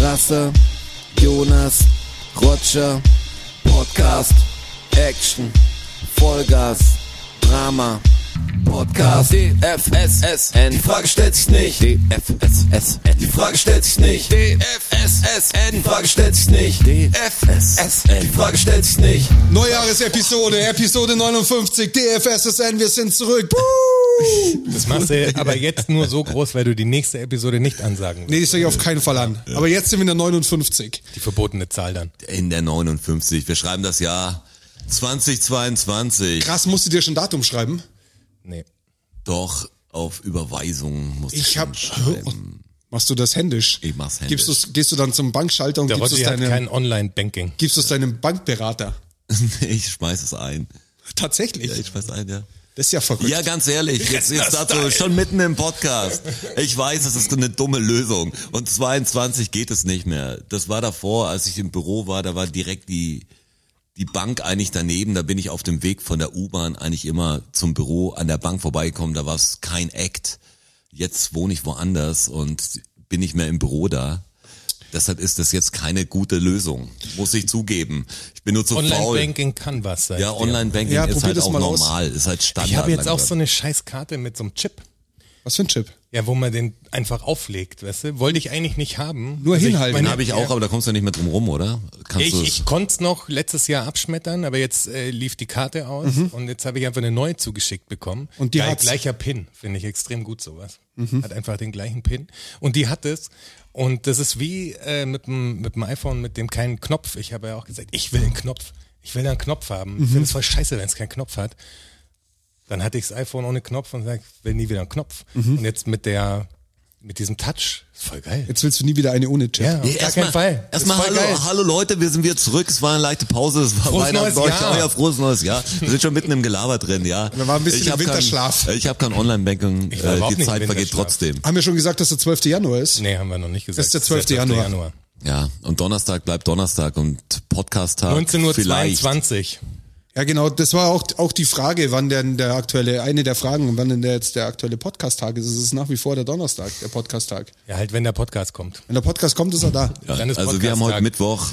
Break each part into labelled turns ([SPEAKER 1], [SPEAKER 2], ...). [SPEAKER 1] Rasse, Jonas, Roger, Podcast, Action, Vollgas, Drama, Podcast, DFSSN, die Frage stellt sich nicht, DFSSN, die Frage stellt sich nicht, DFSSN, die Frage stellt sich nicht, DFSSN, die Frage stellt sich nicht.
[SPEAKER 2] Neujahresepisode, Episode 59, DFSSN, wir sind zurück.
[SPEAKER 3] Das machst du aber jetzt nur so groß, weil du die nächste Episode nicht ansagen
[SPEAKER 2] Nee,
[SPEAKER 3] willst.
[SPEAKER 2] ich steige auf keinen Fall an. Aber jetzt sind wir in der 59.
[SPEAKER 3] Die verbotene Zahl dann.
[SPEAKER 4] In der 59. Wir schreiben das Jahr 2022.
[SPEAKER 2] Krass, musst du dir schon Datum schreiben?
[SPEAKER 3] Nee.
[SPEAKER 4] Doch auf Überweisung muss
[SPEAKER 2] Ich hab.
[SPEAKER 4] schreiben.
[SPEAKER 2] Machst du das händisch?
[SPEAKER 4] Ich mach's händisch.
[SPEAKER 2] Gibst du's, gehst du dann zum Bankschalter und
[SPEAKER 3] Der
[SPEAKER 2] gibst
[SPEAKER 3] Rotti
[SPEAKER 2] es
[SPEAKER 3] hat kein
[SPEAKER 2] deinem,
[SPEAKER 3] Online-Banking.
[SPEAKER 2] gibst du's deinem Bankberater?
[SPEAKER 4] Ich schmeiß es ein.
[SPEAKER 2] Tatsächlich.
[SPEAKER 4] Ja, ich schmeiß ein, ja.
[SPEAKER 2] Das ist ja verrückt.
[SPEAKER 4] Ja, ganz ehrlich, jetzt ist dazu schon mitten im Podcast. Ich weiß, es ist eine dumme Lösung. Und 22 geht es nicht mehr. Das war davor, als ich im Büro war, da war direkt die, die Bank eigentlich daneben. Da bin ich auf dem Weg von der U-Bahn eigentlich immer zum Büro an der Bank vorbeigekommen. Da war es kein Act. Jetzt wohne ich woanders und bin nicht mehr im Büro da. Deshalb ist das jetzt keine gute Lösung, muss ich zugeben. Ich bin nur zu faul.
[SPEAKER 3] Online-Banking kann was sein.
[SPEAKER 4] Ja, Online-Banking
[SPEAKER 2] Ja,
[SPEAKER 4] ist
[SPEAKER 2] probier
[SPEAKER 4] halt
[SPEAKER 2] das
[SPEAKER 4] auch
[SPEAKER 2] mal aus.
[SPEAKER 4] normal, ist halt Standard.
[SPEAKER 3] Ich habe jetzt auch
[SPEAKER 4] langsam.
[SPEAKER 3] so eine scheiß Karte mit so einem Chip.
[SPEAKER 2] Was für ein Chip?
[SPEAKER 3] Ja, wo man den einfach auflegt, weißt du? Wollte ich eigentlich nicht haben. Also
[SPEAKER 2] Nur hinhalten.
[SPEAKER 3] meine-
[SPEAKER 4] Den habe ich auch, aber da kommst du ja nicht mehr drum rum, oder? Kannst
[SPEAKER 3] Ich,
[SPEAKER 4] du
[SPEAKER 3] ich konnte es noch letztes Jahr abschmettern, aber jetzt äh, lief die Karte aus
[SPEAKER 4] Mhm.
[SPEAKER 3] und jetzt habe ich einfach eine neue zugeschickt bekommen.
[SPEAKER 2] Und die
[SPEAKER 3] Geil,
[SPEAKER 2] hat's.
[SPEAKER 3] gleicher Pin, finde ich extrem gut sowas.
[SPEAKER 4] Mhm.
[SPEAKER 3] Hat einfach den gleichen Pin und die hat es und das ist wie äh, mit dem mit dem iPhone mit dem keinen Knopf. Ich habe ja auch gesagt, ich will einen Knopf. Ich will da einen Knopf haben. Ich
[SPEAKER 4] Mhm.
[SPEAKER 3] finde es voll scheiße, wenn es keinen Knopf hat. Dann hatte ich das iPhone ohne Knopf und sag, ich will nie wieder einen Knopf.
[SPEAKER 4] Mhm.
[SPEAKER 3] Und jetzt mit der mit diesem Touch, ist voll geil.
[SPEAKER 2] Jetzt willst du nie wieder eine ohne Chip.
[SPEAKER 3] Ja.
[SPEAKER 4] Nee,
[SPEAKER 3] Auf gar keinen Fall.
[SPEAKER 4] Erstmal
[SPEAKER 3] Ist voll
[SPEAKER 4] hallo,
[SPEAKER 3] geil.
[SPEAKER 4] hallo Leute, wir sind wieder zurück. Es war eine leichte Pause. Es war
[SPEAKER 3] Frohes
[SPEAKER 4] Weihnachten.
[SPEAKER 3] neues Jahr.
[SPEAKER 4] Euer frohes neues Jahr. Wir sind schon mitten im Gelaber drin, ja.
[SPEAKER 2] Wir waren ein bisschen
[SPEAKER 4] Ich
[SPEAKER 2] im
[SPEAKER 4] hab
[SPEAKER 2] Winterschlaf.
[SPEAKER 4] Kein, ich habe kein Online-Banking.
[SPEAKER 3] Ich war
[SPEAKER 4] Äh,
[SPEAKER 3] überhaupt
[SPEAKER 4] die
[SPEAKER 3] nicht
[SPEAKER 4] Zeit
[SPEAKER 3] im
[SPEAKER 4] vergeht
[SPEAKER 3] Winterschlaf.
[SPEAKER 4] trotzdem.
[SPEAKER 2] Haben wir schon gesagt, dass der 12. Januar ist?
[SPEAKER 3] Nee, haben wir noch nicht gesagt.
[SPEAKER 2] Das ist der
[SPEAKER 3] Das
[SPEAKER 2] 12. Januar.
[SPEAKER 4] Ja, und Donnerstag bleibt Donnerstag und Podcast-Tag
[SPEAKER 3] 19.22
[SPEAKER 4] vielleicht.
[SPEAKER 3] Uhr. 22.
[SPEAKER 2] Ja, genau. Das war auch, auch die Frage, wann denn der aktuelle, eine der Fragen, wann denn der jetzt der aktuelle Podcast-Tag ist. Es ist nach wie vor der Donnerstag, der Podcast-Tag.
[SPEAKER 3] Ja, halt, wenn der Podcast kommt.
[SPEAKER 2] Wenn der Podcast kommt, ist er da.
[SPEAKER 4] Ja,
[SPEAKER 3] Dann ist
[SPEAKER 4] also wir haben heute
[SPEAKER 3] Podcast-Tag.
[SPEAKER 4] Mittwoch.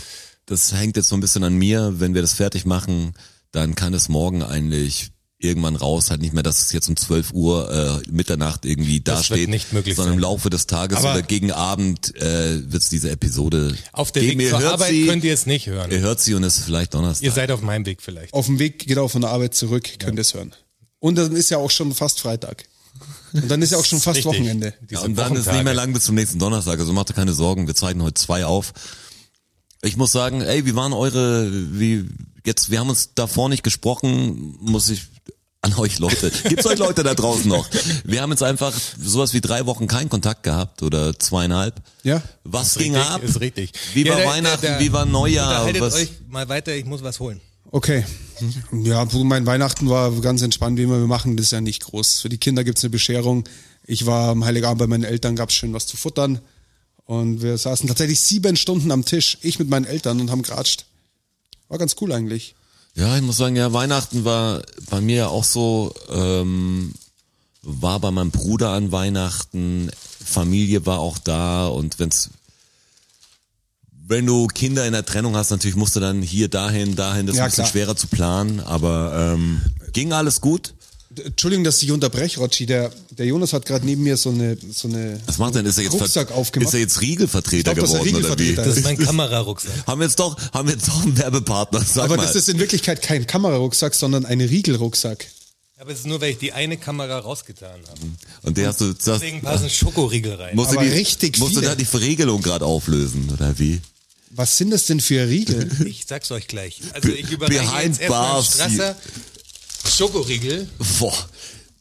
[SPEAKER 4] Das hängt jetzt so ein bisschen an mir. Wenn wir das fertig machen, dann kann es morgen eigentlich irgendwann raus, halt nicht mehr, dass es jetzt um 12 Uhr äh, Mitternacht irgendwie
[SPEAKER 3] Das
[SPEAKER 4] dasteht,
[SPEAKER 3] wird nicht möglich
[SPEAKER 4] sondern im
[SPEAKER 3] sein.
[SPEAKER 4] Laufe des Tages
[SPEAKER 2] Aber-
[SPEAKER 4] oder gegen Abend äh, wird es diese Episode
[SPEAKER 3] Auf der
[SPEAKER 4] geben.
[SPEAKER 3] Weg
[SPEAKER 4] Ihr
[SPEAKER 3] zur
[SPEAKER 4] hört
[SPEAKER 3] Arbeit
[SPEAKER 4] sie,
[SPEAKER 3] könnt ihr es nicht hören.
[SPEAKER 4] ihr hört sie und es ist vielleicht Donnerstag.
[SPEAKER 3] Ihr seid auf meinem Weg vielleicht.
[SPEAKER 2] Auf dem Weg genau von der Arbeit zurück, könnt ihr es hören. Und dann ist ja auch schon fast Freitag. Und dann ist ja auch schon fast
[SPEAKER 3] Richtig.
[SPEAKER 2] Wochenende.
[SPEAKER 3] Diese
[SPEAKER 4] ja, und dann ist
[SPEAKER 3] Wochentage.
[SPEAKER 4] nicht mehr lang bis zum nächsten Donnerstag, also macht euch keine Sorgen, wir zeichnen heute zwei auf. Ich muss sagen, ey, wie waren eure, wie, jetzt, wir haben uns davor nicht gesprochen, muss ich, an euch Leute, gibt's euch Leute da draußen noch? Wir haben jetzt einfach sowas wie drei Wochen keinen Kontakt gehabt oder zweieinhalb.
[SPEAKER 2] Ja.
[SPEAKER 4] Was
[SPEAKER 3] Ist
[SPEAKER 4] ging
[SPEAKER 3] richtig,
[SPEAKER 4] ab?
[SPEAKER 3] Ist richtig.
[SPEAKER 4] Wie war
[SPEAKER 3] der- der-
[SPEAKER 4] Weihnachten,
[SPEAKER 3] der-
[SPEAKER 4] wie war Neujahr?
[SPEAKER 3] Unterhaltet
[SPEAKER 4] Was,
[SPEAKER 3] euch mal weiter, ich muss was holen.
[SPEAKER 2] Okay. Ja, puh, mein Weihnachten war ganz entspannt, wie immer wir machen, das ist ja nicht groß. Für die Kinder gibt's eine Bescherung. Ich war am Heiligabend bei meinen Eltern, gab's schön was zu futtern. Und wir saßen tatsächlich sieben Stunden am Tisch, ich mit meinen Eltern und haben geratscht. War ganz cool eigentlich.
[SPEAKER 4] Ja, ich muss sagen, ja, Weihnachten war bei mir ja auch so, ähm, war bei meinem Bruder an Weihnachten, Familie war auch da und wenn's, wenn du Kinder in der Trennung hast, natürlich musst du dann hier dahin, dahin, das ist
[SPEAKER 2] Ja,
[SPEAKER 4] ein bisschen
[SPEAKER 2] klar.
[SPEAKER 4] schwerer zu planen, aber ähm, ging alles gut.
[SPEAKER 2] D- Entschuldigung, dass ich unterbreche, Rotschi. Der, der Jonas hat gerade neben mir so eine, so eine
[SPEAKER 4] Was macht denn? Ist er jetzt, Ver-
[SPEAKER 2] Rucksack aufgemacht.
[SPEAKER 4] ist er jetzt Riegelvertreter
[SPEAKER 2] Ich glaub, dass er
[SPEAKER 4] geworden
[SPEAKER 2] Riegelvertreter
[SPEAKER 4] oder
[SPEAKER 3] Das
[SPEAKER 4] wie?
[SPEAKER 3] ist mein Kamerarucksack.
[SPEAKER 4] Haben wir jetzt doch, haben wir jetzt doch einen Werbepartner, sag
[SPEAKER 2] Aber
[SPEAKER 4] mal.
[SPEAKER 2] das ist in Wirklichkeit kein Kamerarucksack, sondern ein Riegelrucksack.
[SPEAKER 3] Aber es ist nur, weil ich die eine Kamera rausgetan habe.
[SPEAKER 4] und der hast du, das,
[SPEAKER 3] Deswegen passen Schokoriegel rein.
[SPEAKER 4] musst du
[SPEAKER 2] Aber
[SPEAKER 4] die,
[SPEAKER 2] richtig
[SPEAKER 4] musst du
[SPEAKER 2] viele.
[SPEAKER 4] da die Verregelung gerade auflösen oder wie?
[SPEAKER 2] Was sind das denn für Riegel?
[SPEAKER 3] ich sag's euch gleich. Also ich überreiche
[SPEAKER 4] Behind
[SPEAKER 3] jetzt erstmal
[SPEAKER 4] bars.
[SPEAKER 3] Strasser Schokoriegel.
[SPEAKER 4] Boah.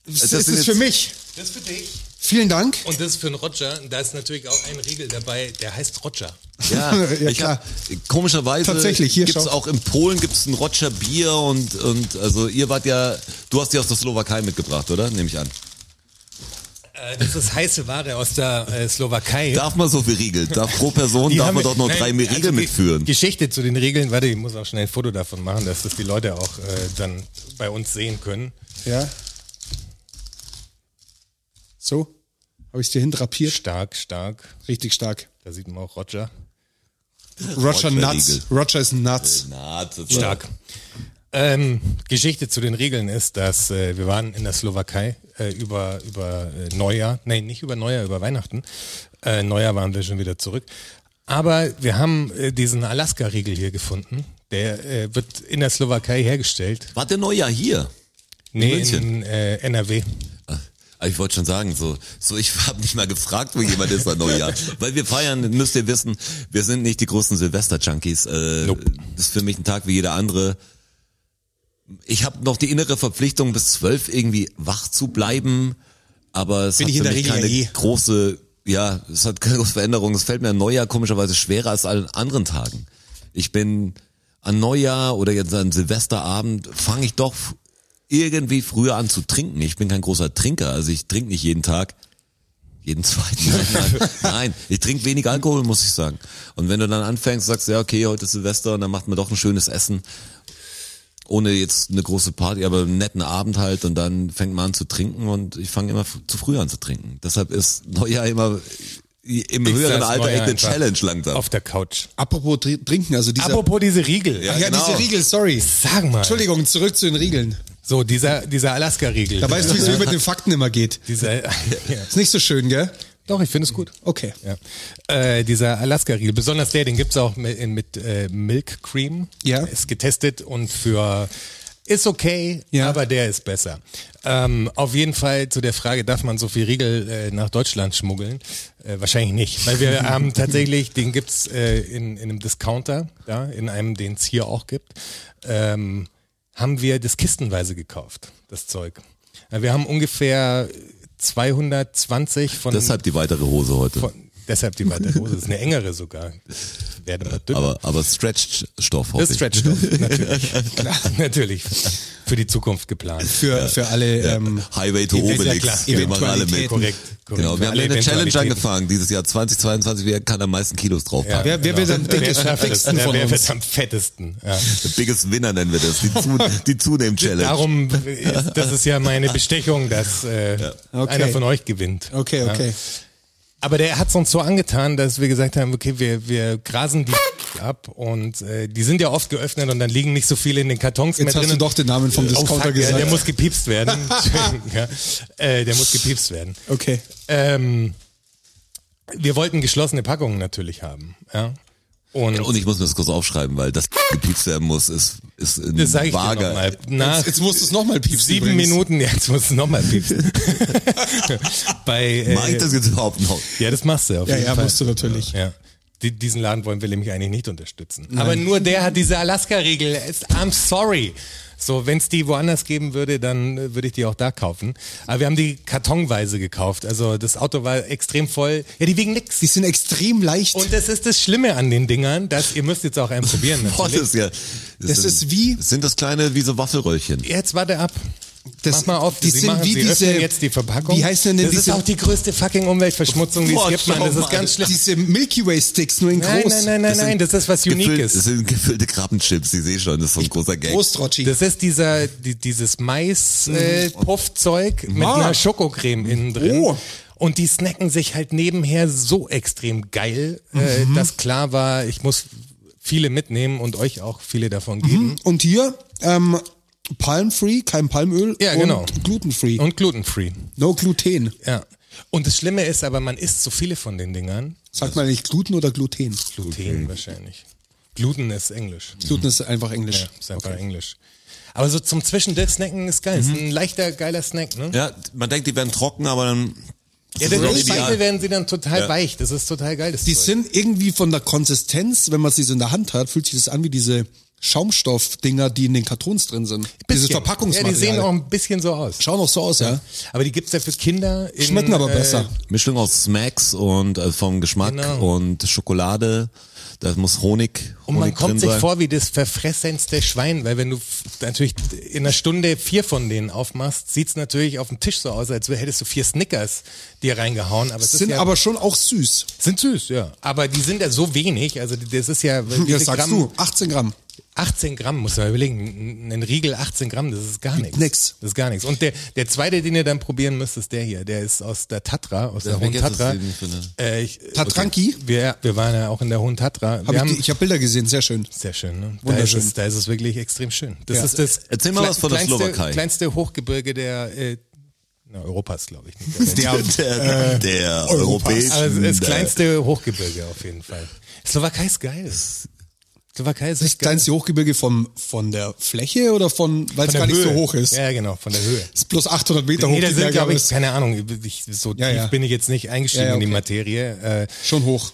[SPEAKER 2] Das
[SPEAKER 4] das
[SPEAKER 2] ist
[SPEAKER 4] sind
[SPEAKER 2] es für
[SPEAKER 4] jetzt-
[SPEAKER 2] mich.
[SPEAKER 3] Das ist für dich.
[SPEAKER 2] Vielen Dank.
[SPEAKER 3] Und das ist für den Roger. Da ist natürlich auch ein Riegel dabei, der heißt Roger.
[SPEAKER 4] Ja,
[SPEAKER 2] Ja,
[SPEAKER 4] ich
[SPEAKER 2] klar.
[SPEAKER 4] hab, komischerweise
[SPEAKER 2] Tatsächlich, hier,
[SPEAKER 4] gibt's
[SPEAKER 2] schau.
[SPEAKER 4] auch in Polen gibt's ein Roger Bier und und also ihr wart ja, du hast die aus der Slowakei mitgebracht, oder? Nehme ich an.
[SPEAKER 3] Äh, Das ist heiße Ware aus der äh, Slowakei.
[SPEAKER 4] Darf man so viel Riegel? Darf pro Person
[SPEAKER 3] Die
[SPEAKER 4] darf
[SPEAKER 3] haben-
[SPEAKER 4] man doch nur
[SPEAKER 3] nein,
[SPEAKER 4] drei Riegel
[SPEAKER 3] also die
[SPEAKER 4] mitführen.
[SPEAKER 3] Geschichte zu den Regeln, warte, ich muss auch schnell ein Foto davon machen, dass das die Leute auch äh, dann bei uns sehen können.
[SPEAKER 2] Ja. So. Habe ich dir hindrapiert?
[SPEAKER 3] Stark, stark.
[SPEAKER 2] Richtig stark.
[SPEAKER 3] Da sieht man auch Roger.
[SPEAKER 2] Roger Nuts.
[SPEAKER 4] Igel.
[SPEAKER 2] Roger ist Nuts.
[SPEAKER 4] Na, das ist
[SPEAKER 3] Stark. Ähm, Geschichte zu den Regeln ist, dass äh, wir waren in der Slowakei äh, über, über äh, Neujahr, nein, nicht über Neujahr, über Weihnachten. Äh, Neujahr waren wir schon wieder zurück. Aber wir haben äh, diesen Alaska-Riegel hier gefunden. Der äh, wird in der Slowakei hergestellt.
[SPEAKER 4] War der Neujahr hier?
[SPEAKER 3] Nee,
[SPEAKER 4] München.
[SPEAKER 3] in äh, NRW.
[SPEAKER 4] Ah, Ich wollte schon sagen, so, so ich habe nicht mal gefragt, wo jemand ist an Neujahr. Weil wir feiern, müsst ihr wissen, wir sind nicht die großen Silvester-Junkies. Äh,
[SPEAKER 3] Nope.
[SPEAKER 4] Das ist für mich ein Tag wie jeder andere. Ich habe noch die innere Verpflichtung, bis zwölf irgendwie wach zu bleiben, aber es
[SPEAKER 2] Bin
[SPEAKER 4] hat
[SPEAKER 2] ich in
[SPEAKER 4] für
[SPEAKER 2] der
[SPEAKER 4] mich
[SPEAKER 2] Regel
[SPEAKER 4] keine
[SPEAKER 2] ja eh.
[SPEAKER 4] große, ja, es hat keine große Veränderung. Es fällt mir an Neujahr komischerweise schwerer als an anderen Tagen. Ich bin an Neujahr oder jetzt an Silvesterabend fange ich doch irgendwie früher an zu trinken. Ich bin kein großer Trinker, also ich trinke nicht jeden Tag. Jeden zweiten. Nein, nein, nein. ich trinke wenig Alkohol, muss ich sagen. Und wenn du dann anfängst, sagst du, ja, okay, heute ist Silvester und dann macht man doch ein schönes Essen. Ohne jetzt eine große Party, aber einen netten Abend halt und dann fängt man an zu trinken und ich fange immer f- zu früh an zu trinken. Deshalb ist Neujahr immer im
[SPEAKER 3] Ich
[SPEAKER 4] höheren
[SPEAKER 3] saß
[SPEAKER 4] Alter
[SPEAKER 3] Neujahr
[SPEAKER 4] echt eine
[SPEAKER 3] einfach
[SPEAKER 4] Challenge langsam.
[SPEAKER 3] Auf der Couch.
[SPEAKER 2] Apropos Tri- Trinken, also dieser...
[SPEAKER 3] Apropos diese Riegel.
[SPEAKER 2] Ach ja,
[SPEAKER 4] genau.
[SPEAKER 2] diese Riegel, sorry.
[SPEAKER 3] Sag mal.
[SPEAKER 2] Entschuldigung, zurück zu den Riegeln.
[SPEAKER 3] So, dieser, dieser Alaska-Riegel.
[SPEAKER 2] Da weißt du, wie es mir mit den Fakten immer geht.
[SPEAKER 3] Dieser, ja.
[SPEAKER 2] Ist nicht so schön, gell?
[SPEAKER 3] Doch, ich finde es gut.
[SPEAKER 2] Okay.
[SPEAKER 3] Ja. Äh, dieser Alaska-Riegel, besonders der, den gibt's auch mit, mit äh, Milk Cream.
[SPEAKER 2] Ja.
[SPEAKER 3] Ist getestet und für ist okay,
[SPEAKER 2] Ja.
[SPEAKER 3] aber der ist besser. Ähm, auf jeden Fall zu der Frage, darf man so viel Riegel äh, nach Deutschland schmuggeln? Äh, wahrscheinlich nicht, weil wir haben tatsächlich, den gibt's äh, in, in einem Discounter, ja, in einem, den es hier auch gibt, ähm, haben wir das kistenweise gekauft, das Zeug. Äh, Wir haben ungefähr 220 von
[SPEAKER 4] Deshalb die weitere Hose heute.
[SPEAKER 3] von, deshalb die weitere Hose. Das ist eine engere sogar. Werde mal dünner.
[SPEAKER 4] aber aber Stretch-Stoff hoffe
[SPEAKER 3] das
[SPEAKER 4] ich.
[SPEAKER 3] ist Stretchstoff, natürlich. Klar, natürlich. Für die Zukunft geplant.
[SPEAKER 2] Für, für alle... Ähm,
[SPEAKER 4] Highway to
[SPEAKER 3] Ist ja
[SPEAKER 4] Obelix.
[SPEAKER 3] klar.
[SPEAKER 4] Wir machen alle
[SPEAKER 2] Eventualitäten.
[SPEAKER 4] mit.
[SPEAKER 3] Korrekt. korrekt.
[SPEAKER 4] Genau,
[SPEAKER 3] Für
[SPEAKER 4] wir haben
[SPEAKER 3] alle
[SPEAKER 4] eine Challenge
[SPEAKER 3] Eventualitäten.
[SPEAKER 4] angefangen dieses Jahr 2022. Wer kann am meisten Kilos draufpacken?
[SPEAKER 2] Wer- wer wird am
[SPEAKER 3] Genau. Wer
[SPEAKER 2] dickesten,
[SPEAKER 3] schafft es?
[SPEAKER 2] dicksten von
[SPEAKER 3] Wer wer
[SPEAKER 2] uns?
[SPEAKER 3] wird am fettesten? Ja.
[SPEAKER 4] The biggest winner nennen wir das. Die, zu, die Zunehm-Challenge.
[SPEAKER 3] Darum, ist, das ist ja meine Bestechung, dass äh,
[SPEAKER 2] Okay.
[SPEAKER 3] einer von euch gewinnt.
[SPEAKER 2] okay, okay.
[SPEAKER 3] Aber der hat es uns so angetan, dass wir gesagt haben, okay, wir, wir grasen die ab und äh, die sind ja oft geöffnet und dann liegen nicht so viele in den Kartons mehr
[SPEAKER 2] Jetzt hast
[SPEAKER 3] drin.
[SPEAKER 2] du doch den Namen vom
[SPEAKER 3] Oh,
[SPEAKER 2] Discounter
[SPEAKER 3] fuck, ja,
[SPEAKER 2] gesagt.
[SPEAKER 3] der muss gepiepst werden. Entschuldigung, ja. äh, der muss gepiepst werden.
[SPEAKER 2] okay.
[SPEAKER 3] Ähm, wir wollten geschlossene Packungen natürlich haben. Ja. Und,
[SPEAKER 4] Und ich muss mir das kurz aufschreiben, weil das gepiepst werden muss, ist, ist ein
[SPEAKER 3] das sage ich dir
[SPEAKER 4] vager.
[SPEAKER 3] nochmal. Nach
[SPEAKER 2] Jetzt, jetzt musst du es nochmal piepsen.
[SPEAKER 3] sieben
[SPEAKER 2] übrigens.
[SPEAKER 3] Minuten, ja, jetzt muss es nochmal piepsen. Bei, äh,
[SPEAKER 4] Mach ich das jetzt überhaupt noch?
[SPEAKER 3] Ja, das machst du auf
[SPEAKER 2] Ja,
[SPEAKER 3] jeden
[SPEAKER 2] ja,
[SPEAKER 3] Fall.
[SPEAKER 2] musst du natürlich.
[SPEAKER 3] Ja. Die, diesen Laden wollen wir nämlich eigentlich nicht unterstützen. Aber nur der hat diese Alaska-Regel. Es- I'm sorry. So, wenn es die woanders geben würde, dann äh, würde ich die auch da kaufen. Aber wir haben die kartonweise gekauft. Also das Auto war extrem voll. Ja, die wiegen nix.
[SPEAKER 2] Die sind extrem leicht.
[SPEAKER 3] Und das ist das Schlimme an den Dingern, dass ihr müsst jetzt auch einen probieren.
[SPEAKER 4] Boah, das
[SPEAKER 3] Natürlich.
[SPEAKER 4] ist ja,
[SPEAKER 2] Das ist wie-
[SPEAKER 4] Sind das kleine, wie so Waffelröllchen.
[SPEAKER 3] Jetzt warte ab.
[SPEAKER 2] Das-
[SPEAKER 3] Mach mal auf,
[SPEAKER 2] die
[SPEAKER 3] sie
[SPEAKER 2] sind
[SPEAKER 3] machen,
[SPEAKER 2] wie
[SPEAKER 3] sie
[SPEAKER 2] diese-
[SPEAKER 3] öffnen jetzt die Verpackung.
[SPEAKER 2] wie heißen denn
[SPEAKER 3] das ist
[SPEAKER 2] diese-
[SPEAKER 3] auch die größte fucking Umweltverschmutzung, die es
[SPEAKER 4] Boah,
[SPEAKER 3] gibt, Mann.
[SPEAKER 4] schau
[SPEAKER 3] Das ist
[SPEAKER 4] mal,
[SPEAKER 3] ganz schlimm.
[SPEAKER 2] Diese Milky Way Sticks, nur in
[SPEAKER 3] Nein,
[SPEAKER 2] groß.
[SPEAKER 3] nein, nein, nein, nein, das ist was
[SPEAKER 4] Gefüllt-
[SPEAKER 3] Uniques.
[SPEAKER 4] Das sind gefüllte Krabbenchips, die sehe ich schon, das ist so ein großer Gag.
[SPEAKER 2] Großtrotschi.
[SPEAKER 3] Das ist dieser, die, dieses
[SPEAKER 4] Mhm.
[SPEAKER 3] Mais-Puffzeug mit
[SPEAKER 2] Ah.
[SPEAKER 3] einer Schokocreme innen drin.
[SPEAKER 2] Oh.
[SPEAKER 3] Und die snacken sich halt nebenher so extrem geil, äh,
[SPEAKER 4] Mhm.
[SPEAKER 3] dass klar war, ich muss viele mitnehmen und euch auch viele davon
[SPEAKER 4] Mhm.
[SPEAKER 3] geben.
[SPEAKER 2] Und hier, ähm, Palm-free, kein Palmöl
[SPEAKER 3] Ja, genau.
[SPEAKER 2] und gluten-free.
[SPEAKER 3] Und glutenfree.
[SPEAKER 2] No Gluten.
[SPEAKER 3] Ja. Und das Schlimme ist aber, man isst so viele von den Dingern.
[SPEAKER 2] Sagt man nicht Gluten oder Gluten?
[SPEAKER 3] Gluten wahrscheinlich. Gluten ist Englisch.
[SPEAKER 2] Gluten ist einfach Englisch.
[SPEAKER 3] Ja, ist einfach Englisch. Aber so zum Zwischendurch snacken ist geil. Ist ein leichter, geiler Snack, ne?
[SPEAKER 4] Mhm. Ja, man denkt, die werden trocken, aber dann.
[SPEAKER 3] Ja,
[SPEAKER 4] Das
[SPEAKER 3] der
[SPEAKER 4] ist doch
[SPEAKER 3] Durchschnitt
[SPEAKER 4] ideal.
[SPEAKER 3] werden sie dann total
[SPEAKER 4] Ja.
[SPEAKER 3] weich. Das ist total geil. Das
[SPEAKER 2] Die
[SPEAKER 3] Zeug.
[SPEAKER 2] sind irgendwie von der Konsistenz, wenn man sie so in der Hand hat, fühlt sich das an wie diese Schaumstoffdinger, die in den Kartons drin sind. Diese
[SPEAKER 3] Bisschen.
[SPEAKER 2] Verpackungsmaterial.
[SPEAKER 3] Ja, die sehen auch ein bisschen so aus.
[SPEAKER 2] Schauen auch so aus, ja.
[SPEAKER 3] Aber die gibt's ja für Kinder. In,
[SPEAKER 2] Schmecken aber
[SPEAKER 3] äh,
[SPEAKER 2] besser.
[SPEAKER 4] Mischung aus Smacks und äh, vom Geschmack
[SPEAKER 3] Genau.
[SPEAKER 4] und Schokolade. Da muss Honig, Honig
[SPEAKER 3] Und man kommt
[SPEAKER 4] drin
[SPEAKER 3] sich
[SPEAKER 4] sein.
[SPEAKER 3] vor wie das verfressenste Schwein, weil wenn du f- natürlich in einer Stunde vier von denen aufmachst, sieht's natürlich auf dem Tisch so aus, als hättest du vier Snickers dir reingehauen. Aber es ist
[SPEAKER 2] Sind
[SPEAKER 3] ja,
[SPEAKER 2] aber schon auch süß.
[SPEAKER 3] sind süß, ja. Aber die sind ja so wenig, also das ist ja, wie
[SPEAKER 2] Ja,
[SPEAKER 3] viel
[SPEAKER 2] sagst
[SPEAKER 3] Gramm?
[SPEAKER 2] du, 18 Gramm.
[SPEAKER 3] 18 Gramm, muss man überlegen. Ein Riegel 18 Gramm, das ist gar nichts.
[SPEAKER 2] nix.
[SPEAKER 3] Das ist gar nichts. Und der, der zweite, den ihr dann probieren müsst, ist der hier. Der ist aus der Tatra, aus der Hohen
[SPEAKER 4] vergesst
[SPEAKER 3] Tatra.
[SPEAKER 4] es eben, ich finde.
[SPEAKER 3] Äh, ich,
[SPEAKER 2] Tatranki?
[SPEAKER 3] wir, wir waren ja auch in der Hohen Tatra. Wir
[SPEAKER 2] Hab
[SPEAKER 3] haben,
[SPEAKER 2] ich ich habe Bilder gesehen, sehr schön.
[SPEAKER 3] sehr schön, ne?
[SPEAKER 2] Wunderschön.
[SPEAKER 3] Da ist es, da ist es wirklich extrem schön. Das
[SPEAKER 2] Ja.
[SPEAKER 3] ist das
[SPEAKER 4] Erzähl mal
[SPEAKER 3] kle-
[SPEAKER 4] was von der
[SPEAKER 3] kleinste,
[SPEAKER 4] Slowakei.
[SPEAKER 3] kleinste Hochgebirge der äh, na, Europas, glaube ich. Nicht der Welt.
[SPEAKER 2] Der,
[SPEAKER 4] Der, der europäische.
[SPEAKER 3] Äh, Also das kleinste Hochgebirge auf jeden Fall. Slowakei ist geil. Slowakei ist
[SPEAKER 2] das
[SPEAKER 3] echt geil.
[SPEAKER 2] kleinste Hochgebirge vom, von der Fläche oder von, weil es
[SPEAKER 3] Von
[SPEAKER 2] gar
[SPEAKER 3] der
[SPEAKER 2] nicht so
[SPEAKER 3] Höhe.
[SPEAKER 2] hoch ist?
[SPEAKER 3] Ja, genau, von der Höhe.
[SPEAKER 2] Ist plus 800 Meter hoch,
[SPEAKER 3] Nee, da
[SPEAKER 2] die
[SPEAKER 3] sind,
[SPEAKER 2] Berge,
[SPEAKER 3] glaube
[SPEAKER 2] aber
[SPEAKER 3] ich,
[SPEAKER 2] ist
[SPEAKER 3] keine Ahnung, ich, so
[SPEAKER 2] Ja, ja.
[SPEAKER 3] tief bin ich jetzt nicht eingestiegen
[SPEAKER 2] Ja, ja,
[SPEAKER 3] in die
[SPEAKER 2] okay.
[SPEAKER 3] Materie. Äh,
[SPEAKER 2] schon hoch.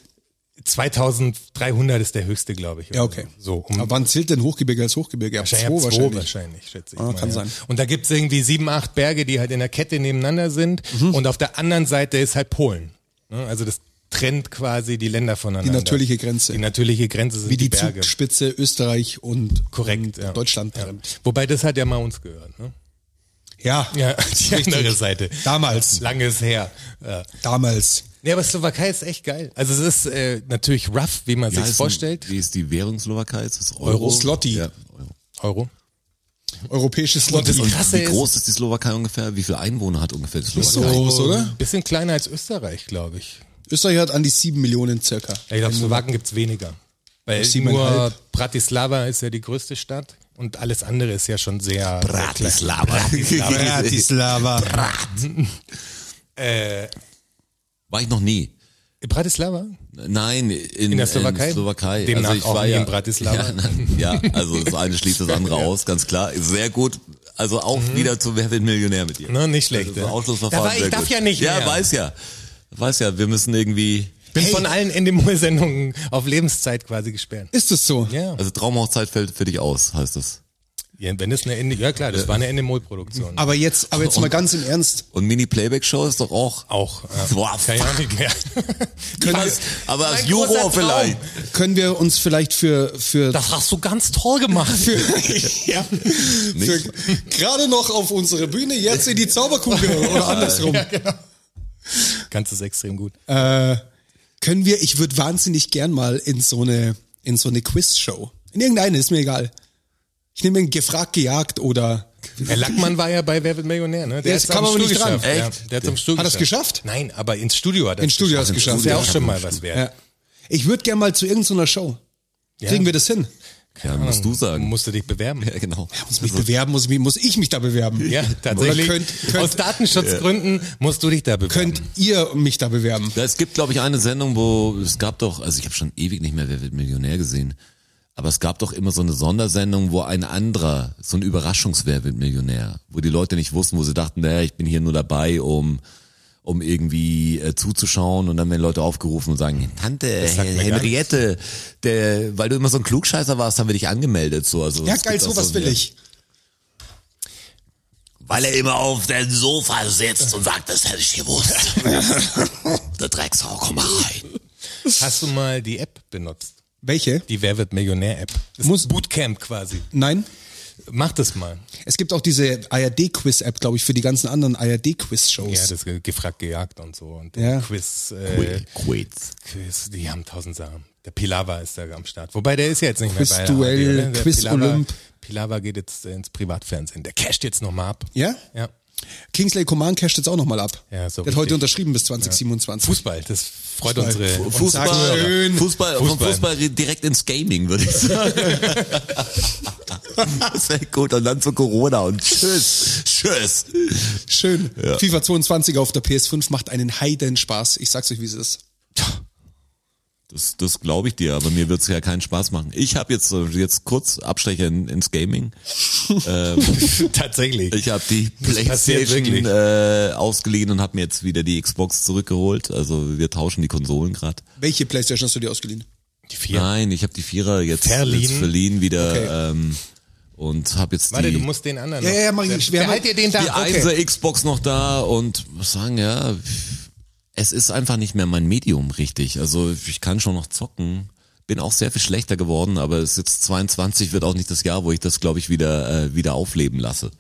[SPEAKER 3] 2300 ist der höchste, glaube ich.
[SPEAKER 2] Ja,
[SPEAKER 3] oder
[SPEAKER 2] okay.
[SPEAKER 3] So, um
[SPEAKER 2] aber wann zählt denn Hochgebirge als Hochgebirge? Ab
[SPEAKER 3] Wahrscheinlich,
[SPEAKER 2] zwei
[SPEAKER 3] ab zwei
[SPEAKER 2] wahrscheinlich.
[SPEAKER 3] wahrscheinlich, schätze ich.
[SPEAKER 2] Ah,
[SPEAKER 3] mal,
[SPEAKER 2] kann
[SPEAKER 3] ja.
[SPEAKER 2] sein.
[SPEAKER 3] Und da gibt's irgendwie sieben, acht Berge, die halt in der Kette nebeneinander sind.
[SPEAKER 2] Mhm.
[SPEAKER 3] Und auf der anderen Seite ist halt Polen. Ne? Also das trennt quasi die Länder voneinander.
[SPEAKER 2] Die natürliche Grenze.
[SPEAKER 3] Die natürliche Grenze sind
[SPEAKER 2] Wie die,
[SPEAKER 3] Berge.
[SPEAKER 2] Zugspitze Österreich und, und
[SPEAKER 3] Korrekt. ja.
[SPEAKER 2] Deutschland
[SPEAKER 3] Ja.
[SPEAKER 2] trennt.
[SPEAKER 3] Wobei das hat ja mal uns gehört. Ne?
[SPEAKER 2] Ja,
[SPEAKER 3] Ja, die andere Seite.
[SPEAKER 2] Damals.
[SPEAKER 3] Langes her. Ja.
[SPEAKER 2] damals.
[SPEAKER 3] ja, aber Slowakei ist echt geil. Also es ist äh, natürlich rough, wie man
[SPEAKER 4] Wie
[SPEAKER 3] sich's
[SPEAKER 4] heißen-
[SPEAKER 3] vorstellt.
[SPEAKER 4] Wie ist die Währung Slowakei? Ist das Euro?
[SPEAKER 2] Zloty.
[SPEAKER 4] Ja, Euro.
[SPEAKER 3] Euro.
[SPEAKER 2] Europäisches Land.
[SPEAKER 3] das
[SPEAKER 4] Und
[SPEAKER 3] Krasse
[SPEAKER 4] wie
[SPEAKER 3] ist-
[SPEAKER 4] groß ist die Slowakei ungefähr? Wie viele Einwohner hat ungefähr die Slowakei?
[SPEAKER 2] So groß, oder?
[SPEAKER 3] Bisschen kleiner als Österreich, glaube ich.
[SPEAKER 2] Österreich hat an die 7 Millionen circa.
[SPEAKER 3] Ja, ich glaube, Slowaken gibt's weniger. Weil nur
[SPEAKER 2] Siebeneinhalb.
[SPEAKER 3] Bratislava ist ja die größte Stadt und alles andere ist ja schon sehr.
[SPEAKER 4] Bratislava.
[SPEAKER 2] Bratislava.
[SPEAKER 4] War ich noch nie.
[SPEAKER 3] Äh, Bratislava?
[SPEAKER 4] Nein, in,
[SPEAKER 3] der Slowakei?
[SPEAKER 4] In Slowakei.
[SPEAKER 3] Demnach
[SPEAKER 4] also ich
[SPEAKER 3] auch
[SPEAKER 4] war
[SPEAKER 3] nie
[SPEAKER 4] ja,
[SPEAKER 3] in Bratislava.
[SPEAKER 4] Ja, nein, ja, also das eine schließt das andere aus, ganz klar. Sehr gut. Also auch wieder zu Wer wird Millionär mit dir.
[SPEAKER 3] Mhm. Ne, nicht schlecht.
[SPEAKER 4] Das
[SPEAKER 3] ja.
[SPEAKER 4] Ausschlussverfahren.
[SPEAKER 3] Da war ich-
[SPEAKER 4] sehr
[SPEAKER 3] darf
[SPEAKER 4] gut.
[SPEAKER 3] ja nicht
[SPEAKER 4] Ja,
[SPEAKER 3] mehr.
[SPEAKER 4] weiß ja. Weiß ja, wir müssen irgendwie,
[SPEAKER 3] Bin von allen Endemol-Sendungen auf Lebenszeit quasi gesperrt.
[SPEAKER 2] Ist das so?
[SPEAKER 3] Ja.
[SPEAKER 4] also Traumhochzeit fällt für dich aus, heißt das.
[SPEAKER 3] ja, wenn es eine Ende, ja klar, das war eine Endemol-Produktion.
[SPEAKER 2] Aber jetzt, aber jetzt mal ganz im Ernst.
[SPEAKER 4] Und Mini-Playback-Show ist doch auch.
[SPEAKER 3] Auch. Ja.
[SPEAKER 4] Boah,
[SPEAKER 3] Kann ich auch nicht mehr. Genau.
[SPEAKER 4] Was? Aber als
[SPEAKER 3] Mein
[SPEAKER 4] Juror
[SPEAKER 3] großer Traum.
[SPEAKER 4] vielleicht.
[SPEAKER 2] Können wir uns vielleicht für, für
[SPEAKER 3] Das hast du ganz toll gemacht.
[SPEAKER 2] für, ja, für gerade noch auf unsere Bühne, jetzt in die Zauberkugel oder andersrum.
[SPEAKER 3] genau. Ganz ist extrem gut.
[SPEAKER 2] Äh, Können wir, ich würde wahnsinnig gern mal in so eine, in so eine Quiz-Show. In irgendeine, ist mir egal. Ich nehme einen gefragt, gejagt oder
[SPEAKER 3] Herr Lackmann war ja bei Wer wird Millionär, ne? Der
[SPEAKER 2] Ja,
[SPEAKER 3] hat's
[SPEAKER 2] kam
[SPEAKER 3] am
[SPEAKER 2] aber nicht
[SPEAKER 3] Studio
[SPEAKER 2] dran.
[SPEAKER 3] geschafft,
[SPEAKER 4] Echt?
[SPEAKER 3] Ja, der hat zum Studio
[SPEAKER 2] Hat er's geschafft?
[SPEAKER 3] Nein, aber ins Studio hat er
[SPEAKER 2] ins Studio hast
[SPEAKER 3] Das
[SPEAKER 2] geschafft.
[SPEAKER 3] ist ja auch schon mal was wert.
[SPEAKER 2] Ja. äh, Ich würde gern mal zu irgendeiner Show. Kriegen wir das hin?
[SPEAKER 4] Ja, musst du sagen.
[SPEAKER 3] Musst du dich bewerben.
[SPEAKER 4] ja, genau.
[SPEAKER 2] Muss mich bewerben, muss ich, mich- muss ich mich da bewerben.
[SPEAKER 3] Ja, tatsächlich.
[SPEAKER 2] Oder könnt, könnt,
[SPEAKER 3] Aus Datenschutzgründen musst du dich da bewerben.
[SPEAKER 2] könnt ihr mich da bewerben?
[SPEAKER 4] Ja, Es gibt, glaube ich, eine Sendung, wo es gab doch, also ich habe schon ewig nicht mehr Wer wird Millionär gesehen, aber es gab doch immer so eine Sondersendung, wo ein anderer, so ein Überraschungswer wird Millionär, wo die Leute nicht wussten, wo sie dachten, naja, ich bin hier nur dabei, um um irgendwie äh, zuzuschauen und dann werden Leute aufgerufen und sagen, Tante,
[SPEAKER 3] sagt mir gar
[SPEAKER 4] Henriette, der, weil du immer so ein Klugscheißer warst, haben wir dich angemeldet. So, also
[SPEAKER 2] Ja,
[SPEAKER 4] es
[SPEAKER 2] geil,
[SPEAKER 4] gibt auch
[SPEAKER 2] sowas
[SPEAKER 4] so-
[SPEAKER 2] will
[SPEAKER 4] ja.
[SPEAKER 2] ich.
[SPEAKER 4] Weil er immer auf dem Sofa sitzt und sagt, das hätte ich gewusst. der Drecksau, komm mal rein.
[SPEAKER 3] Hast du mal die App benutzt?
[SPEAKER 2] Welche?
[SPEAKER 3] Die Wer wird Millionär-App. Das
[SPEAKER 2] Muss-
[SPEAKER 3] Muss Bootcamp quasi.
[SPEAKER 2] Nein?
[SPEAKER 3] Mach das mal.
[SPEAKER 2] Es gibt auch diese ARD-Quiz-App, glaube ich, für die ganzen anderen
[SPEAKER 3] Ja,
[SPEAKER 2] ARD-Quiz-Shows.
[SPEAKER 3] das ge- gefragt, gejagt und so. Und
[SPEAKER 2] Ja.
[SPEAKER 3] der Quiz, äh,
[SPEAKER 4] Quits.
[SPEAKER 3] Quiz, die haben tausend Sachen. Der Pilava ist da am Start. Wobei der ist ja jetzt nicht mehr bei
[SPEAKER 2] Quizduell,
[SPEAKER 3] ARD, ne? Der
[SPEAKER 2] Quiz
[SPEAKER 3] Pilawa-
[SPEAKER 2] Olymp.
[SPEAKER 3] Pilawa geht jetzt äh, ins Privatfernsehen. Der casht jetzt nochmal ab.
[SPEAKER 2] Ja?
[SPEAKER 3] Ja.
[SPEAKER 2] Kingsley Coman casht jetzt auch nochmal ab.
[SPEAKER 3] Ja, so
[SPEAKER 2] Der hat heute
[SPEAKER 3] richtig.
[SPEAKER 2] unterschrieben bis 2027.
[SPEAKER 3] Fußball, das freut
[SPEAKER 2] Fußball.
[SPEAKER 3] unsere.
[SPEAKER 2] Fu-
[SPEAKER 4] Fußball,
[SPEAKER 2] Sag schön.
[SPEAKER 4] Fußball, vom
[SPEAKER 3] Fußball.
[SPEAKER 4] Fußball direkt ins Gaming, würde ich sagen. das wäre gut. Und dann zu Corona und tschüss, tschüss.
[SPEAKER 2] Schön. FIFA 22 auf der PS5 macht einen heiden Spaß. Ich sag's euch, wie es ist.
[SPEAKER 4] Das, das glaube ich dir, aber mir wird's ja keinen Spaß machen. Ich habe jetzt, äh, jetzt kurz Abstecher in, ins Gaming.
[SPEAKER 3] Tatsächlich.
[SPEAKER 4] Ich habe die
[SPEAKER 3] passiert wirklich.
[SPEAKER 4] Playstation äh, ausgeliehen und habe mir jetzt wieder die Xbox zurückgeholt. Also wir tauschen die Konsolen gerade.
[SPEAKER 2] Welche Playstation hast du dir ausgeliehen?
[SPEAKER 3] Die vier.
[SPEAKER 4] Nein, ich habe die Vierer jetzt,
[SPEAKER 3] Verliehen?
[SPEAKER 4] jetzt verliehen wieder
[SPEAKER 2] Okay.
[SPEAKER 4] ähm, und habe jetzt
[SPEAKER 3] Warte,
[SPEAKER 4] die...
[SPEAKER 3] du musst den anderen.
[SPEAKER 2] Ja,
[SPEAKER 3] noch-
[SPEAKER 2] ja, ja, mach ich nicht. Wir haben- halt
[SPEAKER 3] Behalt dir den da.
[SPEAKER 4] die Einser Xbox noch da und muss sagen, ja, es ist einfach nicht mehr mein Medium richtig. Also ich kann schon noch zocken. Bin auch sehr viel schlechter geworden, aber es ist jetzt 22, wird auch nicht das Jahr, wo ich das, glaube ich, wieder, äh, wieder aufleben lasse.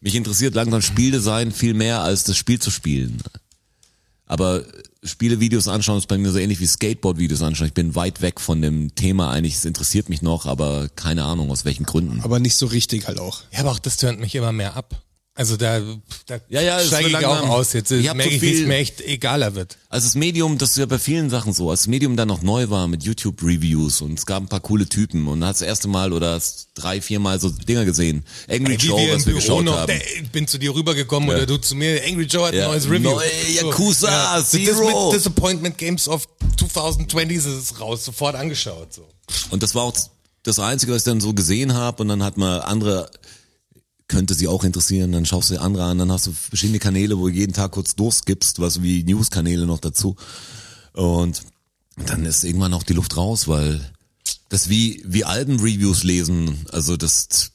[SPEAKER 4] Mich interessiert langsam Spieldesign viel mehr als das Spiel zu spielen. Aber Spielevideos anschauen ist bei mir so ähnlich wie Skateboard-Videos anschauen. Ich bin weit weg von dem Thema eigentlich. Es interessiert mich noch, aber keine Ahnung aus welchen Gründen.
[SPEAKER 2] Aber nicht so richtig halt auch.
[SPEAKER 3] Ja, aber auch das tönt mich immer mehr ab. Also da, da
[SPEAKER 4] Ja, ja, es
[SPEAKER 3] steige
[SPEAKER 4] wird
[SPEAKER 3] ich auch
[SPEAKER 4] langsam-
[SPEAKER 3] aus. Jetzt
[SPEAKER 4] Ich hab
[SPEAKER 3] merke
[SPEAKER 4] zu
[SPEAKER 3] ich, wie
[SPEAKER 4] viel-
[SPEAKER 3] es mir echt egaler wird.
[SPEAKER 4] Also das Medium, das ist ja bei vielen Sachen so, als das Medium dann noch neu war mit YouTube-Reviews und es gab ein paar coole Typen und hat das erste Mal oder hast drei, viermal so Dinger gesehen. Angry
[SPEAKER 3] Wie
[SPEAKER 4] Joe,
[SPEAKER 3] wir im
[SPEAKER 4] was wir
[SPEAKER 3] Büro
[SPEAKER 4] geschaut
[SPEAKER 3] noch,
[SPEAKER 4] haben.
[SPEAKER 3] der, ich bin zu dir rübergekommen oder du zu mir, Angry Joe hat ein
[SPEAKER 4] Ja,
[SPEAKER 3] neues Review.
[SPEAKER 4] neue Yakuza,
[SPEAKER 3] Das mit
[SPEAKER 4] Zero.
[SPEAKER 3] Disappointment Games of 2020 ist es raus, sofort angeschaut. So.
[SPEAKER 4] Und das war auch das Einzige, was ich dann so gesehen habe. Und dann hat man andere, könnte sie auch interessieren, dann schaust du dir andere an, dann hast du verschiedene Kanäle, wo du jeden Tag kurz durchskippst, was wie News-Kanäle noch dazu. Und dann ist irgendwann auch die Luft raus, weil das wie, wie Alben-Reviews lesen, also das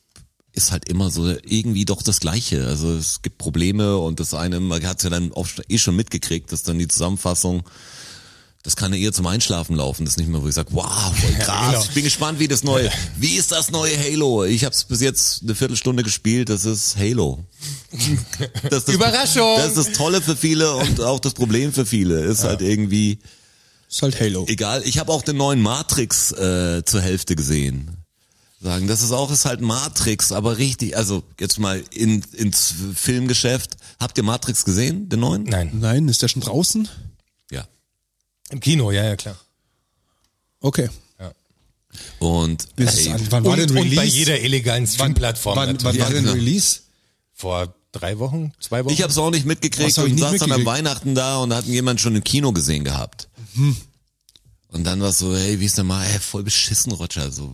[SPEAKER 4] ist halt immer so irgendwie doch das Gleiche. Also es gibt Probleme und das eine, man hat es ja dann auch eh schon mitgekriegt, dass dann die Zusammenfassung das kann ja eher zum Einschlafen laufen. Das ist nicht mehr, wo ich sage, wow, voll krass.
[SPEAKER 3] genau.
[SPEAKER 4] Ich bin gespannt, wie das neue, wie ist das neue Halo? Ich habe es bis jetzt eine Viertelstunde gespielt. Das ist Halo. Das ist das,
[SPEAKER 3] Überraschung!
[SPEAKER 4] Das ist das Tolle für viele und auch das Problem für viele. Ist halt irgendwie
[SPEAKER 2] Ist halt Halo.
[SPEAKER 4] egal. Ich habe auch den neuen Matrix äh, zur Hälfte gesehen. Sagen, das ist auch ist halt Matrix, aber richtig. Also jetzt mal in, ins Filmgeschäft. Habt ihr Matrix gesehen, den neuen?
[SPEAKER 3] Nein.
[SPEAKER 2] Nein, ist der schon draußen?
[SPEAKER 4] Ja.
[SPEAKER 3] Im Kino, ja, ja, klar.
[SPEAKER 2] Okay.
[SPEAKER 4] Und
[SPEAKER 2] Das ist
[SPEAKER 4] ey,
[SPEAKER 2] an- wann war
[SPEAKER 3] Und,
[SPEAKER 2] denn
[SPEAKER 3] und
[SPEAKER 2] Release?
[SPEAKER 3] bei jeder illegalen Streamplattform.
[SPEAKER 2] wann,
[SPEAKER 3] natürlich.
[SPEAKER 2] wann war
[SPEAKER 4] Ja,
[SPEAKER 2] denn
[SPEAKER 4] genau.
[SPEAKER 2] Release?
[SPEAKER 3] Vor drei Wochen, zwei Wochen.
[SPEAKER 4] Ich habe es auch nicht mitgekriegt
[SPEAKER 2] Was hab ich
[SPEAKER 4] und
[SPEAKER 2] nicht
[SPEAKER 4] saß dann am
[SPEAKER 2] mitgekriegt? Mhm.
[SPEAKER 4] Weihnachten da und da hat jemand schon im Kino gesehen gehabt. Und dann war so, hey, wie ist denn mal, ey, voll beschissen, Roger. So,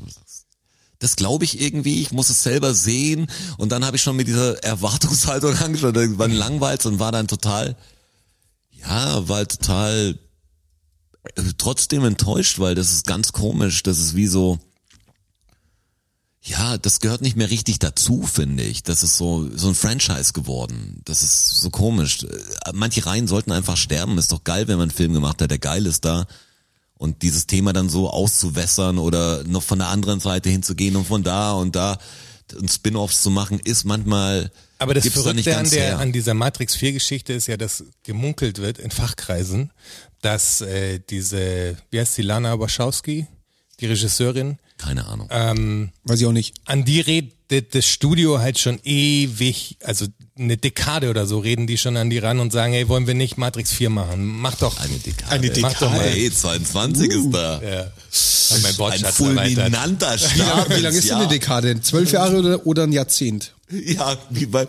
[SPEAKER 4] das glaube ich irgendwie, ich muss es selber sehen. Und dann habe ich schon mit dieser Erwartungshaltung angeschaut, irgendwann langweilt und war dann total, ja, war halt total äh, trotzdem enttäuscht, weil das ist ganz komisch. Das ist wie so, ja, das gehört nicht mehr richtig dazu, finde ich. Das ist so, so ein Franchise geworden. Das ist so komisch. Äh, Manche Reihen sollten einfach sterben. Ist doch geil, wenn man einen Film gemacht hat, der geil ist da. Und dieses Thema dann so auszuwässern oder noch von der anderen Seite hinzugehen und von da und da und Spin-offs zu machen, ist manchmal,
[SPEAKER 3] Aber das
[SPEAKER 4] gibt's da nicht
[SPEAKER 3] Verrückte an,
[SPEAKER 4] ganz
[SPEAKER 3] der,
[SPEAKER 4] her.
[SPEAKER 3] an dieser Matrix 4 Geschichte ist ja, dass gemunkelt wird in Fachkreisen, dass äh, diese, wie heißt die, Lana Wachowski, die Regisseurin,
[SPEAKER 4] Keine Ahnung.
[SPEAKER 3] Ah,
[SPEAKER 2] Weiß ich auch nicht.
[SPEAKER 3] an die redet das Studio halt schon ewig, also eine Dekade oder so, reden die schon an die ran und sagen, hey, wollen wir nicht Matrix 4 machen? Mach doch.
[SPEAKER 4] eine Dekade.
[SPEAKER 3] Eine Dekade. Uh.
[SPEAKER 4] Mach doch mal, ey, 22 ist da.
[SPEAKER 3] Ja. Hab mein
[SPEAKER 4] Ein
[SPEAKER 3] Wortschatz erweitert.
[SPEAKER 4] fulminanter
[SPEAKER 2] Wie lange
[SPEAKER 4] Start.
[SPEAKER 2] wie lang
[SPEAKER 4] ins
[SPEAKER 2] ist denn eine
[SPEAKER 4] Jahr.
[SPEAKER 2] Dekade? Zwölf Jahre oder, oder ein Jahrzehnt?
[SPEAKER 4] Ja, wie bei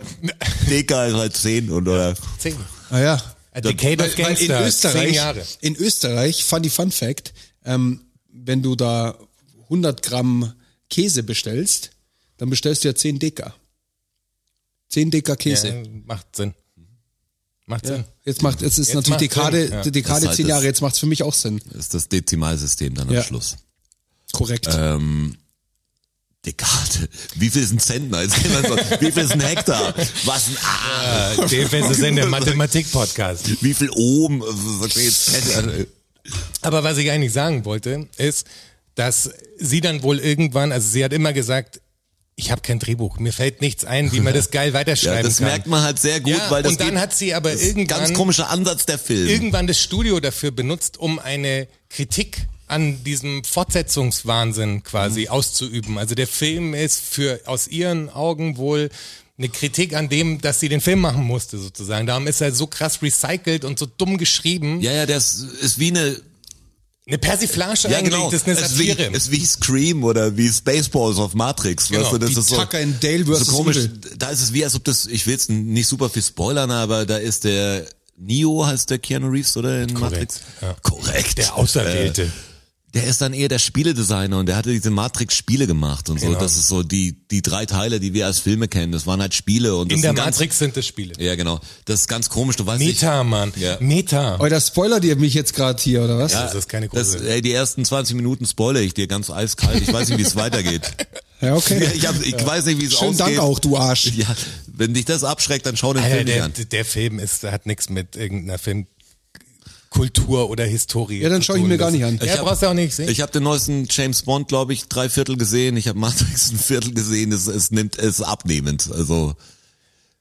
[SPEAKER 4] Deka ist halt 10 und, oder
[SPEAKER 3] Zehn.
[SPEAKER 2] Ah ja.
[SPEAKER 3] A Decade of
[SPEAKER 2] Weil- weil
[SPEAKER 3] Gangster.
[SPEAKER 2] in
[SPEAKER 3] Zehn
[SPEAKER 2] Österreich,
[SPEAKER 3] Jahre.
[SPEAKER 2] in Österreich, funny Fun Fact, ähm, wenn du da 100 Gramm Käse bestellst, dann bestellst du ja 10 Deka. 10 Deka Käse.
[SPEAKER 3] Ja, macht Sinn. Macht
[SPEAKER 2] Ja.
[SPEAKER 3] Sinn.
[SPEAKER 2] Jetzt macht, jetzt ist
[SPEAKER 3] Jetzt
[SPEAKER 2] natürlich
[SPEAKER 3] macht's
[SPEAKER 2] Dekade,
[SPEAKER 3] Sinn, ja.
[SPEAKER 2] die Dekade
[SPEAKER 4] Das halt
[SPEAKER 2] zehn Jahre,
[SPEAKER 4] das-
[SPEAKER 2] jetzt macht's für mich auch Sinn.
[SPEAKER 4] ist das Dezimalsystem dann am
[SPEAKER 2] Ja.
[SPEAKER 4] Schluss. Äh,
[SPEAKER 2] Korrekt.
[SPEAKER 4] Dekade. halt. Wie viel ist ein Zentner? Jetzt gehen wir so, wie viel ist ein Hektar? Was ein A?
[SPEAKER 3] Äh, DFS ist in der Mathematik-Podcast.
[SPEAKER 4] Wie viel Ohm? Verstehe jetzt nicht.
[SPEAKER 3] Aber was ich eigentlich sagen wollte, ist, dass sie dann wohl irgendwann, also sie hat immer gesagt, ich habe kein Drehbuch, mir fällt nichts ein, wie man das geil weiterschreiben
[SPEAKER 4] Ja, das
[SPEAKER 3] kann.
[SPEAKER 4] merkt man halt sehr gut,
[SPEAKER 3] Ja,
[SPEAKER 4] weil das
[SPEAKER 3] und dann
[SPEAKER 4] geht-
[SPEAKER 3] hat sie aber
[SPEAKER 4] das ist ein ganz
[SPEAKER 3] irgendwann-
[SPEAKER 4] komischer Ansatz der Film.
[SPEAKER 3] irgendwann das Studio dafür benutzt, um eine Kritik an diesem Fortsetzungswahnsinn quasi
[SPEAKER 4] Mhm.
[SPEAKER 3] auszuüben. Also der Film ist für aus ihren Augen wohl eine Kritik an dem, dass sie den Film machen musste sozusagen. Darum ist er so krass recycelt und so dumm geschrieben.
[SPEAKER 4] ja, ja, das ist wie eine,
[SPEAKER 3] Eine Persiflage
[SPEAKER 4] ja
[SPEAKER 3] eigentlich,
[SPEAKER 4] genau,
[SPEAKER 3] das ist eine
[SPEAKER 4] ist wie,
[SPEAKER 3] Satire.
[SPEAKER 4] ist wie Scream oder wie Spaceballs auf Matrix,
[SPEAKER 3] Genau,
[SPEAKER 4] weißt du, das
[SPEAKER 2] die
[SPEAKER 4] ist so,
[SPEAKER 2] Tucker and Dale versus
[SPEAKER 4] so komisch,
[SPEAKER 2] Evil.
[SPEAKER 4] da ist es wie, als ob das, ich will jetzt nicht super viel spoilern, aber da ist der, Neo heißt der Keanu Reeves, oder, in Matrix?
[SPEAKER 3] ja.
[SPEAKER 4] Korrekt. Äh,
[SPEAKER 3] der Auserwählte.
[SPEAKER 4] Der ist dann eher der Spieledesigner und der hatte diese Matrix-Spiele gemacht und so.
[SPEAKER 3] Genau.
[SPEAKER 4] Das ist so die, die drei Teile, die wir als Filme kennen. Das waren halt Spiele und das
[SPEAKER 3] In der
[SPEAKER 4] sind ganz,
[SPEAKER 3] Matrix sind das Spiele.
[SPEAKER 4] Ja, genau. Das ist ganz komisch. Du weißt nicht.
[SPEAKER 3] Meta, Mann.
[SPEAKER 4] Ja.
[SPEAKER 3] Meta.
[SPEAKER 2] Euer Spoiler dir mich jetzt gerade hier, oder was?
[SPEAKER 3] das ist keine
[SPEAKER 4] Das, äh,
[SPEAKER 3] große.
[SPEAKER 4] ey, die ersten 20 Minuten spoilere ich dir ganz eiskalt. Ich weiß nicht, wie es weitergeht.
[SPEAKER 2] Ja, okay.
[SPEAKER 4] Ich, hab, ich weiß nicht, wie es
[SPEAKER 2] Schönen Dank
[SPEAKER 4] ausgeht.
[SPEAKER 2] auch, du Arsch.
[SPEAKER 4] Ja, wenn dich das abschreckt, dann schau den
[SPEAKER 3] Alter,
[SPEAKER 4] Film nicht
[SPEAKER 3] Äh, der,
[SPEAKER 4] an.
[SPEAKER 3] der Film ist, hat nichts mit irgendeiner Filmkultur oder Historie.
[SPEAKER 2] Ja, dann
[SPEAKER 3] zu
[SPEAKER 2] schau ich
[SPEAKER 3] tun.
[SPEAKER 2] mir gar
[SPEAKER 3] Das-
[SPEAKER 2] nicht an.
[SPEAKER 3] Ja,
[SPEAKER 4] Ich hab-
[SPEAKER 3] brauchst du auch nicht sehen.
[SPEAKER 4] Ich habe den neuesten James Bond, glaube ich, drei Viertel gesehen. Ich habe Matrix ein Viertel gesehen. Es, es nimmt es abnehmend. Also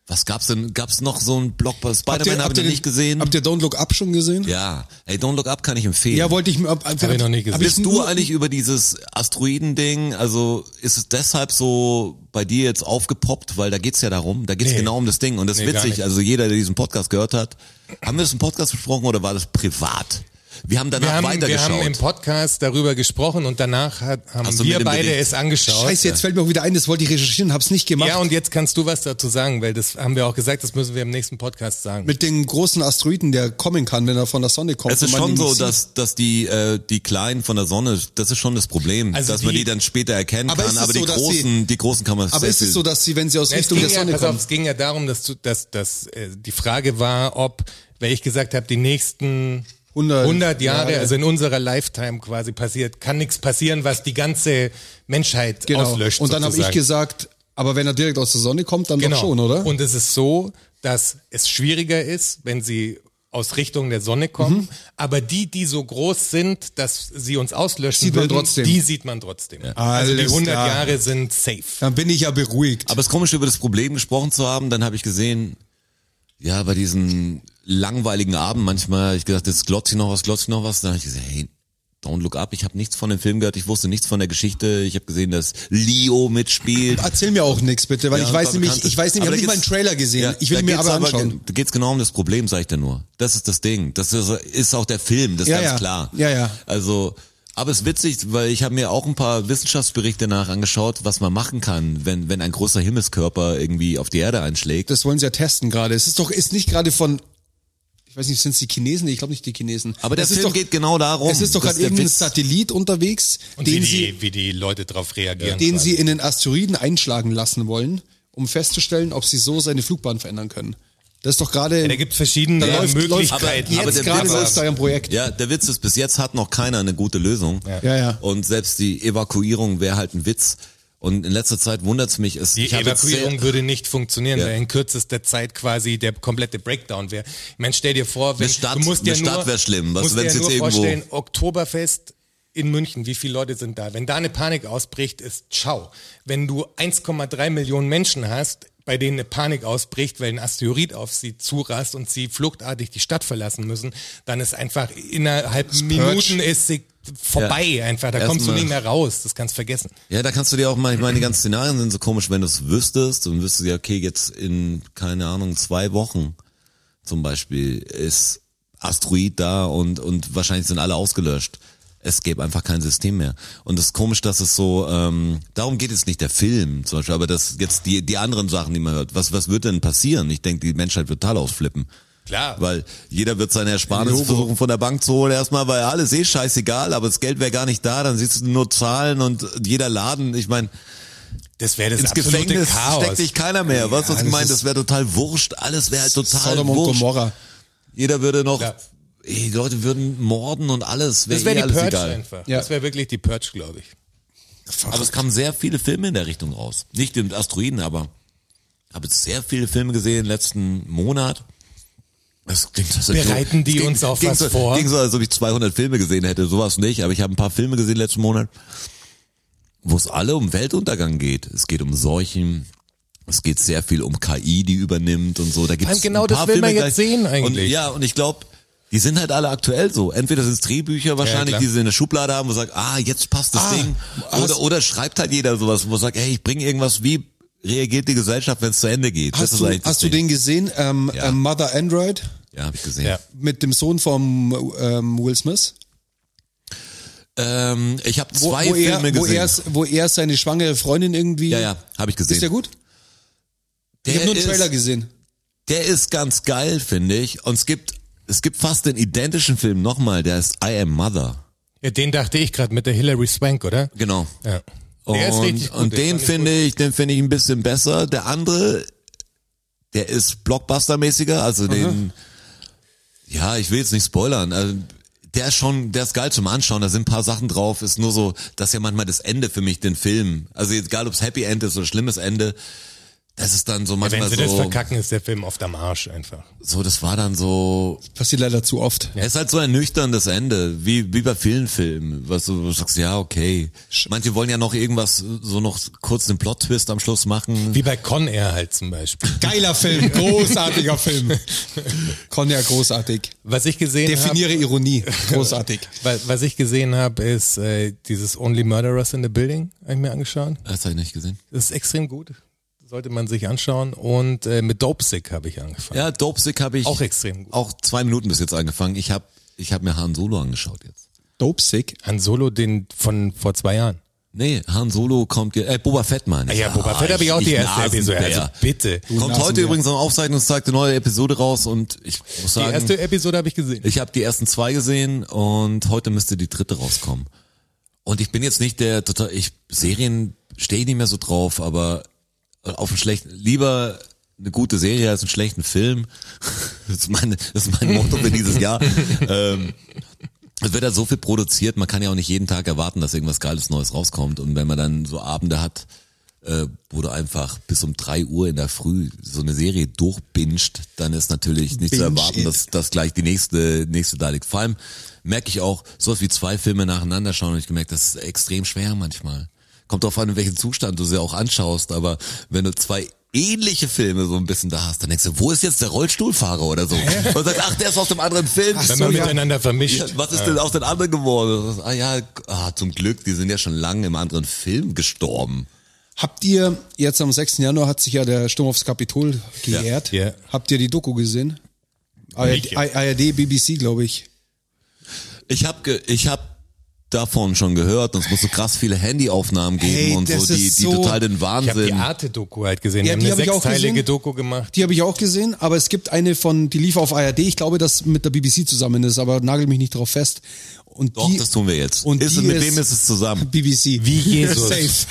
[SPEAKER 4] Was gab's denn? Gab's noch so einen Blockbuster?
[SPEAKER 2] Habt ihr-
[SPEAKER 4] Spider-Man habe
[SPEAKER 2] habt ihr
[SPEAKER 4] ich noch
[SPEAKER 2] den-
[SPEAKER 4] nicht gesehen.
[SPEAKER 2] Habt ihr Don't Look Up schon gesehen?
[SPEAKER 4] Ja, ey, Don't Look Up kann ich empfehlen.
[SPEAKER 2] Ja, wollte ich mir. Hab,
[SPEAKER 3] ich noch nicht gesehen.
[SPEAKER 4] Bist du eigentlich über dieses Asteroidending, also ist es deshalb so bei dir jetzt aufgepoppt, weil da geht's ja darum, da geht's
[SPEAKER 3] Nee.
[SPEAKER 4] genau um das Ding und das ist
[SPEAKER 3] Nee, gar
[SPEAKER 4] witzig,
[SPEAKER 3] nicht.
[SPEAKER 4] also jeder, der diesen Podcast gehört hat, haben wir das im Podcast besprochen oder war das privat? Wir haben danach
[SPEAKER 3] Wir haben, wir
[SPEAKER 4] weitergeschaut.
[SPEAKER 3] haben im Podcast darüber gesprochen und danach hat, haben
[SPEAKER 4] Hast du
[SPEAKER 3] wir
[SPEAKER 4] mit dem
[SPEAKER 3] beide
[SPEAKER 4] Bericht-
[SPEAKER 3] es angeschaut.
[SPEAKER 2] Scheiße, jetzt fällt mir auch wieder ein, das wollte ich recherchieren, hab's nicht gemacht.
[SPEAKER 3] Ja, und jetzt kannst du was dazu sagen, weil das haben wir auch gesagt, das müssen wir im nächsten Podcast sagen.
[SPEAKER 2] mit dem großen Asteroiden, der kommen kann, wenn er von der Sonne kommt.
[SPEAKER 4] es ist
[SPEAKER 2] und man
[SPEAKER 4] schon
[SPEAKER 2] ihn
[SPEAKER 4] so,
[SPEAKER 2] sieht.
[SPEAKER 4] dass, dass die, äh, die Kleinen von der Sonne, das ist schon das Problem,
[SPEAKER 3] Also
[SPEAKER 4] dass man
[SPEAKER 3] die-
[SPEAKER 4] die dann später erkennen
[SPEAKER 2] Aber ist
[SPEAKER 4] kann,
[SPEAKER 2] es
[SPEAKER 4] aber die
[SPEAKER 2] so, dass sie-
[SPEAKER 4] Großen, die Großen kann man
[SPEAKER 2] Aber
[SPEAKER 4] sehr
[SPEAKER 2] ist es
[SPEAKER 4] viel-
[SPEAKER 2] so, dass sie, wenn sie aus
[SPEAKER 3] Es
[SPEAKER 2] Richtung
[SPEAKER 3] ging
[SPEAKER 2] um der
[SPEAKER 3] ja,
[SPEAKER 2] Sonne
[SPEAKER 3] pass auf,
[SPEAKER 2] kommen?
[SPEAKER 3] es ging ja darum, dass, du, dass, dass äh, die Frage war, ob, weil ich gesagt habe, die nächsten
[SPEAKER 2] 100
[SPEAKER 3] 100, Jahre,
[SPEAKER 2] Jahre.
[SPEAKER 3] also in unserer Lifetime quasi passiert, kann nichts passieren, was die ganze Menschheit
[SPEAKER 2] Genau.
[SPEAKER 3] auslöscht.
[SPEAKER 2] Und dann habe
[SPEAKER 3] sozusagen. Genau.
[SPEAKER 2] ich gesagt, aber wenn er direkt aus der Sonne kommt, dann
[SPEAKER 4] Genau.
[SPEAKER 2] doch schon, oder?
[SPEAKER 3] Und es ist so, dass es schwieriger ist, wenn sie aus Richtung der Sonne
[SPEAKER 2] Mhm.
[SPEAKER 3] kommen, aber die, die so groß sind, dass sie uns auslöschen
[SPEAKER 2] Sieht man
[SPEAKER 3] würden,
[SPEAKER 2] trotzdem.
[SPEAKER 3] die sieht man trotzdem. Also die
[SPEAKER 2] Alles
[SPEAKER 3] 100
[SPEAKER 2] klar.
[SPEAKER 3] Jahre sind safe.
[SPEAKER 2] dann bin ich ja beruhigt.
[SPEAKER 4] Aber es ist komisch, über das Problem gesprochen zu haben. Dann habe ich gesehen, ja, bei diesen langweiligen Abend manchmal, hab ich gedacht, jetzt glotze ich noch was, glotze ich noch was. Dann habe ich gesagt, hey, Don't Look Up, ich habe nichts von dem Film gehört, ich wusste nichts von der Geschichte. Ich habe gesehen, dass Leo mitspielt.
[SPEAKER 2] Erzähl mir auch nichts bitte, weil
[SPEAKER 4] Ja,
[SPEAKER 2] ich
[SPEAKER 4] ein
[SPEAKER 2] weiß
[SPEAKER 4] paar
[SPEAKER 2] nämlich,
[SPEAKER 4] Bekannte.
[SPEAKER 2] ich weiß nämlich, ich habe
[SPEAKER 4] Aber
[SPEAKER 2] nicht
[SPEAKER 4] da
[SPEAKER 2] mal einen
[SPEAKER 4] geht's-
[SPEAKER 2] Trailer gesehen.
[SPEAKER 4] Ja,
[SPEAKER 2] ich will
[SPEAKER 4] da
[SPEAKER 2] ihn mir
[SPEAKER 4] geht's
[SPEAKER 2] aber anschauen.
[SPEAKER 4] Da geht's genau um das Problem, sag ich dir nur. Das ist das Ding. Das ist, ist auch der Film, das ist
[SPEAKER 2] Ja,
[SPEAKER 4] ganz
[SPEAKER 2] ja.
[SPEAKER 4] klar.
[SPEAKER 2] Ja, ja.
[SPEAKER 4] Also, aber es ist witzig, weil ich habe mir auch ein paar Wissenschaftsberichte nach angeschaut, was man machen kann, wenn, wenn ein großer Himmelskörper irgendwie auf die Erde einschlägt.
[SPEAKER 2] Das wollen sie ja testen gerade. Es ist doch, ist nicht gerade von, ich weiß nicht, sind es die Chinesen? Nee, Ich glaube nicht die Chinesen.
[SPEAKER 4] Aber der
[SPEAKER 2] das
[SPEAKER 4] Film
[SPEAKER 2] ist doch,
[SPEAKER 4] geht genau darum.
[SPEAKER 2] Es ist doch
[SPEAKER 4] Das
[SPEAKER 2] gerade
[SPEAKER 4] der
[SPEAKER 2] irgendein
[SPEAKER 4] Witz.
[SPEAKER 2] Satellit unterwegs,
[SPEAKER 3] Und
[SPEAKER 2] den
[SPEAKER 3] wie
[SPEAKER 2] sie,
[SPEAKER 3] die, wie die Leute darauf reagieren.
[SPEAKER 2] den
[SPEAKER 3] quasi.
[SPEAKER 2] sie in den Asteroiden einschlagen lassen wollen, um festzustellen, ob sie so seine Flugbahn verändern können. Das ist doch gerade,
[SPEAKER 3] da gibt es verschiedene
[SPEAKER 2] Da läuft- läuft-
[SPEAKER 3] Möglichkeiten.
[SPEAKER 4] Aber- aber
[SPEAKER 2] jetzt
[SPEAKER 4] der
[SPEAKER 2] gerade
[SPEAKER 4] Witz
[SPEAKER 2] läuft da ein Projekt.
[SPEAKER 4] Ja, der Witz ist, bis jetzt hat noch keiner eine gute Lösung.
[SPEAKER 2] Ja, ja.
[SPEAKER 4] Und selbst die Evakuierung wäre halt ein Witz. Und in letzter Zeit wundert's mich, es
[SPEAKER 3] Die
[SPEAKER 4] ich hab jetzt
[SPEAKER 3] Evakuierung
[SPEAKER 4] sehr,
[SPEAKER 3] würde nicht funktionieren,
[SPEAKER 4] Ja.
[SPEAKER 3] weil in kürzester Zeit quasi der komplette Breakdown wäre. Ich meine, stell dir vor, wenn
[SPEAKER 4] Eine Stadt-
[SPEAKER 3] du musst dir
[SPEAKER 4] eine
[SPEAKER 3] nur,
[SPEAKER 4] Stadt wär schlimm. Was,
[SPEAKER 3] musst dir
[SPEAKER 4] wenn's
[SPEAKER 3] nur
[SPEAKER 4] jetzt irgendwo-
[SPEAKER 3] vorstellen, Oktoberfest in München, wie viele Leute sind da? Wenn da eine Panik ausbricht, ist ciao. Wenn du 1,3 Millionen Menschen hast, bei denen eine Panik ausbricht, weil ein Asteroid auf sie zurast und sie fluchtartig die Stadt verlassen müssen, dann ist einfach innerhalb Minuten ist sie vorbei einfach. Da kommst du
[SPEAKER 4] Erstmal-
[SPEAKER 3] nicht mehr raus. Das kannst du vergessen.
[SPEAKER 4] ja, da kannst du dir auch mal, ich meine, die ganzen Szenarien sind so komisch, wenn du es wüsstest, dann wüsstest du ja, okay, jetzt in, keine Ahnung, zwei Wochen zum Beispiel ist Asteroid da und, und wahrscheinlich sind alle ausgelöscht. Es gäbe einfach kein System mehr. Und es ist komisch, dass es so, ähm, darum geht es nicht der Film zum Beispiel, aber das jetzt die, die anderen Sachen, die man hört. Was, was wird denn passieren? Ich denke, die Menschheit wird total ausflippen.
[SPEAKER 3] Klar.
[SPEAKER 4] Weil jeder wird seine Ersparnisse versuchen von der Bank zu holen erstmal, weil alles eh scheißegal, aber das Geld wäre gar nicht da, dann siehst du nur Zahlen und jeder Laden, ich meine,
[SPEAKER 3] Das wäre das
[SPEAKER 4] ins
[SPEAKER 3] absolute
[SPEAKER 4] Gefängnis
[SPEAKER 3] Chaos.
[SPEAKER 4] steckt dich keiner mehr. Weißt du, was
[SPEAKER 2] das
[SPEAKER 4] ich meine?
[SPEAKER 2] ist-
[SPEAKER 4] Das wäre total wurscht, alles wäre halt total
[SPEAKER 2] Sodom und
[SPEAKER 4] wurscht.
[SPEAKER 2] Gomorra.
[SPEAKER 4] Jeder würde noch,
[SPEAKER 3] Ja.
[SPEAKER 4] ey, die Leute würden morden und alles, wäre
[SPEAKER 3] Das wäre
[SPEAKER 4] eh
[SPEAKER 3] die
[SPEAKER 4] alles
[SPEAKER 3] Purge
[SPEAKER 4] egal.
[SPEAKER 3] einfach.
[SPEAKER 2] Ja.
[SPEAKER 3] Das wäre wirklich die Purge, glaube ich.
[SPEAKER 4] Aber es kamen sehr viele Filme in der Richtung raus. Nicht im Asteroiden, aber habe jetzt sehr viele Filme gesehen im letzten Monat. Das klingt das
[SPEAKER 3] Bereiten die
[SPEAKER 4] ging-
[SPEAKER 3] uns auf
[SPEAKER 4] ging
[SPEAKER 3] was
[SPEAKER 4] so,
[SPEAKER 3] vor?
[SPEAKER 4] Ging so, als ob ich 200 Filme gesehen hätte, sowas nicht, aber ich habe ein paar Filme gesehen letzten Monat, wo es alle um Weltuntergang geht. Es geht um Seuchen, es geht sehr viel um KI, die übernimmt und so. Da gibt's
[SPEAKER 3] Allem genau
[SPEAKER 4] ein paar
[SPEAKER 3] das will
[SPEAKER 4] Filme
[SPEAKER 3] man jetzt
[SPEAKER 4] gleich.
[SPEAKER 3] sehen eigentlich.
[SPEAKER 4] Und, ja, und ich glaube, die sind halt alle aktuell so. Entweder sind es Drehbücher wahrscheinlich,
[SPEAKER 3] klar.
[SPEAKER 4] die sie in der Schublade haben, wo sagt, ah, jetzt passt das
[SPEAKER 2] Ah,
[SPEAKER 4] Ding.
[SPEAKER 2] hast-
[SPEAKER 4] Oder, oder schreibt halt jeder sowas, wo sagt, hey, ich bringe irgendwas, wie reagiert die Gesellschaft, wenn es zu Ende geht? das
[SPEAKER 2] Hast,
[SPEAKER 4] ist
[SPEAKER 2] du,
[SPEAKER 4] eigentlich das
[SPEAKER 2] hast du
[SPEAKER 4] Ding.
[SPEAKER 2] den gesehen? Ähm,
[SPEAKER 4] Ja.
[SPEAKER 2] ähm, Mother Android
[SPEAKER 4] Ja, habe ich gesehen.
[SPEAKER 3] Ja.
[SPEAKER 2] mit dem Sohn vom ähm, Will Smith?
[SPEAKER 4] Ähm, ich habe
[SPEAKER 2] Wo,
[SPEAKER 4] zwei
[SPEAKER 2] wo, er,
[SPEAKER 4] Filme
[SPEAKER 2] wo,
[SPEAKER 4] gesehen.
[SPEAKER 2] er, wo er seine schwangere Freundin irgendwie.
[SPEAKER 4] ja, ja, habe ich gesehen.
[SPEAKER 2] Ist der gut?
[SPEAKER 4] Der
[SPEAKER 2] ich habe nur einen
[SPEAKER 4] ist-
[SPEAKER 2] Trailer gesehen.
[SPEAKER 4] Der ist ganz geil, finde ich. Und es gibt, es gibt fast den identischen Film nochmal, der ist I Am Mother.
[SPEAKER 3] Ja, den dachte ich gerade mit der Hillary Swank, oder?
[SPEAKER 4] Genau.
[SPEAKER 3] Ja.
[SPEAKER 4] Und,
[SPEAKER 3] Der ist richtig gut,
[SPEAKER 4] und
[SPEAKER 3] den
[SPEAKER 4] den
[SPEAKER 3] fand ich
[SPEAKER 4] finde ich, den finde ich ein bisschen besser. Der andere, der ist Blockbuster-mäßiger, also den, ja, ich will jetzt nicht spoilern. Also, der ist schon, der ist geil zum Anschauen, da sind ein paar Sachen drauf, ist nur so, das ist ja manchmal das Ende für mich, den Film. Also egal, ob es Happy End ist oder schlimmes Ende, Das ist dann so
[SPEAKER 3] Wenn
[SPEAKER 4] manchmal
[SPEAKER 3] sie das
[SPEAKER 4] so,
[SPEAKER 3] verkacken, ist der Film auf der Marsch einfach.
[SPEAKER 4] so, das war dann so,
[SPEAKER 2] Passiert leider zu oft.
[SPEAKER 4] Es ist halt so ein nüchterndes Ende, wie, wie bei vielen Filmen, was du sagst, ja, okay. Manche wollen ja noch irgendwas, so noch kurz einen Plot-Twist am Schluss machen.
[SPEAKER 3] Wie bei Con Air halt zum Beispiel.
[SPEAKER 2] Geiler Film, großartiger Film. Conja, großartig.
[SPEAKER 3] Was ich gesehen habe.
[SPEAKER 2] Definiere Ironie, großartig.
[SPEAKER 3] Was, was ich gesehen habe, ist äh, dieses Only Murderers in the Building, habe ich mir angeschaut.
[SPEAKER 4] Hast du ihn nicht gesehen?
[SPEAKER 3] Das ist extrem gut. Sollte man sich anschauen. Und äh, mit Dopesick habe ich angefangen.
[SPEAKER 4] Ja, Dopesick habe ich
[SPEAKER 3] Auch extrem gut.
[SPEAKER 4] auch zwei Minuten bis jetzt angefangen. Ich habe ich hab mir Han Solo angeschaut jetzt.
[SPEAKER 2] Dope Sick.
[SPEAKER 3] Han Solo, den von vor zwei Jahren.
[SPEAKER 4] Nee, Han Solo kommt jetzt, äh, Boba Fett meine ich.
[SPEAKER 3] Ah Ja,
[SPEAKER 2] Ah,
[SPEAKER 3] Boba Fett habe ich auch die erste Episode.
[SPEAKER 4] Nasenbär.
[SPEAKER 3] Also bitte.
[SPEAKER 4] Kommt heute
[SPEAKER 2] Nasenbär.
[SPEAKER 4] übrigens am Aufzeichnungstag eine neue Episode raus und ich muss
[SPEAKER 3] Die
[SPEAKER 4] sagen,
[SPEAKER 3] erste Episode habe ich gesehen.
[SPEAKER 4] Ich habe die ersten zwei gesehen und heute müsste die dritte rauskommen. Und ich bin jetzt nicht der total, ich Serien stehe ich nicht mehr so drauf, aber auf einen schlechten, lieber eine gute Serie als einen schlechten Film. Das ist, meine, das ist mein Motto für dieses Jahr. Ähm, es wird ja so viel produziert, man kann ja auch nicht jeden Tag erwarten, dass irgendwas Geiles Neues rauskommt. Und wenn man dann so Abende hat, äh, wo du einfach bis um drei Uhr in der Früh so eine Serie durchbinscht, dann ist natürlich nicht zu
[SPEAKER 2] Binge
[SPEAKER 4] erwarten,
[SPEAKER 2] it.
[SPEAKER 4] dass, dass gleich die nächste, nächste da liegt. Vor allem merke ich auch, sowas wie zwei Filme nacheinander schauen, habe ich gemerkt, das ist extrem schwer manchmal. Kommt drauf an, in welchem Zustand du sie auch anschaust, aber wenn du zwei ähnliche Filme so ein bisschen da hast, dann denkst du, wo ist jetzt der Rollstuhlfahrer oder so? Und sagst, ach, der ist aus dem anderen Film.
[SPEAKER 3] Wenn man
[SPEAKER 2] so, ja.
[SPEAKER 3] miteinander vermischt.
[SPEAKER 4] Ja, was ist denn aus den anderen geworden? Ah ja, ah, zum Glück, die sind ja schon lange im anderen Film gestorben.
[SPEAKER 2] Habt ihr, jetzt am 6. Januar hat sich ja der Sturm aufs Kapitol gejährt.
[SPEAKER 3] Ja. Ja.
[SPEAKER 2] Habt ihr die Doku gesehen?
[SPEAKER 3] Nicht
[SPEAKER 2] ARD, ARD BBC, glaube ich.
[SPEAKER 4] Ich habe ge ich hab davon schon gehört und es muss so krass viele Handyaufnahmen geben
[SPEAKER 2] Hey,
[SPEAKER 4] und so,
[SPEAKER 2] das
[SPEAKER 4] die,
[SPEAKER 2] ist
[SPEAKER 4] die
[SPEAKER 2] so-
[SPEAKER 4] total den
[SPEAKER 3] Ich habe die
[SPEAKER 4] Wahnsinn.
[SPEAKER 3] Arte-Doku halt gesehen.
[SPEAKER 2] Ja,
[SPEAKER 3] die haben
[SPEAKER 2] die
[SPEAKER 3] eine
[SPEAKER 2] habe ich auch
[SPEAKER 3] sechsteilige
[SPEAKER 2] gesehen.
[SPEAKER 3] Doku gemacht.
[SPEAKER 2] Die habe ich auch gesehen, aber es gibt eine von, die lief auf ARD, ich glaube, das mit der BBC zusammen ist, aber nagel mich nicht drauf fest. Und
[SPEAKER 4] Doch,
[SPEAKER 2] die,
[SPEAKER 4] das tun wir jetzt.
[SPEAKER 2] Und
[SPEAKER 4] ist,
[SPEAKER 2] die
[SPEAKER 4] mit
[SPEAKER 2] ist-
[SPEAKER 4] wem ist es zusammen?
[SPEAKER 2] BBC.
[SPEAKER 3] Wie Jesus.
[SPEAKER 2] Safe.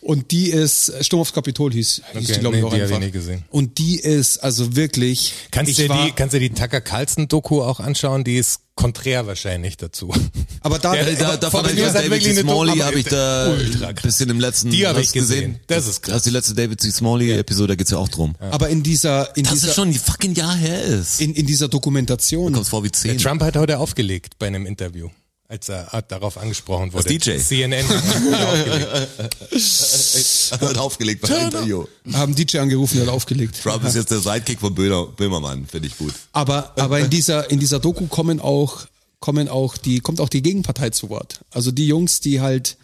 [SPEAKER 2] Und die ist, Sturm aufs Kapitol hieß, hieß
[SPEAKER 3] Okay,
[SPEAKER 2] die, glaube
[SPEAKER 3] nee,
[SPEAKER 2] ich, auch
[SPEAKER 3] die hab ich
[SPEAKER 2] einfach.
[SPEAKER 3] nie gesehen.
[SPEAKER 2] Und die ist, also wirklich. ich
[SPEAKER 3] Kannst du dir
[SPEAKER 2] war-
[SPEAKER 3] die, kannst dir die Tucker Carlson-Doku auch anschauen? Die ist konträr wahrscheinlich dazu.
[SPEAKER 2] Aber da,
[SPEAKER 3] Ja,
[SPEAKER 4] Da,
[SPEAKER 2] aber-
[SPEAKER 4] davon
[SPEAKER 3] aber
[SPEAKER 4] habe ich
[SPEAKER 3] die
[SPEAKER 4] das
[SPEAKER 3] hat
[SPEAKER 4] David
[SPEAKER 3] wirklich eine
[SPEAKER 4] C. Smalley
[SPEAKER 3] Doku-
[SPEAKER 4] habe ich da
[SPEAKER 3] Ultra
[SPEAKER 4] ein
[SPEAKER 3] krass.
[SPEAKER 4] bisschen im letzten...
[SPEAKER 3] Die habe ich
[SPEAKER 4] hast
[SPEAKER 3] gesehen. Das ist krass.
[SPEAKER 4] Hast du die letzte David C. Smalley-Episode, da geht's ja auch drum.
[SPEAKER 2] aber in dieser, in
[SPEAKER 4] Dass
[SPEAKER 2] dieser,
[SPEAKER 4] es schon ein fucking Jahr her ist.
[SPEAKER 2] in, in dieser Dokumentation.
[SPEAKER 4] Kommst vor wie
[SPEAKER 3] Der
[SPEAKER 4] zehn.
[SPEAKER 3] Trump hat heute aufgelegt bei einem Interview, als er äh, darauf angesprochen wurde.
[SPEAKER 4] Als DJ.
[SPEAKER 3] CNN. hat aufgelegt.
[SPEAKER 4] Hat aufgelegt beim Interview.
[SPEAKER 2] haben DJ angerufen, der hat aufgelegt.
[SPEAKER 4] Trump ist jetzt der Sidekick von Böhner, Böhmermann, finde ich gut.
[SPEAKER 2] Aber, aber in dieser, in dieser Doku kommen auch, kommen auch die, kommt auch die Gegenpartei zu Wort. Also die Jungs, die halt,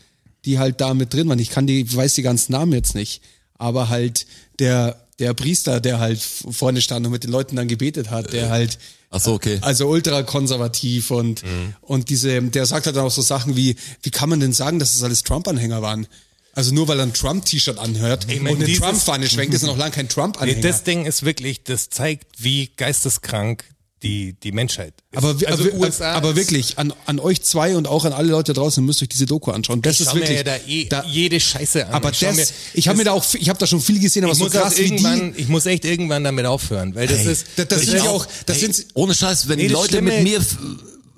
[SPEAKER 2] die halt da mit drin waren. Ich kann die, ich weiß die ganzen Namen jetzt nicht. Aber halt der, der Priester, der halt vorne stand und mit den Leuten dann gebetet hat, der halt,
[SPEAKER 4] Ach so, okay. Mhm.
[SPEAKER 2] also ultra konservativ und, und diese, der sagt halt dann auch so Sachen wie, wie kann man denn sagen, dass es alles Trump-Anhänger waren? Also nur weil er ein Trump-T-Shirt anhört
[SPEAKER 3] Ich mein,
[SPEAKER 2] und eine
[SPEAKER 3] dieses-
[SPEAKER 2] Trump-Fahne schwenkt, ist er noch lange kein Trump-Anhänger.
[SPEAKER 3] das Ding ist wirklich, das zeigt, wie geisteskrank die, die Menschheit ist.
[SPEAKER 2] Aber, wir-
[SPEAKER 3] also
[SPEAKER 2] aber,
[SPEAKER 3] USA
[SPEAKER 2] aber wirklich, an, an euch zwei und auch an alle Leute draußen müsst ihr euch diese Doku anschauen. Das
[SPEAKER 3] Ich
[SPEAKER 2] ist
[SPEAKER 3] schau
[SPEAKER 2] wirklich.
[SPEAKER 3] mir ja da eh jede Scheiße an.
[SPEAKER 2] aber
[SPEAKER 3] Ich
[SPEAKER 2] ich das,
[SPEAKER 3] schau mir-
[SPEAKER 2] ich habe mir da auch, ich habe da schon viel gesehen, aber
[SPEAKER 3] ich
[SPEAKER 2] so
[SPEAKER 3] muss,
[SPEAKER 2] krass
[SPEAKER 3] auch
[SPEAKER 2] wie die.
[SPEAKER 3] irgendwann, ich muss echt irgendwann damit aufhören, weil das
[SPEAKER 2] Ey,
[SPEAKER 3] ist,
[SPEAKER 2] das- das sind ja auch- das
[SPEAKER 4] Ey,
[SPEAKER 2] sind-
[SPEAKER 4] ohne Scheiß, wenn
[SPEAKER 3] Nee,
[SPEAKER 4] die
[SPEAKER 3] das
[SPEAKER 4] Leute
[SPEAKER 3] Schlimme-
[SPEAKER 4] mit mir f-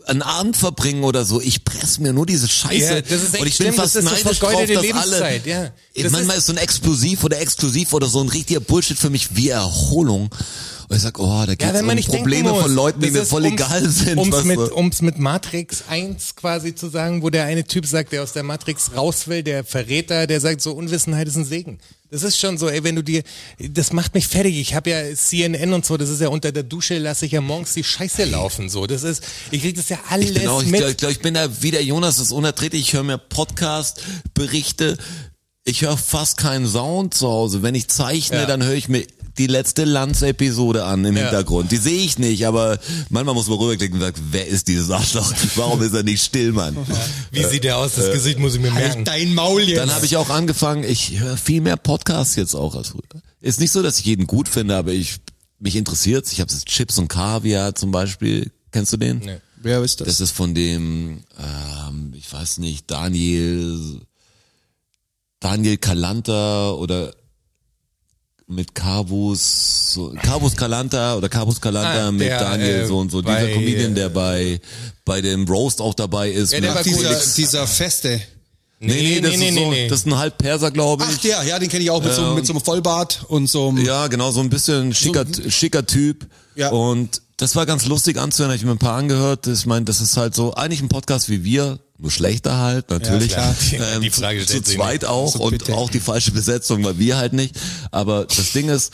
[SPEAKER 4] einen Abend verbringen oder so, ich presse mir nur diese Scheiße
[SPEAKER 3] Ja, das ist echt
[SPEAKER 4] und ich bin
[SPEAKER 3] schlimm,
[SPEAKER 4] fast
[SPEAKER 3] das ist so
[SPEAKER 4] neidisch drauf,
[SPEAKER 3] vergeudete
[SPEAKER 4] dass alle,
[SPEAKER 3] Lebenszeit, ja. Das
[SPEAKER 4] manchmal ist, so ein Explosiv oder Exklusiv oder so ein richtiger Bullshit für mich wie Erholung und ich sag, oh, da geht's
[SPEAKER 3] Ja, wenn man
[SPEAKER 4] um
[SPEAKER 3] nicht
[SPEAKER 4] Probleme
[SPEAKER 3] denken muss.
[SPEAKER 4] von Leuten, die
[SPEAKER 3] Das
[SPEAKER 4] mir
[SPEAKER 3] ist,
[SPEAKER 4] voll
[SPEAKER 3] um's-
[SPEAKER 4] egal sind.
[SPEAKER 3] Um's
[SPEAKER 4] weißt
[SPEAKER 3] mit,
[SPEAKER 4] du.
[SPEAKER 3] um's mit Matrix 1 quasi zu sagen, wo der eine Typ sagt, der aus der Matrix raus will, der Verräter, der sagt so, Unwissenheit ist ein Segen. Das ist schon so, ey, wenn du dir, das macht mich fertig. Ich habe ja CNN und so, das ist ja unter der Dusche, lasse ich ja morgens die Scheiße laufen, so. Das ist, ich krieg das ja alles
[SPEAKER 4] Ich bin auch, ich
[SPEAKER 3] mit.
[SPEAKER 4] glaube, ich, glaub, ich bin da wie der Jonas, das ist unerträglich. Ich höre mir Podcast, Berichte. Ich höre fast keinen Sound zu Hause. Wenn ich zeichne,
[SPEAKER 3] Ja.
[SPEAKER 4] dann höre ich mir die letzte Lanz-Episode an im
[SPEAKER 3] Ja.
[SPEAKER 4] Hintergrund. Die sehe ich nicht, aber manchmal muss man rüberklicken und sagt, wer ist dieses Arschloch? Warum ist er nicht still, Mann?
[SPEAKER 3] Wie sieht der aus? Das Gesicht muss ich mir merken.
[SPEAKER 2] Dein Maul jetzt.
[SPEAKER 4] Äh, Dann habe ich auch angefangen, ich höre viel mehr Podcasts jetzt auch als früher. Ist nicht so, dass ich jeden gut finde, aber ich mich interessiert's. Ich habe Chips und Kaviar zum Beispiel. Kennst du den?
[SPEAKER 3] Nee.
[SPEAKER 2] Wer ist das?
[SPEAKER 4] Das ist von dem, ähm, ich weiß nicht, Daniel, Daniel Kalanta oder mit Carbus, so- Carbus Kalanta oder Carbus Kalanta
[SPEAKER 3] Ah,
[SPEAKER 4] mit
[SPEAKER 3] der,
[SPEAKER 4] Daniel
[SPEAKER 3] äh,
[SPEAKER 4] so und so, dieser
[SPEAKER 3] bei,
[SPEAKER 4] Comedian, der
[SPEAKER 3] äh,
[SPEAKER 4] bei, bei dem Roast auch dabei ist.
[SPEAKER 3] Ja, der
[SPEAKER 4] mit
[SPEAKER 3] war gut.
[SPEAKER 2] dieser,
[SPEAKER 4] Felix.
[SPEAKER 2] dieser Feste.
[SPEAKER 4] Nee, nee, das, ist so, das ist ein Halbperser, glaube ich.
[SPEAKER 2] Ach der, ja, den kenne ich auch mit, so, einem- mit so einem Vollbart und so einem...
[SPEAKER 4] Ja, genau, so ein bisschen schicker, schicker Typ.
[SPEAKER 2] Ja.
[SPEAKER 4] Und das war ganz lustig anzuhören, hab ich mir ein paar angehört. Ich meine, das ist halt so eigentlich ein Podcast wie wir, nur schlechter halt, natürlich. Ähm,
[SPEAKER 2] Ja,
[SPEAKER 3] klar. Die Frage
[SPEAKER 4] zu, zu
[SPEAKER 3] stellt sich
[SPEAKER 4] zweit auch
[SPEAKER 2] Also
[SPEAKER 4] und
[SPEAKER 2] bitte.
[SPEAKER 4] auch die falsche Besetzung, weil wir halt nicht. Aber das Ding ist,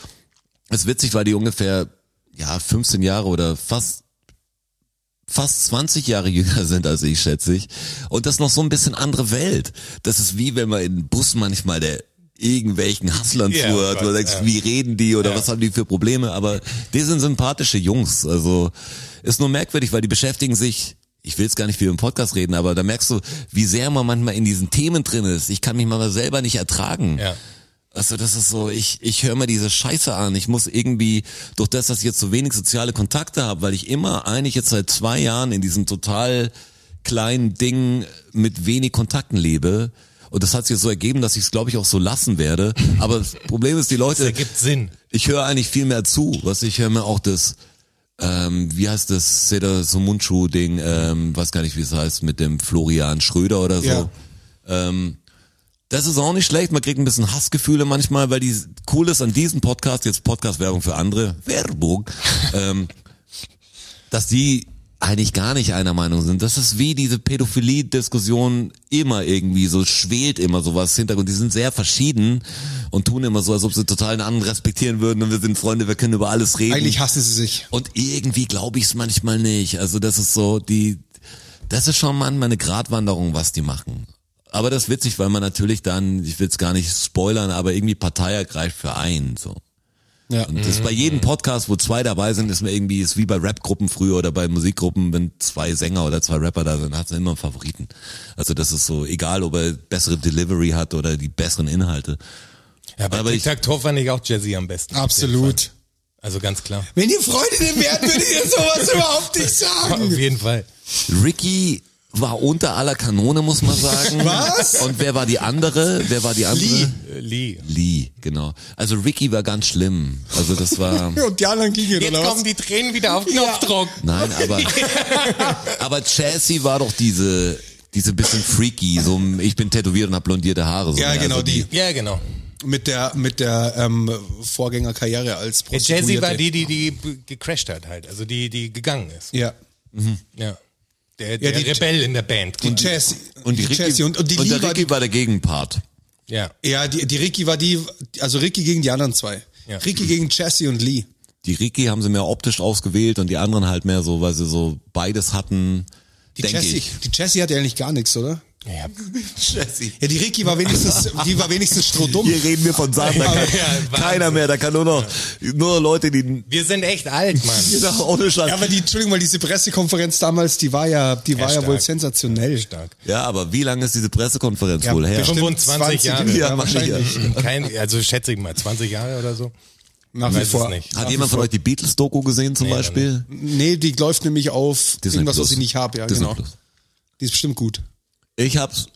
[SPEAKER 4] es ist witzig, weil die ungefähr ja 15 Jahre oder fast fast 20 Jahre jünger sind als ich, schätze ich. Und das ist noch so ein bisschen andere Welt. Das ist wie wenn man in Bus manchmal der irgendwelchen Hustlern
[SPEAKER 3] Ja,
[SPEAKER 4] zuhört
[SPEAKER 3] Gott,
[SPEAKER 4] oder denkst,
[SPEAKER 3] ja.
[SPEAKER 4] wie reden die oder
[SPEAKER 3] Ja.
[SPEAKER 4] was haben die für Probleme. Aber die sind sympathische Jungs. Also ist nur merkwürdig, weil die beschäftigen sich. Ich will es gar nicht viel im Podcast reden, aber da merkst du, wie sehr man manchmal in diesen Themen drin ist. Ich kann mich mal selber nicht ertragen.
[SPEAKER 3] Ja.
[SPEAKER 4] Also das ist so, ich, ich höre mir diese Scheiße an. Ich muss irgendwie, durch das, dass ich jetzt so wenig soziale Kontakte habe, weil ich immer eigentlich jetzt seit zwei Jahren in diesem total kleinen Ding mit wenig Kontakten lebe. Und das hat sich so ergeben, dass ich es, glaube ich, auch so lassen werde. Aber das Problem ist, die
[SPEAKER 3] Das
[SPEAKER 4] Leute,
[SPEAKER 3] ergibt Sinn.
[SPEAKER 4] ich höre eigentlich viel mehr zu. Was ich höre mir auch das, ähm, wie heißt das Seda Sumunchu-Ding, ähm, weiß gar nicht, wie es heißt, mit dem Florian Schröder oder so.
[SPEAKER 2] Ja.
[SPEAKER 4] Ähm, das ist auch nicht schlecht. Man kriegt ein bisschen Hassgefühle manchmal, weil die cool ist an diesem Podcast, jetzt Podcast-Werbung für andere, Werbung, ähm, dass die eigentlich gar nicht einer Meinung sind. Das ist wie diese Pädophilie-Diskussion immer irgendwie so, schwelt immer sowas im Hintergrund. Die sind sehr verschieden und tun immer so, als ob sie total einen anderen respektieren würden und wir sind Freunde, wir können über alles reden.
[SPEAKER 2] Eigentlich hassen sie sich.
[SPEAKER 4] Und irgendwie glaube ich es manchmal nicht. Also das ist so, die, das ist schon manchmal eine Gratwanderung, was die machen. Aber das ist witzig, weil man natürlich dann, ich will es gar nicht spoilern, aber irgendwie Partei ergreift für einen, so.
[SPEAKER 2] Ja.
[SPEAKER 4] Und das ist bei jedem Podcast, wo zwei dabei sind, ist mir irgendwie, ist wie bei Rapgruppen früher oder bei Musikgruppen, wenn zwei Sänger oder zwei Rapper da sind, hat man immer einen Favoriten. Also das ist so, egal ob er bessere Delivery hat oder die besseren Inhalte.
[SPEAKER 3] Ja, bei
[SPEAKER 4] Aber ich-
[SPEAKER 3] Tic-Tac-Toe fand ich auch Jazzy am besten.
[SPEAKER 2] Absolut.
[SPEAKER 3] Also ganz klar.
[SPEAKER 2] Wenn ihr Freundinnen wärt, würdet ihr sowas überhaupt nicht
[SPEAKER 3] Auf
[SPEAKER 2] sagen.
[SPEAKER 3] jeden Fall.
[SPEAKER 4] Ricky war unter aller Kanone, muss man sagen.
[SPEAKER 2] Was?
[SPEAKER 4] Und wer war die andere? Wer war die andere?
[SPEAKER 2] Lee.
[SPEAKER 3] Äh, Lee.
[SPEAKER 4] Lee, genau. Also Ricky war ganz schlimm. Also das war.
[SPEAKER 2] Und die anderen gingen,
[SPEAKER 3] Jetzt
[SPEAKER 2] oder was?
[SPEAKER 3] kommen die Tränen wieder auf Knopfdruck.
[SPEAKER 4] Nein, aber. Aber Chassis war doch diese diese bisschen freaky, so ein, ich bin tätowiert und hab blondierte Haare. So
[SPEAKER 2] Ja,
[SPEAKER 4] ne?
[SPEAKER 2] genau
[SPEAKER 4] also
[SPEAKER 2] die.
[SPEAKER 3] Ja, genau.
[SPEAKER 2] Mit der, mit der ähm, Vorgängerkarriere als
[SPEAKER 3] Ja,
[SPEAKER 2] Prostituierte.
[SPEAKER 3] Jazzy war die, die, die b- gecrashed hat halt. Also die, die gegangen ist.
[SPEAKER 2] Ja.
[SPEAKER 3] Ja. Der, der
[SPEAKER 2] die-
[SPEAKER 3] Rebell in der Band.
[SPEAKER 2] Die Jazzy.
[SPEAKER 4] Und die Ricky,
[SPEAKER 2] Jazzy und, und die Lee
[SPEAKER 4] der
[SPEAKER 2] war
[SPEAKER 4] Ricky
[SPEAKER 2] die,
[SPEAKER 4] war der Gegenpart.
[SPEAKER 3] Ja.
[SPEAKER 2] Ja, die, die Ricky war die, also Ricky gegen die anderen zwei.
[SPEAKER 3] Ja.
[SPEAKER 2] Ricky gegen Jazzy und Lee.
[SPEAKER 4] Die Ricky haben sie mehr optisch ausgewählt und die anderen halt mehr so, weil sie so beides hatten.
[SPEAKER 2] Die
[SPEAKER 4] denke
[SPEAKER 2] Jazzy,
[SPEAKER 4] ich.
[SPEAKER 2] die Jazzy hatte eigentlich gar nichts, oder?
[SPEAKER 3] Ja.
[SPEAKER 4] Chassis.
[SPEAKER 2] Ja, die Ricky war wenigstens, die war wenigstens strohdumm.
[SPEAKER 4] Hier reden wir von Sachen, da kann
[SPEAKER 3] Ja, Wahnsinn.
[SPEAKER 4] keiner mehr, da kann nur noch, nur Leute, die,
[SPEAKER 3] Wir sind echt alt, Mann.
[SPEAKER 4] genau, ohne Scheiß.
[SPEAKER 2] Ja, aber die, Entschuldigung, weil diese Pressekonferenz damals, die war ja, die war ja
[SPEAKER 3] stark.
[SPEAKER 2] wohl sensationell.
[SPEAKER 3] Stark.
[SPEAKER 4] Ja, aber wie lange ist diese Pressekonferenz
[SPEAKER 2] Ja,
[SPEAKER 4] wohl her?
[SPEAKER 2] bestimmt
[SPEAKER 3] 25 Jahre.
[SPEAKER 4] Ja,
[SPEAKER 2] Ja,
[SPEAKER 4] mach ich ja.
[SPEAKER 2] wahrscheinlich.
[SPEAKER 3] Kein, also schätze ich mal, 20 Jahre oder so.
[SPEAKER 2] Nach wie
[SPEAKER 3] Weiß es
[SPEAKER 2] vor.
[SPEAKER 3] nicht.
[SPEAKER 4] Hat jemand von euch die Beatles-Doku gesehen zum
[SPEAKER 3] Nee,
[SPEAKER 4] Beispiel?
[SPEAKER 2] Nee, die läuft nämlich auf
[SPEAKER 4] Disney
[SPEAKER 2] irgendwas,
[SPEAKER 4] Plus.
[SPEAKER 2] was ich nicht habe. Ja,
[SPEAKER 4] Disney
[SPEAKER 2] genau.
[SPEAKER 4] Plus.
[SPEAKER 2] Die ist bestimmt gut.
[SPEAKER 4] Ich hab's.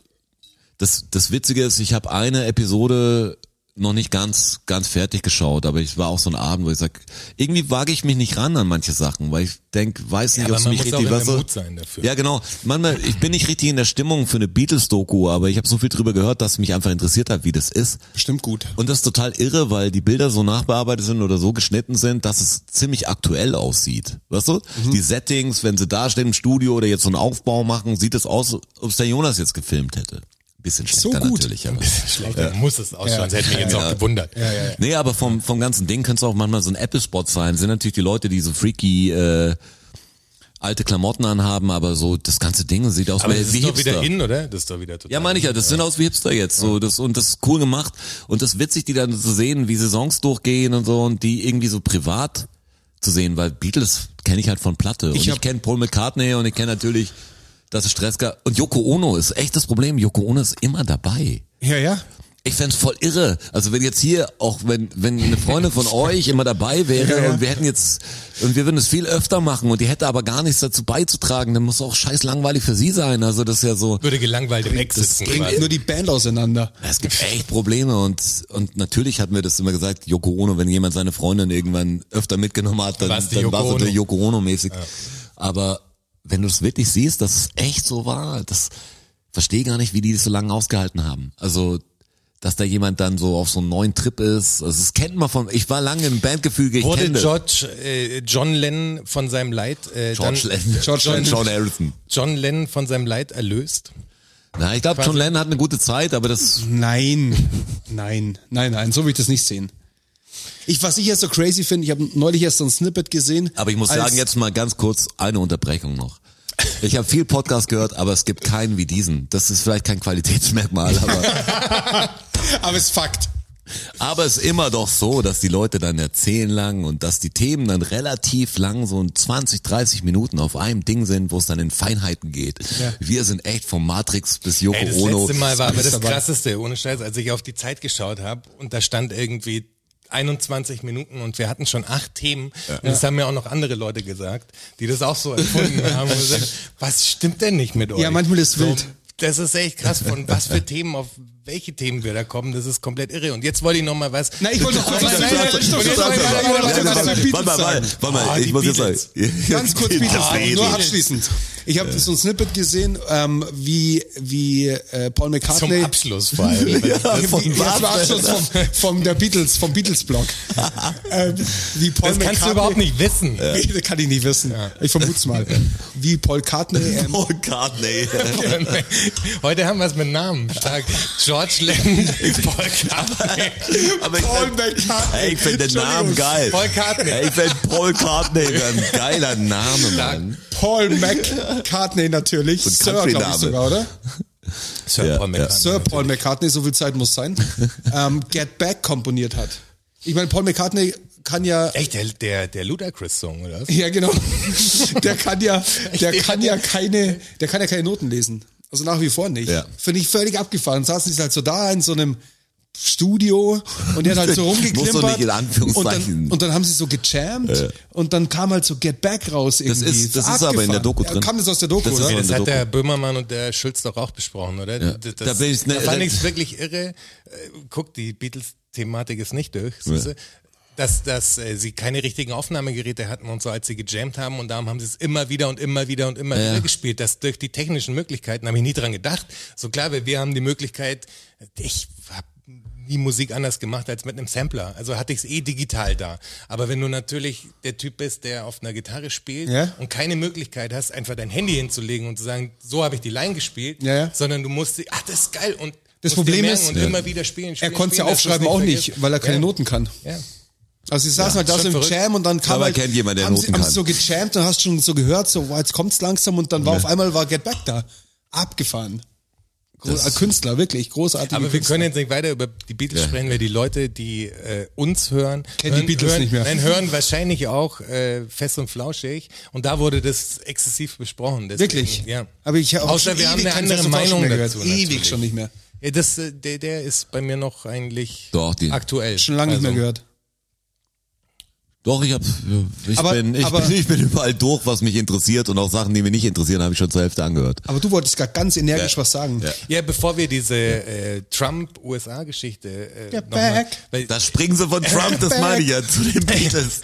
[SPEAKER 4] Das, das Witzige ist, ich habe eine Episode noch nicht ganz, ganz fertig geschaut, aber ich war auch so ein Abend, wo ich sag, irgendwie wage ich mich nicht ran an manche Sachen, weil ich denk, weiß nicht,
[SPEAKER 3] aber
[SPEAKER 4] ob's
[SPEAKER 3] man
[SPEAKER 4] mich
[SPEAKER 3] muss
[SPEAKER 4] richtig
[SPEAKER 3] auch in
[SPEAKER 4] was
[SPEAKER 3] der
[SPEAKER 4] so-
[SPEAKER 3] Mut sein dafür.
[SPEAKER 4] Ja, genau. Manchmal, ich bin nicht richtig in der Stimmung für eine Beatles-Doku, aber ich habe so viel drüber gehört, dass mich einfach interessiert hat, wie das ist.
[SPEAKER 2] Bestimmt gut.
[SPEAKER 4] Und das ist total irre, weil die Bilder so nachbearbeitet sind oder so geschnitten sind, dass es ziemlich aktuell aussieht. Weißt du?
[SPEAKER 3] Mhm.
[SPEAKER 4] Die Settings, wenn sie da stehen im Studio oder jetzt so einen Aufbau machen, sieht es aus, ob es der Jonas jetzt gefilmt hätte. Bisschen schlechter
[SPEAKER 2] gut.
[SPEAKER 4] natürlich. Aber.
[SPEAKER 3] Schlecht, dann muss es ausschauen. Das hätte mich jetzt auch gewundert.
[SPEAKER 4] Nee, aber vom, vom ganzen Ding könnte es auch manchmal so ein Apple-Spot sein. Sind natürlich die Leute, die so freaky äh, alte Klamotten anhaben, aber so das ganze Ding sieht aus
[SPEAKER 3] Aber
[SPEAKER 4] wie-
[SPEAKER 3] das
[SPEAKER 4] wie
[SPEAKER 3] ist doch wieder
[SPEAKER 4] Hipster.
[SPEAKER 3] in, oder? Das ist doch wieder total.
[SPEAKER 4] Ja, meine ich ja, das sind aus wie Hipster jetzt so das und das ist cool gemacht und das ist witzig, die dann zu sehen, wie Saisons durchgehen und so und die irgendwie so privat zu sehen, weil Beatles kenne ich halt von Platte und
[SPEAKER 2] Ich
[SPEAKER 4] ich,
[SPEAKER 2] hab-
[SPEAKER 4] kenne Paul McCartney und ich kenne natürlich das ist Stress gab. und Yoko Ono ist echt das Problem, Yoko Ono ist immer dabei.
[SPEAKER 2] Ja, ja.
[SPEAKER 4] Ich fänd's voll irre. Also wenn jetzt hier, auch wenn, wenn eine Freundin von euch immer dabei wäre
[SPEAKER 2] Ja, ja.
[SPEAKER 4] und wir hätten jetzt, und wir würden es viel öfter machen und die hätte aber gar nichts dazu beizutragen, dann muss auch scheiß langweilig für sie sein. Also das ist ja so.
[SPEAKER 3] Würde gelangweilt im Eck sitzen.
[SPEAKER 2] Bringt
[SPEAKER 3] quasi.
[SPEAKER 2] nur die Band auseinander.
[SPEAKER 4] Es gibt echt Probleme und, und natürlich hat mir das immer gesagt, Yoko Ono, wenn jemand seine Freundin irgendwann öfter mitgenommen hat, dann,
[SPEAKER 3] War's die
[SPEAKER 4] dann
[SPEAKER 3] Yoko
[SPEAKER 4] war es natürlich
[SPEAKER 3] Ono.
[SPEAKER 4] Yoko Ono mäßig. Aber wenn du es wirklich siehst, dass es echt so war, das verstehe gar nicht, wie die das so lange ausgehalten haben. Also, dass da jemand dann so auf so einen neuen Trip ist. Also, das kennt man von, ich war lange im Bandgefüge, ich
[SPEAKER 3] Wurde
[SPEAKER 4] kenne das.
[SPEAKER 3] George, äh, John Lennon von seinem Leid, äh,
[SPEAKER 4] George
[SPEAKER 3] dann,
[SPEAKER 4] Lennon.
[SPEAKER 2] George Lennon.
[SPEAKER 4] John Harrison.
[SPEAKER 3] John Lennon von seinem Leid erlöst?
[SPEAKER 4] Na, ich glaube, John Lennon hat eine gute Zeit, aber das,
[SPEAKER 2] Nein, nein, nein, nein, so will ich das nicht sehen. Ich, was ich jetzt so crazy finde, ich habe neulich erst so ein Snippet gesehen.
[SPEAKER 4] aber ich muss
[SPEAKER 2] als-
[SPEAKER 4] sagen, jetzt mal ganz kurz eine Unterbrechung noch. Ich habe viel Podcast gehört, aber es gibt keinen wie diesen. Das ist vielleicht kein Qualitätsmerkmal, aber
[SPEAKER 2] Aber es ist Fakt.
[SPEAKER 4] Aber es ist immer doch so, dass die Leute dann erzählen lang und dass die Themen dann relativ lang, so in 20, 30 Minuten auf einem Ding sind, wo es dann in Feinheiten geht. Wir sind echt vom Matrix bis Yoko
[SPEAKER 3] Ey, das
[SPEAKER 4] Ono.
[SPEAKER 3] letzte Mal war aber das
[SPEAKER 2] dabei.
[SPEAKER 3] krasseste, ohne Scheiß, als ich auf die Zeit geschaut habe und da stand irgendwie 21 Minuten und wir hatten schon acht Themen und das haben mir auch noch andere Leute gesagt, die das auch so empfunden haben und gesagt, was stimmt denn nicht mit euch?
[SPEAKER 2] Ja, manchmal ist
[SPEAKER 3] so,
[SPEAKER 2] wild.
[SPEAKER 3] Das ist echt krass, von was für Themen auf welche Themen wir da kommen, das ist komplett irre. Und jetzt wollte ich noch mal was.
[SPEAKER 2] Nein, ich wollte noch kurz
[SPEAKER 3] Nein,
[SPEAKER 2] was
[SPEAKER 3] nein, nein,
[SPEAKER 2] sagen. Stopp,
[SPEAKER 3] und jetzt
[SPEAKER 2] stopp,
[SPEAKER 3] wollte ich
[SPEAKER 2] stopp,
[SPEAKER 3] noch mal
[SPEAKER 2] stopp,
[SPEAKER 3] was
[SPEAKER 2] stopp, stopp, stopp.
[SPEAKER 3] sagen.
[SPEAKER 4] Warte mal, warte mal, warte mal,
[SPEAKER 3] Ah, die
[SPEAKER 4] ich muss jetzt sagen.
[SPEAKER 3] Beatles.
[SPEAKER 2] Ganz kurz,
[SPEAKER 4] Die
[SPEAKER 2] Peter,
[SPEAKER 4] Beatles.
[SPEAKER 2] nur abschließend. Ich habe so ein Snippet gesehen, ähm, wie, wie äh, Paul
[SPEAKER 3] Zum
[SPEAKER 2] McCartney...
[SPEAKER 3] Abschluss vor allem.
[SPEAKER 4] Ja,
[SPEAKER 2] Wie-
[SPEAKER 4] von
[SPEAKER 2] wie-
[SPEAKER 4] was?
[SPEAKER 2] Jetzt war Abschluss vom, vom der Beatles, vom Beatles-Blog. ähm, wie Paul
[SPEAKER 3] Das kannst
[SPEAKER 2] McCartney-
[SPEAKER 3] du überhaupt nicht wissen.
[SPEAKER 2] Nee, das kann ich nicht wissen. Ich vermut's mal. Wie Paul Cartney ähm,
[SPEAKER 4] Oh Gott, nee.
[SPEAKER 3] Heute haben wir es mit Namen. Stark. George Lennon, Paul Cartney.
[SPEAKER 4] Aber ich
[SPEAKER 2] Paul
[SPEAKER 4] find-
[SPEAKER 2] McCartney.
[SPEAKER 4] Ey, ich finde den Namen
[SPEAKER 2] Entschuldigung.
[SPEAKER 4] geil.
[SPEAKER 3] Paul Cartney.
[SPEAKER 4] Ey, Ich finde Paul Cartney wär ein geiler Name,
[SPEAKER 3] Stark.
[SPEAKER 4] Mann.
[SPEAKER 2] Paul McCartney natürlich.
[SPEAKER 4] Und
[SPEAKER 2] Sir,
[SPEAKER 4] Country-Name.
[SPEAKER 2] glaube ich sogar, oder?
[SPEAKER 3] Sir
[SPEAKER 4] Ja,
[SPEAKER 3] Paul
[SPEAKER 4] ja.
[SPEAKER 3] McCartney.
[SPEAKER 2] Sir Paul McCartney, so viel Zeit muss sein. ähm, Get Back komponiert hat. Ich meine, Paul McCartney kann ja...
[SPEAKER 3] Echt, der, der, der Ludacris-Song, oder was?
[SPEAKER 2] Ja, genau. Der kann ja, der kann ja keine, der kann ja keine Noten lesen. Also nach wie vor nicht.
[SPEAKER 4] Ja.
[SPEAKER 2] Finde ich völlig abgefahren. Saßen die halt so da in so einem Studio und der hat halt so
[SPEAKER 4] Muss doch
[SPEAKER 2] rumgeklimpert.
[SPEAKER 4] nicht in Anführungszeichen.
[SPEAKER 2] Und dann, und dann haben sie so gejammt und dann kam halt so Get Back raus irgendwie.
[SPEAKER 4] ist- das ist aber in der Doku
[SPEAKER 2] Ja,
[SPEAKER 4] drin.
[SPEAKER 2] Kam das aus der Doku,
[SPEAKER 4] Das ist
[SPEAKER 2] oder?
[SPEAKER 4] so in
[SPEAKER 3] Das hat
[SPEAKER 4] Doku.
[SPEAKER 3] der Böhmermann und der Schulz doch auch besprochen, oder? Das,
[SPEAKER 4] Da bin ich- ne,
[SPEAKER 3] da fand
[SPEAKER 4] da-
[SPEAKER 3] ich es wirklich irre. Äh, Guck, die Beatles-Thematik ist nicht durch, siehste. Dass, dass äh, sie keine richtigen Aufnahmegeräte hatten und so, als sie gejammt haben und darum haben sie es immer wieder und immer wieder und immer wieder gespielt. Das durch die technischen Möglichkeiten habe ich nie dran gedacht. So klar, wir, wir haben die Möglichkeit, ich habe nie Musik anders gemacht als mit einem Sampler. Also hatte ich es eh digital da. Aber wenn du natürlich der Typ bist, der auf einer Gitarre spielt
[SPEAKER 2] Ja.
[SPEAKER 3] und keine Möglichkeit hast, einfach dein Handy hinzulegen und zu sagen, so habe ich die Line gespielt,
[SPEAKER 2] Ja, ja.
[SPEAKER 3] sondern du musst, sie- ach, das ist geil und
[SPEAKER 2] Das
[SPEAKER 3] musst
[SPEAKER 2] Problem
[SPEAKER 3] dir merken
[SPEAKER 2] ist,
[SPEAKER 3] und
[SPEAKER 2] ja.
[SPEAKER 3] immer wieder spielen.
[SPEAKER 2] Er
[SPEAKER 3] spielen
[SPEAKER 2] konnte es ja
[SPEAKER 3] spielen, dass
[SPEAKER 2] aufschreiben
[SPEAKER 3] du's
[SPEAKER 2] auch
[SPEAKER 3] vergisst.
[SPEAKER 2] nicht, weil er keine
[SPEAKER 3] ja.
[SPEAKER 2] Noten kann.
[SPEAKER 3] Ja.
[SPEAKER 2] Also sie saßen halt da
[SPEAKER 3] schon
[SPEAKER 2] so im
[SPEAKER 3] verrückt.
[SPEAKER 2] Jam und dann kam
[SPEAKER 4] Aber
[SPEAKER 2] halt,
[SPEAKER 4] kennt jemand, der
[SPEAKER 2] haben,
[SPEAKER 4] Noten
[SPEAKER 2] sie, haben
[SPEAKER 4] kann.
[SPEAKER 2] sie so gejammt und hast schon so gehört, so wow, jetzt kommt's langsam und dann war auf einmal war Get Back da. Abgefahren. Groß, Künstler, wirklich, großartige
[SPEAKER 3] Aber wir
[SPEAKER 2] Künstler.
[SPEAKER 3] können jetzt nicht weiter über die Beatles sprechen, weil die Leute, die äh, uns hören,
[SPEAKER 2] Kennen die
[SPEAKER 3] hören,
[SPEAKER 2] Beatles
[SPEAKER 3] hören,
[SPEAKER 2] nicht mehr.
[SPEAKER 3] Nein, hören wahrscheinlich auch äh, fest und flauschig. Und da wurde das exzessiv besprochen. Deswegen,
[SPEAKER 2] Wirklich?
[SPEAKER 3] Ja.
[SPEAKER 2] Aber ich habe auch
[SPEAKER 3] Außer
[SPEAKER 2] schon
[SPEAKER 3] wir haben
[SPEAKER 2] ewig
[SPEAKER 3] eine
[SPEAKER 2] keinen
[SPEAKER 3] andere
[SPEAKER 2] Fest und Flauschig
[SPEAKER 3] Meinung
[SPEAKER 2] mehr
[SPEAKER 3] dazu.
[SPEAKER 2] Ewig
[SPEAKER 3] natürlich.
[SPEAKER 2] schon nicht mehr.
[SPEAKER 3] Ja, das, äh, der, der ist bei mir noch eigentlich
[SPEAKER 4] Doch, die-
[SPEAKER 3] aktuell. Also,
[SPEAKER 2] Schon lange nicht mehr gehört.
[SPEAKER 4] Doch, ich hab, ich,
[SPEAKER 2] Aber-
[SPEAKER 4] bin, ich,
[SPEAKER 2] aber-
[SPEAKER 4] bin, ich bin überall durch, was mich interessiert und auch Sachen, die mich nicht interessieren, habe ich schon zur Hälfte angehört.
[SPEAKER 2] Aber du wolltest gerade ganz energisch
[SPEAKER 4] Ja.
[SPEAKER 2] was sagen.
[SPEAKER 4] Ja.
[SPEAKER 3] Ja, bevor wir diese äh, Trump-USA-Geschichte äh,
[SPEAKER 2] Der
[SPEAKER 3] noch mal-
[SPEAKER 2] Back.
[SPEAKER 3] weil
[SPEAKER 4] Da springen sie von Trump, das meine ich ja, zu den Beatles.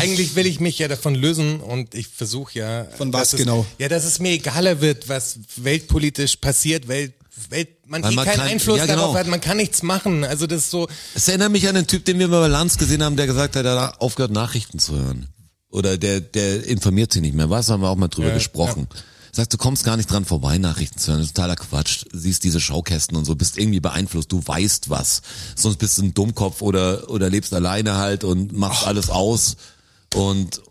[SPEAKER 3] Eigentlich will ich mich ja davon lösen und ich versuche ja.
[SPEAKER 2] Von was
[SPEAKER 3] dass es,
[SPEAKER 2] genau?
[SPEAKER 3] Ja, dass es mir egaler wird, was weltpolitisch passiert, weil, weil man,
[SPEAKER 4] Weil
[SPEAKER 3] eh
[SPEAKER 4] man
[SPEAKER 3] keinen
[SPEAKER 4] kann-
[SPEAKER 3] Einfluss
[SPEAKER 4] ja,
[SPEAKER 3] darauf
[SPEAKER 4] genau.
[SPEAKER 3] hat, man kann nichts machen. Also das ist so,
[SPEAKER 4] Es erinnert mich an den Typ, den wir mal bei Lanz gesehen haben, der gesagt hat, er hat aufgehört, Nachrichten zu hören. Oder der, der informiert sich nicht mehr. Was haben wir auch mal drüber gesprochen? Sagst, du kommst gar nicht dran vorbei, Nachrichten zu hören. Das ist totaler Quatsch. Siehst diese Schaukästen und so, bist irgendwie beeinflusst. Du weißt was. Sonst bist du ein Dummkopf oder, oder lebst alleine halt und machst alles aus und,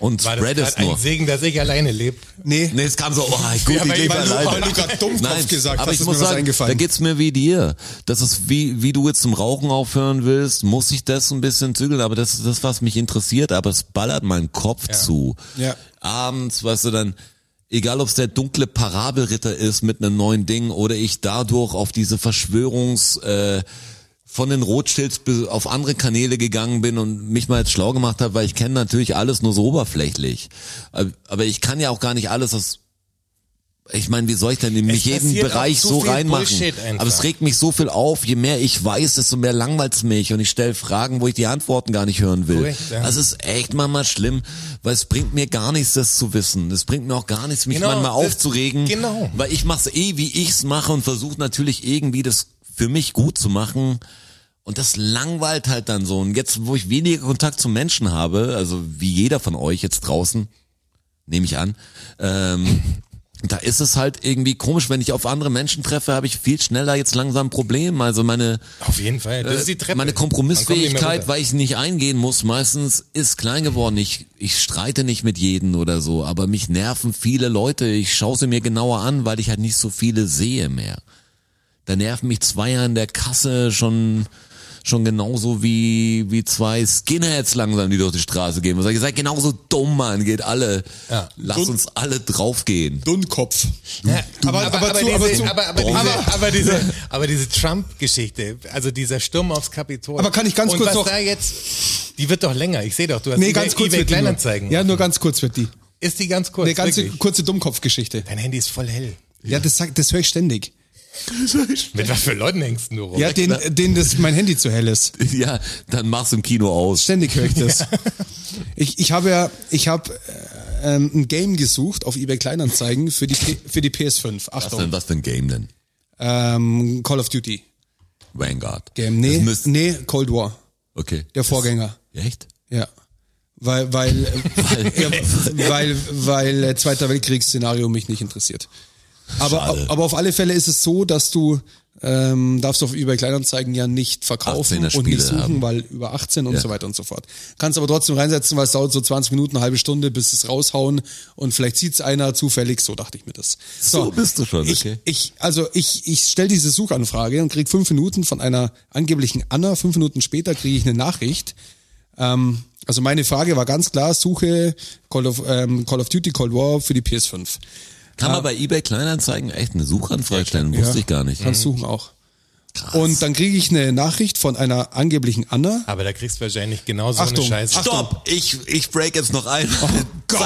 [SPEAKER 4] und
[SPEAKER 3] war das
[SPEAKER 4] spreadest
[SPEAKER 3] grad ein
[SPEAKER 4] nur.
[SPEAKER 3] Segen, dass ich alleine lebe.
[SPEAKER 2] Nee,
[SPEAKER 4] Nee, es kam so, oh, gut,
[SPEAKER 3] aber
[SPEAKER 4] ich lebe
[SPEAKER 3] weil
[SPEAKER 2] du-
[SPEAKER 4] alleine.
[SPEAKER 2] weil du grad Dummkopf gesagt
[SPEAKER 4] aber
[SPEAKER 2] hast,
[SPEAKER 4] ich
[SPEAKER 2] ist
[SPEAKER 4] muss
[SPEAKER 2] mir was
[SPEAKER 4] sagen,
[SPEAKER 2] eingefallen.
[SPEAKER 4] da geht's mir wie dir. Das ist wie, wie du jetzt zum Rauchen aufhören willst, muss ich das ein bisschen zügeln, aber das ist das, was mich interessiert, aber es ballert meinen Kopf zu.
[SPEAKER 2] Ja.
[SPEAKER 4] Abends, weißt du, dann, egal ob es der dunkle Parabelritter ist mit einem neuen Ding oder ich dadurch auf diese Verschwörungs, äh, von den Rothschilds bis auf andere Kanäle gegangen bin und mich mal jetzt schlau gemacht habe, weil ich Äh, kenne natürlich alles nur so oberflächlich. Aber aber ich kann ja auch gar nicht alles aus ich meine, wie soll ich denn in
[SPEAKER 3] Es
[SPEAKER 4] jeden
[SPEAKER 3] passiert
[SPEAKER 4] Bereich
[SPEAKER 3] auch zu
[SPEAKER 4] so
[SPEAKER 3] viel
[SPEAKER 4] reinmachen?
[SPEAKER 3] Bullshit einfach.
[SPEAKER 4] Aber es regt mich so viel auf, je mehr ich weiß, desto mehr langweilt's mich und ich stelle Fragen, wo ich die Antworten gar nicht hören will.
[SPEAKER 3] Korrekt, ja.
[SPEAKER 4] Das ist echt manchmal schlimm, weil es bringt mir gar nichts, das zu wissen. Es bringt mir auch gar nichts, mich
[SPEAKER 3] Genau,
[SPEAKER 4] manchmal
[SPEAKER 3] das-
[SPEAKER 4] aufzuregen.
[SPEAKER 3] genau.
[SPEAKER 4] Weil ich mach's eh, wie ich's mache und versuche natürlich irgendwie das für mich gut zu machen. Und das langweilt halt dann so. Und jetzt, wo ich weniger Kontakt zu Menschen habe, also wie jeder von euch jetzt draußen, nehme ich an, ähm, da ist es halt irgendwie komisch, wenn ich auf andere Menschen treffe, habe ich viel schneller jetzt langsam ein Problem. Also meine,
[SPEAKER 3] Auf jeden Fall. Das ist
[SPEAKER 2] Äh,
[SPEAKER 3] die Treppe.
[SPEAKER 4] meine
[SPEAKER 3] Man kommt nicht mehr
[SPEAKER 4] Kompromissfähigkeit,
[SPEAKER 3] runter.
[SPEAKER 4] weil ich nicht eingehen muss, meistens ist klein geworden. Ich, ich streite nicht mit jedem oder so, aber mich nerven viele Leute. Ich schaue sie mir genauer an, weil ich halt nicht so viele sehe mehr. Da nerven mich zwei an der Kasse schon schon genauso wie wie zwei Skinheads langsam, die durch die Straße gehen. Und sag, ihr seid genauso dumm, Mann, geht alle.
[SPEAKER 3] Ja.
[SPEAKER 4] Lasst uns alle draufgehen.
[SPEAKER 2] Dummkopf.
[SPEAKER 3] Ja,
[SPEAKER 2] Aber- aber zu- aber
[SPEAKER 3] diese-
[SPEAKER 2] zu-
[SPEAKER 3] aber- aber
[SPEAKER 4] Boah.
[SPEAKER 3] diese- aber diese, aber diese Trump-Geschichte, also dieser Sturm aufs Kapitol.
[SPEAKER 2] Aber kann ich ganz
[SPEAKER 3] Und
[SPEAKER 2] kurz
[SPEAKER 3] was
[SPEAKER 2] noch-
[SPEAKER 3] Da jetzt, die wird doch länger. Ich sehe doch, du hast
[SPEAKER 2] Nee, ganz kurz
[SPEAKER 3] eBay
[SPEAKER 2] wird die
[SPEAKER 3] Kleinanzeigen.
[SPEAKER 2] nur. Ja, nur ganz kurz wird die.
[SPEAKER 3] Ist die ganz kurz?
[SPEAKER 2] Eine ganze
[SPEAKER 3] wirklich?
[SPEAKER 2] kurze Dummkopfgeschichte.
[SPEAKER 3] Dein Handy ist voll hell.
[SPEAKER 2] Ja, das, sagt- das höre ich ständig.
[SPEAKER 3] Mit was für Leuten hängst du rum?
[SPEAKER 2] Ja, den, den das mein Handy zu hell ist.
[SPEAKER 4] Ja, dann mach's im Kino aus.
[SPEAKER 2] Ständig höre ich das. Ich, ich habe ja, ich habe äh, ähm, ein Game gesucht auf eBay Kleinanzeigen für die P für die PS5.
[SPEAKER 4] Was denn,
[SPEAKER 2] Achtung,
[SPEAKER 4] was denn Game denn?
[SPEAKER 2] ähm, Call of Duty
[SPEAKER 4] Vanguard.
[SPEAKER 2] Game.
[SPEAKER 4] Das
[SPEAKER 2] Nee,
[SPEAKER 4] müsst-
[SPEAKER 2] nee, Cold War,
[SPEAKER 4] Okay.
[SPEAKER 2] der Vorgänger.
[SPEAKER 4] Echt?
[SPEAKER 2] Ja, weil weil äh, ja, weil weil äh, Zweiter Weltkriegsszenario mich nicht interessiert. Aber
[SPEAKER 4] Schade.
[SPEAKER 2] aber auf alle Fälle ist es so, dass du ähm, darfst auf eBay Kleinanzeigen ja nicht verkaufen
[SPEAKER 4] 18er
[SPEAKER 2] und
[SPEAKER 4] Spiele
[SPEAKER 2] nicht suchen,
[SPEAKER 4] haben.
[SPEAKER 2] weil über 18 und
[SPEAKER 4] Ja.
[SPEAKER 2] so weiter und so fort. Kannst aber trotzdem reinsetzen, weil es dauert so 20 Minuten, eine halbe Stunde, bis es raushauen und vielleicht sieht's einer zufällig, so dachte ich mir das.
[SPEAKER 4] So bist du schon,
[SPEAKER 2] ich,
[SPEAKER 4] okay.
[SPEAKER 2] Ich, also ich, ich stelle diese Suchanfrage und krieg fünf Minuten von einer angeblichen Anna, fünf Minuten später kriege ich eine Nachricht. Ähm, also meine Frage war ganz klar, suche Call of, ähm, Call of Duty Cold War für die PS5.
[SPEAKER 4] Mhm. Kann man bei eBay Kleinanzeigen echt eine Suchanfrage stellen? Wusste
[SPEAKER 2] Ja.
[SPEAKER 4] ich gar nicht.
[SPEAKER 2] Kannst suchen auch.
[SPEAKER 4] Krass.
[SPEAKER 2] Und dann kriege ich eine Nachricht von einer angeblichen Anna.
[SPEAKER 3] Aber da kriegst du wahrscheinlich genau so eine
[SPEAKER 2] Achtung,
[SPEAKER 3] Scheiße.
[SPEAKER 4] Stopp! Ich, ich break jetzt noch ein. Oh
[SPEAKER 2] Gott.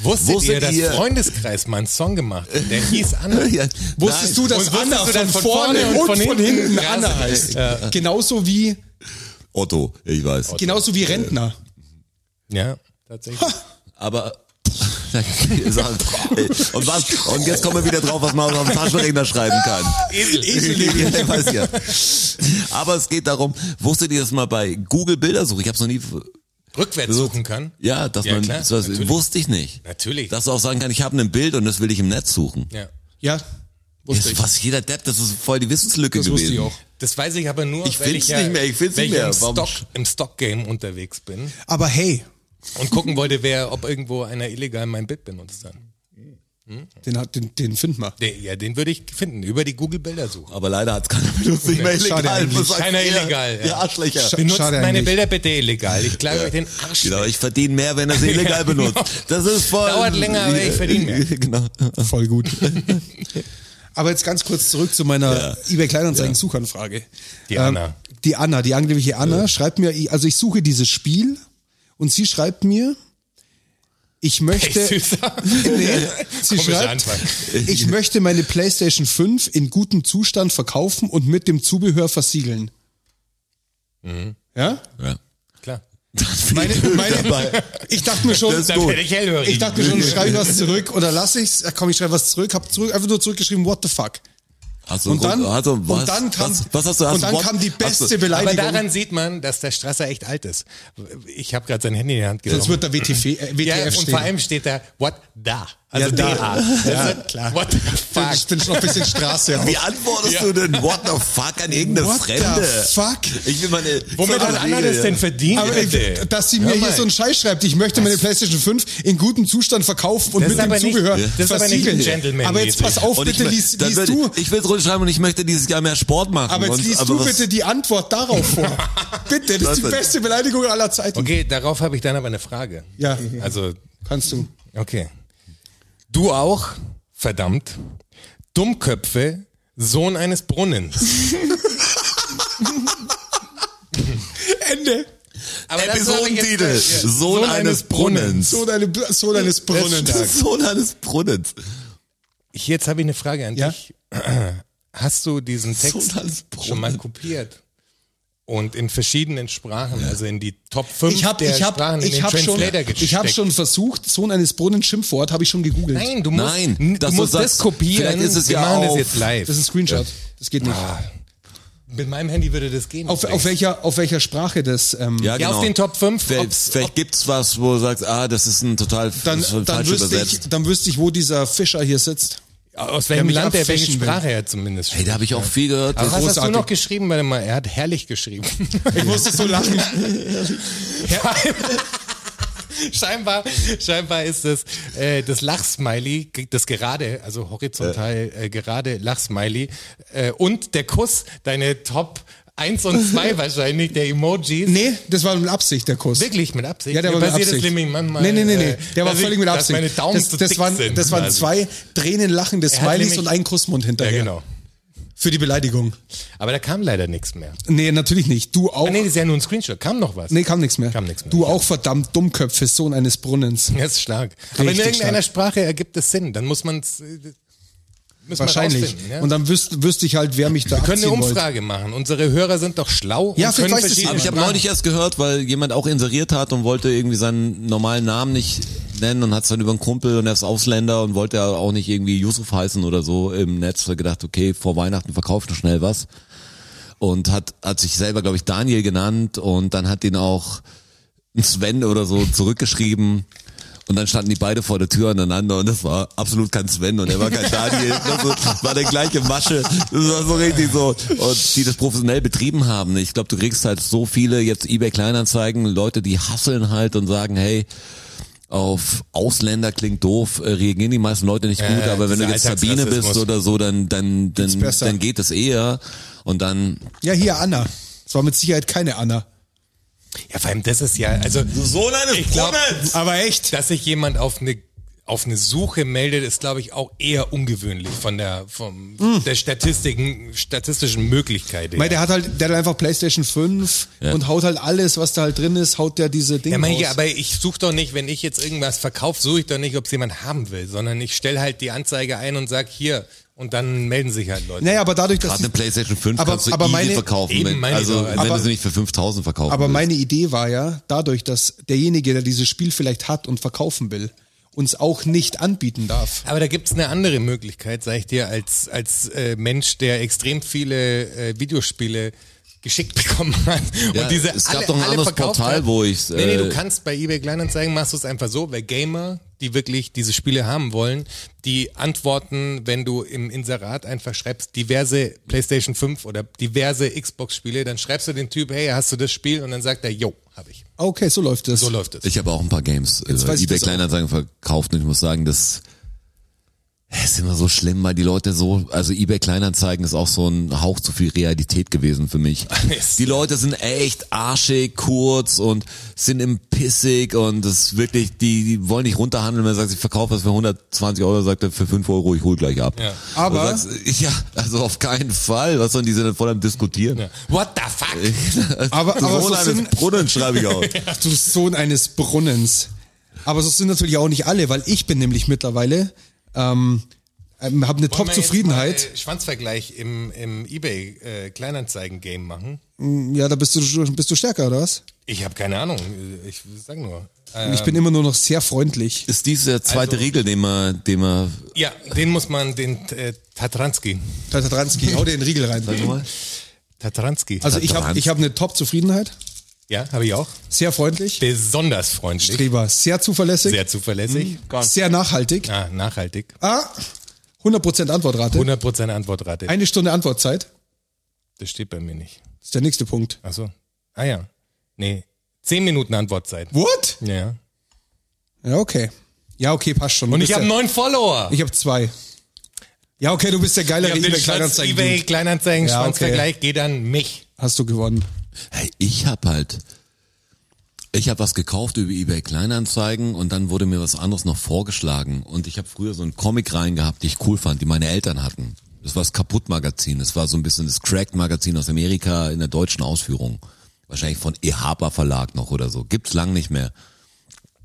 [SPEAKER 3] Wusstet,
[SPEAKER 4] Wusstet
[SPEAKER 3] ihr, dass
[SPEAKER 4] ihr-
[SPEAKER 3] Freundeskreis mal einen Song gemacht hat? Der hieß Anna.
[SPEAKER 4] Ja.
[SPEAKER 2] Wusstest
[SPEAKER 4] Nein.
[SPEAKER 2] du, dass
[SPEAKER 3] Und wusstest
[SPEAKER 2] Anna
[SPEAKER 3] du,
[SPEAKER 2] von,
[SPEAKER 3] dass von
[SPEAKER 2] vorne,
[SPEAKER 3] vorne
[SPEAKER 2] und
[SPEAKER 3] und
[SPEAKER 2] von,
[SPEAKER 3] von
[SPEAKER 2] hinten,
[SPEAKER 3] hinten
[SPEAKER 2] Anna
[SPEAKER 3] Krass.
[SPEAKER 2] heißt?
[SPEAKER 4] Äh.
[SPEAKER 2] Genauso wie
[SPEAKER 4] Otto, ich weiß.
[SPEAKER 2] genauso wie Rentner.
[SPEAKER 3] Ja, tatsächlich.
[SPEAKER 4] Aber. und, was, und jetzt kommen wir wieder drauf, was man auf dem Taschenrechner schreiben kann. Ich weiß ja. Aber es geht darum, wusstet ihr das mal bei Google Bildersuche? Ich habe es noch nie.
[SPEAKER 3] Rückwärts suchen kann.
[SPEAKER 4] Ja, dass
[SPEAKER 3] Ja,
[SPEAKER 4] man.
[SPEAKER 3] klar,
[SPEAKER 4] das,
[SPEAKER 3] natürlich.
[SPEAKER 4] wusste ich nicht.
[SPEAKER 3] Natürlich.
[SPEAKER 4] Dass du auch sagen kann, ich habe ein Bild und das will ich im Netz suchen.
[SPEAKER 3] ja.
[SPEAKER 2] Ja, wusste
[SPEAKER 4] Das,
[SPEAKER 2] ich.
[SPEAKER 4] was jeder Depp, das ist voll die Wissenslücke
[SPEAKER 2] Das
[SPEAKER 4] gewesen.
[SPEAKER 2] wusste ich auch.
[SPEAKER 3] Das weiß ich aber nur,
[SPEAKER 4] Ich
[SPEAKER 3] weil
[SPEAKER 4] find's
[SPEAKER 3] ich ja,
[SPEAKER 4] nicht mehr, ich find's
[SPEAKER 3] weil
[SPEAKER 4] nicht mehr.
[SPEAKER 3] Im,
[SPEAKER 4] Warum-
[SPEAKER 3] Stock, im Stock-Game unterwegs bin
[SPEAKER 2] Aber hey,
[SPEAKER 3] und gucken wollte, wer, ob irgendwo einer illegal mein Bit benutzt hat.
[SPEAKER 2] den, hat- den, den finden wir.
[SPEAKER 3] Der, ja, den würde ich finden, über die Google-Bildersuche.
[SPEAKER 4] Aber leider hat's keiner benutzt. Ich meine,
[SPEAKER 2] Schade
[SPEAKER 4] illegal.
[SPEAKER 2] eigentlich.
[SPEAKER 4] Was sagt
[SPEAKER 3] Keiner
[SPEAKER 4] ihr?
[SPEAKER 3] illegal, ja.
[SPEAKER 4] Ihr Arschlöcher.
[SPEAKER 2] Sch-
[SPEAKER 3] Benutzt
[SPEAKER 2] schade
[SPEAKER 3] meine
[SPEAKER 2] eigentlich.
[SPEAKER 3] Bilder bitte illegal. Ich klage euch den Arsch.
[SPEAKER 4] Genau, ich verdiene mehr, wenn er sie illegal
[SPEAKER 2] genau.
[SPEAKER 4] benutzt. Das ist voll.
[SPEAKER 3] Dauert länger, aber ich verdiene mehr.
[SPEAKER 4] Genau.
[SPEAKER 2] Voll gut. Aber jetzt ganz kurz zurück zu meiner eBay Kleinanzeigen Suchanfrage. Ähm,
[SPEAKER 3] Die Anna.
[SPEAKER 2] Die Anna, die angebliche Anna schreibt mir, ich- also ich suche dieses Spiel und sie schreibt mir, ich möchte,
[SPEAKER 3] Echt süßer.
[SPEAKER 2] Nee, sie
[SPEAKER 3] Komischer
[SPEAKER 2] schreibt,
[SPEAKER 3] Anfang.
[SPEAKER 2] ich möchte meine PlayStation 5 in gutem Zustand verkaufen und mit dem Zubehör versiegeln. Ja?
[SPEAKER 4] Ja.
[SPEAKER 3] Klar.
[SPEAKER 2] Meine, meine, ich dachte mir schon,
[SPEAKER 4] Das ist gut.
[SPEAKER 3] Werde ich hellhörig.
[SPEAKER 2] ich dachte mir schon, schreibe ich was zurück oder lasse ich's? Ach komm, ich schreibe was zurück, hab zurück, einfach nur zurückgeschrieben, what the fuck.
[SPEAKER 4] Hast du
[SPEAKER 2] Und dann,
[SPEAKER 4] rum- also, was,
[SPEAKER 2] und dann kam,
[SPEAKER 4] was, was hast du, hast
[SPEAKER 2] und dann
[SPEAKER 4] du-
[SPEAKER 2] kam die
[SPEAKER 4] hast
[SPEAKER 2] beste
[SPEAKER 4] du,
[SPEAKER 3] aber
[SPEAKER 2] Beleidigung.
[SPEAKER 3] daran sieht man, dass der Strasser echt alt ist. Ich habe gerade sein Handy in die Hand genommen.
[SPEAKER 2] Sonst wird da WTF, äh, WTF
[SPEAKER 3] ja, und
[SPEAKER 2] stehen.
[SPEAKER 3] vor allem steht da, what da? Also
[SPEAKER 2] Ja, da.
[SPEAKER 3] da.
[SPEAKER 2] Ja,
[SPEAKER 3] Also,
[SPEAKER 2] klar.
[SPEAKER 3] What the
[SPEAKER 2] ich
[SPEAKER 3] fuck?
[SPEAKER 2] bin schon ein bisschen Straße.
[SPEAKER 4] wie antwortest du denn What the fuck an irgendeine
[SPEAKER 2] What
[SPEAKER 4] Fremde?
[SPEAKER 2] the fuck?
[SPEAKER 4] Ich will meine.
[SPEAKER 3] Womit
[SPEAKER 4] so
[SPEAKER 3] hat
[SPEAKER 4] eine
[SPEAKER 3] Anna
[SPEAKER 4] Regel,
[SPEAKER 3] das denn verdient?
[SPEAKER 2] Aber
[SPEAKER 3] bitte?
[SPEAKER 2] ich, dass sie mir
[SPEAKER 3] Hör
[SPEAKER 2] hier
[SPEAKER 3] mal.
[SPEAKER 2] so einen Scheiß schreibt, ich möchte meine PlayStation 5 in gutem Zustand verkaufen und
[SPEAKER 3] Das
[SPEAKER 2] mit
[SPEAKER 3] ist
[SPEAKER 2] dem
[SPEAKER 3] aber nicht-
[SPEAKER 2] Zubehör
[SPEAKER 3] das ist aber nicht
[SPEAKER 2] versiegeln.
[SPEAKER 3] gentlemanmäßig.
[SPEAKER 2] aber jetzt pass auf,
[SPEAKER 4] Und
[SPEAKER 2] bitte
[SPEAKER 4] ich,
[SPEAKER 2] lies,
[SPEAKER 4] dann
[SPEAKER 2] lies
[SPEAKER 4] will,
[SPEAKER 2] du.
[SPEAKER 4] Ich will zurückschreiben und ich möchte dieses Jahr mehr Sport machen.
[SPEAKER 2] aber jetzt
[SPEAKER 4] und,
[SPEAKER 2] liest
[SPEAKER 4] aber
[SPEAKER 2] du
[SPEAKER 4] was,
[SPEAKER 2] bitte die Antwort darauf vor. bitte, das
[SPEAKER 4] Was
[SPEAKER 2] ist die
[SPEAKER 4] denn?
[SPEAKER 2] beste Beleidigung aller Zeiten.
[SPEAKER 3] Okay, darauf habe ich dann aber eine Frage.
[SPEAKER 2] Ja.
[SPEAKER 3] Also,
[SPEAKER 2] Kannst du.
[SPEAKER 3] okay. Du auch, verdammt, Dummköpfe, Sohn eines Brunnens.
[SPEAKER 2] Ende.
[SPEAKER 3] Aber das habe ich jetzt-
[SPEAKER 4] Episodentitel. Sohn eines Brunnens.
[SPEAKER 2] So deine, so deines Brunnen.
[SPEAKER 4] Sohn eines Brunnens.
[SPEAKER 3] Ich, jetzt habe ich eine Frage an
[SPEAKER 2] Ja?
[SPEAKER 3] dich. Hast du diesen Text
[SPEAKER 4] Sodansbrunnen.
[SPEAKER 3] schon mal kopiert? Und in verschiedenen Sprachen, also in die Top 5
[SPEAKER 2] Ich habe
[SPEAKER 3] der
[SPEAKER 2] ich hab,
[SPEAKER 3] Sprachen in
[SPEAKER 2] ich
[SPEAKER 3] den
[SPEAKER 2] hab schon,
[SPEAKER 3] Translator gesteckt.
[SPEAKER 2] ich hab schon versucht, Sohn eines Brunnen Schimpfwort habe ich schon gegoogelt.
[SPEAKER 3] Nein, du musst,
[SPEAKER 4] Nein,
[SPEAKER 3] Nein, du
[SPEAKER 4] dass du
[SPEAKER 3] musst
[SPEAKER 4] sagst,
[SPEAKER 3] das kopieren.
[SPEAKER 4] vielleicht ist es
[SPEAKER 3] Wir
[SPEAKER 4] ja
[SPEAKER 3] machen das
[SPEAKER 4] auf-
[SPEAKER 3] jetzt live.
[SPEAKER 2] Das ist ein Screenshot. Das geht nicht.
[SPEAKER 3] Ah, Mit meinem Handy würde das gehen.
[SPEAKER 2] Auf, auf, welcher, auf welcher Sprache das? Ähm,
[SPEAKER 4] Ja,
[SPEAKER 3] Ja,
[SPEAKER 4] genau.
[SPEAKER 3] auf den Top 5.
[SPEAKER 4] Vielleicht, vielleicht gibt's was, wo du sagst, ah, das ist ein total
[SPEAKER 2] dann,
[SPEAKER 4] das ist ein
[SPEAKER 2] dann,
[SPEAKER 4] falsch
[SPEAKER 2] wüsste ich,
[SPEAKER 4] übersetzt.
[SPEAKER 2] dann wüsste ich, wo dieser Fischer hier sitzt.
[SPEAKER 3] aus
[SPEAKER 2] der
[SPEAKER 3] welchem
[SPEAKER 2] mich
[SPEAKER 3] Land, der welche
[SPEAKER 2] abfischen will.
[SPEAKER 3] Sprache er zumindest
[SPEAKER 4] Hey,
[SPEAKER 3] spricht.
[SPEAKER 4] da habe ich auch viel gehört.
[SPEAKER 3] Aber was
[SPEAKER 4] Das-
[SPEAKER 3] hast du
[SPEAKER 2] großartig.
[SPEAKER 3] noch geschrieben? Warte mal, er hat herrlich geschrieben.
[SPEAKER 2] Ich musste so lachen.
[SPEAKER 3] scheinbar, scheinbar ist das, äh, das Lachsmiley, das gerade, also horizontal äh, gerade Lachsmiley äh, und der Kuss, deine Top 1 und 2 wahrscheinlich, der Emojis.
[SPEAKER 2] nee, das war mit Absicht der Kuss.
[SPEAKER 3] Wirklich mit Absicht.
[SPEAKER 2] Ja, der
[SPEAKER 3] Mir
[SPEAKER 2] war mit
[SPEAKER 3] passiert das
[SPEAKER 2] Absicht.
[SPEAKER 3] nämlich manchmal,
[SPEAKER 2] nee, nee, nee, nee.
[SPEAKER 3] äh,
[SPEAKER 2] Der war
[SPEAKER 3] dass ich-
[SPEAKER 2] völlig mit
[SPEAKER 3] dass
[SPEAKER 2] Absicht.
[SPEAKER 3] meine Daumen
[SPEAKER 2] das,
[SPEAKER 3] zu
[SPEAKER 2] das,
[SPEAKER 3] dick
[SPEAKER 2] waren,
[SPEAKER 3] sind
[SPEAKER 2] das waren
[SPEAKER 3] quasi.
[SPEAKER 2] zwei tränenlachende
[SPEAKER 3] Er hat
[SPEAKER 2] Smileys
[SPEAKER 3] nämlich-
[SPEAKER 2] und ein Kussmund
[SPEAKER 3] Ja,
[SPEAKER 2] hinterher.
[SPEAKER 3] genau.
[SPEAKER 2] Für die Beleidigung.
[SPEAKER 3] Aber da kam leider nichts mehr.
[SPEAKER 2] Nee, natürlich nicht. Du auch.
[SPEAKER 3] Ah, nee, das ist ja nur ein Screenshot. Kam noch was?
[SPEAKER 2] Oh. Nee, kam nichts mehr.
[SPEAKER 3] Kam nichts mehr.
[SPEAKER 2] Du auch verdammt Dummköpfe, Sohn eines Brunnens.
[SPEAKER 3] Das ist stark. Aber in
[SPEAKER 2] Richtig
[SPEAKER 3] irgendeiner
[SPEAKER 2] stark.
[SPEAKER 3] Sprache ergibt es Sinn. Dann muss man es.
[SPEAKER 2] Wahrscheinlich.
[SPEAKER 3] Rausfinden, ja?
[SPEAKER 2] Und dann wüsste wüsst ich halt, wer mich da
[SPEAKER 3] wir können eine
[SPEAKER 2] abziehen wollte.
[SPEAKER 3] Umfrage machen. Unsere Hörer sind doch schlau
[SPEAKER 2] Ja,
[SPEAKER 3] und
[SPEAKER 2] vielleicht
[SPEAKER 3] können
[SPEAKER 2] weiß es
[SPEAKER 3] verschiedene
[SPEAKER 4] Aber ich habe
[SPEAKER 3] Sprachen.
[SPEAKER 4] neulich erst gehört, weil jemand auch inseriert hat und wollte irgendwie seinen normalen Namen nicht nennen und hat's dann über einen Kumpel und er ist Ausländer und wollte ja auch nicht irgendwie Yusuf heißen oder so im Netz. Hat gedacht, okay, vor Weihnachten verkauft noch schnell was. Und hat, hat sich selber, glaube ich, Daniel genannt und dann hat ihn auch ein Sven oder so zurückgeschrieben. Und dann standen die beide vor der Tür aneinander und das war absolut kein Sven und er war kein Daniel. Das war der gleiche Masche. Das war so richtig so. Und die das professionell betrieben haben. Ich glaube, du kriegst halt so viele jetzt eBay Kleinanzeigen, Leute, die hasseln halt und sagen, hey, auf Ausländer klingt doof, äh, reagieren die meisten Leute nicht gut,
[SPEAKER 3] Äh,
[SPEAKER 4] aber wenn du
[SPEAKER 3] dieser
[SPEAKER 4] jetzt Sabine bist
[SPEAKER 3] Alltagsrassismus.
[SPEAKER 4] oder so, dann, dann, dann,
[SPEAKER 2] besser.
[SPEAKER 4] dann geht es eher. Und dann
[SPEAKER 2] Ja, hier Anna. Es war mit Sicherheit keine Anna.
[SPEAKER 3] Ja, vor allem das ist ja, also
[SPEAKER 4] Sohn eines
[SPEAKER 3] ich glaube,
[SPEAKER 2] Aber echt?
[SPEAKER 3] dass sich jemand auf eine auf eine Suche meldet, ist glaube ich auch eher ungewöhnlich von der vom der Statistiken statistischen Möglichkeit. her.
[SPEAKER 2] Weil Hm. der hat halt, der hat einfach PlayStation 5 und haut halt alles, was da halt drin ist, haut der diese Dinge.
[SPEAKER 3] Ja, mein ich,
[SPEAKER 2] raus.
[SPEAKER 3] aber ich suche doch nicht, wenn ich jetzt irgendwas verkaufe, suche ich doch nicht, ob es jemand haben will, sondern ich stelle halt die Anzeige ein und sag hier und dann melden sich halt Leute.
[SPEAKER 2] naja, aber dadurch, dass
[SPEAKER 4] Gerade
[SPEAKER 2] die,
[SPEAKER 4] eine Playstation 5
[SPEAKER 2] Aber-
[SPEAKER 4] kannst du
[SPEAKER 2] aber
[SPEAKER 4] easy
[SPEAKER 2] meine-
[SPEAKER 4] verkaufen.
[SPEAKER 3] Eben,
[SPEAKER 4] wenn-
[SPEAKER 3] meine ich
[SPEAKER 4] also
[SPEAKER 3] doch.
[SPEAKER 4] wenn
[SPEAKER 2] Aber-
[SPEAKER 4] du sie nicht für 5000 verkaufen
[SPEAKER 2] aber
[SPEAKER 4] willst.
[SPEAKER 2] meine Idee war ja, dadurch, dass derjenige, der dieses Spiel vielleicht hat und verkaufen will, uns auch nicht anbieten darf.
[SPEAKER 3] Aber da gibt's eine andere Möglichkeit, sag ich dir, als, als äh, Mensch, der extrem viele äh, Videospiele geschickt bekommen hat.
[SPEAKER 4] Ja,
[SPEAKER 3] und diese
[SPEAKER 4] es gab
[SPEAKER 3] alle,
[SPEAKER 4] doch ein
[SPEAKER 3] alle
[SPEAKER 4] anderes
[SPEAKER 3] verkauft
[SPEAKER 4] Portal,
[SPEAKER 3] hat.
[SPEAKER 4] wo ich's,
[SPEAKER 3] Nee, nee,
[SPEAKER 4] äh,
[SPEAKER 3] du kannst bei eBay Kleinanzeigen machst du es einfach so, weil Gamer, die wirklich diese Spiele haben wollen, die antworten, wenn du im Inserat einfach schreibst, diverse PlayStation 5 oder diverse Xbox-Spiele, dann schreibst du den Typ, hey, hast du das Spiel? Und dann sagt er, yo, habe ich.
[SPEAKER 2] Ah, Okay, so läuft das.
[SPEAKER 3] So läuft es.
[SPEAKER 4] ich habe auch ein paar Games über
[SPEAKER 2] weiß ich
[SPEAKER 4] eBay
[SPEAKER 2] das auch.
[SPEAKER 4] Kleinanzeigen verkauft und ich muss sagen, das es ist immer so schlimm, weil die Leute so, also eBay Kleinanzeigen ist auch so ein Hauch zu viel Realität gewesen für mich. Die Leute sind echt arschig, kurz und sind im Pissig und das ist wirklich, die, die wollen nicht runterhandeln, wenn du sagst, ich verkaufe was für 120 Euro, sagt er für 5 Euro, ich hol gleich ab.
[SPEAKER 3] Ja.
[SPEAKER 2] Aber-
[SPEAKER 4] Du sagst, ja, also auf keinen Fall, was sollen die sind voll am diskutieren.
[SPEAKER 3] Ja. What the fuck?
[SPEAKER 2] Aber, aber so
[SPEAKER 4] Corona eines
[SPEAKER 2] sind,
[SPEAKER 4] Brunnen schreibe ich auf.
[SPEAKER 2] Ach, du Sohn eines Brunnens. Aber so sind natürlich auch nicht alle, weil ich bin nämlich mittlerweile, ähm, ähm, habe eine
[SPEAKER 3] Wollen wir jetzt
[SPEAKER 2] Top-Zufriedenheit.
[SPEAKER 3] mal, äh, Schwanzvergleich im, im eBay äh, Kleinanzeigen-Game machen.
[SPEAKER 2] Ja, da bist du, bist du stärker, oder was?
[SPEAKER 3] Ich habe keine Ahnung. Ich sag nur. Äh,
[SPEAKER 2] Ich bin immer nur noch sehr freundlich.
[SPEAKER 4] Ist dies der zweite
[SPEAKER 3] Also-
[SPEAKER 4] Riegel, den man, den man,
[SPEAKER 3] ja, den muss man, den äh, Tatranski.
[SPEAKER 2] Tatranski, hau dir den Riegel rein.
[SPEAKER 4] sag mal,
[SPEAKER 3] Tatranski.
[SPEAKER 2] Also ich habe ich hab eine Top-Zufriedenheit,
[SPEAKER 3] ja, habe ich auch.
[SPEAKER 2] sehr freundlich,
[SPEAKER 3] Besonders freundlich.
[SPEAKER 2] Streber, sehr zuverlässig, sehr,
[SPEAKER 3] Sehr zuverlässig.
[SPEAKER 2] nachhaltig,
[SPEAKER 3] Ah, nachhaltig.
[SPEAKER 2] ah, 100% Antwortrate,
[SPEAKER 3] 100% Antwortrate.
[SPEAKER 2] eine Stunde Antwortzeit,
[SPEAKER 3] Das steht bei mir nicht.
[SPEAKER 2] das ist der nächste Punkt.
[SPEAKER 3] Ach so. Ah ja. Nee. 10 Minuten Antwortzeit.
[SPEAKER 2] What?
[SPEAKER 3] Ja.
[SPEAKER 2] Ja, okay. Ja, okay, passt schon. Du
[SPEAKER 3] Und
[SPEAKER 2] bist
[SPEAKER 3] ich habe
[SPEAKER 2] ja,
[SPEAKER 3] neun Follower.
[SPEAKER 2] Ich habe zwei. Ja, okay, du bist der geilere
[SPEAKER 3] hab den Schwanz-
[SPEAKER 2] eBay-Kleinanzeigen.
[SPEAKER 3] eBay Kleinanzeigen
[SPEAKER 2] Ja, okay.
[SPEAKER 3] Schwanzvergleich geht an mich.
[SPEAKER 2] Hast du gewonnen.
[SPEAKER 4] hey, ich hab halt, ich hab was gekauft über eBay Kleinanzeigen und dann wurde mir was anderes noch vorgeschlagen und ich habe früher so einen Comic rein gehabt, die ich cool fand, die meine Eltern hatten. Das war das Kaputt-Magazin, das war so ein bisschen das Cracked-Magazin aus Amerika in der deutschen Ausführung. Wahrscheinlich von E. Harper Verlag noch oder so. Gibt's lang nicht mehr.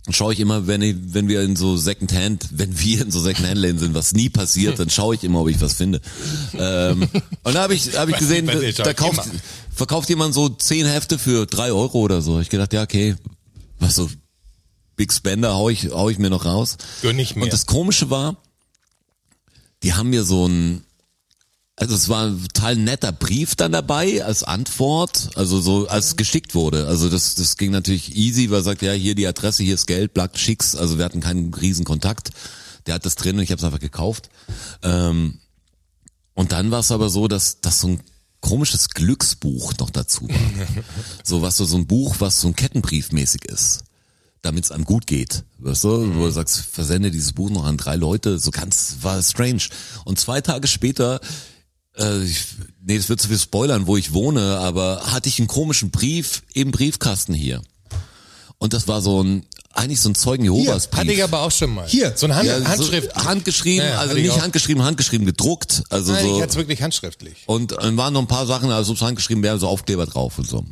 [SPEAKER 4] schaue ich immer, wenn ich, wenn wir in so Secondhand, wenn wir in so Secondhand-Läden sind, was nie passiert, dann schaue ich immer, ob ich was finde. ähm, und da habe ich, hab ich
[SPEAKER 3] Bei-
[SPEAKER 4] gesehen,
[SPEAKER 3] bei dir
[SPEAKER 4] da,
[SPEAKER 3] schau
[SPEAKER 4] da
[SPEAKER 3] ich
[SPEAKER 4] kauft,
[SPEAKER 3] immer.
[SPEAKER 4] verkauft jemand so zehn Hefte für drei Euro oder so. Ich gedacht, ja, okay, was so Big Spender hau ich, hau ich mir noch raus.
[SPEAKER 3] Gönn ich mir.
[SPEAKER 4] Und das Komische war, die haben mir so ein, also es war ein total netter Brief dann dabei als Antwort, also so als geschickt wurde. Also das, das ging natürlich easy, weil er sagt, ja, hier die Adresse, hier ist Geld, black schicks. Also wir hatten keinen riesen Kontakt. Der hat das drin und ich habe es einfach gekauft. Ähm, und dann war es aber so, dass, dass so ein komisches Glücksbuch noch dazu war. so was so, so ein Buch, was so ein Kettenbrief mäßig ist damit es einem gut geht. Weißt du,
[SPEAKER 3] Mhm.
[SPEAKER 4] wo du sagst, versende dieses Buch noch an drei Leute, so ganz war strange. Und zwei Tage später, äh, ich, nee, das wird zu viel spoilern, wo ich wohne, aber hatte ich einen komischen Brief im Briefkasten hier. Und das war so ein, eigentlich so ein Zeugen Jehovas Brief.
[SPEAKER 3] Hatte ich aber auch schon mal.
[SPEAKER 2] Hier.
[SPEAKER 3] So eine Hand,
[SPEAKER 4] Ja, so
[SPEAKER 3] Handschrift.
[SPEAKER 4] handgeschrieben,
[SPEAKER 3] Ja, ja,
[SPEAKER 4] also
[SPEAKER 3] hatte ich
[SPEAKER 4] nicht
[SPEAKER 3] auch.
[SPEAKER 4] handgeschrieben, handgeschrieben gedruckt, also
[SPEAKER 3] Nein, ich
[SPEAKER 4] so.
[SPEAKER 3] hatte es wirklich handschriftlich.
[SPEAKER 4] Und dann waren noch ein paar Sachen, also so handgeschrieben, wir haben so Aufkleber drauf und so.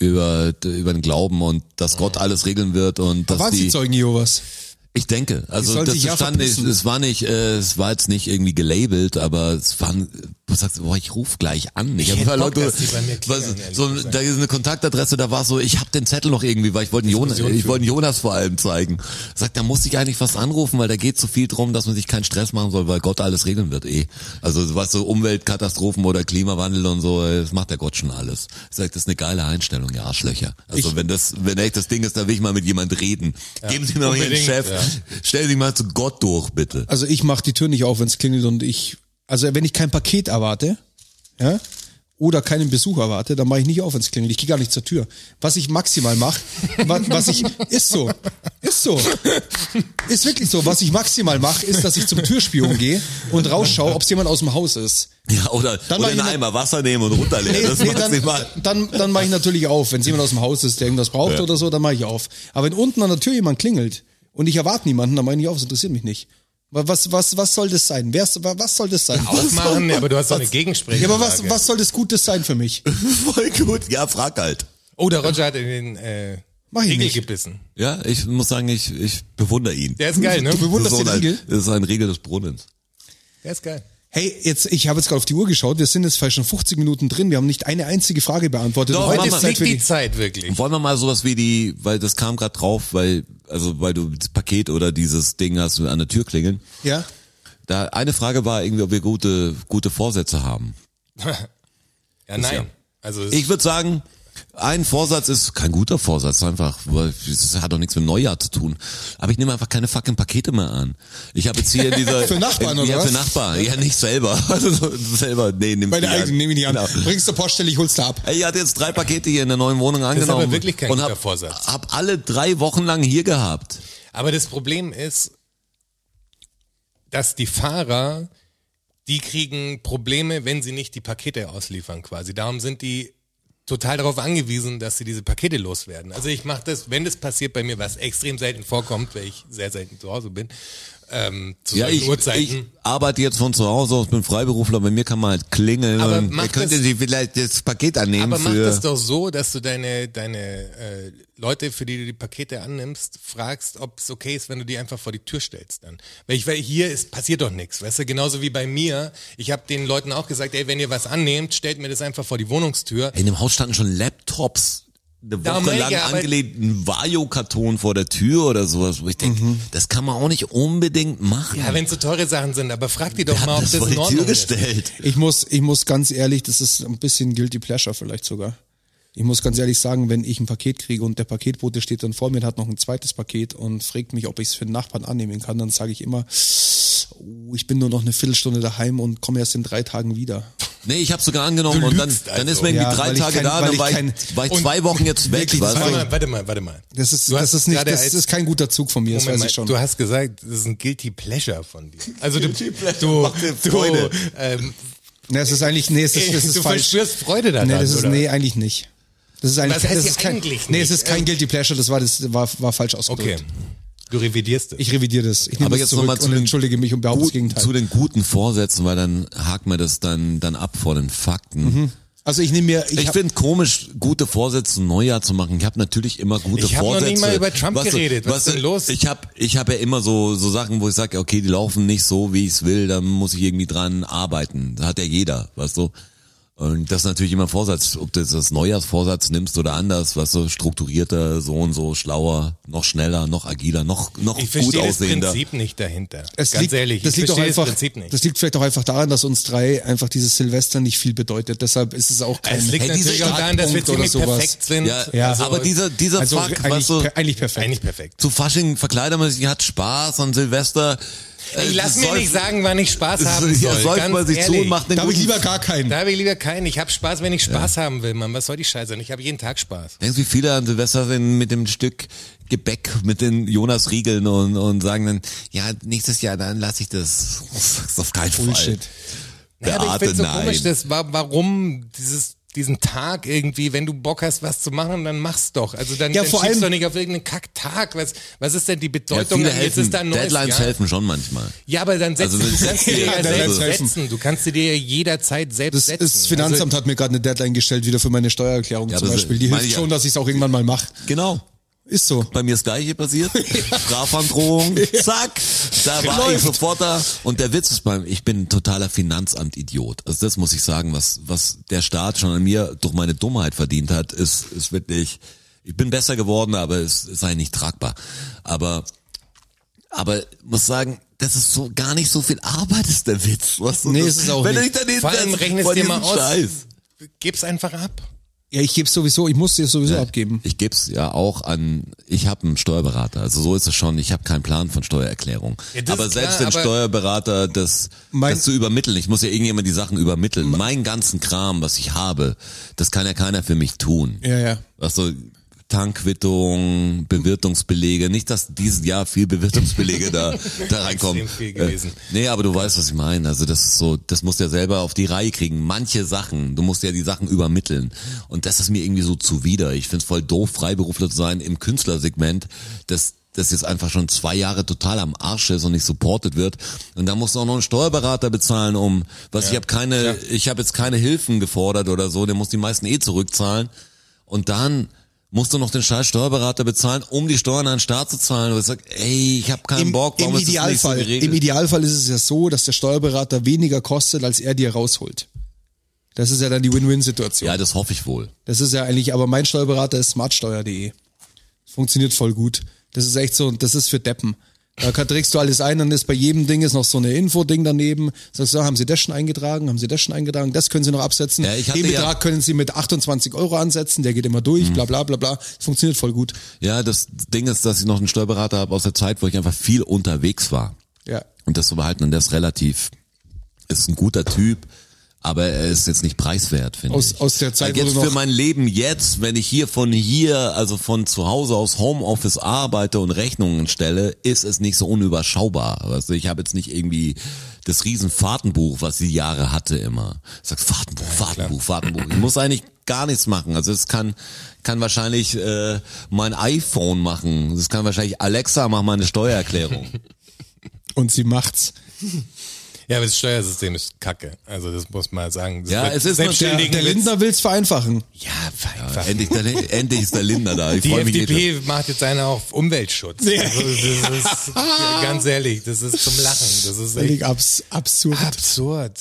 [SPEAKER 4] Über, über den Glauben und dass Gott alles regeln wird und dass
[SPEAKER 2] Waren
[SPEAKER 4] die,
[SPEAKER 2] sie Zeugen Jehovas?
[SPEAKER 4] ich denke, also
[SPEAKER 2] sollen
[SPEAKER 4] das
[SPEAKER 2] sich ja
[SPEAKER 4] stand nicht,
[SPEAKER 2] verpissen.
[SPEAKER 4] es war nicht, äh, es war jetzt nicht irgendwie gelabelt, aber es waren, du sagst, boah, ich ruf gleich an. Ich,
[SPEAKER 3] hätte
[SPEAKER 4] hab immer
[SPEAKER 3] Bock,
[SPEAKER 4] Leute,
[SPEAKER 3] dass die bei mir klingeln,
[SPEAKER 4] was,
[SPEAKER 3] ehrlich
[SPEAKER 4] so,
[SPEAKER 3] gesagt.
[SPEAKER 4] da ist eine Kontaktadresse, da war so, ich hab den Zettel noch irgendwie, weil ich wollte Jonas,
[SPEAKER 3] Diskussion
[SPEAKER 4] ich
[SPEAKER 3] führen.
[SPEAKER 4] wollte Jonas vor allem zeigen. Sagt, da muss ich eigentlich was anrufen, weil da geht so viel drum, dass man sich keinen Stress machen soll, weil Gott alles regeln wird, eh. Also was so Umweltkatastrophen oder Klimawandel und so, äh, das macht der Gott schon alles. Ich sag, das ist eine geile Einstellung, ihr Arschlöcher. Also wenn das, wenn echt das Ding ist, da will ich mal mit jemand reden. Geben Sie mir mal Ihren
[SPEAKER 3] Unbedingt,
[SPEAKER 4] Chef.
[SPEAKER 3] ja.
[SPEAKER 4] Stell dich mal zu Gott durch, bitte.
[SPEAKER 2] Also ich mache die Tür nicht auf, wenn es klingelt und ich, also wenn ich kein Paket erwarte, ja, oder keinen Besuch erwarte, dann mache ich nicht auf, wenn es klingelt. Ich gehe gar nicht zur Tür. Was ich maximal mache, wa was ich, ist so, ist so, ist wirklich so. Was ich maximal mache, ist, dass ich zum Türspion gehe und rausschaue, ob es jemand aus dem Haus ist.
[SPEAKER 4] Ja, oder,
[SPEAKER 2] Dann mach
[SPEAKER 4] oder
[SPEAKER 2] ich
[SPEAKER 4] einen
[SPEAKER 2] eine-
[SPEAKER 4] Eimer Wasser nehmen und runterleeren. das
[SPEAKER 2] Nee,
[SPEAKER 4] macht sie mal.
[SPEAKER 2] dann, dann, dann mache ich natürlich auf. Wenn jemand aus dem Haus ist, der irgendwas braucht
[SPEAKER 4] Ja.
[SPEAKER 2] oder so, dann mache ich auf. Aber wenn unten an der Tür jemand klingelt und ich erwarte niemanden, dann mache ich nicht auf, das interessiert mich nicht. Wa- Was, was, was soll das sein? Wer, ist- wa- was soll das sein?
[SPEAKER 3] Aufmachen, aber du hast doch eine Gegensprechung.
[SPEAKER 2] Ja, aber was, was soll das Gutes sein für mich?
[SPEAKER 4] Voll gut. Ja, frag halt.
[SPEAKER 3] Oh, der Roger hat in den äh,
[SPEAKER 2] Mach ich
[SPEAKER 3] Igel
[SPEAKER 2] nicht.
[SPEAKER 3] gebissen.
[SPEAKER 4] Ja, ich muss sagen, ich, ich bewundere ihn.
[SPEAKER 3] Der ist geil, ne?
[SPEAKER 2] Du bewunderst
[SPEAKER 4] das, ist
[SPEAKER 2] den
[SPEAKER 4] ein,
[SPEAKER 2] Igel?
[SPEAKER 4] das ist ein Riegel des Brunnens.
[SPEAKER 3] Der ist geil.
[SPEAKER 2] Hey, jetzt, ich habe jetzt gerade auf die Uhr geschaut. Wir sind jetzt fast schon 50 Minuten drin. Wir haben nicht eine einzige Frage beantwortet.
[SPEAKER 4] Doch,
[SPEAKER 2] Und
[SPEAKER 4] mach
[SPEAKER 2] heute
[SPEAKER 4] mal.
[SPEAKER 2] ist Zeit
[SPEAKER 3] Liegt
[SPEAKER 2] für
[SPEAKER 3] die
[SPEAKER 2] die
[SPEAKER 3] Zeit wirklich.
[SPEAKER 4] Wollen wir mal sowas wie die, weil das kam gerade drauf, weil, also weil du das Paket oder dieses Ding hast an der Tür klingeln.
[SPEAKER 2] ja?
[SPEAKER 4] Da eine Frage war irgendwie, ob wir gute, gute Vorsätze haben.
[SPEAKER 3] Ja, nein. Also es-
[SPEAKER 4] Ich würde sagen, ein Vorsatz ist kein guter Vorsatz einfach, weil es hat doch nichts mit Neujahr zu tun. Aber ich nehme einfach keine fucking Pakete mehr an. Ich habe jetzt hier in dieser
[SPEAKER 2] Für Nachbarn,
[SPEAKER 4] ja,
[SPEAKER 2] oder
[SPEAKER 4] Ja, für
[SPEAKER 2] was?
[SPEAKER 4] Nachbarn, ja nicht selber. Also so- selber, nee, nimm
[SPEAKER 2] Meine
[SPEAKER 4] die an.
[SPEAKER 2] eigenen nehme ich nicht an.
[SPEAKER 4] Genau.
[SPEAKER 2] Bringst du Poststelle, ich hol's da ab.
[SPEAKER 4] Ey, Ich hatte jetzt drei Pakete hier in der neuen Wohnung angenommen
[SPEAKER 3] aber wirklich kein
[SPEAKER 4] und
[SPEAKER 3] guter
[SPEAKER 4] hab,
[SPEAKER 3] Vorsatz.
[SPEAKER 4] hab alle drei Wochen lang hier gehabt.
[SPEAKER 3] Aber das Problem ist, dass die Fahrer, die kriegen Probleme, wenn sie nicht die Pakete ausliefern quasi. Darum sind die total darauf angewiesen, dass sie diese Pakete loswerden. Also ich mache das, wenn das passiert bei mir, was extrem selten vorkommt, weil ich sehr selten zu Hause bin, ähm, zu
[SPEAKER 4] Ja,
[SPEAKER 3] solchen
[SPEAKER 4] ich,
[SPEAKER 3] Uhrzeiten.
[SPEAKER 4] ich arbeite jetzt von zu Hause aus, bin Freiberufler, bei mir kann man halt klingeln.
[SPEAKER 3] Aber
[SPEAKER 4] und
[SPEAKER 3] mach
[SPEAKER 4] ihr könntet
[SPEAKER 3] das-
[SPEAKER 4] sie vielleicht das Paket annehmen
[SPEAKER 3] Aber mach
[SPEAKER 4] für
[SPEAKER 3] das doch so, dass du deine, deine äh, Leute, für die du die Pakete annimmst, fragst, ob es okay ist, wenn du die einfach vor die Tür stellst dann. Weil ich, weil hier ist, passiert doch nichts, weißt du, genauso wie bei mir. Ich habe den Leuten auch gesagt, ey, wenn ihr was annehmt, stellt mir das einfach vor die Wohnungstür.
[SPEAKER 4] In dem Haus standen schon Laptops. Eine
[SPEAKER 3] Da
[SPEAKER 4] Woche
[SPEAKER 3] mega,
[SPEAKER 4] lang
[SPEAKER 3] aber-
[SPEAKER 4] angelegt, ein Vario-Karton vor der Tür oder sowas, wo ich denke, das kann man auch nicht unbedingt machen.
[SPEAKER 3] Mhm. Ja, wenn es so teure Sachen sind, aber frag die doch
[SPEAKER 4] Wer
[SPEAKER 3] mal, ob
[SPEAKER 4] hat das
[SPEAKER 3] das
[SPEAKER 4] vor die
[SPEAKER 3] in
[SPEAKER 4] Tür
[SPEAKER 3] Ordnung ist.
[SPEAKER 4] gestellt?
[SPEAKER 2] Ich muss, ich muss ganz ehrlich, das ist ein bisschen Guilty Pleasure vielleicht sogar. Ich muss ganz ehrlich sagen, wenn ich ein Paket kriege und der Paketbote steht dann vor mir und hat noch ein zweites Paket und fragt mich, ob ich es für den Nachbarn annehmen kann, dann sage ich immer, oh, ich bin nur noch eine Viertelstunde daheim und komme erst in drei Tagen wieder.
[SPEAKER 4] Nee, ich habe sogar angenommen
[SPEAKER 3] Du
[SPEAKER 4] und dann,
[SPEAKER 3] lügst
[SPEAKER 4] dann
[SPEAKER 3] also.
[SPEAKER 4] ist mir irgendwie
[SPEAKER 2] Ja,
[SPEAKER 4] drei
[SPEAKER 2] weil ich
[SPEAKER 4] Tage
[SPEAKER 2] kein-
[SPEAKER 4] da,
[SPEAKER 2] weil
[SPEAKER 4] dann
[SPEAKER 2] ich
[SPEAKER 4] war
[SPEAKER 2] kein-
[SPEAKER 4] ich, war ich
[SPEAKER 3] Und-
[SPEAKER 4] zwei Wochen jetzt weg,
[SPEAKER 2] Wirklich, das
[SPEAKER 4] weißt
[SPEAKER 3] Warte
[SPEAKER 4] du?
[SPEAKER 3] mal, warte mal, warte mal.
[SPEAKER 2] Das ist,
[SPEAKER 3] Du
[SPEAKER 2] das
[SPEAKER 3] hast
[SPEAKER 2] ist nicht,
[SPEAKER 3] gerade
[SPEAKER 2] das
[SPEAKER 3] als-
[SPEAKER 2] ist kein guter Zug von mir, das
[SPEAKER 3] Moment
[SPEAKER 2] weiß
[SPEAKER 3] mal,
[SPEAKER 2] ich schon.
[SPEAKER 3] Du hast gesagt, das ist ein guilty pleasure von dir. Also du, du,
[SPEAKER 4] Macht dir Freude.
[SPEAKER 3] du, ähm,
[SPEAKER 2] Nee, es ist eigentlich, nee, es ist, das ist
[SPEAKER 3] du
[SPEAKER 2] falsch.
[SPEAKER 3] verspürst Freude daran,
[SPEAKER 2] Nee, das ist,
[SPEAKER 3] oder?
[SPEAKER 2] nee, eigentlich nicht. Das ist eigentlich,
[SPEAKER 3] Was heißt
[SPEAKER 2] das
[SPEAKER 3] ja
[SPEAKER 2] ist kein,
[SPEAKER 3] eigentlich
[SPEAKER 2] nee, es
[SPEAKER 3] nicht? Äh,
[SPEAKER 2] ist kein Guilty Pleasure, das war, das war, war falsch
[SPEAKER 3] Okay.
[SPEAKER 2] ausgedrückt. Okay.
[SPEAKER 3] Du revidierst es.
[SPEAKER 2] Ich revidiere das. Ich nehme
[SPEAKER 4] Aber
[SPEAKER 2] das
[SPEAKER 4] jetzt
[SPEAKER 2] zurück
[SPEAKER 4] nochmal zu
[SPEAKER 2] und
[SPEAKER 4] den
[SPEAKER 2] entschuldige mich
[SPEAKER 3] um
[SPEAKER 2] und behaupte das
[SPEAKER 4] Gut,
[SPEAKER 2] Gegenteil.
[SPEAKER 3] Mhm.
[SPEAKER 4] zu den guten Vorsätzen, weil dann hakt man das dann, dann ab vor den Fakten.
[SPEAKER 2] Also ich nehme mir, ich,
[SPEAKER 4] Ich
[SPEAKER 2] hab-
[SPEAKER 4] finde komisch, gute Vorsätze zum Neujahr zu machen. Ich habe natürlich immer gute
[SPEAKER 3] Ich hab noch
[SPEAKER 4] Vorsätze.
[SPEAKER 3] nicht mal über Trump
[SPEAKER 4] du-
[SPEAKER 3] geredet. Was ist
[SPEAKER 4] du-
[SPEAKER 3] denn los?
[SPEAKER 4] Ich habe ich hab ja immer so, so Sachen, wo ich sage, okay, die laufen nicht so, wie ich es will, da muss ich irgendwie dran arbeiten. Da hat ja jeder, weißt du. Und das ist natürlich immer ein Vorsatz, ob du jetzt das Neujahrsvorsatz nimmst oder anders, weißt du, strukturierter, so und so, schlauer, noch schneller, noch agiler, noch, noch
[SPEAKER 3] Ich
[SPEAKER 4] gut
[SPEAKER 3] verstehe das
[SPEAKER 4] aussehender.
[SPEAKER 3] Prinzip nicht dahinter.
[SPEAKER 2] es
[SPEAKER 3] Ganz
[SPEAKER 2] liegt,
[SPEAKER 3] ehrlich,
[SPEAKER 2] das
[SPEAKER 3] ich
[SPEAKER 2] liegt doch
[SPEAKER 3] verstehe
[SPEAKER 2] einfach,
[SPEAKER 3] das Prinzip nicht.
[SPEAKER 2] das liegt vielleicht auch einfach daran, dass uns drei einfach dieses Silvester nicht viel bedeutet. Deshalb ist es auch kein
[SPEAKER 3] es liegt
[SPEAKER 4] Hey, diese
[SPEAKER 3] natürlich auch daran, dass wir
[SPEAKER 2] Startpunkt
[SPEAKER 3] ziemlich
[SPEAKER 2] oder sowas.
[SPEAKER 3] perfekt sind.
[SPEAKER 4] Ja,
[SPEAKER 2] Ja.
[SPEAKER 4] also, aber dieser, dieser
[SPEAKER 2] also
[SPEAKER 4] Fuck,
[SPEAKER 2] eigentlich,
[SPEAKER 4] weißt du,
[SPEAKER 2] per- eigentlich perfekt.
[SPEAKER 3] eigentlich perfekt.
[SPEAKER 4] zu Fasching verkleidet man sich, hat Spaß an Silvester.
[SPEAKER 3] Ich
[SPEAKER 4] äh,
[SPEAKER 3] lass mir
[SPEAKER 4] säuft-
[SPEAKER 3] nicht sagen, wann ich Spaß haben
[SPEAKER 4] Ja,
[SPEAKER 3] soll.
[SPEAKER 4] säuft
[SPEAKER 3] Ganz
[SPEAKER 4] man sich
[SPEAKER 3] ehrlich.
[SPEAKER 4] zu und macht einen
[SPEAKER 2] da habe ich
[SPEAKER 4] guten
[SPEAKER 2] lieber gar keinen.
[SPEAKER 3] Da habe ich lieber keinen. Ich habe Spaß, wenn ich Spaß haben will, Mann. Was soll die Scheiße? Und ich habe jeden Tag Spaß.
[SPEAKER 4] Denkst du, wie viele an Silvester sind mit dem Stück Gebäck, mit den Jonas Riegeln und, und sagen dann, ja, nächstes Jahr, dann lass ich das. Das ist auf keinen
[SPEAKER 2] Bullshit.
[SPEAKER 4] Fall.
[SPEAKER 3] Ja, aber ich
[SPEAKER 4] Beate,
[SPEAKER 3] finde so
[SPEAKER 4] nein.
[SPEAKER 3] komisch, dass, wa- warum dieses diesen Tag irgendwie, wenn du Bock hast, was zu machen, dann mach's doch. Also dann,
[SPEAKER 2] Ja,
[SPEAKER 3] dann
[SPEAKER 2] vor
[SPEAKER 3] schiebst
[SPEAKER 2] allem-
[SPEAKER 3] doch nicht auf irgendeinen Kacktag. Was, was ist denn die
[SPEAKER 4] Ja,
[SPEAKER 3] Bedeutung?
[SPEAKER 4] viele
[SPEAKER 3] an- Jetzt
[SPEAKER 4] helfen.
[SPEAKER 3] ist da ein neues
[SPEAKER 4] Deadlines
[SPEAKER 3] Jahr.
[SPEAKER 4] helfen schon manchmal.
[SPEAKER 3] Ja, aber dann setzt
[SPEAKER 4] Also
[SPEAKER 3] du
[SPEAKER 4] das
[SPEAKER 3] kannst
[SPEAKER 4] ist-
[SPEAKER 3] dir ja
[SPEAKER 4] Ja,
[SPEAKER 3] selbst
[SPEAKER 2] Deadlines helfen.
[SPEAKER 3] setzen. Du kannst dir die ja jederzeit selbst
[SPEAKER 2] Das,
[SPEAKER 3] setzen. Also
[SPEAKER 2] das Finanzamt hat mir gerade eine Deadline gestellt, wieder für meine Steuererklärung
[SPEAKER 4] Ja,
[SPEAKER 2] zum
[SPEAKER 4] das-
[SPEAKER 2] Beispiel. Die
[SPEAKER 4] meine
[SPEAKER 2] hilft
[SPEAKER 4] ich
[SPEAKER 2] schon,
[SPEAKER 4] ja.
[SPEAKER 2] dass ich es auch irgendwann mal mache.
[SPEAKER 4] Genau.
[SPEAKER 2] Ist so.
[SPEAKER 4] Bei mir ist das gleiche passiert. Strafandrohung, zack, da war ich
[SPEAKER 2] Läuft.
[SPEAKER 4] sofort da. Und der Witz ist beim, ich bin ein totaler Finanzamt-Idiot. Also das muss ich sagen, was, was der Staat schon an mir durch meine Dummheit verdient hat, ist, ist wirklich, ich bin besser geworden, aber es sei nicht tragbar. Aber aber muss sagen, das ist so gar nicht so viel Arbeit, ist der Witz. Was
[SPEAKER 2] Nee, ist es auch
[SPEAKER 4] Wenn du
[SPEAKER 2] nicht.
[SPEAKER 4] dich daneben
[SPEAKER 3] Vor allem
[SPEAKER 4] setzt,
[SPEAKER 3] rechnest
[SPEAKER 4] von
[SPEAKER 3] dir mal
[SPEAKER 4] diesem
[SPEAKER 3] aus.
[SPEAKER 4] Scheiß.
[SPEAKER 3] Gib's einfach ab.
[SPEAKER 2] Ja, ich gebe sowieso, ich muss dir sowieso abgeben.
[SPEAKER 4] Ich geb's ja auch an, ich habe einen Steuerberater, also so ist es schon, ich habe keinen Plan von Steuererklärung.
[SPEAKER 3] Ja, das
[SPEAKER 4] aber
[SPEAKER 3] ist klar,
[SPEAKER 4] selbst den
[SPEAKER 3] aber-
[SPEAKER 4] Steuerberater das,
[SPEAKER 2] Mein-
[SPEAKER 4] das zu übermitteln, ich muss ja irgendjemand die Sachen übermitteln. Mein ganzen Kram, was ich habe, das kann ja keiner für mich tun.
[SPEAKER 2] Ja, ja.
[SPEAKER 4] Also Tankquittung, Bewirtungsbelege, nicht, dass dieses Jahr viel Bewirtungsbelege da, da reinkommen.
[SPEAKER 3] Extrem viel gewesen.
[SPEAKER 4] Äh, nee, aber du weißt, was ich meine. Also das ist so, das musst du ja selber auf die Reihe kriegen. Manche Sachen, du musst ja die Sachen übermitteln. Und das ist mir irgendwie so zuwider. Ich find's voll doof, Freiberufler zu sein im Künstlersegment, das das jetzt einfach schon zwei Jahre total am Arsch ist und nicht supported wird. Und da musst du auch noch einen Steuerberater bezahlen, um was ich habe keine, ich habe jetzt keine Hilfen gefordert oder so, der muss die meisten eh zurückzahlen. Und dann musst du noch den scheiß Steuerberater bezahlen, um die Steuern an den Staat zu zahlen. Und ich sag, ey, ich habe keinen Bock, warum
[SPEAKER 2] im
[SPEAKER 4] ist das nicht so
[SPEAKER 2] Idealfall,
[SPEAKER 4] geregelt?
[SPEAKER 2] Im Idealfall ist es ja so, dass der Steuerberater weniger kostet, als er dir rausholt. Das ist ja dann die Win-Win-Situation.
[SPEAKER 4] ja, das hoffe ich wohl.
[SPEAKER 2] Das ist ja eigentlich, aber mein Steuerberater ist smartsteuer.de. Funktioniert voll gut. Das ist echt so, das ist für Deppen. Da kann- trägst du alles ein, dann ist bei jedem Ding ist noch so eine Info-Ding daneben. Sagst du, ah, haben sie das schon eingetragen, haben sie das schon eingetragen, das können sie noch absetzen.
[SPEAKER 4] Ja, ich hatte
[SPEAKER 2] Den
[SPEAKER 4] ja- Mhm.
[SPEAKER 2] Betrag können sie mit 28 Euro ansetzen, der geht immer durch, bla bla bla bla. Funktioniert voll gut.
[SPEAKER 4] Ja, das Ding ist, dass ich noch einen Steuerberater habe aus der Zeit, wo ich einfach viel unterwegs war.
[SPEAKER 2] Ja.
[SPEAKER 4] Und das zu behalten, und der ist relativ, ist ein guter Typ, aber er ist jetzt nicht preiswert, finde
[SPEAKER 2] Aus-
[SPEAKER 4] ich.
[SPEAKER 2] aus der Zeit,
[SPEAKER 4] Weil
[SPEAKER 2] wo
[SPEAKER 4] jetzt
[SPEAKER 2] du noch-
[SPEAKER 4] für mein Leben jetzt, wenn ich hier von hier, also von zu Hause aus Homeoffice arbeite und Rechnungen stelle, ist es nicht so unüberschaubar. Also ich habe jetzt nicht irgendwie das riesen Fahrtenbuch, was die Jahre hatte immer. Ich sag Fahrtenbuch, Fahrtenbuch, Fahrtenbuch. Ich muss eigentlich gar nichts machen. Also es kann kann wahrscheinlich äh, mein iPhone machen. Das kann wahrscheinlich Alexa machen meine Steuererklärung.
[SPEAKER 2] Und sie macht's.
[SPEAKER 3] Ja, aber das Steuersystem ist kacke. Also das muss man sagen. Das
[SPEAKER 4] Ja,
[SPEAKER 3] wird
[SPEAKER 4] es ist
[SPEAKER 2] Der,
[SPEAKER 3] Selbstständigen
[SPEAKER 2] der Lindner will's vereinfachen.
[SPEAKER 3] Ja, einfach.
[SPEAKER 4] endlich, der, Lin- endlich ist der Lindner da. Ich
[SPEAKER 3] die
[SPEAKER 4] freue mich jedes-
[SPEAKER 3] FDP macht jetzt eine auf Umweltschutz. Also, das ist, ja, ganz ehrlich, das ist zum Lachen. Das ist echt
[SPEAKER 2] Völlig abs absurd.
[SPEAKER 3] absurd.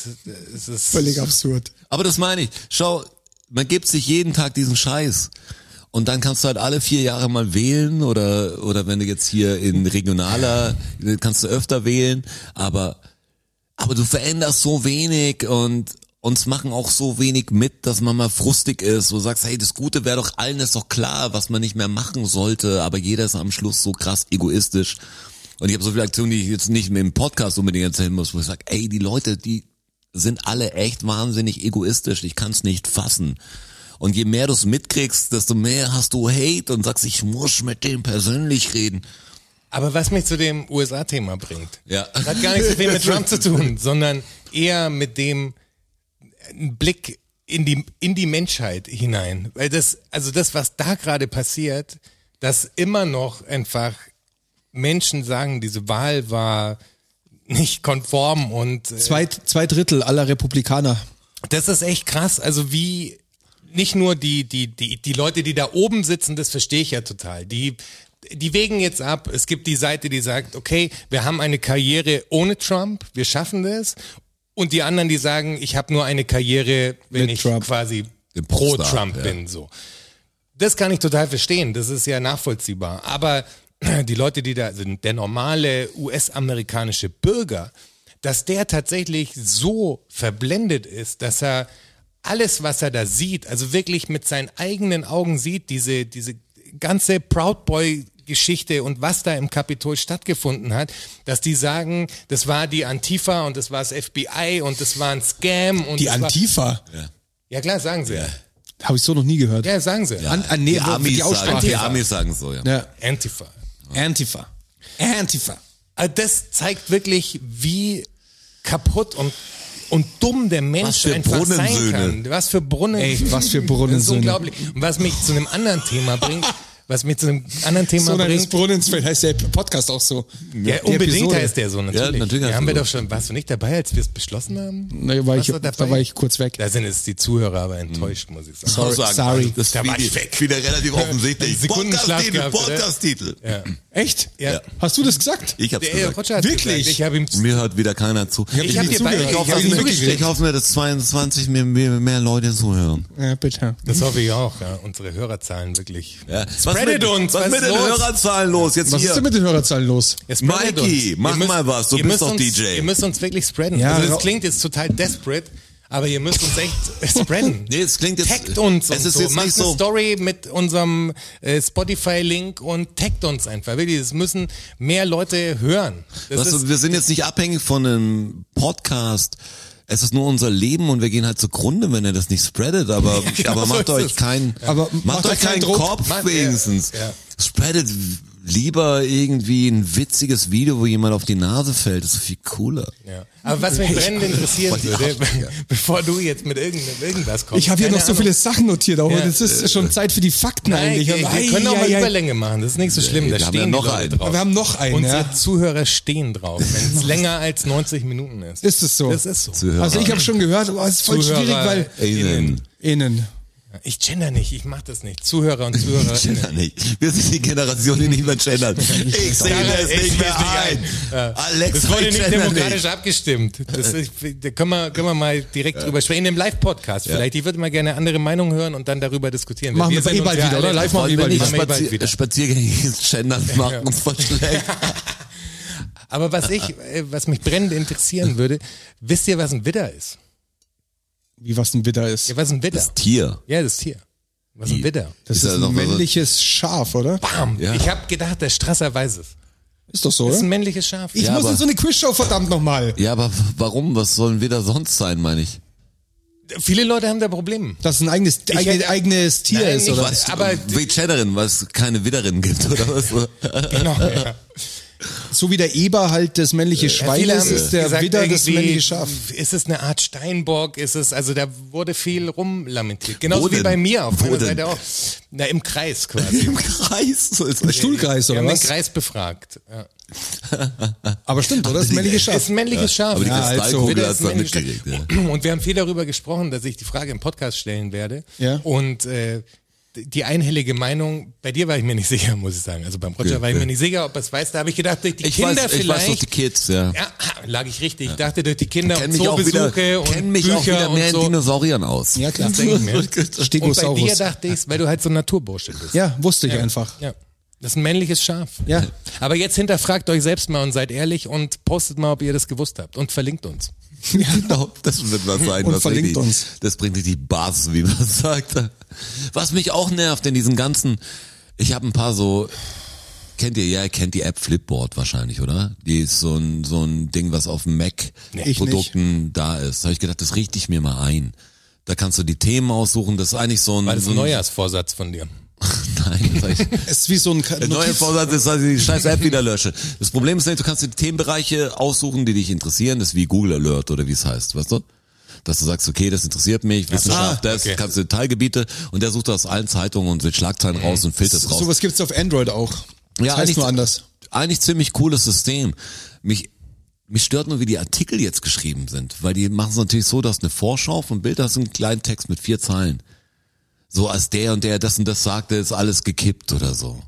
[SPEAKER 3] Es ist
[SPEAKER 2] Völlig absurd.
[SPEAKER 4] Aber das meine ich. Schau, man gibt sich jeden Tag diesen Scheiß. Und dann kannst du halt alle vier Jahre mal wählen oder, oder wenn du jetzt hier in regionaler, kannst du öfter wählen, aber, aber du veränderst so wenig und uns machen auch so wenig mit, dass man mal frustig ist, wo du sagst, hey, das Gute wäre doch allen ist doch klar, was man nicht mehr machen sollte, aber jeder ist am Schluss so krass egoistisch. Und ich habe so viele Aktionen, die ich jetzt nicht mit dem Podcast unbedingt erzählen muss, wo ich sage, ey, die Leute, die sind alle echt wahnsinnig egoistisch. Ich kann's nicht fassen. Und je mehr du's mitkriegst, desto mehr hast du Hate und sagst, ich muss mit dem persönlich reden.
[SPEAKER 3] Aber was mich zu dem USA-Thema bringt,
[SPEAKER 4] Ja.
[SPEAKER 3] das hat gar nicht so viel mit Trump zu tun, sondern eher mit dem einen Blick in die, in die Menschheit hinein. Weil das, also das, was da gerade passiert, dass immer noch einfach Menschen sagen, diese Wahl war nicht konform und äh,
[SPEAKER 2] Zwei, zwei Drittel aller Republikaner
[SPEAKER 3] Das ist echt krass. Also wie nicht nur die, die, die, die Leute, die da oben sitzen, das verstehe ich ja total. Die, die wägen jetzt ab. Es gibt die Seite, die sagt, okay, wir haben eine Karriere ohne Trump, wir schaffen das. Und die anderen, die sagen, ich habe nur eine Karriere, wenn
[SPEAKER 2] Mit
[SPEAKER 3] ich
[SPEAKER 2] Trump.
[SPEAKER 3] quasi
[SPEAKER 4] Dem
[SPEAKER 3] pro
[SPEAKER 4] Popstar,
[SPEAKER 3] Trump
[SPEAKER 4] ja.
[SPEAKER 3] bin. So. Das kann ich total verstehen. Das ist ja nachvollziehbar. Aber die Leute, die da sind, der normale US-amerikanische Bürger, dass der tatsächlich so verblendet ist, dass er alles, was er da sieht, also wirklich mit seinen eigenen Augen sieht, diese, diese ganze Proud Boy Geschichte und was da im Kapitol stattgefunden hat, dass die sagen, das war die Antifa und das war das FBI und das war ein Scam und
[SPEAKER 2] Die
[SPEAKER 3] das war,
[SPEAKER 2] Antifa?
[SPEAKER 3] ja klar, sagen sie. Ja,
[SPEAKER 2] Habe ich so noch nie gehört.
[SPEAKER 3] sagen sie.
[SPEAKER 2] An, ah, nee,
[SPEAKER 4] die,
[SPEAKER 2] wo-
[SPEAKER 4] Amis
[SPEAKER 2] die
[SPEAKER 4] sagen,
[SPEAKER 2] Aussprache.
[SPEAKER 4] die Amis sagen so, ja.
[SPEAKER 2] Ja.
[SPEAKER 3] Antifa.
[SPEAKER 2] Antifa. Antifa.
[SPEAKER 3] Also das zeigt wirklich, wie kaputt und, und dumm der Mensch
[SPEAKER 4] Was für
[SPEAKER 3] einfach sein
[SPEAKER 4] Brunnensöhne.
[SPEAKER 3] kann. Was für Brunnen.
[SPEAKER 2] Echt, was für
[SPEAKER 3] Das ist
[SPEAKER 2] Brunnensöhne.
[SPEAKER 3] unglaublich. Und was mich zu einem anderen Thema bringt, was mich zu einem anderen Thema
[SPEAKER 2] Sohn eines
[SPEAKER 3] bringt.
[SPEAKER 2] Brunnens, vielleicht heißt der Podcast auch so.
[SPEAKER 3] Ja,
[SPEAKER 2] Die
[SPEAKER 3] unbedingt
[SPEAKER 2] Episode.
[SPEAKER 3] heißt der so, natürlich.
[SPEAKER 4] natürlich heißt
[SPEAKER 3] ja, haben wir
[SPEAKER 4] er so.
[SPEAKER 3] doch schon, warst du nicht dabei, als wir es beschlossen haben?
[SPEAKER 2] Nee, war ich,
[SPEAKER 3] Warst du
[SPEAKER 2] da war ich kurz weg.
[SPEAKER 3] Da sind jetzt die Zuhörer aber enttäuscht, muss ich sagen.
[SPEAKER 2] Sorry.
[SPEAKER 4] Muss sagen, Also
[SPEAKER 2] Sorry.
[SPEAKER 4] Das
[SPEAKER 3] Da
[SPEAKER 4] ist
[SPEAKER 3] war
[SPEAKER 4] wieder,
[SPEAKER 3] ich weg.
[SPEAKER 4] wieder relativ offensichtlich.
[SPEAKER 3] Sekundenschlaf
[SPEAKER 4] Podcast-Titel,
[SPEAKER 3] gehabt, oder?
[SPEAKER 4] Podcast-Titel.
[SPEAKER 2] Echt?
[SPEAKER 3] Ja.
[SPEAKER 2] Hast du das gesagt?
[SPEAKER 4] Ich hab's
[SPEAKER 3] Der
[SPEAKER 4] gesagt.
[SPEAKER 3] Roger hat
[SPEAKER 2] Wirklich?
[SPEAKER 3] Gesagt, ich habe ihm
[SPEAKER 4] Mir hört wieder keiner zu.
[SPEAKER 2] Ich
[SPEAKER 3] hab dir beide-
[SPEAKER 4] ich,
[SPEAKER 3] ich
[SPEAKER 4] hoffe,
[SPEAKER 3] hab
[SPEAKER 4] dass
[SPEAKER 3] dir
[SPEAKER 4] mir-
[SPEAKER 3] zugeschickt.
[SPEAKER 4] ich hoffe mir, dass 22 mehr, mehr, mehr Leute zuhören.
[SPEAKER 2] Ja, bitte.
[SPEAKER 3] Das hoffe ich auch, ja. Unsere Hörerzahlen wirklich.
[SPEAKER 4] Ja. Was
[SPEAKER 3] Spreadet
[SPEAKER 4] mit,
[SPEAKER 3] uns,
[SPEAKER 4] was mit den
[SPEAKER 3] los?
[SPEAKER 4] Hörerzahlen los? Jetzt
[SPEAKER 2] Was
[SPEAKER 4] hier.
[SPEAKER 2] ist denn mit den Hörerzahlen los?
[SPEAKER 3] Ja, spreadet
[SPEAKER 4] Mikey,
[SPEAKER 3] uns.
[SPEAKER 4] mach
[SPEAKER 3] Ihr müsst-
[SPEAKER 4] mal was, du
[SPEAKER 3] ihr
[SPEAKER 4] bist
[SPEAKER 3] müsst
[SPEAKER 4] doch
[SPEAKER 3] uns,
[SPEAKER 4] DJ.
[SPEAKER 3] Ihr müsst uns wirklich spreaden.
[SPEAKER 2] Ja,
[SPEAKER 3] also
[SPEAKER 2] ra-
[SPEAKER 3] das klingt jetzt total desperate, aber ihr müsst uns echt äh, spreaden.
[SPEAKER 4] Nee, es klingt jetzt-
[SPEAKER 3] Taggt uns
[SPEAKER 4] es
[SPEAKER 3] und
[SPEAKER 4] ist
[SPEAKER 3] so.
[SPEAKER 4] jetzt
[SPEAKER 3] Macht
[SPEAKER 4] nicht
[SPEAKER 3] eine
[SPEAKER 4] so-
[SPEAKER 3] Story mit unserem äh, Spotify-Link und taggt uns einfach. Wirklich, das müssen mehr Leute hören. Das
[SPEAKER 4] Weißt
[SPEAKER 3] ist,
[SPEAKER 4] du, wir sind jetzt nicht abhängig von einem Podcast. Es ist nur unser Leben und wir gehen halt zugrunde, wenn ihr das nicht spreadet. Aber,
[SPEAKER 3] genau
[SPEAKER 4] aber
[SPEAKER 3] so
[SPEAKER 4] macht
[SPEAKER 3] ist
[SPEAKER 4] euch
[SPEAKER 3] es.
[SPEAKER 4] keinen,
[SPEAKER 2] Aber
[SPEAKER 4] macht,
[SPEAKER 2] macht
[SPEAKER 4] euch
[SPEAKER 2] euch keinen
[SPEAKER 4] keinen
[SPEAKER 2] Druck.
[SPEAKER 4] Kopf
[SPEAKER 3] Macht- ja,
[SPEAKER 4] wenigstens.
[SPEAKER 3] ja.
[SPEAKER 4] Spreadet lieber irgendwie ein witziges Video, wo jemand auf die Nase fällt. Das ist viel cooler.
[SPEAKER 3] ja. Aber was mich brennend interessieren
[SPEAKER 4] Voll die
[SPEAKER 3] würde,
[SPEAKER 4] Arschlöcher.
[SPEAKER 3] bevor du jetzt mit irgend- irgendwas kommst.
[SPEAKER 2] Ich habe hier
[SPEAKER 3] keine
[SPEAKER 2] noch so
[SPEAKER 3] Ahnung.
[SPEAKER 2] viele Sachen notiert, aber
[SPEAKER 3] Ja.
[SPEAKER 2] das ist schon Zeit für die Fakten
[SPEAKER 3] Nein,
[SPEAKER 2] eigentlich.
[SPEAKER 3] wir,
[SPEAKER 2] Aber ei,
[SPEAKER 3] wir können auch
[SPEAKER 2] ei,
[SPEAKER 3] mal
[SPEAKER 2] ei.
[SPEAKER 3] Überlänge machen, das ist nicht so schlimm. Da
[SPEAKER 4] wir haben
[SPEAKER 3] stehen
[SPEAKER 4] ja noch
[SPEAKER 3] die Leute
[SPEAKER 4] einen.
[SPEAKER 3] drauf.
[SPEAKER 2] Aber wir haben noch einen,
[SPEAKER 3] Unsere
[SPEAKER 2] ja.
[SPEAKER 3] Zuhörer stehen drauf, wenn es länger als 90 Minuten ist.
[SPEAKER 2] Ist es so?
[SPEAKER 3] Das ist so.
[SPEAKER 4] Zuhörer.
[SPEAKER 2] Also ich habe schon gehört, aber es ist voll schwierig, weil
[SPEAKER 4] Innen.
[SPEAKER 2] innen.
[SPEAKER 3] Ich gender nicht, ich mach das nicht. Zuhörer und Zuhörerinnen.
[SPEAKER 4] Gender nicht. Wir sind die Generation, die nicht mehr gendert. Ich sehe
[SPEAKER 3] Daran-
[SPEAKER 4] das
[SPEAKER 3] ich
[SPEAKER 4] nicht
[SPEAKER 3] seh's
[SPEAKER 4] mehr ein.
[SPEAKER 3] Ja.
[SPEAKER 4] Alex,
[SPEAKER 3] das wurde
[SPEAKER 4] ich
[SPEAKER 3] nicht
[SPEAKER 4] gender
[SPEAKER 3] demokratisch abgestimmt. Das, ist- da können wir, können wir mal direkt drüber sprechen. In dem Live-Podcast vielleicht. Ich würde mal gerne andere Meinung hören und dann darüber diskutieren.
[SPEAKER 2] Machen
[SPEAKER 3] wir
[SPEAKER 2] wir bei
[SPEAKER 3] sind
[SPEAKER 2] eh
[SPEAKER 3] uns
[SPEAKER 2] bald
[SPEAKER 3] ja
[SPEAKER 2] wieder, oder?
[SPEAKER 3] alle-
[SPEAKER 2] Live machen wir
[SPEAKER 4] Wollen wir
[SPEAKER 2] bald
[SPEAKER 4] nicht
[SPEAKER 3] Machen wir bald
[SPEAKER 4] spazier
[SPEAKER 3] wieder.
[SPEAKER 4] spaziergängiges Gendern machen,
[SPEAKER 3] Ja.
[SPEAKER 4] uns voll schlecht.
[SPEAKER 3] Aber was ich, äh, was mich brennend interessieren würde, wisst ihr, was ein Widder ist?
[SPEAKER 2] Wie was ein Widder ist.
[SPEAKER 3] Ja, was ist ein Widder?
[SPEAKER 4] Das Tier.
[SPEAKER 3] Ja, das Tier. Was ist ein Widder?
[SPEAKER 2] Das
[SPEAKER 4] Ist
[SPEAKER 2] ist,
[SPEAKER 4] das noch
[SPEAKER 2] ein
[SPEAKER 4] mal so-
[SPEAKER 2] männliches Schaf, oder?
[SPEAKER 3] Bam.
[SPEAKER 4] Ja.
[SPEAKER 3] Ich habe gedacht, der Strasser weiß es.
[SPEAKER 2] Ist doch so,
[SPEAKER 3] Das ist ein
[SPEAKER 2] oder?
[SPEAKER 3] männliches Schaf.
[SPEAKER 2] Ich
[SPEAKER 4] Ja,
[SPEAKER 2] muss
[SPEAKER 4] aber-
[SPEAKER 2] in so eine Quizshow, verdammt nochmal.
[SPEAKER 4] Ja, aber w- warum? Was sollen wir da sonst sein, meine ich?
[SPEAKER 3] Viele Leute haben da Probleme.
[SPEAKER 2] Dass ein eigenes, eigne,
[SPEAKER 3] hätte-
[SPEAKER 2] eigenes Tier
[SPEAKER 3] Nein,
[SPEAKER 2] ist,
[SPEAKER 3] ich
[SPEAKER 2] oder?
[SPEAKER 3] weiß-
[SPEAKER 4] Was?
[SPEAKER 3] aber-
[SPEAKER 4] Wie Chatterin, weil es keine Widderin gibt, oder was?
[SPEAKER 3] Genau. Ja.
[SPEAKER 2] So wie der Eber halt das männliche Äh, Schwein
[SPEAKER 3] viele
[SPEAKER 2] ist,
[SPEAKER 3] haben
[SPEAKER 2] ist der
[SPEAKER 3] gesagt,
[SPEAKER 2] Widder das
[SPEAKER 3] irgendwie
[SPEAKER 2] männliche Schaf.
[SPEAKER 3] Ist es eine Art Steinbock? Ist es, also da wurde viel rumlamentiert. Genauso
[SPEAKER 4] Wo
[SPEAKER 3] wie
[SPEAKER 4] denn?
[SPEAKER 3] bei mir auf
[SPEAKER 4] Wo
[SPEAKER 3] meiner
[SPEAKER 4] denn?
[SPEAKER 3] Seite auch. Na, im Kreis quasi.
[SPEAKER 4] Im Kreis. So ist
[SPEAKER 2] Im Stuhlkreis,
[SPEAKER 3] Wir
[SPEAKER 2] oder
[SPEAKER 3] haben den
[SPEAKER 2] was?
[SPEAKER 3] Kreis befragt. Ja.
[SPEAKER 2] Aber stimmt, oder? Das männliche Schaf.
[SPEAKER 3] Ist ein männliches Schaf.
[SPEAKER 4] Aber die
[SPEAKER 2] Ja,
[SPEAKER 4] Kristallkugel
[SPEAKER 3] Widder
[SPEAKER 4] hat's
[SPEAKER 3] ist
[SPEAKER 4] dann
[SPEAKER 3] ein männliches
[SPEAKER 4] mitgekriegt. Ja.
[SPEAKER 3] Schaf. Und wir haben viel darüber gesprochen, dass ich die Frage im Podcast stellen werde.
[SPEAKER 2] Ja.
[SPEAKER 3] Und äh, die einhellige Meinung, bei dir war ich mir nicht sicher, muss ich sagen. Also beim Roger
[SPEAKER 4] Okay,
[SPEAKER 3] war ich mir
[SPEAKER 4] ja.
[SPEAKER 3] nicht sicher, ob er es weiß. Da habe ich gedacht, durch die
[SPEAKER 4] Ich
[SPEAKER 3] Kinder
[SPEAKER 4] weiß, ich weiß
[SPEAKER 3] vielleicht.
[SPEAKER 4] doch die Kids, ja.
[SPEAKER 3] Ja, lag ich richtig. Ich dachte durch die Kinder
[SPEAKER 4] Kenn
[SPEAKER 3] und
[SPEAKER 4] mich, auch wieder,
[SPEAKER 3] Zoobesuche und
[SPEAKER 4] kenn mich
[SPEAKER 3] Bücher
[SPEAKER 4] auch wieder mehr
[SPEAKER 3] und so.
[SPEAKER 4] in Dinosauriern aus.
[SPEAKER 2] Ja, klar.
[SPEAKER 3] Das denke ich mir. Und bei dir
[SPEAKER 2] Stegosaurus.
[SPEAKER 3] dachte ich weil du halt so ein Naturbursche bist.
[SPEAKER 2] Ja, wusste ich einfach.
[SPEAKER 3] Ja. Das ist ein männliches Schaf.
[SPEAKER 2] Ja.
[SPEAKER 3] Aber jetzt hinterfragt euch selbst mal und seid ehrlich und postet mal, ob ihr das gewusst habt und verlinkt uns.
[SPEAKER 4] Genau, das wird was sein.
[SPEAKER 2] Und
[SPEAKER 4] was
[SPEAKER 2] verlinkt
[SPEAKER 4] richtig,
[SPEAKER 2] uns.
[SPEAKER 4] Das bringt dich die Basis, wie man sagt. Was mich auch nervt in diesen ganzen, ich habe ein paar so, kennt ihr, ja, ihr kennt die App Flipboard wahrscheinlich, oder? Die ist so ein, so ein Ding, was auf
[SPEAKER 2] Ich
[SPEAKER 4] Mac-Produkten da ist. Da habe ich gedacht, das richte ich mir mal ein. Da kannst du die Themen aussuchen, das ist eigentlich so ein...
[SPEAKER 3] War das
[SPEAKER 4] so
[SPEAKER 3] ein
[SPEAKER 4] ein
[SPEAKER 3] Neujahrsvorsatz von dir?
[SPEAKER 4] Nein, das hab ich,
[SPEAKER 2] Es ist wie so ein Ka-
[SPEAKER 4] der neue
[SPEAKER 2] Notiz.
[SPEAKER 4] Vorsatz ist, dass ich die scheiß App wieder lösche. Das Problem ist nicht, du kannst dir die Themenbereiche aussuchen, die dich interessieren. Das ist wie Google Alert oder wie es heißt, weißt du? Dass du sagst, okay, das interessiert mich, Wissenschaft, das,
[SPEAKER 3] okay.
[SPEAKER 4] kannst du Teilgebiete und der sucht aus allen Zeitungen und den Schlagzeilen raus und filtert raus.
[SPEAKER 2] Sowas gibt's auf Android auch. Das
[SPEAKER 4] Ja,
[SPEAKER 2] heißt
[SPEAKER 4] eigentlich-
[SPEAKER 2] nur anders.
[SPEAKER 4] Eigentlich ziemlich cooles System. Mich Mich stört nur, wie die Artikel jetzt geschrieben sind, weil die machen es natürlich so, dass eine Vorschau vom Bild, da ist ein kleinen Text mit vier Zeilen. So als der und der das und das sagte, ist alles gekippt oder so.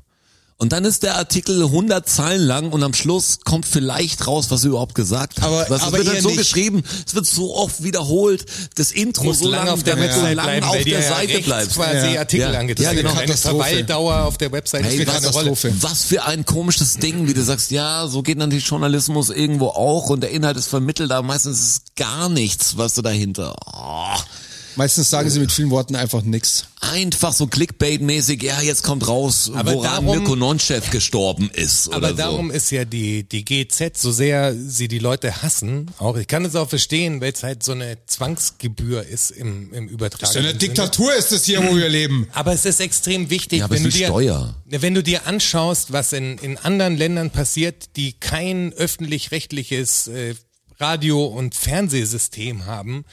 [SPEAKER 4] Und dann ist der Artikel 100 Zeilen lang und am Schluss kommt vielleicht raus, was er überhaupt gesagt hat.
[SPEAKER 2] Aber-
[SPEAKER 4] was, es
[SPEAKER 2] aber
[SPEAKER 4] wird dann
[SPEAKER 2] eher
[SPEAKER 4] so
[SPEAKER 2] nicht.
[SPEAKER 4] geschrieben, es wird so oft wiederholt, das Intro
[SPEAKER 3] muss
[SPEAKER 4] so
[SPEAKER 3] lange
[SPEAKER 4] lange,
[SPEAKER 3] auf der
[SPEAKER 4] damit du
[SPEAKER 3] Website
[SPEAKER 4] lange
[SPEAKER 3] bleiben,
[SPEAKER 4] auf
[SPEAKER 3] weil dir
[SPEAKER 4] der
[SPEAKER 3] ja
[SPEAKER 4] Seite
[SPEAKER 3] rechts
[SPEAKER 4] bleibst.
[SPEAKER 3] quasi
[SPEAKER 2] Ja.
[SPEAKER 3] Artikel
[SPEAKER 4] Ja.
[SPEAKER 3] angezeigt
[SPEAKER 4] Ja, genau.
[SPEAKER 3] werden. Eine
[SPEAKER 2] Katastrophe.
[SPEAKER 3] Verweildauer auf der Website
[SPEAKER 4] Hey,
[SPEAKER 3] spielt
[SPEAKER 4] was,
[SPEAKER 3] keine Rolle.
[SPEAKER 2] Katastrophe.
[SPEAKER 4] was für ein komisches Ding, wie du sagst, ja, so geht natürlich Journalismus irgendwo auch und der Inhalt ist vermittelt, aber meistens ist es gar nichts, was du dahinter. Oh,
[SPEAKER 2] Meistens sagen sie mit vielen Worten einfach nichts.
[SPEAKER 4] einfach so Clickbait-mäßig, ja, jetzt kommt raus,
[SPEAKER 3] Aber
[SPEAKER 4] woran
[SPEAKER 3] darum-
[SPEAKER 4] Mirko Nonchef gestorben ist oder
[SPEAKER 3] Aber
[SPEAKER 4] so.
[SPEAKER 3] darum ist ja die, die GZ, so sehr sie die Leute hassen, auch ich kann es auch verstehen, weil es halt so eine Zwangsgebühr ist im, im Übertragenen
[SPEAKER 2] So eine
[SPEAKER 3] Sinne.
[SPEAKER 2] Diktatur ist es hier, wo wir leben.
[SPEAKER 3] Aber es ist extrem wichtig,
[SPEAKER 4] Ja, aber
[SPEAKER 3] wenn, du
[SPEAKER 4] es ist
[SPEAKER 3] dir,
[SPEAKER 4] Steuer.
[SPEAKER 3] wenn du dir anschaust, was in, in anderen Ländern passiert, die kein öffentlich-rechtliches äh, Radio- und Fernsehsystem haben,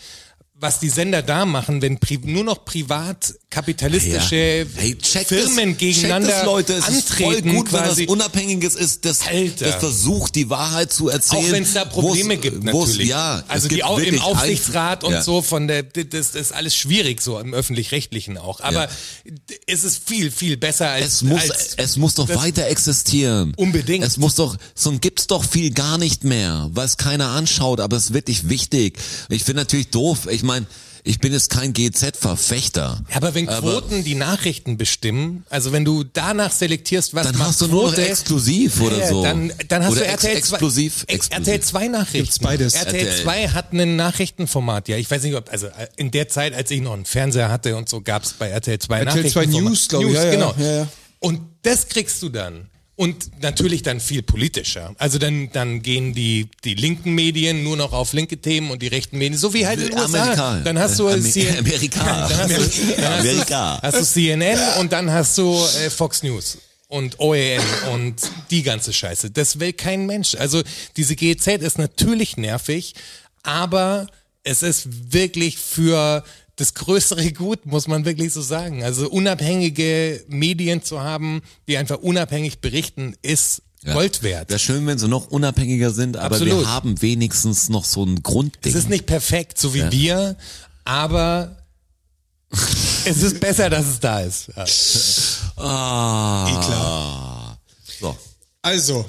[SPEAKER 3] was die Sender da machen, wenn pri nur noch privat kapitalistische
[SPEAKER 4] Ja. Hey, check
[SPEAKER 3] Firmen
[SPEAKER 4] das,
[SPEAKER 3] gegeneinander
[SPEAKER 4] check das, Leute. Es ist
[SPEAKER 3] antreten
[SPEAKER 4] voll gut,
[SPEAKER 3] quasi.
[SPEAKER 4] wenn das Unabhängiges ist, das,
[SPEAKER 3] Alter.
[SPEAKER 4] das versucht, die Wahrheit zu erzählen.
[SPEAKER 3] Auch wenn es da Probleme
[SPEAKER 4] wo's-
[SPEAKER 3] gibt
[SPEAKER 4] wo's-
[SPEAKER 3] natürlich.
[SPEAKER 4] Ja, es
[SPEAKER 3] also die
[SPEAKER 4] gibt
[SPEAKER 3] auch im
[SPEAKER 4] wirklich
[SPEAKER 3] Aufsichtsrat
[SPEAKER 4] ein-
[SPEAKER 3] und
[SPEAKER 4] ja.
[SPEAKER 3] so von der das, das ist alles schwierig so im öffentlich-rechtlichen auch. Aber es ist viel viel besser als
[SPEAKER 4] Es muss,
[SPEAKER 3] als,
[SPEAKER 4] es muss doch
[SPEAKER 3] das-
[SPEAKER 4] weiter existieren.
[SPEAKER 3] Unbedingt.
[SPEAKER 4] Es muss doch, so ein gibt's doch viel gar nicht mehr, weil es keiner anschaut, aber es ist wirklich wichtig. Ich finde natürlich doof. Ich meine, ich bin jetzt kein GZ-Verfechter.
[SPEAKER 3] Ja, aber wenn Quoten die Nachrichten bestimmen, also wenn du danach selektierst, was
[SPEAKER 4] Dann
[SPEAKER 3] macht
[SPEAKER 4] hast du nur noch
[SPEAKER 3] Quote,
[SPEAKER 4] exklusiv oder
[SPEAKER 3] ja,
[SPEAKER 4] so.
[SPEAKER 3] Dann, dann hast
[SPEAKER 4] oder
[SPEAKER 3] du
[SPEAKER 4] ex
[SPEAKER 3] RTL 2
[SPEAKER 4] exklusiv.
[SPEAKER 3] Ex-
[SPEAKER 4] exklusiv.
[SPEAKER 3] RTL 2 Nachrichten.
[SPEAKER 2] Gibt's beides.
[SPEAKER 3] RTL
[SPEAKER 4] RTL.
[SPEAKER 3] 2 hat ein Nachrichtenformat, ja. Ich weiß nicht, ob, also äh, in der Zeit, als ich noch einen Fernseher hatte und so, gab's bei RTL 2
[SPEAKER 2] RTL 2
[SPEAKER 3] Nachrichtenformat.
[SPEAKER 2] News, glaub ich, ja, ja,
[SPEAKER 3] genau.
[SPEAKER 2] ja, ja.
[SPEAKER 3] Und das kriegst du dann. Und natürlich dann viel politischer. Also dann, dann gehen die, die linken Medien nur noch auf linke Themen und die rechten Medien, so wie halt in den USA.
[SPEAKER 4] Äh, Amerika.
[SPEAKER 3] Dann hast du
[SPEAKER 4] Äh,
[SPEAKER 3] es hier.
[SPEAKER 4] Amer- Amerika.
[SPEAKER 3] Dann hast du, dann hast du-
[SPEAKER 4] Amerika.
[SPEAKER 3] Hast du CNN und dann hast du äh, Fox News und OAN und die ganze Scheiße. Das will kein Mensch. Also diese GEZ ist natürlich nervig, aber es ist wirklich für das größere Gut, muss man wirklich so sagen. Also unabhängige Medien zu haben, die einfach unabhängig berichten, ist
[SPEAKER 4] Ja.
[SPEAKER 3] Gold wert.
[SPEAKER 4] Wäre schön, wenn sie noch unabhängiger sind, aber
[SPEAKER 3] Absolut.
[SPEAKER 4] wir haben wenigstens noch so ein Grundding.
[SPEAKER 3] Es ist nicht perfekt, so wie wir, aber es ist besser, dass es da ist. Ja.
[SPEAKER 2] Eh,
[SPEAKER 4] ah. So.
[SPEAKER 2] Also,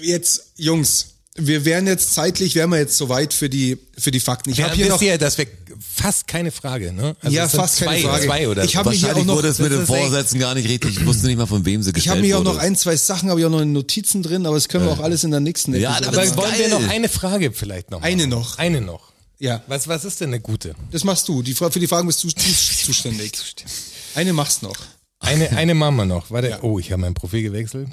[SPEAKER 2] jetzt, Jungs, wir wären jetzt zeitlich, wären wir jetzt soweit für die, für die Fakten. Ich
[SPEAKER 3] Ja,
[SPEAKER 2] habe hier
[SPEAKER 3] wisst
[SPEAKER 2] noch,
[SPEAKER 3] ihr, dass wir fast keine Frage, ne? Also
[SPEAKER 2] Ja,
[SPEAKER 3] es sind
[SPEAKER 2] fast
[SPEAKER 3] zwei,
[SPEAKER 2] keine Frage.
[SPEAKER 3] Zwei oder
[SPEAKER 2] Ich
[SPEAKER 3] so.
[SPEAKER 2] hab mir hier
[SPEAKER 4] Wahrscheinlich
[SPEAKER 2] auch noch-
[SPEAKER 4] wurde es mit
[SPEAKER 3] das
[SPEAKER 4] den
[SPEAKER 3] ist echt-
[SPEAKER 4] Vorsätzen gar nicht richtig. Ich wusste nicht mal, von wem sie
[SPEAKER 2] ich
[SPEAKER 4] gestellt
[SPEAKER 2] habe mir auch
[SPEAKER 4] wurde.
[SPEAKER 2] noch ein, zwei Sachen, habe ich auch noch in Notizen drin, aber das können wir auch alles in der nächsten Episode
[SPEAKER 4] Ja, aber
[SPEAKER 2] machen.
[SPEAKER 3] Dann wollen wir
[SPEAKER 4] Geil.
[SPEAKER 3] noch eine Frage vielleicht noch.
[SPEAKER 2] Eine
[SPEAKER 3] machen.
[SPEAKER 2] noch.
[SPEAKER 3] Eine noch.
[SPEAKER 2] Ja,
[SPEAKER 3] Was, was ist denn eine gute?
[SPEAKER 2] das machst du. Die, Fra- für die Fragen bist du zu- zuständig. Eine machst noch.
[SPEAKER 3] Eine, eine machen wir noch. Warte, oh, ich habe mein Profil gewechselt.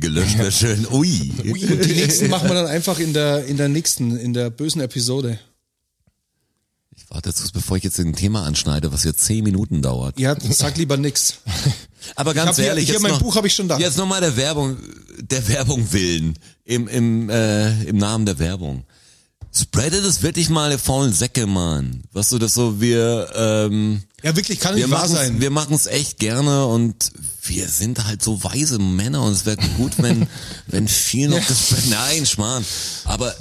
[SPEAKER 4] gelöscht, wäre schön. Ui.
[SPEAKER 2] Die nächsten machen wir dann einfach in der, in der nächsten, in der bösen Episode.
[SPEAKER 4] Ich warte jetzt, kurz, bevor ich jetzt ein Thema anschneide, was jetzt zehn Minuten dauert.
[SPEAKER 2] Ja, sag lieber nix.
[SPEAKER 4] Aber ganz
[SPEAKER 2] hab hier-
[SPEAKER 4] ehrlich,
[SPEAKER 2] hier
[SPEAKER 4] jetzt
[SPEAKER 2] mein
[SPEAKER 4] noch,
[SPEAKER 2] Buch hab ich schon da.
[SPEAKER 4] Jetzt nochmal der Werbung, der Werbung willen. Im, im, äh, Im Namen der Werbung. Spreadet es wirklich mal, ihr faulen Säcke, Mann. Weißt du, das so, wir, ähm,
[SPEAKER 2] Ja, wirklich, kann
[SPEAKER 4] wir
[SPEAKER 2] nicht wahr
[SPEAKER 4] machen's-
[SPEAKER 2] sein.
[SPEAKER 4] Wir machen es echt gerne und wir sind halt so weise Männer und es wäre gut, wenn, wenn viel noch gesprochen. Nein, Schmarrn. Aber,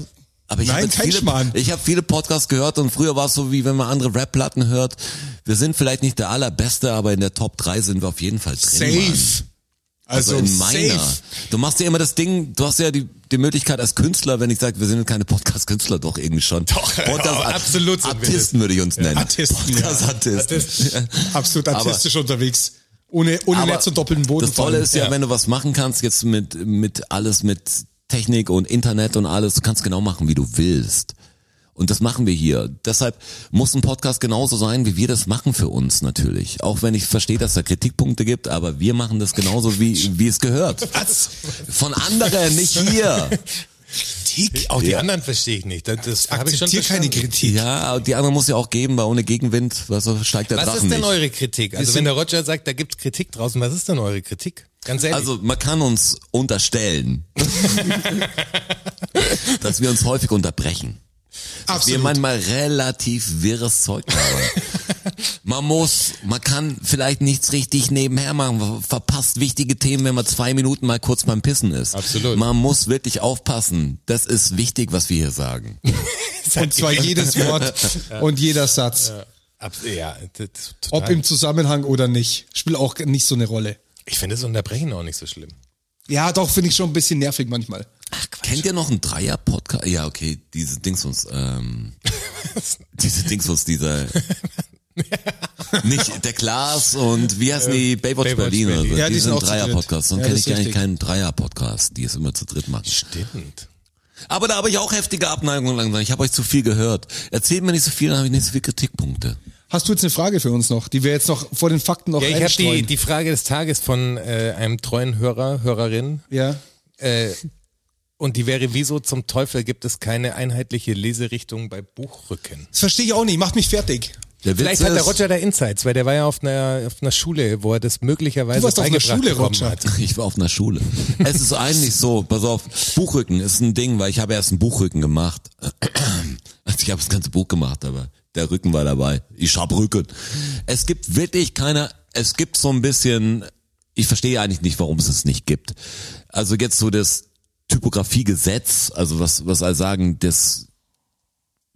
[SPEAKER 4] aber ich
[SPEAKER 2] Nein,
[SPEAKER 4] habe
[SPEAKER 2] kein
[SPEAKER 4] viele,
[SPEAKER 2] Schmarrn.
[SPEAKER 4] ich habe viele Podcasts gehört und früher war es so, wie wenn man andere Rap-Platten hört. Wir sind vielleicht nicht der allerbeste, aber in der Top 3 sind wir auf jeden Fall drin. Mann.
[SPEAKER 2] Safe. Also,
[SPEAKER 4] Also in meiner.
[SPEAKER 2] safe.
[SPEAKER 4] Du machst ja immer das Ding, du hast ja die, die Möglichkeit als Künstler, wenn ich sage, wir sind keine Podcast-Künstler, doch irgendwie schon. Doch,
[SPEAKER 3] ja, absolut sind wir das.
[SPEAKER 4] Artisten würde ich uns nennen.
[SPEAKER 2] Artisten, ja.
[SPEAKER 4] Podcast-Artisten.
[SPEAKER 2] Absolut artistisch unterwegs. Ohne, ohne
[SPEAKER 4] Aber
[SPEAKER 2] Netz und doppelten Boden.
[SPEAKER 4] Das Tolle
[SPEAKER 2] fallen.
[SPEAKER 4] ist ja, wenn du was machen kannst, jetzt mit, mit alles, mit Technik und Internet und alles, du kannst genau machen, wie du willst. Und das machen wir hier. Deshalb muss ein Podcast genauso sein, wie wir das machen für uns natürlich. Auch wenn ich verstehe, dass da Kritikpunkte gibt, aber wir machen das genauso, wie, wie es gehört.
[SPEAKER 2] Was?
[SPEAKER 4] Von anderen, nicht hier.
[SPEAKER 3] Kritik? Auch die anderen verstehe ich nicht. Das, das habe ich schon
[SPEAKER 2] Akzeptier keine
[SPEAKER 3] verstanden.
[SPEAKER 2] Kritik.
[SPEAKER 4] Ja, die andere muss ja auch geben, weil ohne Gegenwind, was also steigt der
[SPEAKER 3] Was
[SPEAKER 4] Drachen
[SPEAKER 3] ist denn
[SPEAKER 4] nicht.
[SPEAKER 3] eure Kritik? Also wenn der Roger sagt, da gibt's Kritik draußen, was ist denn eure Kritik? Ganz ehrlich.
[SPEAKER 4] Also man kann uns unterstellen, dass wir uns häufig unterbrechen. wir
[SPEAKER 2] Absolut.
[SPEAKER 4] manchmal relativ wirres Zeug haben. man muss, man kann vielleicht nichts richtig nebenher machen, ver- verpasst wichtige Themen, wenn man zwei Minuten mal kurz beim Pissen ist.
[SPEAKER 3] Absolut.
[SPEAKER 4] Man muss wirklich aufpassen. Das ist wichtig, was wir hier sagen.
[SPEAKER 2] Und zwar jedes Wort und jeder Satz.
[SPEAKER 3] Ab, ja, das, total.
[SPEAKER 2] Ob im Zusammenhang oder nicht. Spielt auch nicht so eine Rolle.
[SPEAKER 3] ich finde das Unterbrechen auch nicht so schlimm.
[SPEAKER 2] Ja, doch, finde ich schon ein bisschen nervig manchmal.
[SPEAKER 4] Kennt ihr noch einen Dreier-Podcast? Ja, okay, diese Dingsbums, ähm, diese Dingsbums, dieser, nicht, der Klaas und wie heißen die? Baywatch,
[SPEAKER 3] Baywatch
[SPEAKER 4] Berlin oder so.
[SPEAKER 3] Berlin.
[SPEAKER 2] Ja, die sind auch zu dritt.
[SPEAKER 4] Dreier-Podcast. Sonst
[SPEAKER 2] Ja,
[SPEAKER 4] kenne
[SPEAKER 2] das
[SPEAKER 4] ich
[SPEAKER 2] ist
[SPEAKER 4] eigentlich
[SPEAKER 2] richtig.
[SPEAKER 4] keinen Dreier-Podcast, die es immer zu dritt machen.
[SPEAKER 3] Stimmt.
[SPEAKER 4] Aber da habe ich auch heftige Abneigungen langsam. Ich habe euch zu viel gehört. Erzählt mir nicht so viel, dann habe ich nicht so viele Kritikpunkte.
[SPEAKER 2] Hast du jetzt eine Frage für uns noch, die wir jetzt noch vor den Fakten noch
[SPEAKER 3] Ja, ich habe die,
[SPEAKER 2] einstreuen?
[SPEAKER 3] die Frage des Tages von äh, einem treuen Hörer, Hörerin.
[SPEAKER 2] ja.
[SPEAKER 3] Äh, und die wäre, wieso zum Teufel gibt es keine einheitliche Leserichtung bei Buchrücken?
[SPEAKER 2] Das verstehe ich auch nicht, macht mich fertig.
[SPEAKER 4] Der
[SPEAKER 3] Vielleicht
[SPEAKER 4] Witz
[SPEAKER 3] hat der
[SPEAKER 4] ist-
[SPEAKER 3] Roger da Insights, weil der war ja auf einer, auf einer Schule, wo er das möglicherweise
[SPEAKER 2] Du warst auf einer
[SPEAKER 3] Also beigebracht
[SPEAKER 2] Schule,
[SPEAKER 3] bekommen
[SPEAKER 2] Roger.
[SPEAKER 3] hat.
[SPEAKER 4] Ich war auf einer Schule. Es ist eigentlich so, pass auf, Buchrücken ist ein Ding, weil ich habe erst einen Buchrücken gemacht. Also ich habe das ganze Buch gemacht, aber der Rücken war dabei. Ich hab Rücken. Es gibt wirklich keine, es gibt so ein bisschen, ich verstehe eigentlich nicht, warum es es nicht gibt. Also jetzt so das Typografiegesetz, also was, was all sagen, das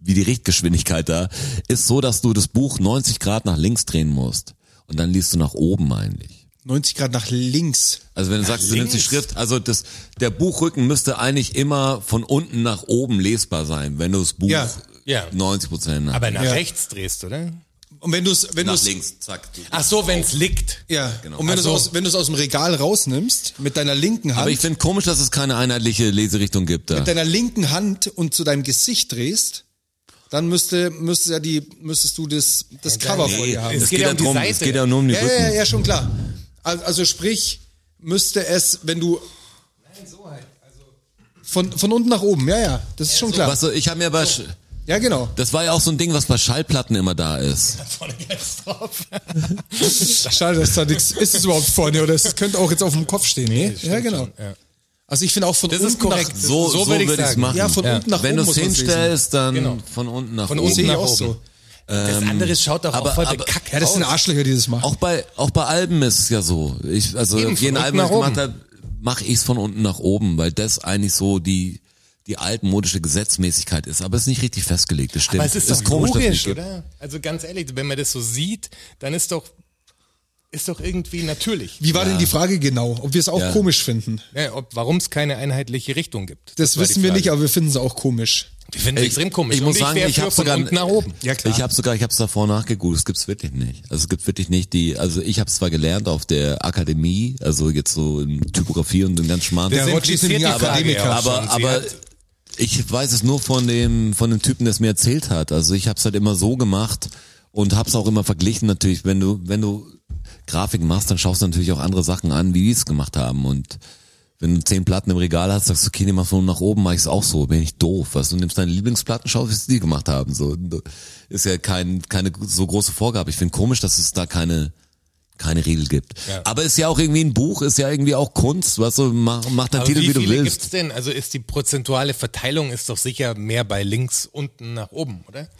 [SPEAKER 4] wie die Richtgeschwindigkeit da, ist so, dass du das Buch 90 Grad nach links drehen musst. Und dann liest du nach oben eigentlich.
[SPEAKER 2] 90 Grad nach links.
[SPEAKER 4] Also wenn du sagst, du nimmst die Schrift, also das, der Buchrücken müsste eigentlich immer von unten nach oben lesbar sein, wenn du das Buch
[SPEAKER 2] Ja,
[SPEAKER 3] ja.
[SPEAKER 4] 90 Prozent nach,
[SPEAKER 3] Aber nach
[SPEAKER 2] Ja.
[SPEAKER 3] rechts drehst, oder?
[SPEAKER 2] Und wenn du es wenn
[SPEAKER 4] nach
[SPEAKER 2] du's,
[SPEAKER 4] links, zack. Du-
[SPEAKER 3] Ach so, wenn's liegt.
[SPEAKER 2] ja,
[SPEAKER 4] Genau.
[SPEAKER 2] und wenn
[SPEAKER 3] Also-
[SPEAKER 2] du es aus, wenn du's aus dem Regal rausnimmst mit deiner linken Hand,
[SPEAKER 4] Aber ich finde komisch, dass es keine einheitliche Leserichtung gibt da.
[SPEAKER 2] mit deiner linken Hand und zu deinem Gesicht drehst, dann müsste müsste ja die müsstest du das das Cover vor
[SPEAKER 4] Nee,
[SPEAKER 2] dir haben.
[SPEAKER 4] es
[SPEAKER 3] geht
[SPEAKER 4] geht
[SPEAKER 3] ja
[SPEAKER 4] ja
[SPEAKER 3] um die
[SPEAKER 4] drum,
[SPEAKER 3] Seite.
[SPEAKER 4] es geht ja nur um den
[SPEAKER 2] Ja,
[SPEAKER 4] Rücken.
[SPEAKER 2] ja, ja, schon klar. Al- Also sprich, müsste es, wenn du von, von unten nach oben, ja, ja, das ist schon klar.
[SPEAKER 4] Weißt du, ich habe mir bei, Sch-
[SPEAKER 2] Ja, genau.
[SPEAKER 4] das war ja auch so ein Ding, was bei Schallplatten immer da ist.
[SPEAKER 3] Vorne ganz drauf.
[SPEAKER 2] Schade, dass da nichts ist. es überhaupt vorne oder es könnte auch jetzt auf dem Kopf stehen, ne? Ja, genau. Also ich finde auch von
[SPEAKER 3] Das ist
[SPEAKER 2] unten nach
[SPEAKER 3] korrekt.
[SPEAKER 4] So,
[SPEAKER 3] So
[SPEAKER 4] so,
[SPEAKER 3] würd ich
[SPEAKER 4] würde ich es
[SPEAKER 3] sagen.
[SPEAKER 4] machen.
[SPEAKER 2] Ja, von
[SPEAKER 3] Ja.
[SPEAKER 2] unten nach
[SPEAKER 4] wenn
[SPEAKER 2] oben.
[SPEAKER 4] du
[SPEAKER 2] muss
[SPEAKER 4] es
[SPEAKER 2] man's lesen.
[SPEAKER 4] hinstellst, dann
[SPEAKER 3] Genau.
[SPEAKER 4] von unten nach
[SPEAKER 3] Von
[SPEAKER 4] oben.
[SPEAKER 3] unten
[SPEAKER 2] Sehe ich
[SPEAKER 3] nach
[SPEAKER 2] auch
[SPEAKER 3] oben.
[SPEAKER 2] so.
[SPEAKER 3] Das andere schaut doch
[SPEAKER 4] aber-
[SPEAKER 3] auch voll
[SPEAKER 4] aber-
[SPEAKER 3] bekackt
[SPEAKER 2] Ähm, Ja, das sind
[SPEAKER 3] aus.
[SPEAKER 2] Arschlöcher, die das machen.
[SPEAKER 4] Auch bei, auch bei Alben ist es ja so. Ich, also
[SPEAKER 3] Eben,
[SPEAKER 4] auf jeden
[SPEAKER 3] von
[SPEAKER 4] Album,
[SPEAKER 3] unten
[SPEAKER 4] was ich
[SPEAKER 3] nach
[SPEAKER 4] gemacht habe, mache ich es von unten nach oben, weil das eigentlich so die, die altmodische Gesetzmäßigkeit ist. Aber es ist nicht richtig festgelegt, das stimmt.
[SPEAKER 3] Aber es ist, doch
[SPEAKER 4] komisch, dass es
[SPEAKER 3] logisch,
[SPEAKER 4] nicht gibt.
[SPEAKER 3] oder? Also ganz ehrlich, wenn man das so sieht, dann ist doch, ist doch irgendwie natürlich,
[SPEAKER 2] Wie war denn die Frage genau? Ob wir es auch
[SPEAKER 4] Ja.
[SPEAKER 2] komisch finden?
[SPEAKER 3] ja, warum es keine einheitliche Richtung gibt.
[SPEAKER 2] Das
[SPEAKER 3] war die
[SPEAKER 2] wissen wir
[SPEAKER 3] Frage.
[SPEAKER 2] nicht, aber wir finden es auch komisch.
[SPEAKER 3] Wir finden es extrem komisch.
[SPEAKER 4] Ich muss
[SPEAKER 3] Und
[SPEAKER 4] sagen,
[SPEAKER 3] wär
[SPEAKER 4] ich
[SPEAKER 3] für
[SPEAKER 4] habe
[SPEAKER 3] von
[SPEAKER 4] sogar
[SPEAKER 3] unten nach oben.
[SPEAKER 2] Ja, klar.
[SPEAKER 4] Ich habe sogar, ich habe davor nachgeguckt. Es gibt's wirklich nicht. Also es gibt wirklich nicht die. Also ich habe zwar gelernt auf der Akademie, also jetzt so in Typografie und den ganzen Schmarrn.
[SPEAKER 2] Der
[SPEAKER 3] Das
[SPEAKER 2] Roger ist
[SPEAKER 3] impliziert
[SPEAKER 2] nämlich
[SPEAKER 3] die
[SPEAKER 2] ein
[SPEAKER 3] Frage
[SPEAKER 2] Akademiker.
[SPEAKER 3] ja auch schon.
[SPEAKER 4] aber
[SPEAKER 3] Sie
[SPEAKER 4] aber
[SPEAKER 3] hat-
[SPEAKER 4] ich weiß es nur von dem von dem Typen, der es mir erzählt hat. Also ich habe es halt immer so gemacht und habe es auch immer verglichen. Natürlich, wenn du wenn du Grafik machst, dann schaust du natürlich auch andere Sachen an, wie die es gemacht haben und wenn du zehn Platten im Regal hast, sagst du, okay, nimm mal von unten nach oben, mach ich's auch so, bin ich doof. Weißt du, du nimmst deine Lieblingsplatten, schaust, wie sie die gemacht haben. So, ist ja kein, keine so große Vorgabe. Ich finde komisch, dass es da keine, keine Regel gibt. Aber ist ja auch irgendwie ein Buch, ist ja irgendwie auch Kunst, weißt du, mach, mach deinen
[SPEAKER 3] aber
[SPEAKER 4] Titel,
[SPEAKER 3] Also wie,
[SPEAKER 4] wie du
[SPEAKER 3] viele
[SPEAKER 4] willst.
[SPEAKER 3] gibt's denn? Also ist die prozentuale Verteilung ist doch sicher mehr bei links unten nach oben, oder?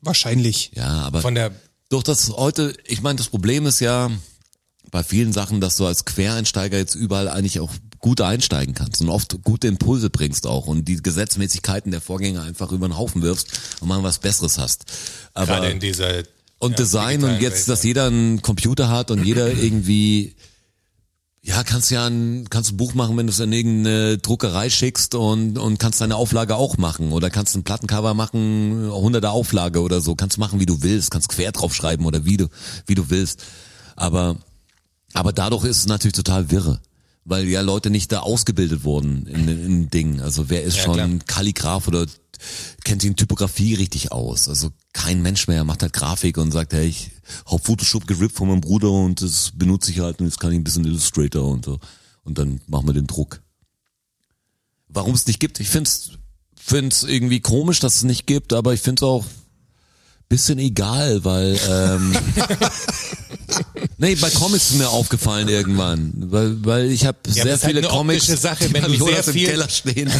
[SPEAKER 2] Wahrscheinlich.
[SPEAKER 4] Ja, aber
[SPEAKER 3] Von der
[SPEAKER 4] durch das heute, ich meine, das Problem ist ja bei vielen Sachen, dass du als Quereinsteiger jetzt überall eigentlich auch gut einsteigen kannst und oft gute Impulse bringst auch und die Gesetzmäßigkeiten der Vorgänger einfach über den Haufen wirfst und mal was Besseres hast. Aber
[SPEAKER 3] gerade Äh, in dieser
[SPEAKER 4] und
[SPEAKER 3] ja,
[SPEAKER 4] Design und
[SPEAKER 3] digitalen
[SPEAKER 4] jetzt,
[SPEAKER 3] Welt,
[SPEAKER 4] dass
[SPEAKER 3] ja.
[SPEAKER 4] jeder einen Computer hat und jeder irgendwie, ja, kannst ja ein, kannst ein Buch machen, wenn du es in irgendeine Druckerei schickst und, und kannst deine Auflage auch machen oder kannst ein Plattencover machen, hunderte Auflage oder so, kannst machen, wie du willst, kannst quer draufschreiben oder wie du, wie du willst. Aber, aber dadurch ist es natürlich total wirre. Weil ja Leute nicht da ausgebildet wurden in, in Dingen. Also wer ist
[SPEAKER 3] Ja,
[SPEAKER 4] schon
[SPEAKER 3] klar.
[SPEAKER 4] Kalligraph oder kennt die Typografie richtig aus. Also kein Mensch mehr macht halt Grafik und sagt, hey, ich hab Photoshop gerippt von meinem Bruder und das benutze ich halt und jetzt kann ich ein bisschen Illustrator und so. Und dann machen wir den Druck. Warum es nicht gibt, ich find's, find's irgendwie komisch, dass es nicht gibt, aber ich find's auch bisschen egal, weil ähm, nee, bei Comics ist mir aufgefallen irgendwann, weil, weil ich habe
[SPEAKER 3] Ja, aber
[SPEAKER 4] sehr
[SPEAKER 3] es ist halt
[SPEAKER 4] viele
[SPEAKER 3] eine
[SPEAKER 4] Comics,
[SPEAKER 3] optische Sache,
[SPEAKER 4] die
[SPEAKER 3] wenn
[SPEAKER 4] bei
[SPEAKER 3] du sehr
[SPEAKER 4] Jonas im
[SPEAKER 3] viel-
[SPEAKER 4] Keller stehen.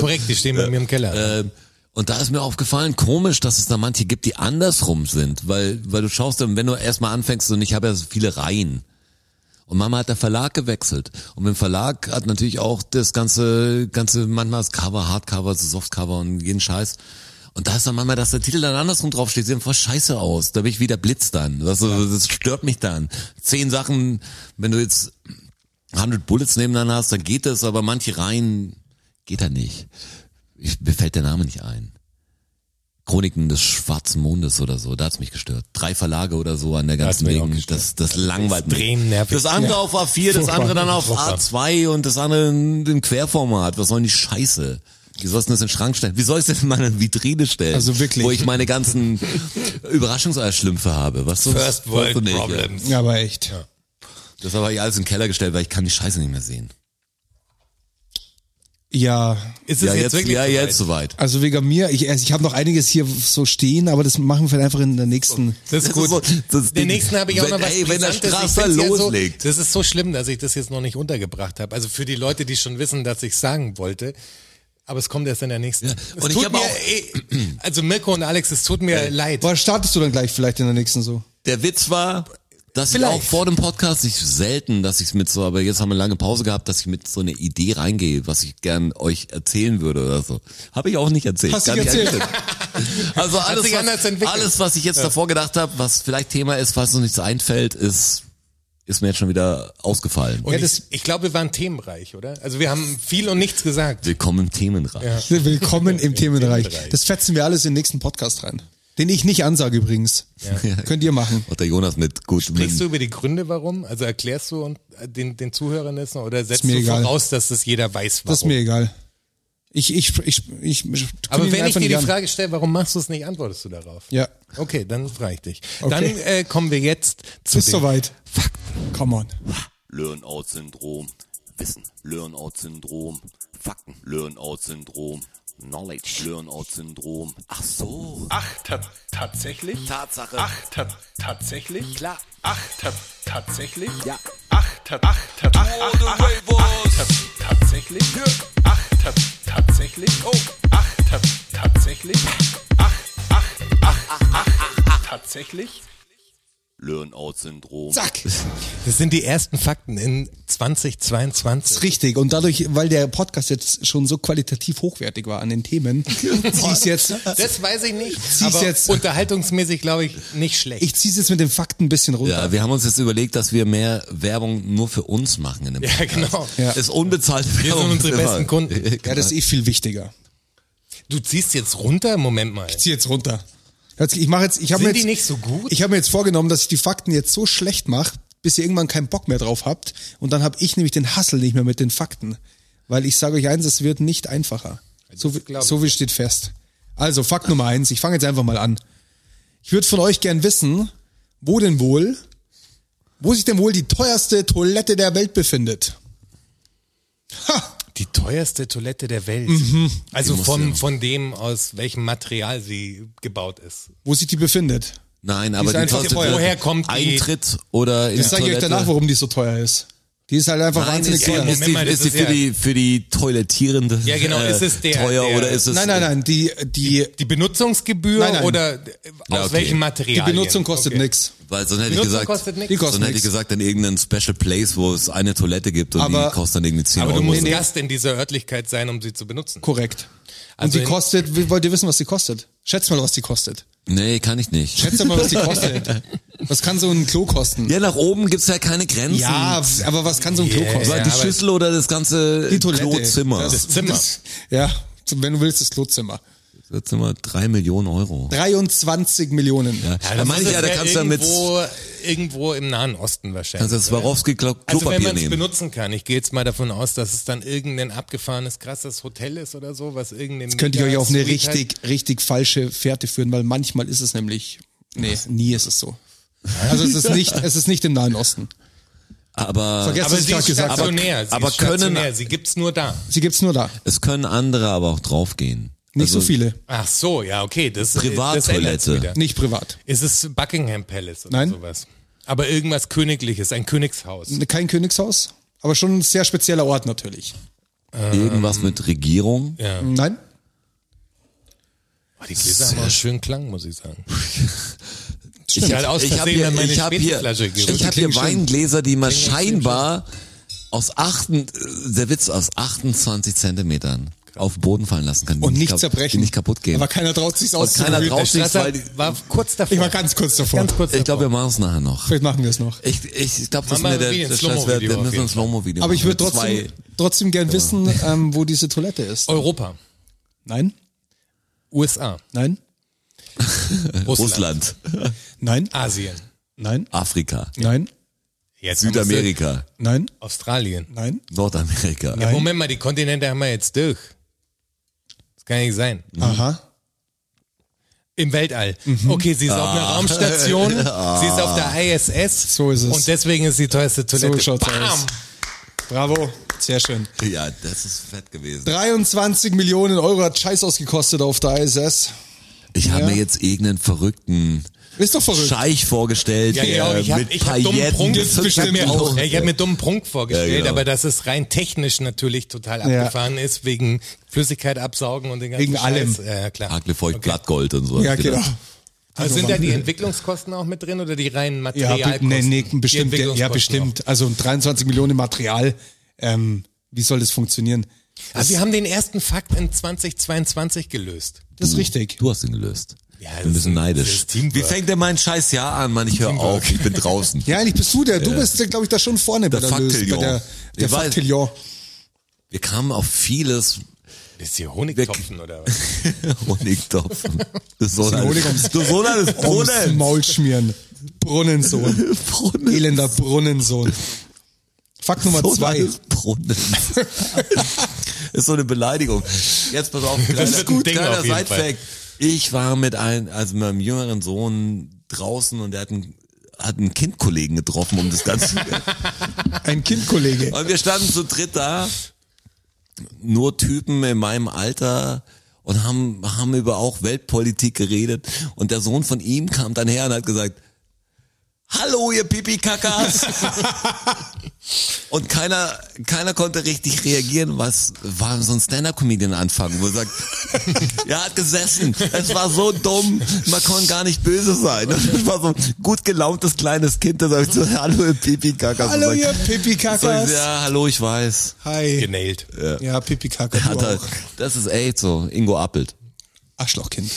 [SPEAKER 3] Korrekt, die stehen bei mir im Keller.
[SPEAKER 4] Ähm, Und da ist mir aufgefallen, komisch, dass es da manche gibt, die andersrum sind, weil, weil du schaust dann, wenn du erstmal anfängst und ich habe ja so viele Reihen. Und Mama hat der Verlag gewechselt. Und mit dem Verlag hat natürlich auch das ganze, ganze, manchmal das Cover, Hardcover, so Softcover und jeden Scheiß. Und da ist dann manchmal, dass der Titel dann andersrum draufsteht, sieht voll scheiße aus. Da bin ich wieder blitz dann. Das, das stört mich dann. Zehn Sachen, wenn du jetzt 100 Bullets nebeneinander hast, dann geht das, aber manche Reihen geht da nicht. Ich, mir fällt der Name nicht ein. Chroniken des Schwarzen Mondes oder so, da hat's mich gestört. Drei Verlage oder so an der
[SPEAKER 3] hat's
[SPEAKER 4] ganzen
[SPEAKER 3] mich auch
[SPEAKER 4] Ding,
[SPEAKER 3] gestört.
[SPEAKER 4] das, das langweilt mich.
[SPEAKER 3] Extrem nervig.
[SPEAKER 4] Das andere
[SPEAKER 3] Ja.
[SPEAKER 4] auf A4, das
[SPEAKER 3] Furchtbar.
[SPEAKER 4] andere dann auf
[SPEAKER 3] Furchtbar.
[SPEAKER 4] A2 und das andere in, in Querformat. Was sollen die Scheiße? Wie sollst du das in den Schrank stellen? Wie soll ich das in meine Vitrine stellen?
[SPEAKER 2] Also wirklich.
[SPEAKER 4] Wo ich meine ganzen Überraschungseierschlümpfe habe. Was sonst-
[SPEAKER 3] First World
[SPEAKER 4] sonst nicht, ja.
[SPEAKER 3] Problems.
[SPEAKER 2] Ja, aber echt.
[SPEAKER 4] Das habe ich alles in den Keller gestellt, weil ich kann die Scheiße nicht mehr sehen.
[SPEAKER 2] Ja,
[SPEAKER 3] Ist es
[SPEAKER 4] Ja,
[SPEAKER 3] jetzt,
[SPEAKER 4] jetzt,
[SPEAKER 3] wirklich
[SPEAKER 4] ja,
[SPEAKER 3] soweit?
[SPEAKER 4] jetzt soweit.
[SPEAKER 2] also wegen mir, ich, also ich habe noch einiges hier so stehen, aber das machen wir vielleicht einfach in der nächsten.
[SPEAKER 3] Das ist
[SPEAKER 4] Das ist
[SPEAKER 3] gut.
[SPEAKER 4] so- das ist
[SPEAKER 3] Den
[SPEAKER 4] Ding.
[SPEAKER 3] nächsten habe ich auch
[SPEAKER 4] Wenn-
[SPEAKER 3] noch was
[SPEAKER 4] ey, wenn der
[SPEAKER 3] Brisantes. Ich
[SPEAKER 4] Strasser
[SPEAKER 3] find's ja
[SPEAKER 4] loslegt.
[SPEAKER 3] So, das ist so schlimm, dass ich das jetzt noch nicht untergebracht habe. Also für die Leute, die schon wissen, dass ich sagen wollte. Aber es kommt erst in der nächsten. Es
[SPEAKER 4] und ich
[SPEAKER 3] tut
[SPEAKER 4] habe
[SPEAKER 3] mir,
[SPEAKER 4] auch- Äh,
[SPEAKER 3] eh, also Mirko und Alex, es tut mir leid.
[SPEAKER 2] Was startest du dann gleich vielleicht in der nächsten so?
[SPEAKER 4] Der Witz war, dass ich auch
[SPEAKER 3] Vielleicht.
[SPEAKER 4] vor dem Podcast, ich selten, dass ich mit so, aber jetzt haben wir lange Pause gehabt, dass ich mit so einer Idee reingehe, was ich gern euch erzählen würde oder so. Habe ich auch nicht erzählt.
[SPEAKER 2] Hast du
[SPEAKER 4] gar
[SPEAKER 2] nicht erzählt?
[SPEAKER 4] eingeschnitten. Also alles
[SPEAKER 3] sich anders
[SPEAKER 4] was,
[SPEAKER 3] entwickelt.
[SPEAKER 4] alles, was ich jetzt davor gedacht habe, was vielleicht Thema ist, falls uns nichts einfällt, ist, ist mir jetzt schon wieder ausgefallen.
[SPEAKER 3] Und
[SPEAKER 2] Ja, das-
[SPEAKER 3] ich, ich glaube, wir waren themenreich, oder? Also wir haben viel und nichts gesagt.
[SPEAKER 4] Willkommen im Themenreich.
[SPEAKER 2] Willkommen im Themenbereich.
[SPEAKER 3] Themenbereich.
[SPEAKER 2] Das fetzen wir alles in den nächsten Podcast rein. Den ich nicht ansage übrigens. Könnt ihr machen.
[SPEAKER 4] Und der Jonas mit gut mit,
[SPEAKER 3] Sprichst du über die Gründe, warum? Also erklärst du und äh, den, den Zuhörern das noch oder setzt
[SPEAKER 2] mir
[SPEAKER 3] du
[SPEAKER 2] egal.
[SPEAKER 3] voraus, dass das jeder weiß, warum?
[SPEAKER 2] Das ist mir egal. Ich, ich, ich, ich, ich
[SPEAKER 3] Aber
[SPEAKER 2] kündige
[SPEAKER 3] wenn ich
[SPEAKER 2] einfach
[SPEAKER 3] dir die
[SPEAKER 2] nicht an.
[SPEAKER 3] Frage stelle, warum machst du es nicht, antwortest du darauf.
[SPEAKER 2] Ja.
[SPEAKER 3] Okay, dann frage ich dich.
[SPEAKER 2] Okay.
[SPEAKER 3] Dann äh, kommen wir jetzt zu
[SPEAKER 2] Bis
[SPEAKER 3] den
[SPEAKER 2] soweit. Come on.
[SPEAKER 4] Learn-out-Syndrom, Wissen, Learn-out-Syndrom, Fakten, Learn-out-Syndrom, Knowledge, Learn-out-Syndrom. Ach so.
[SPEAKER 5] Ach, ta tatsächlich?
[SPEAKER 4] Tatsache.
[SPEAKER 5] Ach, ta tatsächlich?
[SPEAKER 4] Klar.
[SPEAKER 5] Ach, ta tatsächlich?
[SPEAKER 4] Ja.
[SPEAKER 5] Ach, ta ach, ta ach, ach, ach, ach, ta tatsächlich? Ach, ta tatsächlich? Oh. Ach, ta tatsächlich? Ach, ach, ach, ach, ach, tatsächlich?
[SPEAKER 4] Learn-out-Syndrom.
[SPEAKER 2] Zack.
[SPEAKER 3] Das sind die ersten Fakten in 2022.
[SPEAKER 2] Richtig. Und dadurch, weil der Podcast jetzt schon so qualitativ hochwertig war an den Themen,
[SPEAKER 3] Genau.
[SPEAKER 2] zieh ich jetzt,
[SPEAKER 3] Das weiß ich nicht,
[SPEAKER 2] Siehst
[SPEAKER 3] aber
[SPEAKER 2] jetzt-
[SPEAKER 3] unterhaltungsmäßig glaube ich nicht schlecht.
[SPEAKER 2] ich zieh's jetzt mit den Fakten ein bisschen runter.
[SPEAKER 4] Ja, wir haben uns jetzt überlegt, dass wir mehr Werbung nur für uns machen in dem
[SPEAKER 3] ja, genau.
[SPEAKER 2] Ja.
[SPEAKER 4] Ist unbezahlte
[SPEAKER 3] Wir
[SPEAKER 4] Werbung. genau.
[SPEAKER 3] sind unsere
[SPEAKER 4] Immer.
[SPEAKER 3] besten Kunden.
[SPEAKER 2] Ja, das ist eh viel wichtiger.
[SPEAKER 3] Du ziehst jetzt runter? Moment mal.
[SPEAKER 2] zieh jetzt runter. Jetzt- Ich mache jetzt, ich habe
[SPEAKER 3] Sind
[SPEAKER 2] mir
[SPEAKER 3] die
[SPEAKER 2] jetzt,
[SPEAKER 3] nicht so gut?
[SPEAKER 2] Ich habe mir jetzt vorgenommen, dass ich die Fakten jetzt so schlecht mache, bis ihr irgendwann keinen Bock mehr drauf habt. Und dann habe ich nämlich den Hassel nicht mehr mit den Fakten, weil ich sage euch eins, es wird nicht einfacher. So, wie-
[SPEAKER 3] glaub ich.
[SPEAKER 2] so viel steht fest. Also Fakt Nummer eins. Ich fange jetzt einfach mal an. Ich würde von euch gern wissen, wo denn wohl, wo sich denn wohl die teuerste Toilette der Welt befindet? Ha!
[SPEAKER 3] Die teuerste Toilette der Welt.
[SPEAKER 2] Mhm.
[SPEAKER 3] Also von, von dem, aus welchem Material sie gebaut ist.
[SPEAKER 2] Wo sich die befindet?
[SPEAKER 4] Nein, aber
[SPEAKER 2] ist
[SPEAKER 4] die
[SPEAKER 2] einfach
[SPEAKER 4] kostet
[SPEAKER 2] teuer.
[SPEAKER 3] Woher kommt die-
[SPEAKER 4] Eintritt oder in
[SPEAKER 2] Ich zeige euch
[SPEAKER 4] Toilette.
[SPEAKER 2] danach, warum die so teuer ist. Die ist halt einfach
[SPEAKER 4] Nein,
[SPEAKER 2] wahnsinnig
[SPEAKER 4] ist die,
[SPEAKER 2] teuer.
[SPEAKER 3] Moment
[SPEAKER 4] ist die,
[SPEAKER 3] mal, das
[SPEAKER 4] ist die
[SPEAKER 3] ist
[SPEAKER 4] für
[SPEAKER 3] ja-
[SPEAKER 4] die für die toilettierende
[SPEAKER 3] Ja, genau,
[SPEAKER 4] äh,
[SPEAKER 3] ist es der-
[SPEAKER 4] teuer
[SPEAKER 3] der-
[SPEAKER 4] oder ist es
[SPEAKER 2] Nein, nein, nein, die, die,
[SPEAKER 3] Die Benutzungsgebühr
[SPEAKER 2] Nein, nein.
[SPEAKER 3] oder äh, aus
[SPEAKER 4] Ja, okay.
[SPEAKER 3] welchem
[SPEAKER 2] die
[SPEAKER 3] Material?
[SPEAKER 2] Benutzung kostet nix.
[SPEAKER 4] Weil sonst hätte ich
[SPEAKER 3] Benutzung
[SPEAKER 4] gesagt,
[SPEAKER 3] kostet nichts.
[SPEAKER 2] Die
[SPEAKER 4] sonst
[SPEAKER 2] kostet
[SPEAKER 4] hätte ich
[SPEAKER 2] nix.
[SPEAKER 4] gesagt, in irgendeinem Special Place, wo es eine Toilette gibt und
[SPEAKER 2] Aber-
[SPEAKER 4] die kostet dann irgendwie 10
[SPEAKER 3] Aber
[SPEAKER 4] Euro.
[SPEAKER 3] du musst
[SPEAKER 4] oder so.
[SPEAKER 3] Gast in dieser Örtlichkeit sein, um sie zu benutzen.
[SPEAKER 2] Korrekt. Und
[SPEAKER 3] Also
[SPEAKER 2] die
[SPEAKER 3] in-
[SPEAKER 2] kostet, wie- wollt ihr wissen, was die kostet? Schätzt mal, was die kostet.
[SPEAKER 4] Nee, kann ich nicht.
[SPEAKER 2] Schätzt mal, was die kostet. Was kann so ein Klo kosten?
[SPEAKER 4] Ja, nach oben gibt's ja keine Grenzen.
[SPEAKER 2] Ja, aber was kann so ein Klo
[SPEAKER 3] Yeah.
[SPEAKER 2] kosten?
[SPEAKER 4] Weil
[SPEAKER 3] Ja,
[SPEAKER 4] die
[SPEAKER 3] aber-
[SPEAKER 4] Schüssel oder das ganze
[SPEAKER 2] Die Toilette.
[SPEAKER 4] Klozimmer.
[SPEAKER 2] Das,
[SPEAKER 4] Das
[SPEAKER 3] Zimmer.
[SPEAKER 2] Das, ja, wenn du willst, das Klozimmer.
[SPEAKER 4] Klozimmer, drei Millionen Euro.
[SPEAKER 2] 23 Millionen.
[SPEAKER 4] Ja,
[SPEAKER 3] Also
[SPEAKER 4] da meine ich ja, da kannst du ja mit, kannst
[SPEAKER 3] irgendwo, irgendwo im Nahen Osten wahrscheinlich.
[SPEAKER 4] du das Swarovski Klo
[SPEAKER 3] also wenn
[SPEAKER 4] Klopapier
[SPEAKER 3] man es
[SPEAKER 4] nehmen.
[SPEAKER 3] benutzen kann, ich gehe jetzt mal davon aus, dass es dann irgendein abgefahrenes, krasses Hotel ist oder so, was irgendein.
[SPEAKER 2] Könnte ich euch auf eine
[SPEAKER 3] Mega-Suite hat.
[SPEAKER 2] richtig, richtig falsche Fährte führen, weil manchmal ist es nämlich, nee, nie ist es so. Also es ist nicht, es ist nicht im Nahen Osten.
[SPEAKER 4] Aber
[SPEAKER 2] Vergesst,
[SPEAKER 3] Aber
[SPEAKER 2] was ich
[SPEAKER 3] sie
[SPEAKER 2] gerade
[SPEAKER 3] ist
[SPEAKER 2] gesagt habe.
[SPEAKER 3] stationär, sie
[SPEAKER 4] aber
[SPEAKER 3] ist
[SPEAKER 4] können-
[SPEAKER 3] stationär, sie gibt's nur da.
[SPEAKER 2] Sie gibt's nur da.
[SPEAKER 4] es können andere aber auch draufgehen. Also
[SPEAKER 2] Nicht so viele.
[SPEAKER 3] Ach so, ja, okay, das
[SPEAKER 4] Privattoilette.
[SPEAKER 3] das ändert's wieder.
[SPEAKER 2] Nicht privat.
[SPEAKER 3] Ist es Buckingham Palace oder
[SPEAKER 2] Nein.
[SPEAKER 3] sowas? Aber irgendwas Königliches, ein Königshaus.
[SPEAKER 2] Kein Königshaus, aber schon ein sehr spezieller Ort natürlich.
[SPEAKER 4] Irgendwas mit Regierung.
[SPEAKER 2] Nein?
[SPEAKER 3] Oh, die Gläser haben auch einen schönen Klang, muss ich sagen.
[SPEAKER 4] Ich,
[SPEAKER 3] halt aus
[SPEAKER 4] ich habe
[SPEAKER 3] Versehen
[SPEAKER 4] hier,
[SPEAKER 3] an meine
[SPEAKER 4] ich hab hier,
[SPEAKER 3] Spätflasche gerührt.
[SPEAKER 4] ich hab hier
[SPEAKER 3] Klingt schön.
[SPEAKER 4] Weingläser, die man
[SPEAKER 3] Klingt schön,
[SPEAKER 4] scheinbar aus achten, äh, der Witz aus 28 Zentimetern auf den Boden fallen lassen kann. die
[SPEAKER 2] Und nicht
[SPEAKER 4] kap-
[SPEAKER 2] zerbrechen.
[SPEAKER 4] Die nicht kaputt gehen.
[SPEAKER 2] Aber keiner traut sich's
[SPEAKER 4] Und keiner
[SPEAKER 2] auszurühren.
[SPEAKER 4] traut sich,
[SPEAKER 3] Strasser
[SPEAKER 4] weil die,
[SPEAKER 3] war kurz davor.
[SPEAKER 2] Ich war ganz kurz davor.
[SPEAKER 3] Ganz kurz
[SPEAKER 4] ich glaube,
[SPEAKER 3] davor.
[SPEAKER 4] wir machen es nachher noch.
[SPEAKER 2] Vielleicht machen wir es noch.
[SPEAKER 4] Ich, ich, ich glaube, das
[SPEAKER 3] Machen
[SPEAKER 4] ist mir
[SPEAKER 3] wir
[SPEAKER 4] der,
[SPEAKER 3] wie ein
[SPEAKER 4] der Scheiß
[SPEAKER 3] Slow-Mo-Video
[SPEAKER 4] wert. Wir
[SPEAKER 3] auf
[SPEAKER 4] müssen
[SPEAKER 3] jeden
[SPEAKER 4] ein Slow-Mo-Video
[SPEAKER 2] Aber ich
[SPEAKER 4] machen
[SPEAKER 2] würde
[SPEAKER 4] mit
[SPEAKER 2] trotzdem, trotzdem gern wissen, ähm, wo diese Toilette ist.
[SPEAKER 3] Europa,
[SPEAKER 2] Nein?
[SPEAKER 3] USA,
[SPEAKER 2] Nein?
[SPEAKER 3] Russland,
[SPEAKER 4] Russland,
[SPEAKER 2] Nein?
[SPEAKER 3] Asien,
[SPEAKER 2] Nein?
[SPEAKER 4] Afrika,
[SPEAKER 2] Nein?
[SPEAKER 3] jetzt haben wir's durch.
[SPEAKER 4] Südamerika,
[SPEAKER 2] Nein?
[SPEAKER 3] Australien.
[SPEAKER 2] Nein?
[SPEAKER 4] Nordamerika.
[SPEAKER 2] Nein.
[SPEAKER 3] Moment mal, die Kontinente haben wir jetzt durch. Das kann nicht sein.
[SPEAKER 2] Aha.
[SPEAKER 3] Im Weltall.
[SPEAKER 2] Mhm.
[SPEAKER 3] Okay, sie ist auf einer Raumstation, sie ist auf der ISS.
[SPEAKER 2] Ah. So ist es.
[SPEAKER 3] Und deswegen ist die teuerste Toilette.
[SPEAKER 2] So schaut's
[SPEAKER 3] Bam!
[SPEAKER 2] aus. Bravo. Sehr schön.
[SPEAKER 4] Ja, das ist fett gewesen.
[SPEAKER 2] 23 Millionen Euro hat Scheiß ausgekostet auf der ISS.
[SPEAKER 4] Ich habe
[SPEAKER 2] Ja.
[SPEAKER 4] mir jetzt irgendeinen verrückten
[SPEAKER 2] Ist doch verrückt.
[SPEAKER 4] Scheich vorgestellt,
[SPEAKER 3] Ja, genau,
[SPEAKER 4] der
[SPEAKER 3] ich habe
[SPEAKER 4] mit
[SPEAKER 3] ich hab dummen
[SPEAKER 4] Pailletten
[SPEAKER 3] Prunk,
[SPEAKER 2] Das
[SPEAKER 3] ich hab
[SPEAKER 2] bestimmt
[SPEAKER 3] mir,
[SPEAKER 2] auch.
[SPEAKER 3] ja, ich hab mir dummen Prunk vorgestellt,
[SPEAKER 4] Ja, genau.
[SPEAKER 3] aber dass es rein technisch natürlich total
[SPEAKER 2] Ja.
[SPEAKER 3] abgefahren ist, wegen Flüssigkeit absaugen und den ganzen
[SPEAKER 2] Wegen
[SPEAKER 3] Scheiß.
[SPEAKER 2] allem.
[SPEAKER 3] Ja, ja, klar.
[SPEAKER 4] Hacklevolk, Blattgold und so.
[SPEAKER 2] Ja,
[SPEAKER 4] hab ich
[SPEAKER 2] genau.
[SPEAKER 4] gedacht.
[SPEAKER 3] Also sind da
[SPEAKER 2] Mann.
[SPEAKER 3] die Entwicklungskosten auch mit drin oder die reinen
[SPEAKER 2] genau. Ja, be-
[SPEAKER 3] Materialkosten?
[SPEAKER 2] nee, nee,
[SPEAKER 3] Die
[SPEAKER 2] bestimmt. Ja,
[SPEAKER 3] Entwicklungskosten
[SPEAKER 2] bestimmt. Also 23 Millionen Material. Ähm, wie soll das funktionieren?
[SPEAKER 3] auch. Also wir haben den ersten Fakt in 2022 gelöst.
[SPEAKER 2] Das ist richtig.
[SPEAKER 4] Du hast ihn gelöst.
[SPEAKER 3] Ja,
[SPEAKER 4] Ja,
[SPEAKER 3] das
[SPEAKER 4] ich bin ein bisschen
[SPEAKER 3] ist- das
[SPEAKER 4] neidisch.
[SPEAKER 3] ist Teamwork.
[SPEAKER 4] Wie fängt denn mein scheiß Jahr an, Mann? Ich höre auf, ich bin draußen.
[SPEAKER 2] Ja, eigentlich bist du der. Du bist, glaube ich, da schon vorne
[SPEAKER 4] Der
[SPEAKER 2] bei der Lösung.
[SPEAKER 4] Faktillion.
[SPEAKER 2] Bei der, der
[SPEAKER 4] Ich weiß.
[SPEAKER 2] Faktillion.
[SPEAKER 4] Wir kamen auf vieles
[SPEAKER 3] Ist hier Honigtopfen oder was?
[SPEAKER 4] Honigtopfen. Du Sohn
[SPEAKER 2] Honig
[SPEAKER 4] eines
[SPEAKER 2] ums-
[SPEAKER 4] du Sohn eines
[SPEAKER 2] Ums
[SPEAKER 4] Brunnen.
[SPEAKER 2] Maul schmieren. Brunnensohn.
[SPEAKER 4] Brunnen.
[SPEAKER 2] Elender Brunnensohn. Fakt Nummer
[SPEAKER 4] Sohn
[SPEAKER 2] zwei.
[SPEAKER 4] eines Brunnens. ist so eine Beleidigung. Jetzt pass auf, kleiner,
[SPEAKER 3] wird ein Ding
[SPEAKER 4] kleiner
[SPEAKER 3] auf jeden Fall.
[SPEAKER 4] Sidefact. Ich war mit einem, also meinem jüngeren Sohn draußen und der hat einen, hat einen Kindkollegen getroffen, um das Ganze
[SPEAKER 2] Ein Kindkollege.
[SPEAKER 4] Und wir standen zu dritt da, nur Typen in meinem Alter und haben, haben über auch Weltpolitik geredet. Und der Sohn von ihm kam dann her und hat gesagt, Hallo, ihr Pipi-Kackers! und keiner, keiner konnte richtig reagieren, was war so ein Stand-Up-Comedian anfangen, wo er sagt, er hat gesessen, es war so dumm, man konnte gar nicht böse sein. Das war so ein gut gelauntes kleines Kind, das sagt so, hallo, ihr Pipi-Kackers.
[SPEAKER 2] Hallo,
[SPEAKER 4] Und
[SPEAKER 2] ihr
[SPEAKER 4] sagt, Sag ich,
[SPEAKER 2] Pipi-Kackers.
[SPEAKER 4] ja, hallo, ich weiß.
[SPEAKER 2] Hi.
[SPEAKER 3] Genäht.
[SPEAKER 2] Ja, Pipi-Kacker.
[SPEAKER 4] Hat
[SPEAKER 2] du
[SPEAKER 4] er,
[SPEAKER 2] auch.
[SPEAKER 4] das ist echt so, Ingo Appelt.
[SPEAKER 2] Arschlochkind.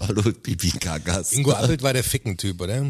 [SPEAKER 4] Hallo, Pipi Kagas.
[SPEAKER 3] Ingo Appelt war der Fickentyp, oder?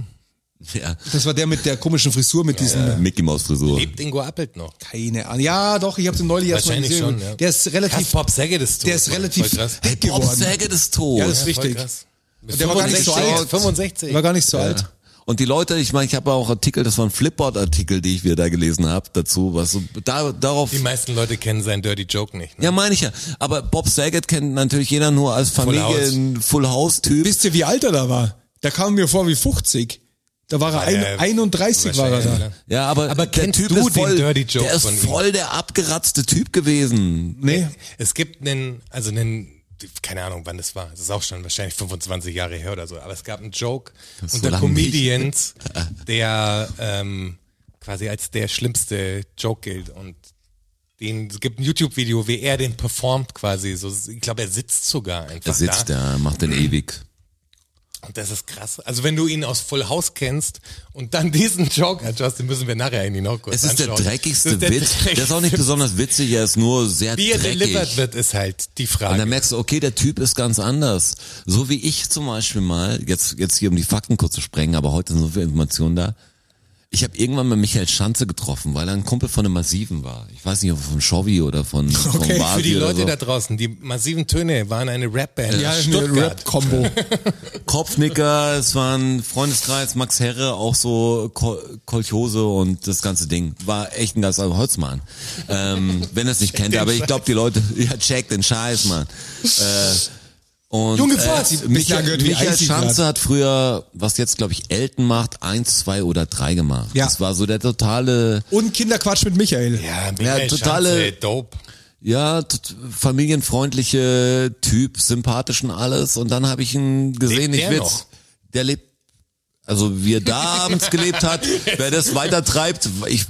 [SPEAKER 4] Ja, Äh,
[SPEAKER 2] Das war der mit der komischen Frisur, mit diesem.
[SPEAKER 4] Mickey Maus Frisur.
[SPEAKER 3] Lebt Ingo Appelt noch?
[SPEAKER 2] Keine Ahnung. Ja, doch, ich habe den neulich erstmal
[SPEAKER 3] Wahrscheinlich
[SPEAKER 2] gesehen.
[SPEAKER 3] schon, ja.
[SPEAKER 2] Der ist
[SPEAKER 3] Krass,
[SPEAKER 2] relativ.
[SPEAKER 3] Pop Saget ist tot.
[SPEAKER 2] Der ist
[SPEAKER 3] Mann.
[SPEAKER 2] relativ
[SPEAKER 3] Voll krass.
[SPEAKER 2] dick
[SPEAKER 4] Bob
[SPEAKER 2] geworden.
[SPEAKER 4] Saget ist tot.
[SPEAKER 2] Ja, das ist
[SPEAKER 3] Voll
[SPEAKER 2] richtig.
[SPEAKER 3] krass.
[SPEAKER 2] Der war gar nicht so
[SPEAKER 3] 65.
[SPEAKER 2] alt.
[SPEAKER 3] 65.
[SPEAKER 2] War gar nicht so alt.
[SPEAKER 4] Und die Leute, ich meine, ich habe auch Artikel, das waren Flipboard-Artikel, die ich wieder da gelesen habe, dazu, was so, da, darauf,
[SPEAKER 3] Die meisten Leute kennen seinen Dirty Joke nicht. Ne?
[SPEAKER 4] ja meine ich ja, aber Bob Saget kennt natürlich jeder nur als
[SPEAKER 3] House.
[SPEAKER 4] Familien-Full-House-Typ.
[SPEAKER 2] Wisst ihr, wie alt er da war? Da kam mir vor wie 50. Da war er ein,
[SPEAKER 3] der-
[SPEAKER 2] 31 war er da.
[SPEAKER 3] Wahrscheinlich, ne?
[SPEAKER 4] Ja, aber,
[SPEAKER 3] Aber
[SPEAKER 4] der
[SPEAKER 3] kennst
[SPEAKER 4] Typ
[SPEAKER 3] du
[SPEAKER 4] ist
[SPEAKER 3] den
[SPEAKER 4] voll,
[SPEAKER 3] Dirty Joke
[SPEAKER 4] der ist
[SPEAKER 3] von ihm?
[SPEAKER 4] voll der abgeratzte Typ gewesen.
[SPEAKER 2] Nee.
[SPEAKER 3] Es gibt einen, also einen, keine Ahnung, wann das war. Das ist auch schon wahrscheinlich 25 Jahre her oder so. Aber es gab einen Joke
[SPEAKER 4] ist so
[SPEAKER 3] unter
[SPEAKER 4] lang
[SPEAKER 3] Comedians, der ähm, quasi als der schlimmste Joke gilt. Und den, es gibt ein YouTube-Video, wie er den performt quasi. So, ich glaube, er sitzt sogar einfach
[SPEAKER 4] Er sitzt
[SPEAKER 3] da.
[SPEAKER 4] da, macht den ewig.
[SPEAKER 3] Und das ist krass. Also wenn du ihn aus Full House kennst und dann diesen Joke anschaust, den müssen wir nachher eigentlich noch kurz
[SPEAKER 4] Es ist der
[SPEAKER 3] anschauen.
[SPEAKER 4] dreckigste
[SPEAKER 3] Das ist der
[SPEAKER 4] Witz. Der ist auch nicht besonders witzig, er ist nur sehr
[SPEAKER 3] Wie er delivered
[SPEAKER 4] dreckig.
[SPEAKER 3] wird, ist halt die
[SPEAKER 4] Und dann
[SPEAKER 3] Frage.
[SPEAKER 4] merkst du, okay, der Typ ist ganz anders. So wie ich zum Beispiel mal, jetzt, jetzt hier um die Fakten kurz zu sprengen, aber heute sind so viele Informationen da. Ich habe irgendwann mal Michael Schanze getroffen, weil er ein Kumpel von einem Massiven war. Ich weiß nicht, ob von Shovi oder von, von
[SPEAKER 2] Okay, für
[SPEAKER 4] Basi
[SPEAKER 3] Für die
[SPEAKER 4] oder
[SPEAKER 3] Leute
[SPEAKER 4] so.
[SPEAKER 3] da draußen, die massiven Töne waren eine Rap-Band.
[SPEAKER 2] Ja,
[SPEAKER 3] aus
[SPEAKER 2] eine
[SPEAKER 3] Stuttgart.
[SPEAKER 2] Rap-Kombo.
[SPEAKER 4] Kopfnicker, es waren Freundeskreis, Max Herre, auch so Kol Kolchose und das ganze Ding. War echt ein ganz alter Holzmann. Ähm, wenn er es nicht kennt, aber ich glaube, die Leute, ja, check den Scheiß, Mann. Äh, und,
[SPEAKER 2] Junge Fahrt,
[SPEAKER 4] äh,
[SPEAKER 2] bislang
[SPEAKER 4] Michael,
[SPEAKER 2] gehört wie
[SPEAKER 4] Michael
[SPEAKER 2] einzig
[SPEAKER 4] Schanze
[SPEAKER 2] grad.
[SPEAKER 4] hat früher, was jetzt glaube ich Elton macht, eins, zwei oder drei gemacht.
[SPEAKER 2] Ja.
[SPEAKER 4] Das war so der totale,
[SPEAKER 2] Und Kinderquatsch mit Michael.
[SPEAKER 3] Ja, Michael
[SPEAKER 4] Ja, totale-
[SPEAKER 3] Schanze, Dope.
[SPEAKER 4] ja, tot- familienfreundliche Typ, sympathisch und alles. Und dann habe ich ihn gesehen,
[SPEAKER 3] Lebt
[SPEAKER 4] ich
[SPEAKER 3] der
[SPEAKER 4] will,
[SPEAKER 3] noch?
[SPEAKER 4] der lebt, also wie er da abends gelebt hat, wer das weiter treibt, ich,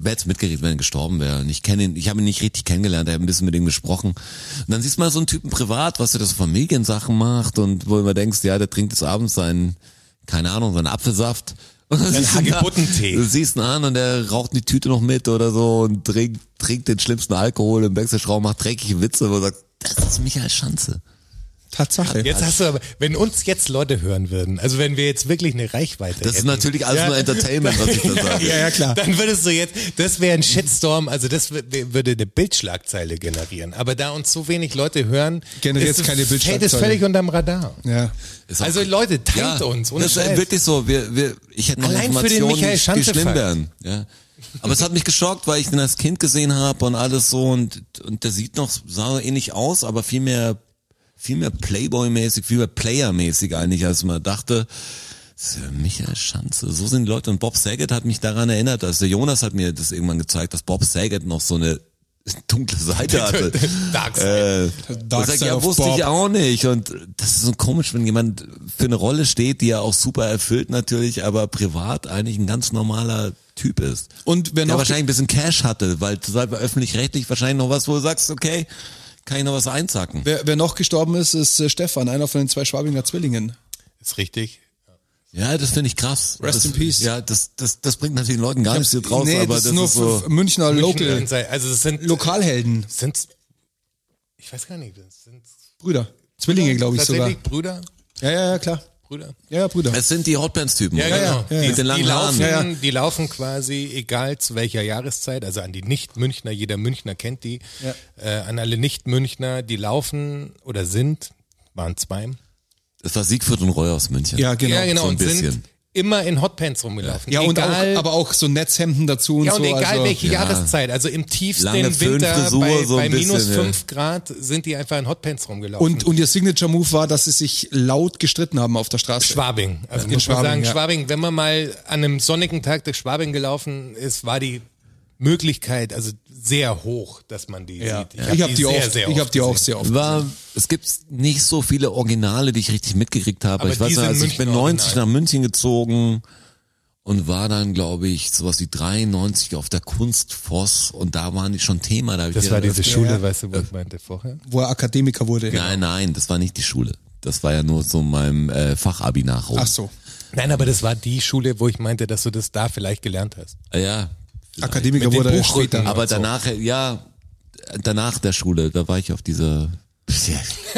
[SPEAKER 4] wär's mitgekriegt, wenn er gestorben wäre. Und ich kenne ihn, ich habe ihn nicht richtig kennengelernt, ich habe ein bisschen mit ihm gesprochen. Und dann siehst du mal so einen Typen privat, was er das so Familiensachen macht und wo du immer denkst, ja, der trinkt des Abends seinen, keine Ahnung, seinen Apfelsaft. Und dann siehst du ihn da-
[SPEAKER 3] Hagebuttentee.
[SPEAKER 4] Du siehst ihn an und er raucht die Tüte noch mit oder so und trinkt, trinkt den schlimmsten Alkohol im Wechselschrauben, macht dreckige Witze, wo du sagst, das ist Michael Schanze.
[SPEAKER 2] Tatsache.
[SPEAKER 3] Jetzt hast du aber, wenn uns jetzt Leute hören würden, also wenn wir jetzt wirklich eine Reichweite
[SPEAKER 4] Das ist
[SPEAKER 3] hätten,
[SPEAKER 4] natürlich alles
[SPEAKER 3] Ja.
[SPEAKER 4] nur Entertainment, was ich da sage.
[SPEAKER 2] Ja, ja, klar.
[SPEAKER 3] Dann würdest du jetzt, das wäre ein Shitstorm, also das wür- würde eine Bildschlagzeile generieren. Aber da uns so wenig Leute hören,
[SPEAKER 2] Generiert
[SPEAKER 3] ist es-
[SPEAKER 2] keine Bildschlagzeile.
[SPEAKER 3] Fällt es völlig unterm Radar.
[SPEAKER 2] Ja.
[SPEAKER 4] Ist auch-
[SPEAKER 3] Also Leute,
[SPEAKER 4] ja,
[SPEAKER 3] teilt uns. Ohne
[SPEAKER 4] das
[SPEAKER 3] Scheiß.
[SPEAKER 4] ist wirklich so. Wir, wir, ich hätte noch
[SPEAKER 3] Allein für den
[SPEAKER 4] Informationen,
[SPEAKER 3] Michael
[SPEAKER 4] die
[SPEAKER 3] Schanze-Fall.
[SPEAKER 4] schlimm wären. Ja. Aber es hat mich geschockt, weil ich ihn als Kind gesehen habe und alles so und, und der sieht noch, sah ähnlich aus, aber viel mehr, viel mehr Playboy-mäßig, viel mehr Player-mäßig eigentlich, als man dachte. Das ist ja Michael Schanze, so sind die Leute. Und Bob Saget hat mich daran erinnert, also der Jonas hat mir das irgendwann gezeigt, dass Bob Saget noch so eine dunkle Seite hatte.
[SPEAKER 3] Dark Side.
[SPEAKER 4] Äh,
[SPEAKER 2] Dark
[SPEAKER 4] und sagt,
[SPEAKER 2] Side
[SPEAKER 4] ja,
[SPEAKER 2] of
[SPEAKER 4] wusste
[SPEAKER 2] Bob.
[SPEAKER 4] ich auch nicht. Und das ist so komisch, wenn jemand für eine Rolle steht, die ja auch super erfüllt natürlich, aber privat eigentlich ein ganz normaler Typ ist.
[SPEAKER 2] Und wer
[SPEAKER 4] der
[SPEAKER 2] noch-
[SPEAKER 4] wahrscheinlich ein bisschen Cash hatte, weil zu sagen, öffentlich-rechtlich wahrscheinlich noch was, wo du sagst, okay, kann ich noch was einsacken.
[SPEAKER 2] Wer, wer noch gestorben ist, ist äh, Stefan, einer von den zwei Schwabinger Zwillingen.
[SPEAKER 4] Äh.
[SPEAKER 3] Ist richtig.
[SPEAKER 4] Ja, das finde ich krass.
[SPEAKER 2] Rest
[SPEAKER 4] das,
[SPEAKER 2] in peace.
[SPEAKER 4] Ja, das, das, das bringt natürlich den Leuten gar nichts hier draus,
[SPEAKER 2] Äh, nee,
[SPEAKER 4] aber
[SPEAKER 2] das, ist nur
[SPEAKER 4] so.
[SPEAKER 2] für Münchner Local,
[SPEAKER 3] Also es sind
[SPEAKER 2] Lokalhelden,
[SPEAKER 3] Sind ich weiß gar nicht, das sind
[SPEAKER 2] Brüder. Zwillinge, glaube ich sogar.
[SPEAKER 3] tatsächlich Brüder,
[SPEAKER 2] Ja, ja, ja, klar.
[SPEAKER 3] Brüder.
[SPEAKER 2] Ja, ja, Brüder.
[SPEAKER 4] Es sind die Hotbands-Typen.
[SPEAKER 3] Ja,
[SPEAKER 4] oder?
[SPEAKER 3] genau.
[SPEAKER 4] Mit den langen
[SPEAKER 3] die, laufen,
[SPEAKER 4] Haaren.
[SPEAKER 2] Ja, ja.
[SPEAKER 3] die laufen quasi, egal zu welcher Jahreszeit, also an die Nicht-Münchner, jeder Münchner kennt die,
[SPEAKER 2] Ja.
[SPEAKER 3] äh, an alle Nicht-Münchner, die laufen oder sind, waren zwei.
[SPEAKER 4] Das war Siegfried und Roy aus München.
[SPEAKER 2] ja, genau.
[SPEAKER 3] ja, genau,
[SPEAKER 4] so ein
[SPEAKER 3] und
[SPEAKER 4] bisschen.
[SPEAKER 3] sind immer in Hotpants rumgelaufen.
[SPEAKER 2] Ja, und
[SPEAKER 3] egal,
[SPEAKER 2] auch, aber auch so Netzhemden dazu und
[SPEAKER 3] ja,
[SPEAKER 2] so.
[SPEAKER 3] und egal
[SPEAKER 2] also,
[SPEAKER 3] welche
[SPEAKER 4] Ja.
[SPEAKER 3] Jahreszeit, also im tiefsten
[SPEAKER 4] Lange
[SPEAKER 3] Winter
[SPEAKER 4] Föhnfrisur,
[SPEAKER 3] bei,
[SPEAKER 4] so
[SPEAKER 3] bei
[SPEAKER 4] ein bisschen,
[SPEAKER 3] minus
[SPEAKER 4] ja.
[SPEAKER 3] fünf Grad sind die einfach in Hotpants rumgelaufen.
[SPEAKER 2] Und, und ihr Signature-Move war, dass sie sich laut gestritten haben auf der Straße.
[SPEAKER 3] Schwabing. Also
[SPEAKER 2] In
[SPEAKER 3] muss man
[SPEAKER 2] Schwabing,
[SPEAKER 3] sagen,
[SPEAKER 2] ja.
[SPEAKER 3] Schwabing, wenn man mal an einem sonnigen Tag durch Schwabing gelaufen ist, war die Möglichkeit also sehr hoch, dass man die
[SPEAKER 2] Ja.
[SPEAKER 3] sieht.
[SPEAKER 2] Ich habe die,
[SPEAKER 3] sehr,
[SPEAKER 2] oft,
[SPEAKER 3] sehr
[SPEAKER 2] ich hab die auch
[SPEAKER 3] gesehen.
[SPEAKER 2] sehr oft.
[SPEAKER 4] War, es gibt nicht so viele Originale, die ich richtig mitgekriegt habe.
[SPEAKER 3] Aber
[SPEAKER 4] ich weiß
[SPEAKER 3] die
[SPEAKER 4] noch,
[SPEAKER 3] sind
[SPEAKER 4] also ich bin
[SPEAKER 3] München
[SPEAKER 4] 90
[SPEAKER 3] Original.
[SPEAKER 4] nach München gezogen und war dann, glaube ich, sowas wie 93 auf der Kunstfoss und da waren die schon Thema. Da hab ich
[SPEAKER 3] Das
[SPEAKER 4] gedacht,
[SPEAKER 3] war diese
[SPEAKER 4] das-
[SPEAKER 3] Schule, weißt du, wo ich meinte vorher?
[SPEAKER 2] Wo er Akademiker wurde.
[SPEAKER 3] Genau.
[SPEAKER 4] Nein, nein, das war nicht die Schule. Das war ja nur so meinem äh, Fachabi nachholen.
[SPEAKER 2] Ach so.
[SPEAKER 3] Nein, aber das war die Schule, wo ich meinte, dass du das da vielleicht gelernt hast.
[SPEAKER 4] Ja,
[SPEAKER 2] Akademiker
[SPEAKER 3] Mit den
[SPEAKER 2] wurde er
[SPEAKER 3] Buchrücken.
[SPEAKER 2] später.
[SPEAKER 4] aber
[SPEAKER 3] so.
[SPEAKER 4] danach, äh, ja, danach der Schule, da war ich auf dieser...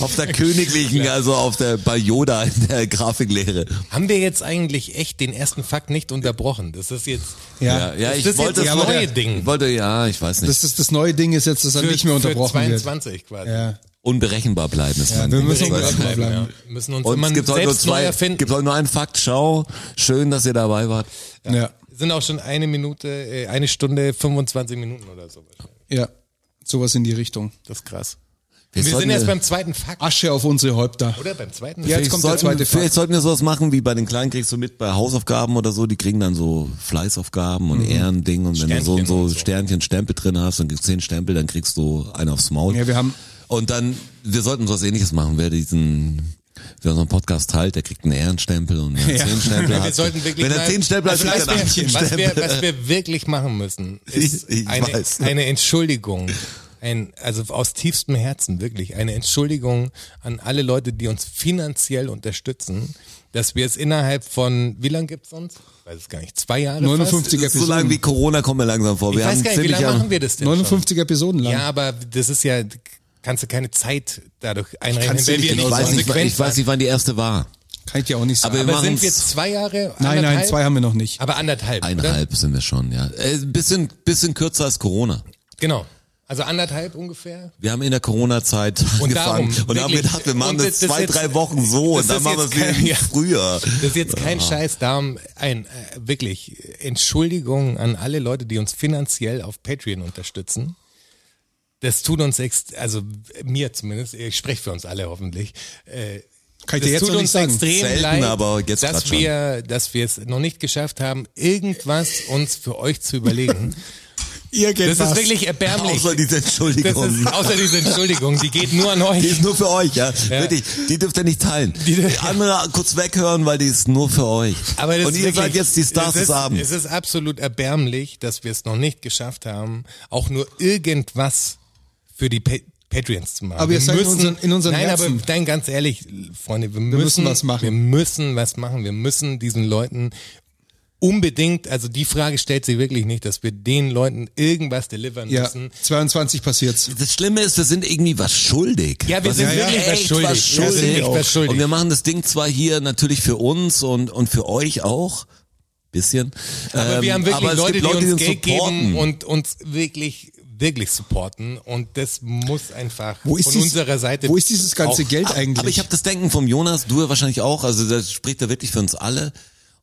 [SPEAKER 4] auf der königlichen, also auf der bei Yoda in der Grafiklehre.
[SPEAKER 3] Haben wir jetzt eigentlich echt den ersten Fakt nicht unterbrochen? Das ist jetzt
[SPEAKER 2] Ja.
[SPEAKER 4] Ja, ja
[SPEAKER 3] Ist
[SPEAKER 4] ich
[SPEAKER 3] das
[SPEAKER 4] wollte
[SPEAKER 3] jetzt
[SPEAKER 4] das
[SPEAKER 3] das neue
[SPEAKER 4] ja,
[SPEAKER 3] Ding?
[SPEAKER 4] Wollte ja, ich weiß nicht.
[SPEAKER 2] Das ist das neue Ding ist jetzt, dass er nicht mehr unterbrochen
[SPEAKER 3] für
[SPEAKER 2] wird.
[SPEAKER 3] 22 quasi.
[SPEAKER 2] Ja.
[SPEAKER 4] Unberechenbar bleiben ist mein
[SPEAKER 2] wir
[SPEAKER 4] Ding.
[SPEAKER 2] müssen
[SPEAKER 4] Ich weiß
[SPEAKER 2] unberechenbar
[SPEAKER 4] nicht.
[SPEAKER 2] bleiben.
[SPEAKER 3] Ja. Müssen uns
[SPEAKER 4] Und
[SPEAKER 3] immer
[SPEAKER 4] es gibt heute, nur
[SPEAKER 3] selbst neu
[SPEAKER 4] zwei,
[SPEAKER 3] erfinden.
[SPEAKER 4] gibt heute nur einen Fakt. Schau, schön, dass ihr dabei wart.
[SPEAKER 2] Ja. ja.
[SPEAKER 3] Sind auch schon eine Minute, äh, eine Stunde, 25 Minuten oder so.
[SPEAKER 2] Sowas in die Richtung.
[SPEAKER 3] Das ist krass.
[SPEAKER 4] Wir
[SPEAKER 3] Wir
[SPEAKER 4] sollten-
[SPEAKER 3] sind jetzt beim zweiten Fakt,
[SPEAKER 2] Asche auf unsere Häupter.
[SPEAKER 3] oder? Beim zweiten
[SPEAKER 2] Ja,
[SPEAKER 4] Vielleicht
[SPEAKER 2] jetzt kommt der
[SPEAKER 4] sollten-
[SPEAKER 2] zweite Fakt.
[SPEAKER 4] Vielleicht sollten wir sowas machen, wie bei den Kleinen kriegst du mit bei Hausaufgaben oder so, die kriegen dann so Fleißaufgaben und Ehrending und wenn du so und
[SPEAKER 3] Mhm. Sternchen
[SPEAKER 4] so,
[SPEAKER 3] und so.
[SPEAKER 4] Sternchen, Stempel drin hast und zehn Stempel, dann kriegst du einen aufs Maul.
[SPEAKER 2] Ja, wir haben-
[SPEAKER 4] und dann, wir sollten sowas ähnliches machen, wer diesen, wer so einen Podcast teilt, der kriegt einen Ehrenstempel und wer
[SPEAKER 2] Ja.
[SPEAKER 4] zehn Stempel
[SPEAKER 3] Wir
[SPEAKER 4] hat.
[SPEAKER 3] sollten wirklich
[SPEAKER 4] wenn er
[SPEAKER 3] mal-
[SPEAKER 4] zehn Stempel hat,
[SPEAKER 3] also
[SPEAKER 4] kriegt er
[SPEAKER 3] was,
[SPEAKER 4] einen
[SPEAKER 3] wir, was,
[SPEAKER 4] Stempel.
[SPEAKER 3] wir, was wir wirklich machen müssen, ist
[SPEAKER 4] Ich- ich
[SPEAKER 3] eine,
[SPEAKER 4] weiß.
[SPEAKER 3] eine Entschuldigung. Ein, also aus tiefstem Herzen wirklich eine Entschuldigung an alle Leute, die uns finanziell unterstützen, dass wir es innerhalb von, wie lang gibt's uns? Ich weiß es gar nicht, zwei Jahre
[SPEAKER 2] 59
[SPEAKER 4] So
[SPEAKER 2] Episoden.
[SPEAKER 4] lange wie Corona kommen wir langsam vor.
[SPEAKER 3] fast?
[SPEAKER 4] Wir
[SPEAKER 3] Ich weiß
[SPEAKER 4] haben
[SPEAKER 3] gar nicht, wie
[SPEAKER 4] ziemlich
[SPEAKER 3] lange
[SPEAKER 4] am-
[SPEAKER 3] machen wir das denn schon?
[SPEAKER 2] 59 Episoden lang.
[SPEAKER 3] Ja, aber das ist ja, kannst du keine Zeit dadurch einrechnen,
[SPEAKER 2] Kannst du
[SPEAKER 3] weil
[SPEAKER 2] nicht
[SPEAKER 3] wir
[SPEAKER 2] genau
[SPEAKER 3] nicht
[SPEAKER 4] ich, weiß nicht,
[SPEAKER 3] konsequent
[SPEAKER 4] ich weiß
[SPEAKER 3] waren.
[SPEAKER 4] nicht, wann die erste war.
[SPEAKER 2] Kann ich dir auch nicht sagen.
[SPEAKER 4] Aber wir
[SPEAKER 3] Aber sind
[SPEAKER 4] machen's.
[SPEAKER 3] wir zwei Jahre?
[SPEAKER 2] nein, nein,
[SPEAKER 3] anderthalb?
[SPEAKER 2] zwei haben wir noch nicht.
[SPEAKER 3] Aber anderthalb, ne? oder?
[SPEAKER 4] Eineinhalb sind wir schon, ja. Äh, Ein bisschen, bisschen kürzer als Corona.
[SPEAKER 3] Genau. Also anderthalb ungefähr.
[SPEAKER 4] Wir haben in der Corona-Zeit
[SPEAKER 3] Und
[SPEAKER 4] angefangen
[SPEAKER 3] darum,
[SPEAKER 4] und haben
[SPEAKER 3] wirklich.
[SPEAKER 4] gedacht, wir machen
[SPEAKER 3] Und
[SPEAKER 4] das,
[SPEAKER 3] das
[SPEAKER 4] zwei,
[SPEAKER 3] jetzt-
[SPEAKER 4] drei Wochen so
[SPEAKER 3] das
[SPEAKER 4] und dann
[SPEAKER 3] ist
[SPEAKER 4] machen wir
[SPEAKER 3] jetzt
[SPEAKER 4] es wieder
[SPEAKER 3] kein-
[SPEAKER 4] wie
[SPEAKER 3] ja.
[SPEAKER 4] früher.
[SPEAKER 3] Das ist jetzt kein Scheiß, darum ein, äh, wirklich Entschuldigung an alle Leute, die uns finanziell auf Patreon unterstützen. Das tut uns, ex also mir zumindest, ich spreche für uns alle hoffentlich, äh,
[SPEAKER 2] Kann ich
[SPEAKER 3] das
[SPEAKER 2] dir jetzt
[SPEAKER 3] tut
[SPEAKER 2] noch nicht
[SPEAKER 3] uns
[SPEAKER 2] sagen.
[SPEAKER 3] extrem
[SPEAKER 4] Selten,
[SPEAKER 3] leid,
[SPEAKER 4] aber jetzt grad
[SPEAKER 3] dass
[SPEAKER 4] schon.
[SPEAKER 3] wir, dass wir es noch nicht geschafft haben, irgendwas uns für euch zu überlegen.
[SPEAKER 2] Irgendwas.
[SPEAKER 3] Das ist wirklich erbärmlich.
[SPEAKER 4] Außer diese
[SPEAKER 3] Das
[SPEAKER 4] Entschuldigung.
[SPEAKER 3] ist, außer diese Entschuldigung, die geht nur an euch.
[SPEAKER 4] Die ist nur für euch, ja. Wirklich, die dürft ihr nicht teilen. Die,
[SPEAKER 3] Die-
[SPEAKER 4] andere kurz weghören, weil die ist nur für euch.
[SPEAKER 3] Aber das
[SPEAKER 4] Und
[SPEAKER 3] ist
[SPEAKER 4] ihr
[SPEAKER 3] wirklich,
[SPEAKER 4] seid jetzt die Stars
[SPEAKER 3] es
[SPEAKER 4] des
[SPEAKER 3] ist,
[SPEAKER 4] Abends.
[SPEAKER 3] Es ist absolut erbärmlich, dass wir es noch nicht geschafft haben, auch nur irgendwas für die pa Patreons zu machen.
[SPEAKER 2] Aber ihr
[SPEAKER 3] wir
[SPEAKER 2] seid in unseren- in unseren
[SPEAKER 3] Nein,
[SPEAKER 2] Herzen.
[SPEAKER 3] aber nein, ganz ehrlich, Freunde, wir müssen,
[SPEAKER 2] müssen was machen.
[SPEAKER 3] Wir müssen was machen. Wir müssen diesen Leuten unbedingt, also die Frage stellt sich wirklich nicht, dass wir den Leuten irgendwas delivern
[SPEAKER 2] Ja,
[SPEAKER 3] müssen.
[SPEAKER 2] 22 passiert's.
[SPEAKER 4] Das Schlimme ist, wir sind irgendwie was schuldig.
[SPEAKER 3] Ja, wir
[SPEAKER 4] was
[SPEAKER 3] sind
[SPEAKER 2] ja,
[SPEAKER 3] wirklich
[SPEAKER 4] echt
[SPEAKER 3] was schuldig.
[SPEAKER 4] Was
[SPEAKER 3] Wir sind
[SPEAKER 4] schuldig.
[SPEAKER 3] echt was schuldig.
[SPEAKER 4] Und wir machen das Ding zwar hier natürlich für uns und, und für euch auch. Bisschen. ähm,
[SPEAKER 3] Aber wir
[SPEAKER 2] Ähm,
[SPEAKER 3] haben wirklich
[SPEAKER 4] aber es
[SPEAKER 3] Leute,
[SPEAKER 4] gibt Leute,
[SPEAKER 3] die uns
[SPEAKER 4] die
[SPEAKER 3] Geld
[SPEAKER 4] supporten.
[SPEAKER 3] geben und uns wirklich, wirklich supporten. Und das muss einfach
[SPEAKER 2] Wo ist
[SPEAKER 3] von
[SPEAKER 2] dies-
[SPEAKER 3] unserer Seite.
[SPEAKER 2] Wo ist dieses ganze
[SPEAKER 3] auch-
[SPEAKER 2] Geld eigentlich?
[SPEAKER 4] Aber ich habe das Denken vom Jonas, du ja wahrscheinlich auch, also das spricht da wirklich für uns alle.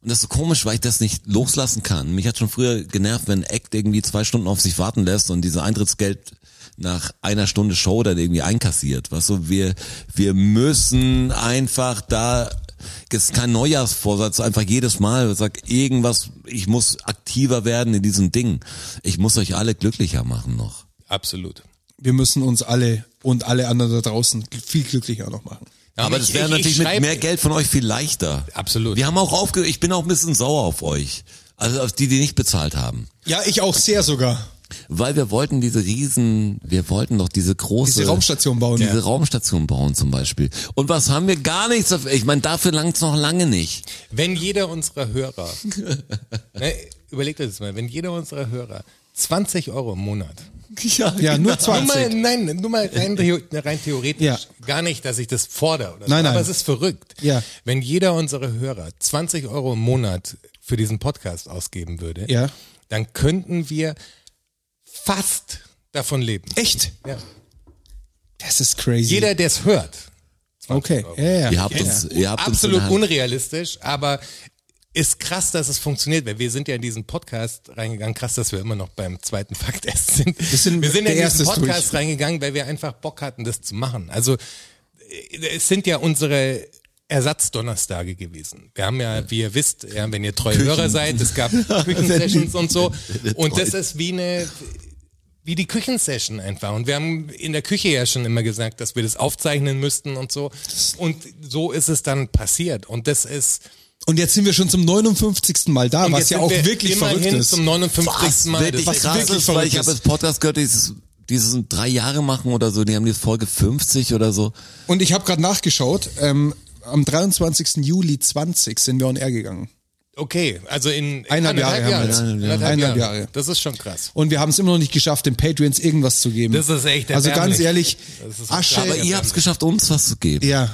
[SPEAKER 4] Und das ist so komisch, weil ich das nicht loslassen kann. Mich hat schon früher genervt, wenn ein Act irgendwie zwei Stunden auf sich warten lässt und dieses Eintrittsgeld nach einer Stunde Show dann irgendwie einkassiert. Weißt du, wir, wir müssen einfach da, es ist kein Neujahrsvorsatz, einfach jedes Mal, ich sag irgendwas, ich muss aktiver werden in diesem Ding. Ich muss euch alle glücklicher machen noch.
[SPEAKER 3] Absolut.
[SPEAKER 2] Wir müssen uns alle und alle anderen da draußen viel glücklicher noch machen.
[SPEAKER 4] Aber das
[SPEAKER 3] ich-
[SPEAKER 4] wäre
[SPEAKER 3] ich-
[SPEAKER 4] natürlich
[SPEAKER 3] ich
[SPEAKER 4] mit
[SPEAKER 3] schreib-
[SPEAKER 4] mehr Geld von euch viel leichter.
[SPEAKER 3] Absolut.
[SPEAKER 4] Wir haben auch aufge ich bin auch ein bisschen sauer auf euch. Also auf die, die nicht bezahlt haben.
[SPEAKER 2] Ja, ich auch sehr sogar.
[SPEAKER 4] Weil wir wollten diese riesen, wir wollten doch diese große...
[SPEAKER 2] Diese Raumstation bauen.
[SPEAKER 4] Diese
[SPEAKER 2] Ja.
[SPEAKER 4] Raumstation bauen zum Beispiel. Und was haben wir? Gar nichts. dafür. Ich meine, dafür langt's noch lange nicht.
[SPEAKER 3] Wenn jeder unserer Hörer, ne, überlegt euch das mal, wenn jeder unserer Hörer 20 Euro im Monat.
[SPEAKER 2] Ja, nur
[SPEAKER 3] Nur mal,
[SPEAKER 2] 20.
[SPEAKER 3] nein, nur mal rein, theo- ne, rein theoretisch.
[SPEAKER 2] Ja.
[SPEAKER 3] Gar nicht, dass ich das fordere oder so.
[SPEAKER 2] Nein, nein.
[SPEAKER 3] Aber es ist verrückt.
[SPEAKER 2] Ja.
[SPEAKER 3] Wenn jeder unserer Hörer 20 Euro im Monat für diesen Podcast ausgeben würde,
[SPEAKER 2] Ja.
[SPEAKER 3] dann könnten wir fast davon leben.
[SPEAKER 2] Echt?
[SPEAKER 3] Ja.
[SPEAKER 2] Das ist crazy.
[SPEAKER 3] Jeder, der es hört,
[SPEAKER 2] okay. Ja, ja.
[SPEAKER 4] Ihr habt uns, ihr habt
[SPEAKER 3] absolut
[SPEAKER 4] uns in der Hand.
[SPEAKER 3] unrealistisch, aber ist krass, dass es funktioniert, weil wir sind ja in diesen Podcast reingegangen. Krass, dass wir immer noch beim zweiten Fakt erst sind. Wir
[SPEAKER 2] sind
[SPEAKER 3] wir
[SPEAKER 2] der
[SPEAKER 3] sind ja in diesen
[SPEAKER 2] Erste ist
[SPEAKER 3] Podcast
[SPEAKER 2] durch.
[SPEAKER 3] reingegangen, weil wir einfach Bock hatten, das zu machen. Also äh, es sind ja unsere Ersatzdonnerstage gewesen. Wir haben ja, wie ihr wisst, ja, wenn ihr treue Hörer seid, es gab Küchensessions und so. Und das ist wie eine wie die Küchensession einfach. Und wir haben in der Küche ja schon immer gesagt, dass wir das aufzeichnen müssten und so. Und so ist es dann passiert. Und das ist
[SPEAKER 2] Und jetzt sind wir schon zum 59. Mal da,
[SPEAKER 3] und
[SPEAKER 2] was
[SPEAKER 3] jetzt
[SPEAKER 2] ja
[SPEAKER 3] sind
[SPEAKER 2] auch
[SPEAKER 3] wir
[SPEAKER 2] wirklich verrückt
[SPEAKER 3] immerhin
[SPEAKER 2] ist.
[SPEAKER 3] zum 59.
[SPEAKER 4] Was
[SPEAKER 3] Mal.
[SPEAKER 4] wirklich
[SPEAKER 3] Das ist
[SPEAKER 4] krass
[SPEAKER 2] wirklich
[SPEAKER 4] ist, weil ich
[SPEAKER 2] verrückt
[SPEAKER 4] habe das Podcast gehört, dieses, dieses drei Jahre machen oder so, die haben die Folge 50 oder so.
[SPEAKER 2] Und ich habe gerade nachgeschaut, ähm, am 23. Juli 20 sind wir on air gegangen.
[SPEAKER 3] okay, also in
[SPEAKER 2] Eineinhalb Jahre haben wir jetzt.
[SPEAKER 3] Eineinhalb,
[SPEAKER 2] Eineinhalb
[SPEAKER 3] Jahre.
[SPEAKER 2] Jahre.
[SPEAKER 3] Das ist schon krass.
[SPEAKER 2] Und wir haben es immer noch nicht geschafft, den Patreons irgendwas zu geben.
[SPEAKER 3] Das ist echt
[SPEAKER 2] Also ganz
[SPEAKER 3] erbärmlich.
[SPEAKER 2] ehrlich,
[SPEAKER 3] Das ist
[SPEAKER 2] Asche,
[SPEAKER 3] erbärmlich.
[SPEAKER 4] Aber ihr habt's geschafft, uns was zu geben.
[SPEAKER 2] ja.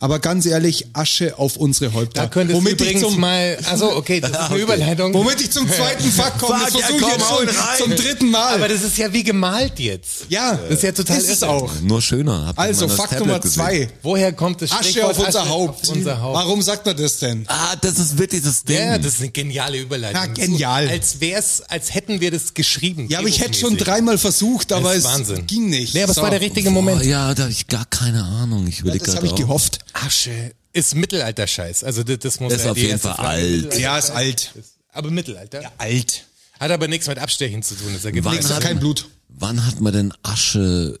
[SPEAKER 2] Aber ganz ehrlich, Asche auf unsere Häupter.
[SPEAKER 3] Da könntest
[SPEAKER 2] womit
[SPEAKER 3] du
[SPEAKER 2] ich
[SPEAKER 3] übrigens
[SPEAKER 2] zum,
[SPEAKER 3] mal, also okay, das ist eine
[SPEAKER 4] Okay.
[SPEAKER 3] Überleitung.
[SPEAKER 2] womit ich zum zweiten Fakt komme. Das
[SPEAKER 4] Fuck, ja,
[SPEAKER 2] versuche ich
[SPEAKER 4] komm,
[SPEAKER 2] jetzt
[SPEAKER 4] hau
[SPEAKER 2] schon
[SPEAKER 4] rein.
[SPEAKER 2] zum dritten Mal.
[SPEAKER 3] aber das ist ja wie gemalt jetzt.
[SPEAKER 2] ja,
[SPEAKER 3] Das ist ja total
[SPEAKER 2] ist es
[SPEAKER 3] irre.
[SPEAKER 2] auch.
[SPEAKER 4] Nur schöner. Habt ihr
[SPEAKER 2] Also
[SPEAKER 4] mal das
[SPEAKER 2] Fakt
[SPEAKER 4] Tablet
[SPEAKER 2] Nummer
[SPEAKER 4] gesehen?
[SPEAKER 2] zwei.
[SPEAKER 3] Woher kommt das
[SPEAKER 2] Asche
[SPEAKER 3] Stichwort
[SPEAKER 2] auf unser
[SPEAKER 3] Asche
[SPEAKER 2] Haupt.
[SPEAKER 3] Auf unser Haupt.
[SPEAKER 2] Warum sagt man das denn?
[SPEAKER 4] Ah, das ist wirklich das Ding.
[SPEAKER 3] Ja, das ist eine geniale Überleitung.
[SPEAKER 2] Ja, genial.
[SPEAKER 3] Als wär's, als hätten wir das geschrieben.
[SPEAKER 2] Ja, aber ich hätte schon
[SPEAKER 3] drehbuchmäßig.
[SPEAKER 2] dreimal versucht, aber
[SPEAKER 3] Das
[SPEAKER 2] es
[SPEAKER 3] ist Wahnsinn.
[SPEAKER 2] ging nicht.
[SPEAKER 3] Nee, aber
[SPEAKER 2] So.
[SPEAKER 3] es war der richtige
[SPEAKER 4] Boah,
[SPEAKER 3] Moment.
[SPEAKER 4] Oh, Ja, da habe ich gar keine Ahnung. Ich überlege
[SPEAKER 2] Das habe
[SPEAKER 4] gerade
[SPEAKER 2] ich
[SPEAKER 4] halt auch.
[SPEAKER 2] gehofft.
[SPEAKER 3] Asche ist Mittelalter-Scheiß. Also das, das muss
[SPEAKER 4] Das ist
[SPEAKER 3] ja
[SPEAKER 4] auf
[SPEAKER 3] die
[SPEAKER 4] jeden
[SPEAKER 3] erste
[SPEAKER 4] Fall
[SPEAKER 3] Frage.
[SPEAKER 4] alt.
[SPEAKER 3] Mittelalter-
[SPEAKER 2] Ja, ist alt.
[SPEAKER 3] Aber Mittelalter.
[SPEAKER 2] Alt.
[SPEAKER 3] Hat aber nichts mit Abstechen zu tun. Das ergibt
[SPEAKER 4] Wann
[SPEAKER 3] nichts.
[SPEAKER 4] hat,
[SPEAKER 2] kein Blut.
[SPEAKER 4] Wann hat man denn Asche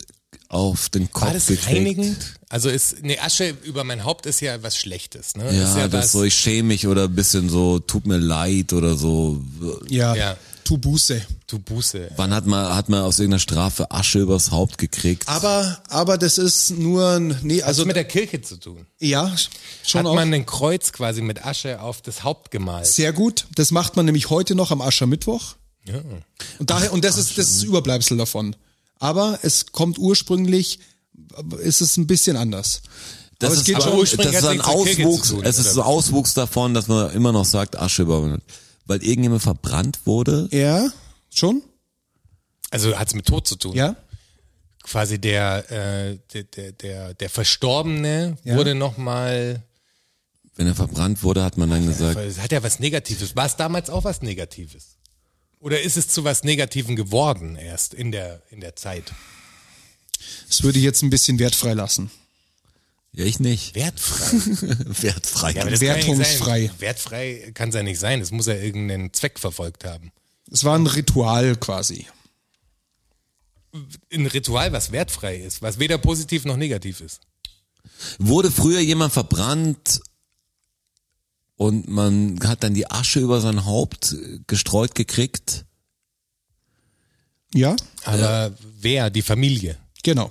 [SPEAKER 4] auf den Kopf
[SPEAKER 3] War das
[SPEAKER 4] gekriegt?
[SPEAKER 3] reinigend? Also ist, nee, Asche über mein Haupt ist ja was Schlechtes, ne?
[SPEAKER 4] Ja,
[SPEAKER 3] ist ja
[SPEAKER 4] das
[SPEAKER 3] was,
[SPEAKER 4] so, ich schäme mich oder ein bisschen so, tut mir leid oder so.
[SPEAKER 2] Ja.
[SPEAKER 3] Ja.
[SPEAKER 2] Tu Buße.
[SPEAKER 3] du Buße.
[SPEAKER 4] Wann hat man, hat man aus irgendeiner Strafe Asche übers Haupt gekriegt?
[SPEAKER 2] Aber, aber das ist nur ein, nee,
[SPEAKER 3] Also
[SPEAKER 2] also,
[SPEAKER 3] mit der Kirche zu tun.
[SPEAKER 2] ja, schon
[SPEAKER 3] hat
[SPEAKER 2] auch.
[SPEAKER 3] man ein Kreuz quasi mit Asche auf das Haupt gemalt.
[SPEAKER 2] Sehr gut. Das macht man nämlich heute noch am Aschermittwoch. Und daher, und das ist, das ist Überbleibsel davon. Aber es kommt ursprünglich, ist es ein bisschen anders.
[SPEAKER 4] das
[SPEAKER 2] aber es
[SPEAKER 4] ist,
[SPEAKER 2] geht
[SPEAKER 4] aber
[SPEAKER 2] schon-
[SPEAKER 4] das
[SPEAKER 3] ursprünglich
[SPEAKER 4] ist
[SPEAKER 3] hat's
[SPEAKER 4] ein
[SPEAKER 3] nichts mit Kirche
[SPEAKER 4] Auswuchs,
[SPEAKER 3] zu tun,
[SPEAKER 4] es ist ein Auswuchs davon, dass man immer noch sagt Asche über, weil irgendjemand verbrannt wurde.
[SPEAKER 2] Ja, schon?
[SPEAKER 3] Also hat's mit Tod zu tun.
[SPEAKER 2] Ja?
[SPEAKER 3] quasi der, äh, der, der, der, der Verstorbene
[SPEAKER 2] Ja.
[SPEAKER 3] wurde nochmal,
[SPEAKER 4] Wenn er verbrannt wurde, hat man dann gesagt,
[SPEAKER 3] es hat ja was Negatives. War es damals auch was Negatives? Oder ist es zu was Negativem geworden erst in der, in der Zeit?
[SPEAKER 2] Das würde ich jetzt ein bisschen wertfrei lassen.
[SPEAKER 4] ja, ich nicht.
[SPEAKER 3] Wertfrei.
[SPEAKER 4] Wertfrei.
[SPEAKER 3] Ja, aber das kann ja nicht
[SPEAKER 2] Wertungsfrei.
[SPEAKER 3] sein. Wertfrei kann es ja nicht sein. Es muss ja irgendeinen Zweck verfolgt haben.
[SPEAKER 2] Es war ein Ritual quasi.
[SPEAKER 3] ein Ritual, was wertfrei ist, was weder positiv noch negativ ist.
[SPEAKER 4] Wurde früher jemand verbrannt und man hat dann die Asche über sein Haupt gestreut gekriegt?
[SPEAKER 2] Ja,
[SPEAKER 3] Aber wer? Die Familie.
[SPEAKER 2] genau.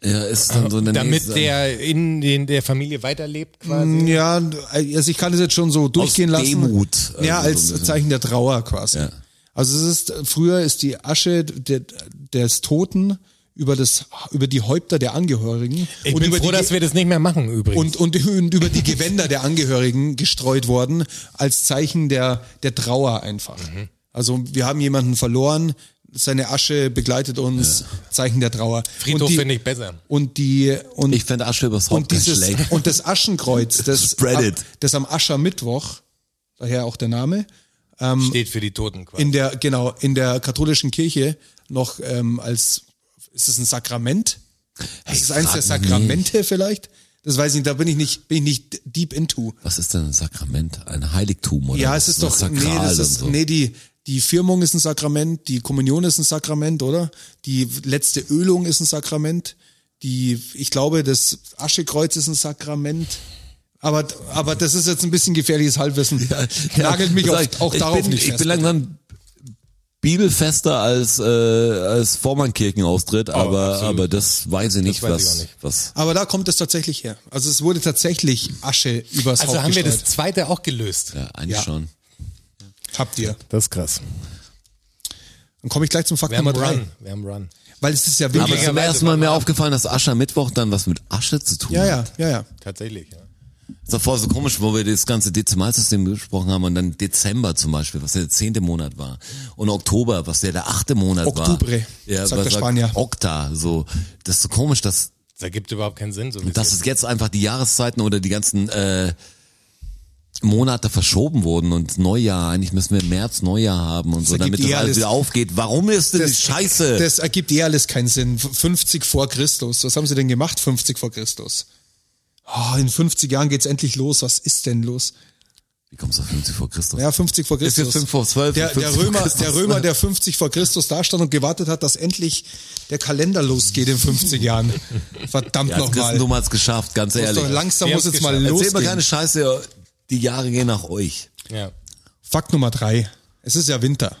[SPEAKER 4] Ja, ist dann so eine
[SPEAKER 3] Damit
[SPEAKER 4] nächste-
[SPEAKER 3] der in den, der Familie weiterlebt quasi.
[SPEAKER 2] Ja, also ich kann das jetzt schon so durchgehen lassen.
[SPEAKER 4] Demut, also
[SPEAKER 2] ja, als
[SPEAKER 4] so ein bisschen.
[SPEAKER 2] Zeichen der Trauer quasi.
[SPEAKER 4] Ja.
[SPEAKER 2] Also es ist, früher ist die Asche de, des Toten über das, über die Häupter der Angehörigen
[SPEAKER 3] Ich
[SPEAKER 2] und
[SPEAKER 3] bin
[SPEAKER 2] über
[SPEAKER 3] froh,
[SPEAKER 2] die
[SPEAKER 3] dass wir das nicht mehr machen übrigens.
[SPEAKER 2] und, und, und über die Gewänder der Angehörigen gestreut worden, als Zeichen der, der Trauer einfach.
[SPEAKER 3] Mhm.
[SPEAKER 2] Also wir haben jemanden verloren, seine Asche begleitet uns, Zeichen der Trauer.
[SPEAKER 3] Friedhof
[SPEAKER 2] Und die-
[SPEAKER 3] finde ich besser.
[SPEAKER 2] Und die und,
[SPEAKER 4] Ich fände Asche übers Haupt
[SPEAKER 2] und,
[SPEAKER 4] ganz
[SPEAKER 2] dieses,
[SPEAKER 4] schlecht.
[SPEAKER 2] und das Aschenkreuz, das,
[SPEAKER 4] Spread it.
[SPEAKER 2] das am Aschermittwoch, daher auch der Name,
[SPEAKER 3] steht für die Toten quasi.
[SPEAKER 2] in der, genau, in der katholischen Kirche noch ähm, als, ist es ein Sakrament? Ist es eins der
[SPEAKER 4] frag mich
[SPEAKER 2] Sakramente vielleicht? Das weiß ich nicht, da bin ich nicht, bin ich nicht deep into.
[SPEAKER 4] Was ist denn ein Sakrament? Ein Heiligtum oder
[SPEAKER 2] Ja,
[SPEAKER 4] was?
[SPEAKER 2] es ist
[SPEAKER 4] Was
[SPEAKER 2] doch,
[SPEAKER 4] sakral
[SPEAKER 2] nee, das
[SPEAKER 4] und
[SPEAKER 2] ist,
[SPEAKER 4] so.
[SPEAKER 2] nee, die, die Firmung ist ein Sakrament, die Kommunion ist ein Sakrament, oder? Die letzte Ölung ist ein Sakrament, die, ich glaube, das Aschekreuz ist ein Sakrament. Aber, aber das ist jetzt ein bisschen gefährliches Halbwissen. Nagelt mich
[SPEAKER 4] Sag
[SPEAKER 2] auch,
[SPEAKER 4] ich,
[SPEAKER 2] auch
[SPEAKER 4] ich
[SPEAKER 2] darauf
[SPEAKER 4] bin,
[SPEAKER 2] nicht
[SPEAKER 4] Ich
[SPEAKER 2] fest.
[SPEAKER 4] bin langsam bibelfester als, äh, als Vormannkirchenauftritt, aber,
[SPEAKER 3] absolut.
[SPEAKER 4] aber das weiß ich nicht,
[SPEAKER 3] weiß ich
[SPEAKER 4] was,
[SPEAKER 3] auch nicht.
[SPEAKER 4] was.
[SPEAKER 2] aber da kommt es tatsächlich her. Also es wurde tatsächlich Asche übers
[SPEAKER 3] also
[SPEAKER 2] Haupt
[SPEAKER 3] haben wir das
[SPEAKER 2] gestreut.
[SPEAKER 3] zweite auch gelöst.
[SPEAKER 4] Ja, eigentlich
[SPEAKER 2] Ja.
[SPEAKER 4] schon.
[SPEAKER 2] Habt ihr.
[SPEAKER 3] Das ist krass.
[SPEAKER 2] Dann komme ich gleich zum Fakt
[SPEAKER 3] Wir haben
[SPEAKER 2] Nummer drei.
[SPEAKER 3] Run. Wir haben Run.
[SPEAKER 2] Weil es ist ja wirklich...
[SPEAKER 4] Aber
[SPEAKER 3] Möglicherweise
[SPEAKER 4] zum ersten Mal
[SPEAKER 3] war
[SPEAKER 4] mir aufgefallen, dass Aschermittwoch dann was mit Asche zu tun
[SPEAKER 2] ja,
[SPEAKER 4] hat.
[SPEAKER 2] ja, ja, ja.
[SPEAKER 3] Tatsächlich, ja.
[SPEAKER 4] Das war vorher so komisch, wo wir das ganze Dezimalsystem besprochen haben und dann Dezember zum Beispiel, was der zehnte Monat war. Und Oktober, was der der achte Monat war.
[SPEAKER 2] Oktubre,
[SPEAKER 4] ja,
[SPEAKER 2] sagt
[SPEAKER 4] was
[SPEAKER 2] der Spanier.
[SPEAKER 4] Okta, so. Das ist so komisch, dass,
[SPEAKER 3] Das ergibt überhaupt keinen Sinn. So wie
[SPEAKER 4] dass es jetzt einfach die Jahreszeiten oder die ganzen äh, Monate verschoben wurden und Neujahr, eigentlich müssen wir im März Neujahr haben und so,
[SPEAKER 2] ergibt
[SPEAKER 4] damit das
[SPEAKER 2] eh
[SPEAKER 4] alles
[SPEAKER 2] alles-
[SPEAKER 4] wieder aufgeht. Warum ist denn die
[SPEAKER 2] Das-
[SPEAKER 4] Scheiße?
[SPEAKER 2] Das ergibt eh alles keinen Sinn. F- 50 vor Christus. Was haben sie denn gemacht, 50 vor Christus? Ah, in 50 Jahren geht's endlich los. Was ist denn los?
[SPEAKER 4] Wie kommst du auf 50 vor Christus?
[SPEAKER 2] Ja, 50 vor
[SPEAKER 4] Ist
[SPEAKER 2] Christus.
[SPEAKER 4] jetzt 5 vor 12,
[SPEAKER 2] Der,
[SPEAKER 4] 50
[SPEAKER 2] der,
[SPEAKER 4] vor
[SPEAKER 2] Römer,
[SPEAKER 4] Christus.
[SPEAKER 2] der Römer, der 50 vor Christus da stand und gewartet hat, dass endlich der Kalender losgeht in 50 Jahren. Verdammt
[SPEAKER 4] Ja, das
[SPEAKER 2] nochmal.
[SPEAKER 4] Christentum hat's geschafft, ganz
[SPEAKER 2] Muss
[SPEAKER 4] ehrlich.
[SPEAKER 2] doch langsam
[SPEAKER 3] Wir
[SPEAKER 2] muss
[SPEAKER 3] haben's
[SPEAKER 2] jetzt mal
[SPEAKER 3] geschafft.
[SPEAKER 4] Erzähl mir
[SPEAKER 2] losgehen.
[SPEAKER 4] keine Scheiße, die Jahre gehen nach euch.
[SPEAKER 3] ja.
[SPEAKER 2] Fakt Nummer drei. Es ist ja Winter.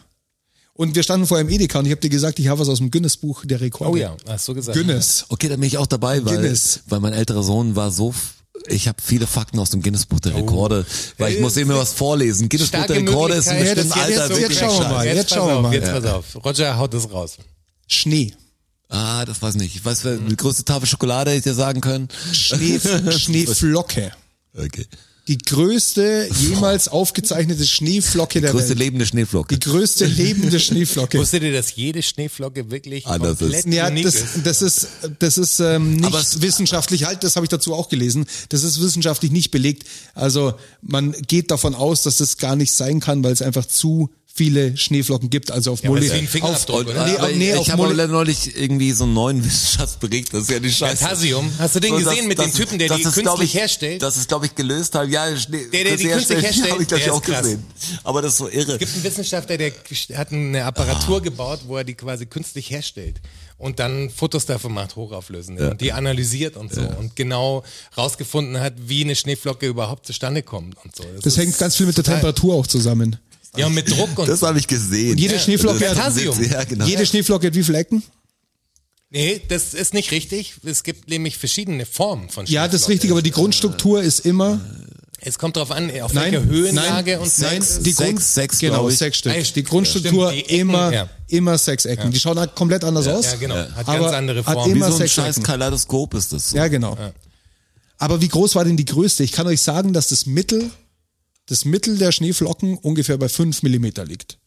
[SPEAKER 2] Und wir standen vor einem Edeka und ich habe dir gesagt, ich habe was aus dem Guinness-Buch der Rekorde.
[SPEAKER 3] Oh ja, hast du gesagt.
[SPEAKER 2] Guinness.
[SPEAKER 4] Okay, da bin ich auch dabei, weil,
[SPEAKER 2] Guinness.
[SPEAKER 4] weil mein älterer Sohn war so. f- Ich habe viele Fakten aus dem Guinness-Buch der Rekorde, weil ich muss eben was vorlesen. Guinness-Buch der
[SPEAKER 3] Starke
[SPEAKER 4] Rekorde ist ein
[SPEAKER 3] Möglichkeit.
[SPEAKER 4] bestimmtes
[SPEAKER 2] Ja, das-
[SPEAKER 4] Alter.
[SPEAKER 2] jetzt- jetzt
[SPEAKER 4] wirklich.
[SPEAKER 2] schauen wir mal. jetzt
[SPEAKER 3] pass
[SPEAKER 2] schauen wir
[SPEAKER 3] auf,
[SPEAKER 2] mal.
[SPEAKER 3] Jetzt pass auf. Roger haut es raus.
[SPEAKER 2] Schnee.
[SPEAKER 4] Ah, das weiß ich nicht. Ich weiß, wer- die größte Tafel Schokolade hätte ich dir sagen können.
[SPEAKER 2] Schnee, Schneeflocke.
[SPEAKER 4] Okay.
[SPEAKER 2] Die größte jemals aufgezeichnete Schneeflocke der
[SPEAKER 4] Größte
[SPEAKER 2] Welt.
[SPEAKER 4] lebende Schneeflocke.
[SPEAKER 2] Die größte lebende Schneeflocke.
[SPEAKER 3] Wusstet ihr, dass jede Schneeflocke wirklich
[SPEAKER 4] Anders
[SPEAKER 3] komplett
[SPEAKER 4] ist.
[SPEAKER 2] Ja,
[SPEAKER 3] unique
[SPEAKER 2] Ah, das,
[SPEAKER 3] ist?
[SPEAKER 2] das ist, das ist ähm, nicht
[SPEAKER 4] Aber es-
[SPEAKER 2] wissenschaftlich, halt, das habe ich dazu auch gelesen, das ist wissenschaftlich nicht belegt. Also man geht davon aus, dass das gar nicht sein kann, weil es einfach zu viele Schneeflocken gibt, also auf
[SPEAKER 3] aber
[SPEAKER 2] Mole-
[SPEAKER 3] es ist wie ein
[SPEAKER 2] auf,
[SPEAKER 3] Fingerabdruck, oder?
[SPEAKER 2] nee,
[SPEAKER 3] Also
[SPEAKER 4] äh, Aber
[SPEAKER 2] auf- nee,
[SPEAKER 4] ich
[SPEAKER 2] auf
[SPEAKER 4] ich habe
[SPEAKER 2] Mole-
[SPEAKER 4] aber neulich irgendwie so einen neuen Wissenschaftsbericht, das ist ja die Scheiße.
[SPEAKER 3] Fantasium. Hast du den
[SPEAKER 4] So, das-
[SPEAKER 3] gesehen mit
[SPEAKER 4] das
[SPEAKER 3] dem
[SPEAKER 4] ist-
[SPEAKER 3] Typen, der
[SPEAKER 4] das
[SPEAKER 3] die
[SPEAKER 4] ist, glaub
[SPEAKER 3] künstlich
[SPEAKER 4] ich,
[SPEAKER 3] herstellt?
[SPEAKER 4] Das ist, glaube ich, gelöst halt. Ja, Schnee,
[SPEAKER 3] der die
[SPEAKER 4] Künstlich
[SPEAKER 3] künstlich herstellt,
[SPEAKER 4] habe ich, glaube ich,
[SPEAKER 3] der
[SPEAKER 4] auch
[SPEAKER 3] ist krass.
[SPEAKER 4] gesehen. Aber das ist so irre.
[SPEAKER 3] Es gibt einen Wissenschaftler, der hat eine Apparatur gebaut, wo er die quasi künstlich herstellt und dann Fotos davon macht, hochauflösende, und die analysiert und so und genau rausgefunden hat, wie eine Schneeflocke überhaupt zustande kommt und so.
[SPEAKER 2] Das hängt ganz viel mit der Temperatur auch zusammen.
[SPEAKER 3] Ja, und mit Druck und
[SPEAKER 4] Das habe ich gesehen.
[SPEAKER 2] Jede
[SPEAKER 4] Ja,
[SPEAKER 2] Schneeflocke
[SPEAKER 4] das-
[SPEAKER 2] hat-
[SPEAKER 3] Fantasium.
[SPEAKER 4] Ja, genau.
[SPEAKER 2] Jede Schneeflocke hat wie viele Ecken?
[SPEAKER 3] nee, das ist nicht richtig. Es gibt nämlich verschiedene Formen von
[SPEAKER 2] Ja, das ist
[SPEAKER 3] Schneeflocke.
[SPEAKER 2] richtig, aber die Grundstruktur ist immer
[SPEAKER 3] Es kommt drauf an, auf
[SPEAKER 2] Nein,
[SPEAKER 3] welche Höhenlage
[SPEAKER 2] nein,
[SPEAKER 3] und so.
[SPEAKER 2] nein, die
[SPEAKER 4] sechs-
[SPEAKER 2] Grund,
[SPEAKER 4] sechs, glaub
[SPEAKER 2] genau,
[SPEAKER 4] ich.
[SPEAKER 2] sechs Stück.
[SPEAKER 3] Ah, ja,
[SPEAKER 2] die
[SPEAKER 3] stimmt,
[SPEAKER 2] Grundstruktur
[SPEAKER 3] die Ecken,
[SPEAKER 2] immer,
[SPEAKER 3] ja.
[SPEAKER 2] immer sechs Ecken. Die schauen halt komplett anders aus.
[SPEAKER 3] Ja, genau. Hat
[SPEAKER 2] Aber
[SPEAKER 3] ganz andere
[SPEAKER 2] hat
[SPEAKER 3] Formen.
[SPEAKER 4] Wie
[SPEAKER 2] immer
[SPEAKER 4] so ein
[SPEAKER 2] sechs
[SPEAKER 4] scheiß
[SPEAKER 2] Ecken.
[SPEAKER 4] Kaleidoskop ist das. So.
[SPEAKER 2] Ja, genau. Aber wie groß war denn die größte? Ich kann euch sagen, dass das Mittel, das Mittel der Schneeflocken ungefähr bei fünf Millimeter liegt.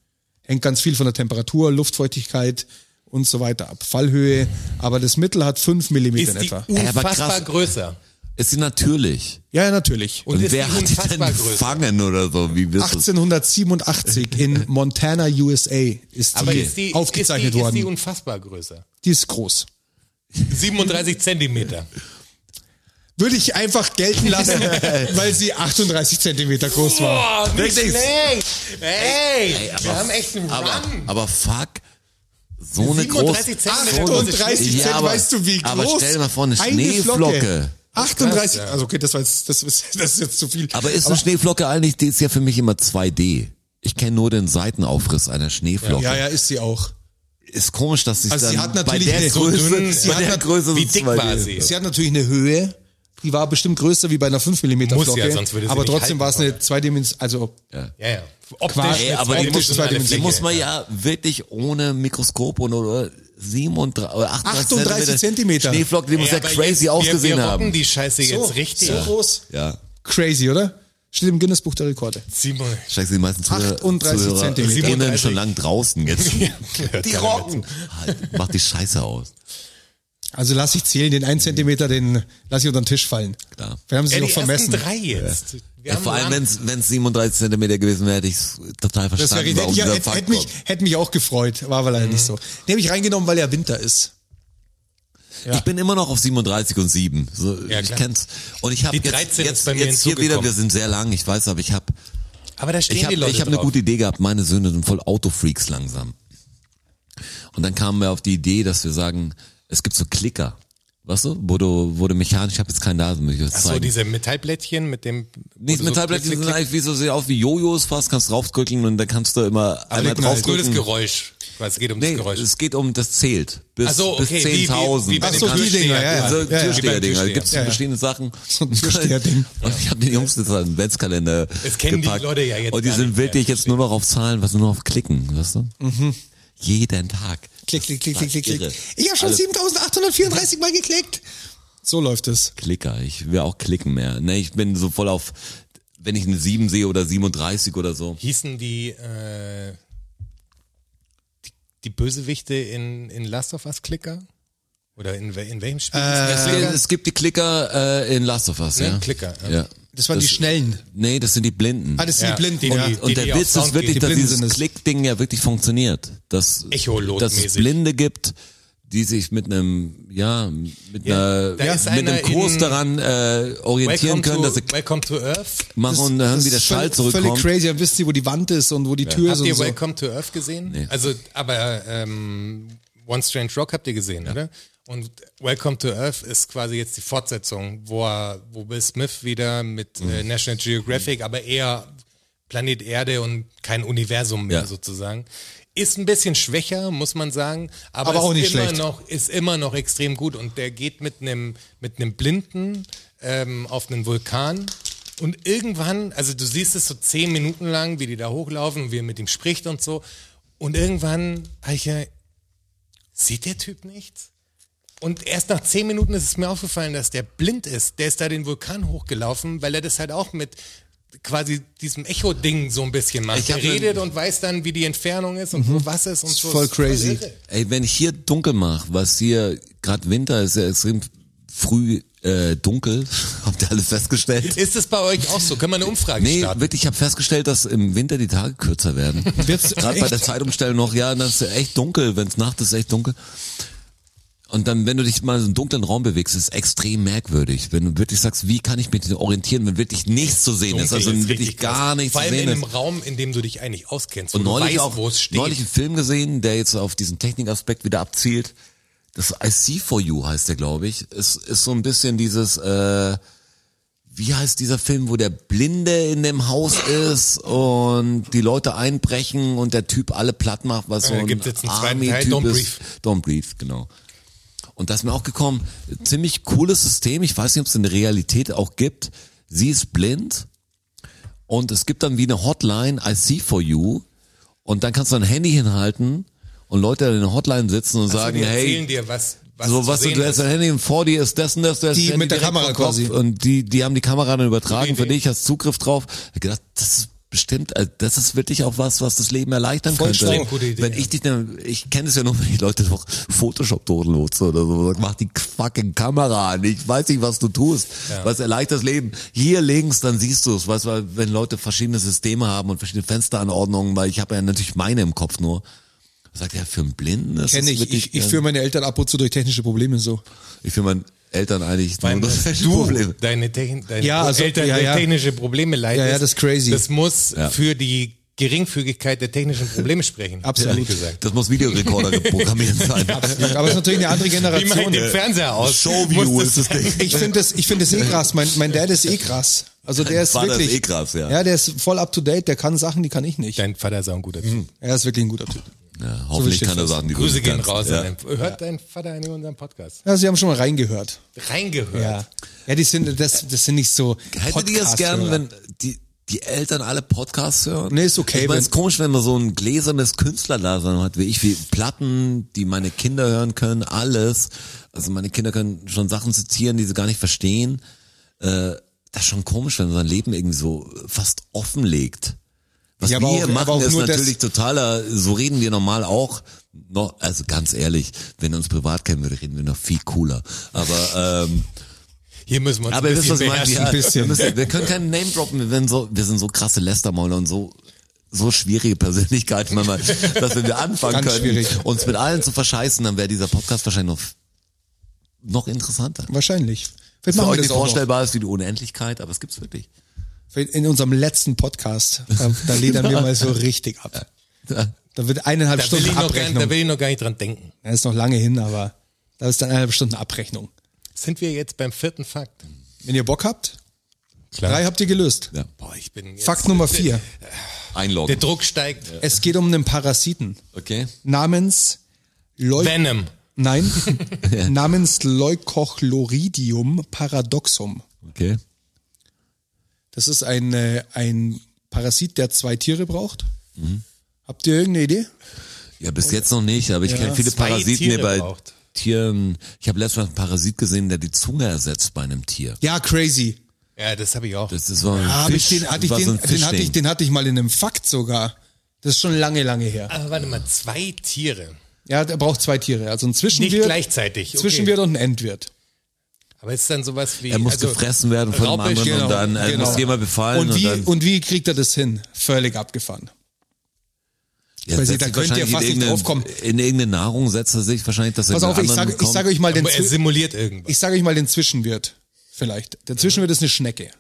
[SPEAKER 2] Hängt ganz viel von der Temperatur, Luftfeuchtigkeit und so weiter ab. Fallhöhe. Aber das Mittel hat fünf Millimeter in
[SPEAKER 3] ist die
[SPEAKER 2] etwa.
[SPEAKER 4] Ja, aber
[SPEAKER 3] unfassbar
[SPEAKER 4] krass.
[SPEAKER 3] größer.
[SPEAKER 4] Ist sie natürlich.
[SPEAKER 2] Ja, ja, natürlich.
[SPEAKER 3] Und, ist
[SPEAKER 4] Wer
[SPEAKER 3] die
[SPEAKER 4] hat die denn
[SPEAKER 3] unfassbar größer.
[SPEAKER 4] gefangen oder so? Wie wirst du
[SPEAKER 2] 1887 in Montana, USA ist die,
[SPEAKER 3] Aber ist die,
[SPEAKER 2] aufgezeichnet
[SPEAKER 3] ist die,
[SPEAKER 2] worden.
[SPEAKER 3] Ist die unfassbar größer.
[SPEAKER 2] die ist groß.
[SPEAKER 3] 37 Zentimeter.
[SPEAKER 2] Würde ich einfach gelten lassen, weil sie 38 Zentimeter groß war.
[SPEAKER 3] Boah, nicht
[SPEAKER 4] Wirklich?
[SPEAKER 3] schlecht. Ey, wir haben echt einen Run.
[SPEAKER 4] aber, aber fuck. so eine große.
[SPEAKER 3] 37 Zentimeter.
[SPEAKER 4] so eine-
[SPEAKER 2] 38 Cent, weißt du, wie groß?
[SPEAKER 4] Aber stell dir mal vor, eine Schneeflocke.
[SPEAKER 2] 38, also okay, das war jetzt, das ist, das ist jetzt zu viel.
[SPEAKER 4] Aber ist eine Schneeflocke eigentlich, die ist ja für mich immer 2D. Ich kenne nur den Seitenaufriss einer Schneeflocke.
[SPEAKER 2] ja, ja, ist sie auch.
[SPEAKER 4] Ist komisch, dass sich
[SPEAKER 2] Also
[SPEAKER 4] dann
[SPEAKER 2] sie hat
[SPEAKER 4] bei
[SPEAKER 2] natürlich
[SPEAKER 4] der
[SPEAKER 2] eine- so
[SPEAKER 4] Größe,
[SPEAKER 2] dünn, sie
[SPEAKER 4] bei
[SPEAKER 2] hat
[SPEAKER 4] der
[SPEAKER 2] nat-
[SPEAKER 4] Größe
[SPEAKER 3] halt Wie
[SPEAKER 4] so
[SPEAKER 3] dick
[SPEAKER 4] 2D.
[SPEAKER 3] war sie?
[SPEAKER 2] Sie hat natürlich eine Höhe, die war bestimmt größer wie bei einer 5 mm
[SPEAKER 3] Muss
[SPEAKER 2] Flocke.
[SPEAKER 3] ja, sonst würde sie
[SPEAKER 2] aber
[SPEAKER 3] nicht
[SPEAKER 2] trotzdem
[SPEAKER 3] halten.
[SPEAKER 2] war es eine zweidimensionale, also
[SPEAKER 3] Ja, ja. Optisch,
[SPEAKER 2] Quasi,
[SPEAKER 4] Ey,
[SPEAKER 3] jetzt
[SPEAKER 4] aber die
[SPEAKER 3] optisch
[SPEAKER 4] muss,
[SPEAKER 3] ist eine
[SPEAKER 2] die
[SPEAKER 4] die
[SPEAKER 3] Fläche.
[SPEAKER 4] muss man ja wirklich ohne Mikroskop und oder 37 oder 38,
[SPEAKER 2] 38 Zentimeter.
[SPEAKER 4] Schneeflocke, die muss ja,
[SPEAKER 3] aber jetzt-
[SPEAKER 4] crazy
[SPEAKER 3] wir,
[SPEAKER 4] ausgesehen
[SPEAKER 3] wir rocken
[SPEAKER 4] haben.
[SPEAKER 3] die Scheiße jetzt richtig.
[SPEAKER 2] so groß.
[SPEAKER 4] Ja.
[SPEAKER 2] Crazy, oder? Steht im Guinness Buch der Rekorde.
[SPEAKER 3] Simon.
[SPEAKER 4] Scheiße, die meisten Zuhörer,
[SPEAKER 2] 38
[SPEAKER 4] Zuhörer
[SPEAKER 2] Zentimeter.
[SPEAKER 4] innen
[SPEAKER 3] 37.
[SPEAKER 4] schon lang draußen jetzt.
[SPEAKER 3] Die
[SPEAKER 4] rocken. Halt, Macht die Scheiße aus.
[SPEAKER 2] Also lass ich zählen, den 1 Zentimeter, den lass ich unter den Tisch fallen.
[SPEAKER 4] Mhm. Klar.
[SPEAKER 2] Wir haben sie
[SPEAKER 3] Ja,
[SPEAKER 2] noch
[SPEAKER 3] die ersten
[SPEAKER 2] vermessen.
[SPEAKER 3] drei jetzt. Wir
[SPEAKER 4] Ja,
[SPEAKER 3] haben
[SPEAKER 4] vor allem,
[SPEAKER 3] Land-
[SPEAKER 4] wenn es 37 Zentimeter gewesen wäre, hätte ich es total
[SPEAKER 2] Das wäre
[SPEAKER 4] verstanden,
[SPEAKER 2] hätte,
[SPEAKER 4] warum
[SPEAKER 2] ja,
[SPEAKER 4] dieser
[SPEAKER 2] hätte,
[SPEAKER 4] Fakt
[SPEAKER 2] hätte, mich,
[SPEAKER 4] kommt.
[SPEAKER 2] hätte mich auch gefreut, war aber leider nicht
[SPEAKER 4] Mhm.
[SPEAKER 2] so. Den habe ich reingenommen, weil ja Winter ist.
[SPEAKER 4] Ich bin immer noch auf 37 und 7. So,
[SPEAKER 3] Ja,
[SPEAKER 4] ich
[SPEAKER 3] klar.
[SPEAKER 4] kenn's. Und ich habe
[SPEAKER 3] Die
[SPEAKER 4] jetzt,
[SPEAKER 3] 13 ist
[SPEAKER 4] jetzt,
[SPEAKER 3] bei mir
[SPEAKER 4] jetzt hier wieder,
[SPEAKER 3] hinzugekommen.
[SPEAKER 4] wir sind sehr lang, ich weiß, aber ich habe
[SPEAKER 3] aber da stehen
[SPEAKER 4] ich
[SPEAKER 3] die
[SPEAKER 4] habe
[SPEAKER 3] Leute
[SPEAKER 4] hab eine
[SPEAKER 3] drauf.
[SPEAKER 4] gute Idee gehabt. Meine Söhne sind voll Autofreaks langsam. Und dann kamen wir auf die Idee, dass wir sagen, es gibt so Klicker. Weißt du, wo du, wo du mechanisch, ich habe jetzt keinen Nasen, muss ich das
[SPEAKER 3] Ach so,
[SPEAKER 4] zeigen.
[SPEAKER 3] diese Metallblättchen mit dem...
[SPEAKER 4] Nicht
[SPEAKER 3] wo du
[SPEAKER 4] mit
[SPEAKER 3] so
[SPEAKER 4] Tabletten, die sind
[SPEAKER 3] klick, klick,
[SPEAKER 4] eigentlich wie so sehr auf wie Jojos fast, kannst draufdrücken und dann kannst du immer einmal
[SPEAKER 3] klick. Nur das
[SPEAKER 4] draufdrücken.
[SPEAKER 3] Geräusch. Weil es geht um
[SPEAKER 4] Nee,
[SPEAKER 3] das Geräusch.
[SPEAKER 4] es geht um, das zählt. Bis,
[SPEAKER 3] Ach so,
[SPEAKER 4] bis
[SPEAKER 3] okay, wie- wie-
[SPEAKER 4] 10.000.
[SPEAKER 3] wie bei
[SPEAKER 2] Ach
[SPEAKER 3] den
[SPEAKER 2] so, die
[SPEAKER 3] Türstehern.
[SPEAKER 2] Dinger, ja, ja.
[SPEAKER 4] Also
[SPEAKER 2] ja, ja.
[SPEAKER 4] Türsteher-Dinger,
[SPEAKER 3] Türsteher.
[SPEAKER 4] da gibt's
[SPEAKER 2] Ja, ja.
[SPEAKER 4] verschiedene Sachen.
[SPEAKER 2] So ein Türsteher-Ding.
[SPEAKER 4] Und ich habe den Jungs jetzt einen Adventskalender
[SPEAKER 3] Das kennen die
[SPEAKER 4] gepackt.
[SPEAKER 3] Leute ja jetzt
[SPEAKER 4] Und die
[SPEAKER 3] gar
[SPEAKER 4] sind
[SPEAKER 3] nicht mehr.
[SPEAKER 4] wirklich jetzt nur noch auf Zahlen, was nur noch auf Klicken, weißt du? Jeden Tag.
[SPEAKER 2] Klick, klick, klick, klick, klick,
[SPEAKER 4] Irre.
[SPEAKER 2] klick. Ich habe schon 7834 Mal geklickt. So läuft es.
[SPEAKER 4] Klicker, ich will auch klicken mehr. Ne, ich bin so voll auf, wenn ich eine 7 sehe oder 37 oder so.
[SPEAKER 3] Hießen die, äh, die, die Bösewichte in, in Last of Us Klicker? Oder in, wel- in welchem Spiel?
[SPEAKER 4] Es gibt- es gibt die Klicker äh, in Last of Us,
[SPEAKER 3] Ne,
[SPEAKER 4] ja.
[SPEAKER 3] Klicker, ja.
[SPEAKER 4] Äh, ja.
[SPEAKER 2] Das waren die Schnellen.
[SPEAKER 4] Nee, das sind die Blinden.
[SPEAKER 2] Ah, das sind
[SPEAKER 3] Ja,
[SPEAKER 2] die Blinden,
[SPEAKER 3] die-
[SPEAKER 2] ja.
[SPEAKER 3] die-
[SPEAKER 4] Und der
[SPEAKER 3] auf
[SPEAKER 4] Witz
[SPEAKER 3] Sound
[SPEAKER 4] ist wirklich,
[SPEAKER 3] gehen.
[SPEAKER 4] dass
[SPEAKER 2] Die Blinden
[SPEAKER 4] dieses
[SPEAKER 2] sind es.
[SPEAKER 4] Klickding ja wirklich funktioniert. Dass, dass
[SPEAKER 3] Echolot-mäßig.
[SPEAKER 4] es Blinde gibt, die sich mit einem, ja, mit,
[SPEAKER 3] Ja, da
[SPEAKER 4] einer,
[SPEAKER 3] ist
[SPEAKER 4] mit einem
[SPEAKER 3] einer
[SPEAKER 4] Kurs
[SPEAKER 3] in-
[SPEAKER 4] daran äh, orientieren
[SPEAKER 3] Welcome,
[SPEAKER 4] können,
[SPEAKER 3] to,
[SPEAKER 4] dass sie klick
[SPEAKER 3] Welcome to Earth.
[SPEAKER 4] machen und dann hören, wie der
[SPEAKER 2] ist
[SPEAKER 4] Schall
[SPEAKER 2] völlig- Völlig
[SPEAKER 4] zurückkommt.
[SPEAKER 2] crazy, dann wisst ihr, wo die Wand ist und wo die Tür ist
[SPEAKER 3] Habt
[SPEAKER 2] und
[SPEAKER 3] ihr
[SPEAKER 2] so.
[SPEAKER 3] Welcome to Earth gesehen?
[SPEAKER 4] Nee.
[SPEAKER 3] Also, aber ähm, One Strange Rock habt ihr gesehen, oder? Und Welcome to Earth ist quasi jetzt die Fortsetzung, wo, er, wo Will Smith wieder mit
[SPEAKER 2] Mhm.
[SPEAKER 3] äh, National Geographic, aber eher Planet Erde und kein Universum mehr
[SPEAKER 4] Ja.
[SPEAKER 3] sozusagen. Ist ein bisschen schwächer, muss man sagen, aber,
[SPEAKER 2] Aber
[SPEAKER 3] ist,
[SPEAKER 2] auch nicht
[SPEAKER 3] immer
[SPEAKER 2] schlecht.
[SPEAKER 3] Noch, ist immer noch extrem gut. Und der geht mit einem mit einem Blinden ähm, auf einen Vulkan. Und irgendwann, also du siehst es so zehn Minuten lang, wie die da hochlaufen und wie er mit ihm spricht und so. Und irgendwann habe ich ja, sieht der Typ nichts? Und erst nach zehn Minuten ist es mir aufgefallen, dass der blind ist. Der ist da den Vulkan hochgelaufen, weil er das halt auch mit quasi diesem Echo-Ding so ein bisschen macht.
[SPEAKER 4] Ich
[SPEAKER 3] Er
[SPEAKER 4] hab
[SPEAKER 3] redet und weiß dann, wie die Entfernung ist und wo was ist und so.
[SPEAKER 2] Mhm. voll
[SPEAKER 3] Ist
[SPEAKER 2] crazy.
[SPEAKER 3] irre.
[SPEAKER 4] Ey, wenn ich hier dunkel mache, was hier gerade Winter ist ja extrem früh äh, dunkel, habt ihr alle festgestellt?
[SPEAKER 3] Ist es bei euch auch so? Können wir eine Umfrage
[SPEAKER 4] Nee,
[SPEAKER 3] starten?
[SPEAKER 4] wirklich, ich habe festgestellt, dass im Winter die Tage kürzer werden.
[SPEAKER 2] Wird's
[SPEAKER 4] Gerade bei
[SPEAKER 2] echt?
[SPEAKER 4] der Zeitumstellung noch, ja, das ist echt dunkel, wenn es Nacht ist, echt dunkel. Und dann, wenn du dich mal in einen dunklen Raum bewegst, ist es extrem merkwürdig. Wenn du wirklich sagst, wie kann ich mich denn orientieren, wenn wirklich nichts zu sehen ist, also
[SPEAKER 3] Dunkel
[SPEAKER 4] wenn
[SPEAKER 3] ist
[SPEAKER 4] wirklich
[SPEAKER 3] richtig krass.
[SPEAKER 4] gar nichts
[SPEAKER 3] Vor
[SPEAKER 4] zu
[SPEAKER 3] allem in
[SPEAKER 4] sehen
[SPEAKER 3] einem
[SPEAKER 4] ist.
[SPEAKER 3] Raum, in dem du dich eigentlich auskennst, wo
[SPEAKER 4] Und
[SPEAKER 3] du
[SPEAKER 4] neulich
[SPEAKER 3] weißt,
[SPEAKER 4] auch,
[SPEAKER 3] wo es steht.
[SPEAKER 4] neulich einen Film gesehen, der jetzt auf diesen Technikaspekt wieder abzielt. Das I See For You heißt der, glaube ich. Es ist so ein bisschen dieses, äh, wie heißt dieser Film, wo der Blinde in dem Haus ist und die Leute einbrechen und der Typ alle platt macht, was so
[SPEAKER 3] Äh,
[SPEAKER 4] ein
[SPEAKER 3] gibt's jetzt einen zweiten Teil?
[SPEAKER 4] Army-Typ
[SPEAKER 3] Don't
[SPEAKER 4] ist.
[SPEAKER 3] Breathe.
[SPEAKER 4] Don't Breathe, genau. Und da ist mir auch gekommen, ziemlich cooles System. Ich weiß nicht, ob es in der Realität auch gibt. Sie ist blind und es gibt dann wie eine Hotline, I see for you. Und dann kannst du dein Handy hinhalten und Leute an der Hotline sitzen und
[SPEAKER 3] Also,
[SPEAKER 4] sagen,
[SPEAKER 3] die
[SPEAKER 4] hey,
[SPEAKER 3] erzählen dir, was, was
[SPEAKER 4] so
[SPEAKER 3] zu
[SPEAKER 4] was du,
[SPEAKER 3] sehen
[SPEAKER 4] du hast
[SPEAKER 3] ist.
[SPEAKER 4] dein Handy und vor dir ist das und das, du hast
[SPEAKER 2] Die
[SPEAKER 4] das Handy
[SPEAKER 2] mit der
[SPEAKER 4] direkt
[SPEAKER 2] Kamera
[SPEAKER 4] am Kopf
[SPEAKER 2] quasi.
[SPEAKER 4] Und die, die haben die Kamera dann übertragen für
[SPEAKER 3] Idee.
[SPEAKER 4] dich, hast Zugriff drauf. Ich hab gedacht, das ist bestimmt, äh, das ist wirklich auch was, was das Leben erleichtern
[SPEAKER 2] Voll
[SPEAKER 4] könnte.
[SPEAKER 2] schlau.
[SPEAKER 3] Gute Idee,
[SPEAKER 4] wenn
[SPEAKER 3] ja.
[SPEAKER 4] ich dich, dann- ich kenne es ja nur, wenn die Leute doch Photoshop downloads oder so, mach die fucking Kamera an, ich weiß nicht, was du tust. Was erleichtert das Leben? Hier links, dann siehst du es, weißt du, weil wenn Leute verschiedene Systeme haben und verschiedene Fensteranordnungen, weil ich habe ja natürlich meine im Kopf nur. Sagt ja, für einen Blinden das
[SPEAKER 2] Kenn
[SPEAKER 4] ist
[SPEAKER 2] ich.
[SPEAKER 4] wirklich,
[SPEAKER 2] Ich, ich
[SPEAKER 4] äh,
[SPEAKER 2] führe meine Eltern ab und zu durch technische Probleme so.
[SPEAKER 4] ich will meinen Eltern eigentlich nur
[SPEAKER 3] Weil
[SPEAKER 4] das
[SPEAKER 3] du
[SPEAKER 4] Problem.
[SPEAKER 3] deine, Techn deine
[SPEAKER 2] Ja, also,
[SPEAKER 3] Eltern
[SPEAKER 2] ja,
[SPEAKER 3] durch
[SPEAKER 2] ja.
[SPEAKER 3] technische Probleme leidest.
[SPEAKER 2] Ja, ja, das ist crazy.
[SPEAKER 3] Das muss für die Geringfügigkeit der technischen Probleme sprechen.
[SPEAKER 2] Absolut.
[SPEAKER 3] ehrlich gesagt.
[SPEAKER 4] Das muss Videorekorder geprogrammiert sein.
[SPEAKER 2] Aber es ist natürlich eine andere
[SPEAKER 3] Wie mache ich
[SPEAKER 2] Generation.
[SPEAKER 3] den Fernseher aus?
[SPEAKER 4] Äh, Showview
[SPEAKER 3] Muss
[SPEAKER 4] ist das Ding.
[SPEAKER 2] Ich finde das, ich finde das eh krass. Mein, mein Dad ist eh krass. Also der ist
[SPEAKER 4] Vater ist
[SPEAKER 2] wirklich.
[SPEAKER 4] eh krass, ja.
[SPEAKER 2] Ja, der ist voll up to date. Der kann Sachen, die kann ich nicht.
[SPEAKER 3] Dein Vater ist auch ein guter
[SPEAKER 4] Hm,
[SPEAKER 3] Typ.
[SPEAKER 2] Er ist wirklich ein guter Typ.
[SPEAKER 4] Ja, hoffentlich
[SPEAKER 2] steht's
[SPEAKER 4] kann er
[SPEAKER 2] fest.
[SPEAKER 4] sagen, die
[SPEAKER 3] Grüße
[SPEAKER 4] du nicht
[SPEAKER 3] gehen
[SPEAKER 4] kannst.
[SPEAKER 3] raus.
[SPEAKER 4] Ja.
[SPEAKER 3] An deinen, hört dein Vater in unserem Podcast?
[SPEAKER 2] Ja, sie haben schon mal reingehört.
[SPEAKER 3] Reingehört.
[SPEAKER 2] Ja. Ja, die sind, das, das sind nicht so.
[SPEAKER 4] Hättet ihr es gern,
[SPEAKER 2] Podcast-Hörer.
[SPEAKER 4] wenn die, die Eltern alle Podcasts hören?
[SPEAKER 2] Nee, ist okay,
[SPEAKER 4] Ich meine,
[SPEAKER 2] wenn-
[SPEAKER 4] es ist komisch, wenn man so ein gläsernes Künstlerdasein hat wie ich, wie Platten, die meine Kinder hören können, alles. Also meine Kinder können schon Sachen zitieren, die sie gar nicht verstehen. Äh, das ist schon komisch, wenn man sein Leben irgendwie so fast offenlegt. Was
[SPEAKER 2] Ja, aber
[SPEAKER 4] wir
[SPEAKER 2] auch-
[SPEAKER 4] machen,
[SPEAKER 2] aber auch
[SPEAKER 4] ist
[SPEAKER 2] nur das-
[SPEAKER 4] natürlich totaler, so reden wir normal auch. No, also ganz ehrlich, wenn ihr uns privat kennen würde, reden wir noch viel cooler. Aber ähm,
[SPEAKER 3] Hier müssen wir uns
[SPEAKER 4] aber
[SPEAKER 3] ein
[SPEAKER 4] ihr wisst,
[SPEAKER 3] bisschen
[SPEAKER 4] was ich meine.
[SPEAKER 3] beherrschen.
[SPEAKER 4] Ja,
[SPEAKER 2] ein bisschen.
[SPEAKER 4] Wir, müssen, wir können keinen Name droppen. Wir, werden so, wir sind so krasse Lästermäuler und so so schwierige Persönlichkeiten, manchmal, dass wenn wir anfangen
[SPEAKER 2] Ganz
[SPEAKER 4] können,
[SPEAKER 2] schwierig.
[SPEAKER 4] uns mit allen zu verscheißen, dann wäre dieser Podcast wahrscheinlich noch, noch interessanter.
[SPEAKER 2] Wahrscheinlich. Vielleicht
[SPEAKER 4] Für
[SPEAKER 2] machen wir
[SPEAKER 4] euch
[SPEAKER 2] das
[SPEAKER 4] nicht
[SPEAKER 2] auch noch.
[SPEAKER 4] vorstellbar ist wie die Unendlichkeit, aber es gibt's wirklich.
[SPEAKER 2] Vielleicht In unserem letzten Podcast, da, da ledern wir mal so richtig ab. Da wird eineinhalb
[SPEAKER 3] Da will,
[SPEAKER 2] Stunden
[SPEAKER 3] ich noch gar, da
[SPEAKER 2] Abrechnung.
[SPEAKER 3] will ich noch gar nicht dran denken.
[SPEAKER 2] Da ist noch lange hin, aber da ist dann eineinhalb Stunden Abrechnung.
[SPEAKER 3] Sind wir jetzt beim vierten Fakt?
[SPEAKER 2] Wenn ihr Bock habt,
[SPEAKER 3] Klar.
[SPEAKER 2] drei habt ihr gelöst.
[SPEAKER 4] Ja.
[SPEAKER 3] Boah, ich bin jetzt,
[SPEAKER 2] Fakt Nummer vier.
[SPEAKER 3] Der
[SPEAKER 4] Einloggen.
[SPEAKER 3] Druck steigt.
[SPEAKER 2] Es geht um einen Parasiten
[SPEAKER 4] Okay.
[SPEAKER 2] namens Leu
[SPEAKER 3] Venom.
[SPEAKER 2] Nein, namens Leucochloridium paradoxum.
[SPEAKER 4] Okay.
[SPEAKER 2] Das ist ein, äh, ein Parasit, der zwei Tiere braucht.
[SPEAKER 4] Mhm.
[SPEAKER 2] Habt ihr irgendeine Idee?
[SPEAKER 4] Ja, bis jetzt noch nicht, aber ich kenne viele
[SPEAKER 3] Zwei
[SPEAKER 4] Parasiten,
[SPEAKER 3] Tiere
[SPEAKER 4] die bei
[SPEAKER 3] braucht.
[SPEAKER 4] Tieren. Ich habe letztens einen Parasit gesehen, der die Zunge ersetzt bei einem Tier.
[SPEAKER 2] Ja, crazy.
[SPEAKER 3] Ja, das habe ich auch.
[SPEAKER 4] Das ist so ein
[SPEAKER 2] Ah, hab ich
[SPEAKER 4] Fisch.
[SPEAKER 2] den, hatte ich
[SPEAKER 4] war so
[SPEAKER 2] den, den,
[SPEAKER 4] ein
[SPEAKER 2] hatte ich,
[SPEAKER 4] Fischding.
[SPEAKER 2] den hatte ich mal in einem Fakt sogar. Das ist schon lange, lange her.
[SPEAKER 3] Aber warte mal, zwei Tiere.
[SPEAKER 2] Ja, der braucht zwei Tiere. Also ein
[SPEAKER 3] Nicht
[SPEAKER 2] Zwischenwirt,
[SPEAKER 3] gleichzeitig.
[SPEAKER 2] Zwischenwirt und ein Endwirt.
[SPEAKER 3] Aber ist dann sowas wie.
[SPEAKER 4] Er muss
[SPEAKER 3] also,
[SPEAKER 4] gefressen werden von dem
[SPEAKER 3] Raupe,
[SPEAKER 4] anderen
[SPEAKER 3] genau,
[SPEAKER 4] und dann er
[SPEAKER 2] genau.
[SPEAKER 4] muss jemand befallen
[SPEAKER 2] und, wie,
[SPEAKER 4] dann
[SPEAKER 2] und, wie kriegt er das hin? Völlig abgefahren.
[SPEAKER 4] ja,
[SPEAKER 2] Weiß ich,
[SPEAKER 4] setzt
[SPEAKER 2] da
[SPEAKER 4] sich
[SPEAKER 2] könnt ihr
[SPEAKER 4] wahrscheinlich
[SPEAKER 2] fast nicht
[SPEAKER 4] in irgendeine-
[SPEAKER 2] draufkommen.
[SPEAKER 4] In irgendeine Nahrung setzt er sich wahrscheinlich, dass er
[SPEAKER 2] Pass
[SPEAKER 4] den
[SPEAKER 2] auf, ich
[SPEAKER 4] anderen
[SPEAKER 2] sage ich
[SPEAKER 4] bekommt.
[SPEAKER 2] sag euch mal den
[SPEAKER 3] Aber er
[SPEAKER 2] Zwi-
[SPEAKER 3] simuliert irgendwas.
[SPEAKER 2] ich sage euch mal den Zwischenwirt vielleicht. Der Zwischenwirt ist eine Schnecke.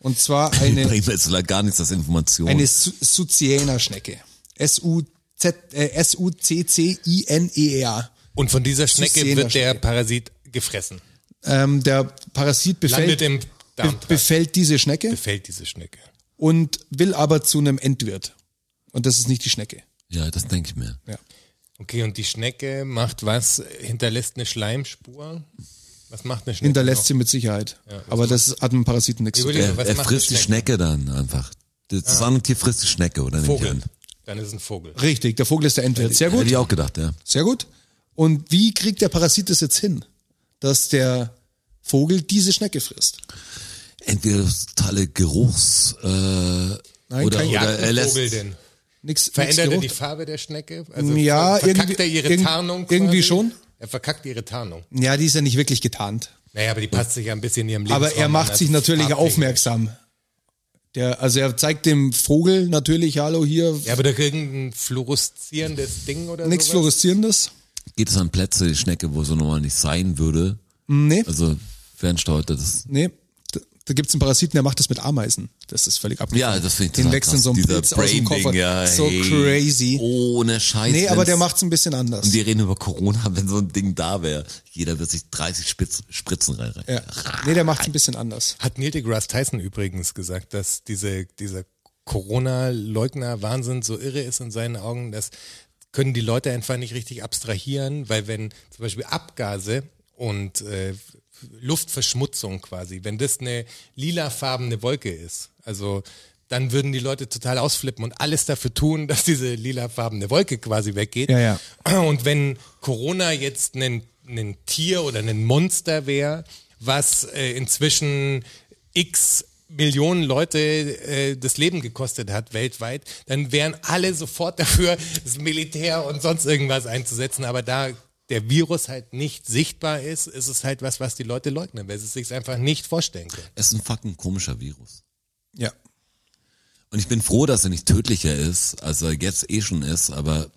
[SPEAKER 2] Und zwar
[SPEAKER 4] Die
[SPEAKER 2] eine,
[SPEAKER 4] bringt mir jetzt leider gar nichts als Information.
[SPEAKER 2] eine Su- Suziena-Schnecke. S-U-Z- äh, S-U-C-C-I-N-E-R.
[SPEAKER 3] Und von dieser Schnecke
[SPEAKER 2] Szene
[SPEAKER 3] wird der
[SPEAKER 2] Schnecke.
[SPEAKER 3] Parasit gefressen.
[SPEAKER 2] Ähm, der Parasit
[SPEAKER 3] Landet
[SPEAKER 2] befällt,
[SPEAKER 3] im
[SPEAKER 2] be
[SPEAKER 3] Darmtrakt.
[SPEAKER 2] befällt diese Schnecke
[SPEAKER 3] Befällt diese Schnecke.
[SPEAKER 2] und will aber zu einem Endwirt. Und das ist nicht die Schnecke.
[SPEAKER 4] ja, das denke ich mir.
[SPEAKER 2] Ja.
[SPEAKER 3] Okay, und die Schnecke macht was? Hinterlässt eine Schleimspur? Was macht eine Schnecke?
[SPEAKER 2] Hinterlässt
[SPEAKER 3] noch?
[SPEAKER 2] sie mit Sicherheit. aber das hat mit dem Parasiten nichts zu tun.
[SPEAKER 3] Überleg-
[SPEAKER 4] Er,
[SPEAKER 3] was
[SPEAKER 4] er
[SPEAKER 3] macht
[SPEAKER 4] frisst
[SPEAKER 3] die
[SPEAKER 4] die Schnecke dann einfach. Das das andere Tier frisst die Schnecke, oder? Nehme ich
[SPEAKER 3] Vogel.
[SPEAKER 4] an.
[SPEAKER 3] Dann ist ein Vogel.
[SPEAKER 2] Richtig, der Vogel ist der Endwirt. Sehr gut.
[SPEAKER 4] Hätte ich auch gedacht, ja.
[SPEAKER 2] Sehr gut. Und wie kriegt der Parasit das jetzt hin, dass der Vogel diese Schnecke frisst?
[SPEAKER 4] Entweder das totale Geruchs... Äh,
[SPEAKER 2] Nein,
[SPEAKER 4] oder,
[SPEAKER 2] kein
[SPEAKER 4] oder er
[SPEAKER 3] Jagt ein
[SPEAKER 4] lässt...
[SPEAKER 3] Vogel denn?
[SPEAKER 2] Nix,
[SPEAKER 3] Verändert er die
[SPEAKER 2] nix
[SPEAKER 3] Farbe der Schnecke? Also
[SPEAKER 2] Ja,
[SPEAKER 3] ver- verkackt
[SPEAKER 2] irgendwie-
[SPEAKER 3] er ihre
[SPEAKER 2] irgend-
[SPEAKER 3] Tarnung?
[SPEAKER 2] irgendwie
[SPEAKER 3] quasi?
[SPEAKER 2] schon.
[SPEAKER 3] Er verkackt ihre Tarnung.
[SPEAKER 2] die ja, die ist ja nicht wirklich getarnt.
[SPEAKER 3] Naja, aber die ne? passt sich ja ein bisschen in ihrem also Leben.
[SPEAKER 2] Aber er macht sich natürlich aufmerksam. Der, also er zeigt dem Vogel natürlich, hallo hier,
[SPEAKER 3] Ja, aber da irgendein fluoreszierendes Ding oder
[SPEAKER 2] nichts
[SPEAKER 3] sowas?
[SPEAKER 2] Fluoreszierendes.
[SPEAKER 4] Geht es an Plätze, die Schnecke, wo so normal nicht sein würde?
[SPEAKER 2] Hm, Nee,
[SPEAKER 4] Also fernsteuert das...
[SPEAKER 2] nee. Da, da gibt's einen Parasiten, der macht das mit Ameisen. Das ist völlig abgefahren.
[SPEAKER 4] Ja, das finde ich
[SPEAKER 2] Den
[SPEAKER 4] total
[SPEAKER 2] wächst in
[SPEAKER 4] krass.
[SPEAKER 2] so einem
[SPEAKER 4] Dieser
[SPEAKER 2] Pilz aus dem
[SPEAKER 4] Brain-Ding,
[SPEAKER 2] Koffer.
[SPEAKER 4] Ja,
[SPEAKER 2] so
[SPEAKER 4] hey.
[SPEAKER 2] crazy.
[SPEAKER 4] Ohne Scheiß.
[SPEAKER 2] nee, aber der
[SPEAKER 4] wenn's-
[SPEAKER 2] macht's ein bisschen anders.
[SPEAKER 4] Und wir reden über Corona, wenn so ein Ding da wäre. Jeder wird sich 30 Spitz, Spritzen rein. rein.
[SPEAKER 2] ja. Nee, der macht's ein bisschen anders.
[SPEAKER 3] Hat Neil deGrasse Tyson übrigens gesagt, dass diese, dieser Corona-Leugner-Wahnsinn so irre ist in seinen Augen, dass können die Leute einfach nicht richtig abstrahieren, weil wenn zum Beispiel Abgase und äh, Luftverschmutzung quasi, wenn das eine lilafarbene Wolke ist, also dann würden die Leute total ausflippen und alles dafür tun, dass diese lilafarbene Wolke quasi weggeht.
[SPEAKER 2] Ja, ja.
[SPEAKER 3] Und wenn Corona jetzt ein, ein Tier oder ein Monster wäre, was äh, inzwischen x Millionen Leute äh, das Leben gekostet hat weltweit, dann wären alle sofort dafür, das Militär und sonst irgendwas einzusetzen. Aber da der Virus halt nicht sichtbar ist, ist es halt was, was die Leute leugnen, weil sie es sich einfach nicht vorstellen können.
[SPEAKER 4] Es ist ein fucking komischer Virus.
[SPEAKER 2] Ja.
[SPEAKER 4] Und ich bin froh, dass er nicht tödlicher ist, als er jetzt eh schon ist, aber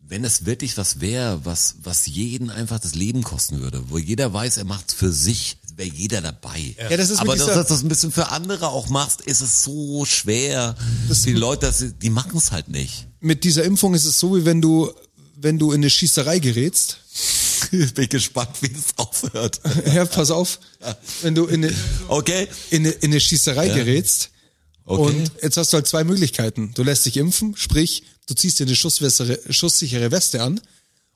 [SPEAKER 4] wenn es wirklich was wäre, was, was jeden einfach das Leben kosten würde, wo jeder weiß, er macht's für sich, wäre jeder dabei.
[SPEAKER 2] Ja, das ist
[SPEAKER 4] Aber
[SPEAKER 2] mit
[SPEAKER 4] dass
[SPEAKER 2] dieser-
[SPEAKER 4] dass du das ein bisschen für andere auch machst, ist es so schwer. die Leute, das, die machen es halt nicht.
[SPEAKER 2] Mit dieser Impfung ist es so, wie wenn du, wenn du in eine Schießerei gerätst.
[SPEAKER 4] Ich bin gespannt, wie es aufhört.
[SPEAKER 2] Ja, pass auf. Wenn du in eine,
[SPEAKER 4] Okay?
[SPEAKER 2] in eine, in eine Schießerei gerätst
[SPEAKER 4] Okay.
[SPEAKER 2] und jetzt hast du halt zwei Möglichkeiten. Du lässt dich impfen, sprich, du ziehst dir eine schusswessere, schusssichere Weste an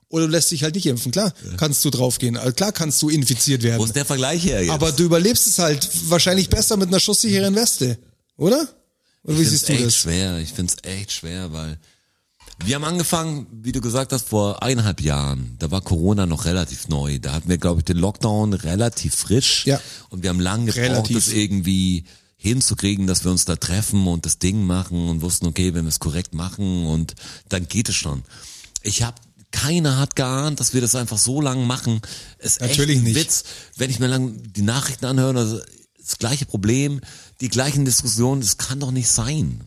[SPEAKER 2] oder du lässt dich halt nicht impfen. Klar, kannst du draufgehen. Also klar kannst du infiziert
[SPEAKER 4] Wo
[SPEAKER 2] werden.
[SPEAKER 4] ist der Vergleich her jetzt?
[SPEAKER 2] Aber du überlebst es halt wahrscheinlich besser mit einer schusssicheren Weste, oder? Oder wie
[SPEAKER 4] Ich
[SPEAKER 2] siehst
[SPEAKER 4] find's
[SPEAKER 2] du
[SPEAKER 4] echt
[SPEAKER 2] das?
[SPEAKER 4] schwer. Ich find's echt schwer, weil wir haben angefangen, wie du gesagt hast, vor eineinhalb Jahren. Da war Corona noch relativ neu. Da hatten wir, glaube ich, den Lockdown relativ frisch.
[SPEAKER 2] Ja.
[SPEAKER 4] Und wir haben lange gebraucht,
[SPEAKER 2] Relativ.
[SPEAKER 4] das irgendwie hinzukriegen, dass wir uns da treffen und das Ding machen und wussten, okay, wenn wir es korrekt machen und dann geht es schon. Ich habe keiner hat geahnt, dass wir das einfach so lang machen. Ist
[SPEAKER 2] Natürlich
[SPEAKER 4] echt ein
[SPEAKER 2] nicht.
[SPEAKER 4] Witz jetzt, wenn ich mir lang die Nachrichten anhöre, das, das gleiche Problem, die gleichen Diskussionen, das kann doch nicht sein.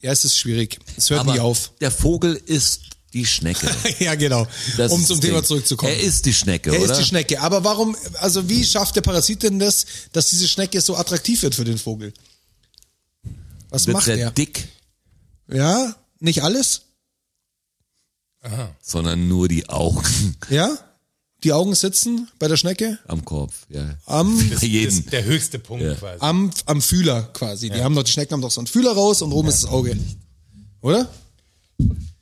[SPEAKER 2] Ja, es ist schwierig. Es hört
[SPEAKER 4] Aber
[SPEAKER 2] nie auf.
[SPEAKER 4] der Vogel ist die Schnecke.
[SPEAKER 2] Ja, genau.
[SPEAKER 4] Das
[SPEAKER 2] um
[SPEAKER 4] ist
[SPEAKER 2] zum
[SPEAKER 4] das
[SPEAKER 2] Thema
[SPEAKER 4] Ding.
[SPEAKER 2] zurückzukommen.
[SPEAKER 4] Er ist die Schnecke,
[SPEAKER 2] Er
[SPEAKER 4] oder?
[SPEAKER 2] ist die Schnecke. Aber warum, also wie schafft der Parasit denn das, dass diese Schnecke so attraktiv wird für den Vogel? Was
[SPEAKER 4] Wird
[SPEAKER 2] macht
[SPEAKER 4] sehr
[SPEAKER 2] er?
[SPEAKER 4] dick,
[SPEAKER 2] Ja, nicht alles?
[SPEAKER 4] sondern nur die Augen
[SPEAKER 2] Ja? Die Augen sitzen bei der Schnecke
[SPEAKER 4] am Kopf. Ja.
[SPEAKER 2] am,
[SPEAKER 4] Für
[SPEAKER 3] Das
[SPEAKER 4] jeden.
[SPEAKER 3] ist der höchste Punkt quasi.
[SPEAKER 2] am, am Fühler quasi. Die haben doch, die Schnecken haben doch so einen Fühler raus und oben ist das Auge. Oder?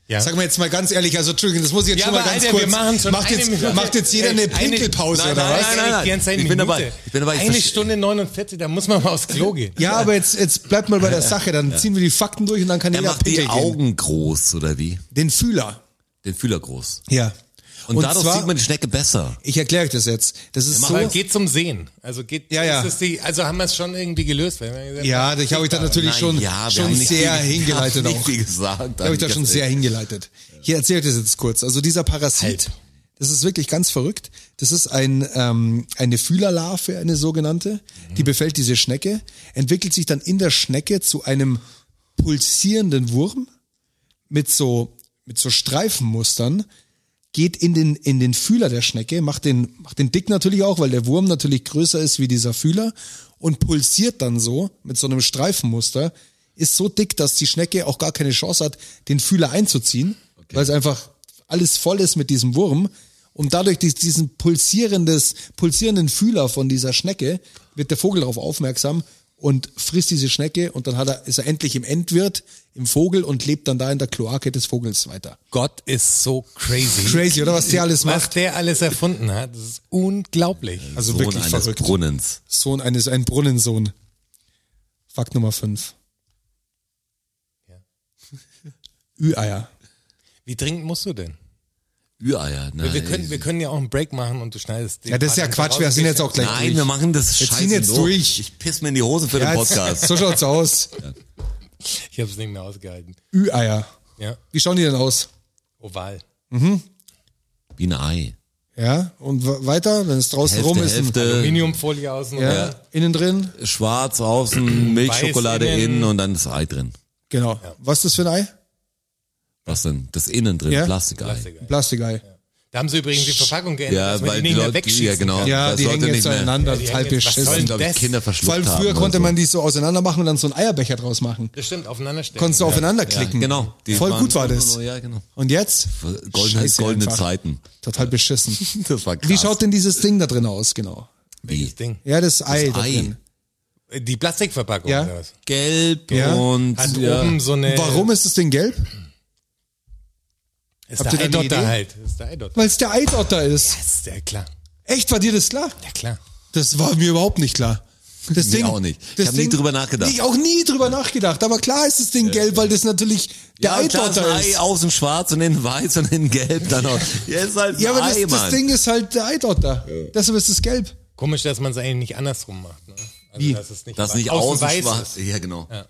[SPEAKER 3] Ja.
[SPEAKER 2] Sag mal jetzt mal ganz ehrlich, also Entschuldigung, das muss ich jetzt
[SPEAKER 3] Ja,
[SPEAKER 2] schon mal
[SPEAKER 3] aber
[SPEAKER 2] ganz
[SPEAKER 3] Alter,
[SPEAKER 2] kurz.
[SPEAKER 3] wir machen schon
[SPEAKER 2] macht,
[SPEAKER 3] eine
[SPEAKER 2] jetzt,
[SPEAKER 3] Minute.
[SPEAKER 2] macht jetzt jeder eine
[SPEAKER 3] Ey, eine-
[SPEAKER 2] Pinkelpause
[SPEAKER 4] Nein,
[SPEAKER 2] oder
[SPEAKER 4] nein,
[SPEAKER 2] was?
[SPEAKER 3] Nein, nein, nein,
[SPEAKER 4] Ich bin
[SPEAKER 3] Minute.
[SPEAKER 4] dabei. Ich bin dabei. Ich
[SPEAKER 3] Eine
[SPEAKER 4] verstehe-
[SPEAKER 3] Stunde 49, da muss man mal aufs Klo gehen.
[SPEAKER 2] Ja, aber jetzt, jetzt bleibt mal bei der Sache, dann ziehen wir die Fakten durch und dann kann
[SPEAKER 4] Er
[SPEAKER 2] jeder
[SPEAKER 4] macht die
[SPEAKER 2] pinkeln gehen.
[SPEAKER 4] Augen groß, oder wie?
[SPEAKER 2] Den Fühler.
[SPEAKER 4] Den Fühler groß.
[SPEAKER 2] Ja.
[SPEAKER 4] Und, dadurch
[SPEAKER 2] zwar,
[SPEAKER 4] sieht man die Schnecke besser.
[SPEAKER 2] ich erkläre euch das jetzt. Das ist
[SPEAKER 3] Aber
[SPEAKER 2] so.
[SPEAKER 3] geht zum Sehen. Also geht,
[SPEAKER 2] Ja, ja.
[SPEAKER 3] Ist es die, also haben wir es schon irgendwie gelöst. Weil wir gesagt,
[SPEAKER 2] Ja, ich habe ich da natürlich schon,
[SPEAKER 4] ja, wir
[SPEAKER 2] schon
[SPEAKER 4] haben nicht
[SPEAKER 2] sehr
[SPEAKER 4] viel,
[SPEAKER 2] hingeleitet
[SPEAKER 4] wir haben
[SPEAKER 2] auch.
[SPEAKER 4] Nicht viel gesagt.
[SPEAKER 2] Da habe ich da schon sehr hingeleitet. Hier erzähle ich das jetzt kurz. Also dieser Parasit,
[SPEAKER 3] Halt.
[SPEAKER 2] das ist wirklich ganz verrückt. Das ist ein, ähm, eine Fühlerlarve, eine sogenannte,
[SPEAKER 4] Mhm.
[SPEAKER 2] die befällt diese Schnecke, entwickelt sich dann in der Schnecke zu einem pulsierenden Wurm mit so, mit so Streifenmustern, geht in den, in den Fühler der Schnecke, macht den, macht den dick natürlich auch, weil der Wurm natürlich größer ist wie dieser Fühler und pulsiert dann so mit so einem Streifenmuster, ist so dick, dass die Schnecke auch gar keine Chance hat, den Fühler einzuziehen, weil es einfach alles voll ist mit diesem Wurm. Und dadurch dies- diesen pulsierendes, pulsierenden Fühler von dieser Schnecke wird der Vogel darauf aufmerksam und frisst diese Schnecke und dann hat er, ist er endlich im Endwirt, im Vogel und lebt dann da in der Kloake des Vogels weiter.
[SPEAKER 3] Gott ist so crazy.
[SPEAKER 2] Crazy, oder? Was der alles
[SPEAKER 3] Was
[SPEAKER 2] macht.
[SPEAKER 3] der alles erfunden hat, das ist unglaublich.
[SPEAKER 2] Also
[SPEAKER 4] Sohn
[SPEAKER 2] wirklich
[SPEAKER 4] eines
[SPEAKER 2] verrückt.
[SPEAKER 4] Brunnens.
[SPEAKER 2] Sohn eines, ein Brunnensohn. Fakt Nummer 5. Ü-Eier.
[SPEAKER 3] Wie dringend musst du denn?
[SPEAKER 4] Üeier. Nein.
[SPEAKER 3] Wir können, wir können ja auch einen Break machen und du schneidest den
[SPEAKER 2] Ja, das ist ja
[SPEAKER 3] Part
[SPEAKER 2] Quatsch,
[SPEAKER 3] raus.
[SPEAKER 2] wir sind jetzt auch gleich
[SPEAKER 4] Nein,
[SPEAKER 2] durch.
[SPEAKER 4] wir machen das
[SPEAKER 2] Wir
[SPEAKER 4] scheiße
[SPEAKER 2] ziehen jetzt durch.
[SPEAKER 4] Ich piss mir in die Hose für
[SPEAKER 2] ja,
[SPEAKER 4] den
[SPEAKER 2] jetzt-
[SPEAKER 4] Podcast.
[SPEAKER 2] So schaut's aus.
[SPEAKER 3] Ich habe es nicht mehr ausgehalten.
[SPEAKER 2] Ü-Eier.
[SPEAKER 3] Ja,
[SPEAKER 2] Wie schauen die denn aus?
[SPEAKER 3] oval.
[SPEAKER 4] Wie ein Ei.
[SPEAKER 2] Ja, und w- weiter, wenn es draußen
[SPEAKER 4] Hälfte,
[SPEAKER 2] rum ist. ein-
[SPEAKER 4] Hälfte,
[SPEAKER 3] Aluminiumfolie außen.
[SPEAKER 2] Ja,
[SPEAKER 3] oder?
[SPEAKER 2] innen drin.
[SPEAKER 4] schwarz außen, Milchschokolade
[SPEAKER 3] Weiß innen.
[SPEAKER 4] innen. und dann das Ei drin.
[SPEAKER 2] Genau. Was ist das für ein Ei?
[SPEAKER 4] Was denn? Das innen drin,
[SPEAKER 2] Ja.
[SPEAKER 4] Plastikei.
[SPEAKER 3] Plastik.
[SPEAKER 2] Ein Plastikei.
[SPEAKER 3] Da haben sie übrigens die Verpackung geändert,
[SPEAKER 4] Ja,
[SPEAKER 3] dass man
[SPEAKER 4] weil
[SPEAKER 3] die
[SPEAKER 4] die
[SPEAKER 3] nicht mehr
[SPEAKER 4] Leute-
[SPEAKER 3] wegschießen
[SPEAKER 4] ja, genau.
[SPEAKER 3] kann.
[SPEAKER 2] Ja,
[SPEAKER 4] Das
[SPEAKER 2] die
[SPEAKER 4] sollte
[SPEAKER 2] hängen
[SPEAKER 4] nicht
[SPEAKER 2] jetzt
[SPEAKER 4] mehr.
[SPEAKER 2] aneinander,
[SPEAKER 3] Ja, die
[SPEAKER 2] halb
[SPEAKER 3] hängen jetzt- was soll
[SPEAKER 4] Das sind,
[SPEAKER 2] beschissen.
[SPEAKER 4] glaube ich,
[SPEAKER 3] Das-
[SPEAKER 4] Kinder
[SPEAKER 2] Vor allem
[SPEAKER 4] verschluckt haben.
[SPEAKER 2] früher konnte
[SPEAKER 4] oder
[SPEAKER 2] man die so auseinander machen und dann so einen Eierbecher draus machen.
[SPEAKER 3] Das stimmt, aufeinanderstellen.
[SPEAKER 2] Konntest du
[SPEAKER 3] ja.
[SPEAKER 2] aufeinander
[SPEAKER 4] so. Ja,
[SPEAKER 2] klicken.
[SPEAKER 4] genau. Die
[SPEAKER 2] Voll
[SPEAKER 4] waren-
[SPEAKER 2] gut war das.
[SPEAKER 4] Ja, genau.
[SPEAKER 2] Und jetzt?
[SPEAKER 4] Goldene,
[SPEAKER 2] Scheiße
[SPEAKER 4] goldene
[SPEAKER 2] einfach.
[SPEAKER 4] Zeiten.
[SPEAKER 2] Total beschissen.
[SPEAKER 4] Das war krass.
[SPEAKER 2] Wie schaut denn dieses Ding da drin aus, genau?
[SPEAKER 4] Wie?
[SPEAKER 3] Ding.
[SPEAKER 2] Ja, das Ei da
[SPEAKER 4] Ei.
[SPEAKER 2] drin.
[SPEAKER 3] Die Plastikverpackung
[SPEAKER 2] Ja.
[SPEAKER 3] oder was?
[SPEAKER 4] Gelb
[SPEAKER 2] Ja.
[SPEAKER 4] und
[SPEAKER 3] Hat
[SPEAKER 4] ja.
[SPEAKER 3] oben so eine.
[SPEAKER 2] Warum ist das Ding gelb?
[SPEAKER 3] Ist
[SPEAKER 2] Habt
[SPEAKER 3] der
[SPEAKER 2] ihr da eine
[SPEAKER 3] Eidotter
[SPEAKER 2] Idee?
[SPEAKER 3] halt. Ist der Eidotter.
[SPEAKER 2] Weil es der Eidotter ist.
[SPEAKER 3] Das ist ja klar.
[SPEAKER 2] Echt, war dir das klar?
[SPEAKER 3] Ja, klar.
[SPEAKER 2] Das war mir überhaupt nicht klar. Das
[SPEAKER 4] Mir
[SPEAKER 2] Ding,
[SPEAKER 4] auch nicht. Ich
[SPEAKER 2] das
[SPEAKER 4] hab nie
[SPEAKER 2] Ding-
[SPEAKER 4] drüber nachgedacht.
[SPEAKER 2] Ich auch nie drüber nachgedacht. Aber klar ist das Ding gelb, weil das natürlich der
[SPEAKER 4] ja, klar, das
[SPEAKER 2] Eidotter
[SPEAKER 4] Ei
[SPEAKER 2] ist.
[SPEAKER 4] außen schwarz und innen weiß und innen gelb. Dann auch. Ja, ist halt ein
[SPEAKER 2] Ja, aber das,
[SPEAKER 4] Ei,
[SPEAKER 2] das
[SPEAKER 4] Mann.
[SPEAKER 2] Ding ist halt der Eidotter. Deshalb ist es gelb.
[SPEAKER 3] Komisch, dass man es eigentlich nicht andersrum macht. Ne? Also,
[SPEAKER 2] Wie?
[SPEAKER 3] Dass es nicht,
[SPEAKER 4] Das
[SPEAKER 3] wa-
[SPEAKER 4] nicht außen
[SPEAKER 3] weiß
[SPEAKER 4] schwarz.
[SPEAKER 3] ist.
[SPEAKER 4] Ja, genau. Ja.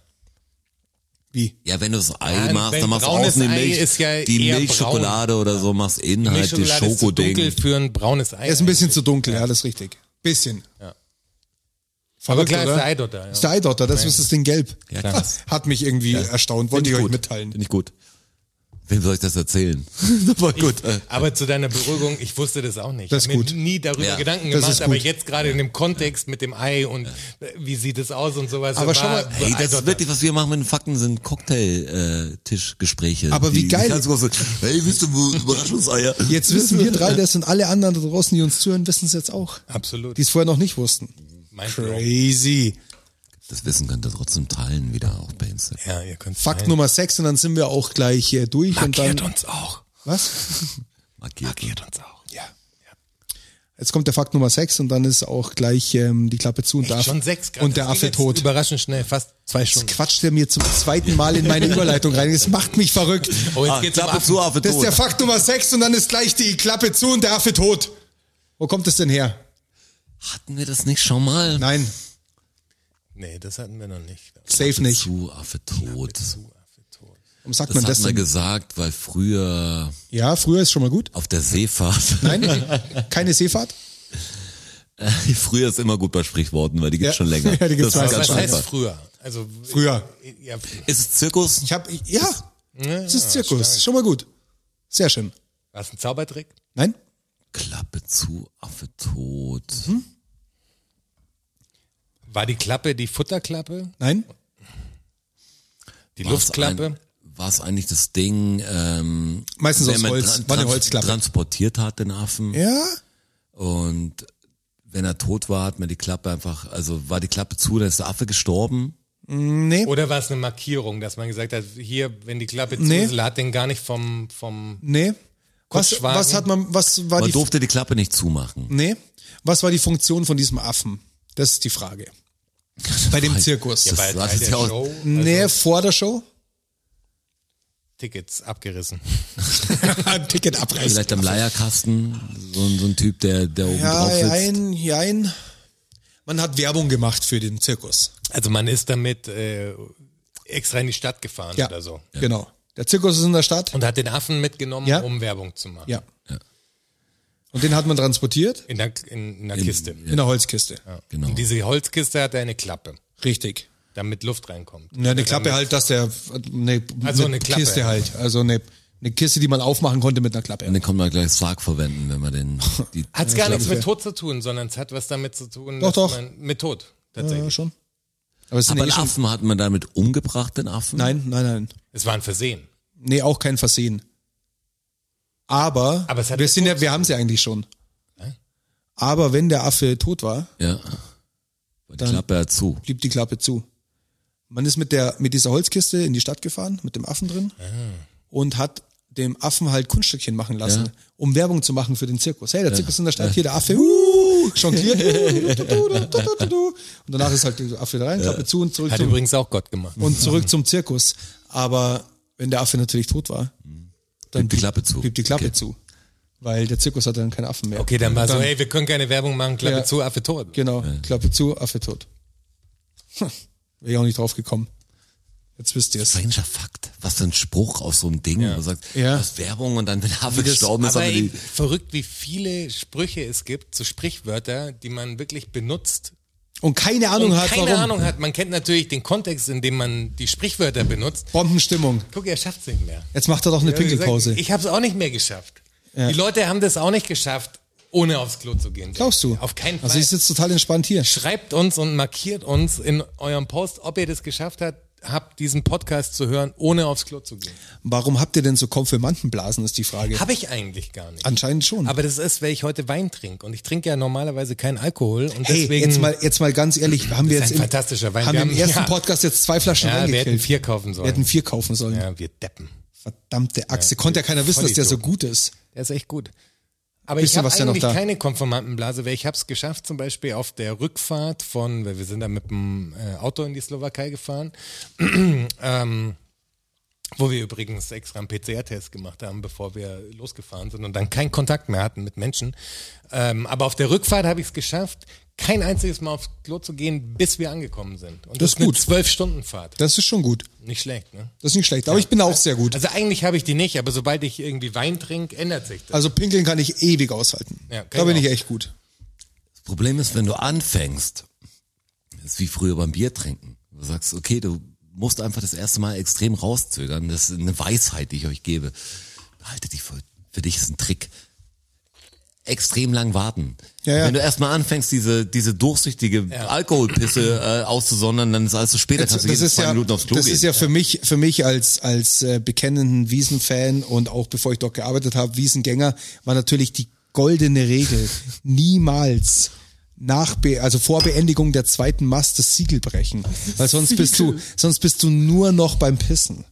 [SPEAKER 2] Wie?
[SPEAKER 4] wenn du das Ei
[SPEAKER 3] Ja,
[SPEAKER 4] machst,
[SPEAKER 3] wenn
[SPEAKER 4] dann machst du
[SPEAKER 3] braunes
[SPEAKER 4] außen die
[SPEAKER 3] Ei
[SPEAKER 4] Milch,
[SPEAKER 3] ist ja
[SPEAKER 4] die
[SPEAKER 3] eher
[SPEAKER 4] Milchschokolade oder so, machst innen halt die
[SPEAKER 3] Milchschokolade ist zu dunkel
[SPEAKER 4] Schokoding.
[SPEAKER 3] für ein braunes Ei.
[SPEAKER 2] Er ist ein bisschen zu dunkel, ja, das ist richtig. Bisschen.
[SPEAKER 3] Ja. Aber
[SPEAKER 2] Verrückt,
[SPEAKER 3] klar ist
[SPEAKER 2] oder?
[SPEAKER 3] der Eidotter. Ja.
[SPEAKER 2] Ist der Eidotter, das ist das Ding gelb.
[SPEAKER 4] Ja, krass.
[SPEAKER 2] Hat mich irgendwie erstaunt, wollte ich euch
[SPEAKER 4] gut.
[SPEAKER 2] mitteilen.
[SPEAKER 4] Finde ich gut. Wem soll ich das erzählen? das war gut. Äh,
[SPEAKER 3] Aber zu deiner Beruhigung, ich wusste das auch nicht.
[SPEAKER 2] Das
[SPEAKER 3] ich
[SPEAKER 2] ist
[SPEAKER 3] habe
[SPEAKER 2] gut.
[SPEAKER 3] mir nie darüber
[SPEAKER 4] Ja,
[SPEAKER 3] Gedanken
[SPEAKER 2] das
[SPEAKER 3] gemacht,
[SPEAKER 2] ist
[SPEAKER 3] aber
[SPEAKER 2] gut.
[SPEAKER 3] jetzt gerade in dem Kontext mit dem Ei und äh, wie sieht es aus und sowas.
[SPEAKER 2] Aber
[SPEAKER 3] war-
[SPEAKER 2] schau mal,
[SPEAKER 3] war
[SPEAKER 4] Ey, das
[SPEAKER 3] Eidotter.
[SPEAKER 4] ist wirklich, was wir machen mit den Fakten, sind Cocktail-Tischgespräche.
[SPEAKER 2] Aber wie
[SPEAKER 4] Die-
[SPEAKER 2] geil.
[SPEAKER 4] die ganz große, hey, wisst ihr, wo Überraschungseier?
[SPEAKER 2] Jetzt wissen wir drei das und alle anderen da draußen, die uns zuhören, wissen es jetzt auch.
[SPEAKER 3] Absolut.
[SPEAKER 2] Die es vorher noch nicht wussten.
[SPEAKER 3] Mein Bro.
[SPEAKER 2] Crazy.
[SPEAKER 4] Das Wissen könnt ihr trotzdem teilen wieder auch bei Insta.
[SPEAKER 3] Ja, ihr könnt
[SPEAKER 2] Fakt Nummer 6 und dann sind wir auch gleich äh, durch. und
[SPEAKER 3] Äh. Markiert
[SPEAKER 2] dann,
[SPEAKER 3] uns auch.
[SPEAKER 2] was?
[SPEAKER 4] Markiert.
[SPEAKER 3] Markiert uns auch. Ja.
[SPEAKER 2] Jetzt kommt der Fakt Nummer 6 und dann ist auch gleich ähm, die Klappe zu und, der
[SPEAKER 3] Echt,
[SPEAKER 2] Affe-
[SPEAKER 3] schon sechs gerade.
[SPEAKER 2] und der
[SPEAKER 3] Das ging
[SPEAKER 2] Affe
[SPEAKER 3] jetzt
[SPEAKER 2] tot.
[SPEAKER 3] Überraschend schnell, fast zwei
[SPEAKER 2] Jetzt
[SPEAKER 3] Stunden.
[SPEAKER 2] quatscht er mir zum zweiten Mal in meine Überleitung rein. Das macht mich verrückt.
[SPEAKER 3] Oh, jetzt
[SPEAKER 4] Ah,
[SPEAKER 3] geht's
[SPEAKER 4] Klappe
[SPEAKER 3] ab.
[SPEAKER 4] zu, Affe
[SPEAKER 2] Das ist der
[SPEAKER 4] tot.
[SPEAKER 2] Fakt Nummer 6 und dann ist gleich die Klappe zu und der Affe tot. Wo kommt das denn her?
[SPEAKER 4] Hatten wir das nicht schon mal?
[SPEAKER 2] Nein,
[SPEAKER 3] Nee, das hatten wir noch nicht.
[SPEAKER 2] safe nicht.
[SPEAKER 4] Zu, Affe tot.
[SPEAKER 3] Zu, Affe tot.
[SPEAKER 2] Warum sagt
[SPEAKER 4] Das
[SPEAKER 2] man das
[SPEAKER 4] hat man
[SPEAKER 2] denn?
[SPEAKER 4] gesagt, weil früher
[SPEAKER 2] Ja, früher ist schon mal gut.
[SPEAKER 4] auf der Seefahrt,
[SPEAKER 2] Nein, keine Seefahrt.
[SPEAKER 4] früher ist immer gut bei Sprichworten, weil die gibt's
[SPEAKER 2] Ja.
[SPEAKER 4] schon länger.
[SPEAKER 2] Ja, die gibt's
[SPEAKER 4] das
[SPEAKER 2] schon
[SPEAKER 4] ist
[SPEAKER 2] länger.
[SPEAKER 4] ganz
[SPEAKER 3] Was heißt
[SPEAKER 4] einfach.
[SPEAKER 3] früher? Also
[SPEAKER 2] Früher.
[SPEAKER 3] Ja,
[SPEAKER 4] Ist es Zirkus?
[SPEAKER 2] Ich habe ja, es ist Zirkus, schon mal gut. Sehr schön.
[SPEAKER 3] war es ein Zaubertrick?
[SPEAKER 2] Nein?
[SPEAKER 4] Klappe zu, Affe tot.
[SPEAKER 3] War die Klappe die Futterklappe?
[SPEAKER 2] Nein?
[SPEAKER 3] Die
[SPEAKER 4] War's
[SPEAKER 3] Luftklappe?
[SPEAKER 4] Ein, war's eigentlich das Ding, ähm,
[SPEAKER 2] Meistens
[SPEAKER 4] wer
[SPEAKER 2] aus
[SPEAKER 4] man
[SPEAKER 2] Holz,
[SPEAKER 4] tran-
[SPEAKER 2] war eine
[SPEAKER 4] trans-
[SPEAKER 2] Holzklappe.
[SPEAKER 4] transportiert hat, den Affen.
[SPEAKER 2] Ja?
[SPEAKER 4] Und wenn er tot war, hat man die Klappe einfach, also war die Klappe zu, dann ist der Affe gestorben.
[SPEAKER 2] Nee.
[SPEAKER 3] Oder war es eine Markierung, dass man gesagt hat, hier, wenn die Klappe zu
[SPEAKER 2] Nee.
[SPEAKER 3] ist, hat den gar nicht vom, vom
[SPEAKER 2] Nee. Was,
[SPEAKER 3] Kutschwagen.
[SPEAKER 2] was hat man, was war die,
[SPEAKER 4] Man
[SPEAKER 2] Mhm.
[SPEAKER 4] durfte die Klappe nicht zumachen.
[SPEAKER 2] nee? Was war die Funktion von diesem Affen? Das ist die Frage. Bei dem Zirkus.
[SPEAKER 3] ja, war
[SPEAKER 4] war
[SPEAKER 3] Teil
[SPEAKER 4] das
[SPEAKER 3] der
[SPEAKER 4] ja auch-
[SPEAKER 3] Show,
[SPEAKER 2] nee, vor der Show?
[SPEAKER 3] Tickets abgerissen.
[SPEAKER 2] Ticket abreißen.
[SPEAKER 4] Vielleicht am Leierkasten, so, ein- so ein Typ, der, der oben
[SPEAKER 2] Ja,
[SPEAKER 4] drauf sitzt.
[SPEAKER 2] jein, jein. Man hat Werbung gemacht für den Zirkus.
[SPEAKER 3] Also man ist damit äh, extra in die Stadt gefahren
[SPEAKER 2] Ja,
[SPEAKER 3] oder so.
[SPEAKER 2] genau. Der Zirkus ist in der Stadt.
[SPEAKER 3] Und hat den Affen mitgenommen,
[SPEAKER 2] Ja.
[SPEAKER 3] um Werbung zu machen.
[SPEAKER 2] Ja. Und den hat man transportiert
[SPEAKER 3] In der, in, in der Kiste.
[SPEAKER 2] in der Holzkiste.
[SPEAKER 4] Genau.
[SPEAKER 3] Und diese Holzkiste hat eine Klappe,
[SPEAKER 2] Richtig.
[SPEAKER 3] damit Luft reinkommt.
[SPEAKER 2] Ja, eine Klappe halt, dass der eine,
[SPEAKER 3] Also
[SPEAKER 2] eine
[SPEAKER 3] eine Klappe.
[SPEAKER 2] Kiste halt, also eine, eine Kiste, die man aufmachen konnte mit einer Klappe.
[SPEAKER 4] Und dann kann man gleich Sarg verwenden, wenn man den, die,
[SPEAKER 3] Hat gar nichts mit Tod zu tun, sondern es hat was damit zu tun,
[SPEAKER 2] Doch,
[SPEAKER 3] dass
[SPEAKER 2] doch.
[SPEAKER 3] Man, mit Tod tatsächlich.
[SPEAKER 2] Ja, schon. Aber es sind
[SPEAKER 4] aber
[SPEAKER 2] eh
[SPEAKER 4] einen
[SPEAKER 2] schon,
[SPEAKER 4] Affen hat man damit umgebracht, den Affen?
[SPEAKER 2] nein, nein, nein.
[SPEAKER 3] Es war ein Versehen.
[SPEAKER 2] Nee, auch kein Versehen. Aber,
[SPEAKER 3] Aber es hat
[SPEAKER 2] wir
[SPEAKER 3] mit
[SPEAKER 2] sind
[SPEAKER 3] Tod
[SPEAKER 2] ja, wir haben sie eigentlich schon. Aber wenn der Affe tot war,
[SPEAKER 4] Ja. Weil die Klappe ja zu.
[SPEAKER 2] blieb die Klappe zu. Man ist mit der, mit dieser Holzkiste in die Stadt gefahren, mit dem Affen drin,
[SPEAKER 3] Ah.
[SPEAKER 2] und hat dem Affen halt Kunststückchen machen lassen,
[SPEAKER 4] Ja.
[SPEAKER 2] um Werbung zu machen für den Zirkus. Hey, der Zirkus ist in der Stadt, hier der Affe, uh, jongliert, uh, du, du, du, du, du, du. und danach ist halt der Affe da rein, Klappe zu und zurück
[SPEAKER 3] Hat
[SPEAKER 2] zum,
[SPEAKER 3] übrigens auch Gott gemacht.
[SPEAKER 2] und zurück zum Zirkus. Aber wenn der Affe natürlich tot war, dann
[SPEAKER 4] Blieb die Klappe zu.
[SPEAKER 2] blieb die Klappe
[SPEAKER 4] Okay.
[SPEAKER 2] zu. Weil der Zirkus hatte dann keinen Affen mehr.
[SPEAKER 3] Okay, dann war so,
[SPEAKER 2] Dann-
[SPEAKER 3] hey, wir können keine Werbung machen, Klappe
[SPEAKER 2] Ja.
[SPEAKER 3] zu, Affe tot.
[SPEAKER 2] Genau, Klappe zu, Affe tot. Hm, Wäre ich auch nicht drauf gekommen. Jetzt wisst ihr es.
[SPEAKER 4] Stranger Fakt. Was für ein Spruch auf so einem Ding. wo Man sagt,
[SPEAKER 2] Ja.
[SPEAKER 4] das ist Werbung und dann, wenn der Affe gestorben ist,
[SPEAKER 3] Aber
[SPEAKER 4] haben wir
[SPEAKER 3] ey,
[SPEAKER 4] die,
[SPEAKER 3] verrückt, wie viele Sprüche es gibt, so Sprichwörter, die man wirklich benutzt.
[SPEAKER 2] Und keine Ahnung
[SPEAKER 3] und
[SPEAKER 2] hat,
[SPEAKER 3] keine
[SPEAKER 2] warum.
[SPEAKER 3] Ahnung hat. Man kennt natürlich den Kontext, in dem man die Sprichwörter benutzt.
[SPEAKER 2] Bombenstimmung.
[SPEAKER 3] Guck, er schafft es nicht mehr.
[SPEAKER 2] Jetzt macht er doch eine
[SPEAKER 3] Ja, wie gesagt,
[SPEAKER 2] Pinkelpause.
[SPEAKER 3] Ich habe es auch nicht mehr geschafft.
[SPEAKER 2] Ja.
[SPEAKER 3] Die Leute haben das auch nicht geschafft, ohne aufs Klo zu gehen.
[SPEAKER 2] Glaubst du?
[SPEAKER 3] Auf keinen Fall.
[SPEAKER 2] Also ich sitze total entspannt hier.
[SPEAKER 3] Schreibt uns und markiert uns in eurem Post, ob ihr das geschafft habt, habt diesen Podcast zu hören, ohne aufs Klo zu gehen.
[SPEAKER 2] Warum habt ihr denn so Konfirmandenblasen, ist die Frage.
[SPEAKER 3] Habe ich eigentlich gar nicht.
[SPEAKER 2] Anscheinend schon.
[SPEAKER 3] Aber das ist, weil ich heute Wein trinke und ich trinke ja normalerweise keinen Alkohol und
[SPEAKER 2] hey,
[SPEAKER 3] deswegen.
[SPEAKER 2] jetzt mal, jetzt mal ganz ehrlich, haben wir
[SPEAKER 3] Das
[SPEAKER 2] jetzt
[SPEAKER 3] ist ein fantastischer Wein.
[SPEAKER 2] haben
[SPEAKER 3] Wir
[SPEAKER 2] wir im
[SPEAKER 3] haben-
[SPEAKER 2] ersten
[SPEAKER 3] ja.
[SPEAKER 2] Podcast jetzt zwei Flaschen
[SPEAKER 3] ja, wir
[SPEAKER 2] reingekillt.
[SPEAKER 3] hätten vier kaufen
[SPEAKER 2] Wir hätten
[SPEAKER 3] sollen.
[SPEAKER 2] vier kaufen sollen.
[SPEAKER 3] ja, wir deppen.
[SPEAKER 2] Verdammte Achse. Konnte ja keiner wissen, dass der so gut ist.
[SPEAKER 3] Der ist echt gut. Aber
[SPEAKER 2] Bisschen
[SPEAKER 3] ich habe
[SPEAKER 2] was ist ja noch
[SPEAKER 3] eigentlich
[SPEAKER 2] da.
[SPEAKER 3] keine Konformantenblase, weil ich habe es geschafft, zum Beispiel auf der Rückfahrt von, weil wir sind da mit dem äh, Auto in die Slowakei gefahren, ähm, wo wir übrigens extra einen PCR-Test gemacht haben, bevor wir losgefahren sind und dann keinen Kontakt mehr hatten mit Menschen. Ähm, aber auf der Rückfahrt habe ich es geschafft, kein einziges Mal aufs Klo zu gehen, bis wir angekommen sind. Und
[SPEAKER 2] Das ist
[SPEAKER 3] das, ist eine
[SPEAKER 2] gut.
[SPEAKER 3] Zwölf-Stunden-Fahrt.
[SPEAKER 2] Das ist schon gut.
[SPEAKER 3] Nicht schlecht, ne?
[SPEAKER 2] Das ist nicht schlecht. Aber ich bin auch sehr gut.
[SPEAKER 3] Also eigentlich habe ich die nicht, aber sobald ich irgendwie Wein trinke, ändert sich das.
[SPEAKER 2] Also pinkeln kann ich ewig aushalten.
[SPEAKER 3] Ja, kann
[SPEAKER 2] da bin
[SPEAKER 3] ich
[SPEAKER 2] ich
[SPEAKER 3] auch.
[SPEAKER 2] echt gut.
[SPEAKER 4] Das Problem ist, wenn du anfängst, das ist wie früher beim Bier trinken. Du sagst, okay, du musste einfach das erste Mal extrem rauszögern. Das ist eine Weisheit, die ich euch gebe. Behalte die für, für dich ist ein Trick. Extrem lang warten.
[SPEAKER 2] Ja, ja.
[SPEAKER 4] Wenn du erstmal anfängst, diese, diese durchsichtige Alkoholpisse äh, auszusondern, dann ist alles zu spät. Dann kannst du
[SPEAKER 2] das
[SPEAKER 4] jeden
[SPEAKER 2] ist
[SPEAKER 4] zwei
[SPEAKER 2] ja,
[SPEAKER 4] Minuten aufs Klo
[SPEAKER 2] das
[SPEAKER 4] gehen.
[SPEAKER 2] ist ja für mich, für mich als, als äh, bekennenden Wiesen-Fan und auch bevor ich dort gearbeitet habe, Wiesengänger, war natürlich die goldene Regel. Niemals nach, Be also vor Beendigung der zweiten Mast das Siegel brechen. Weil sonst bist du, sonst bist du nur noch beim Pissen.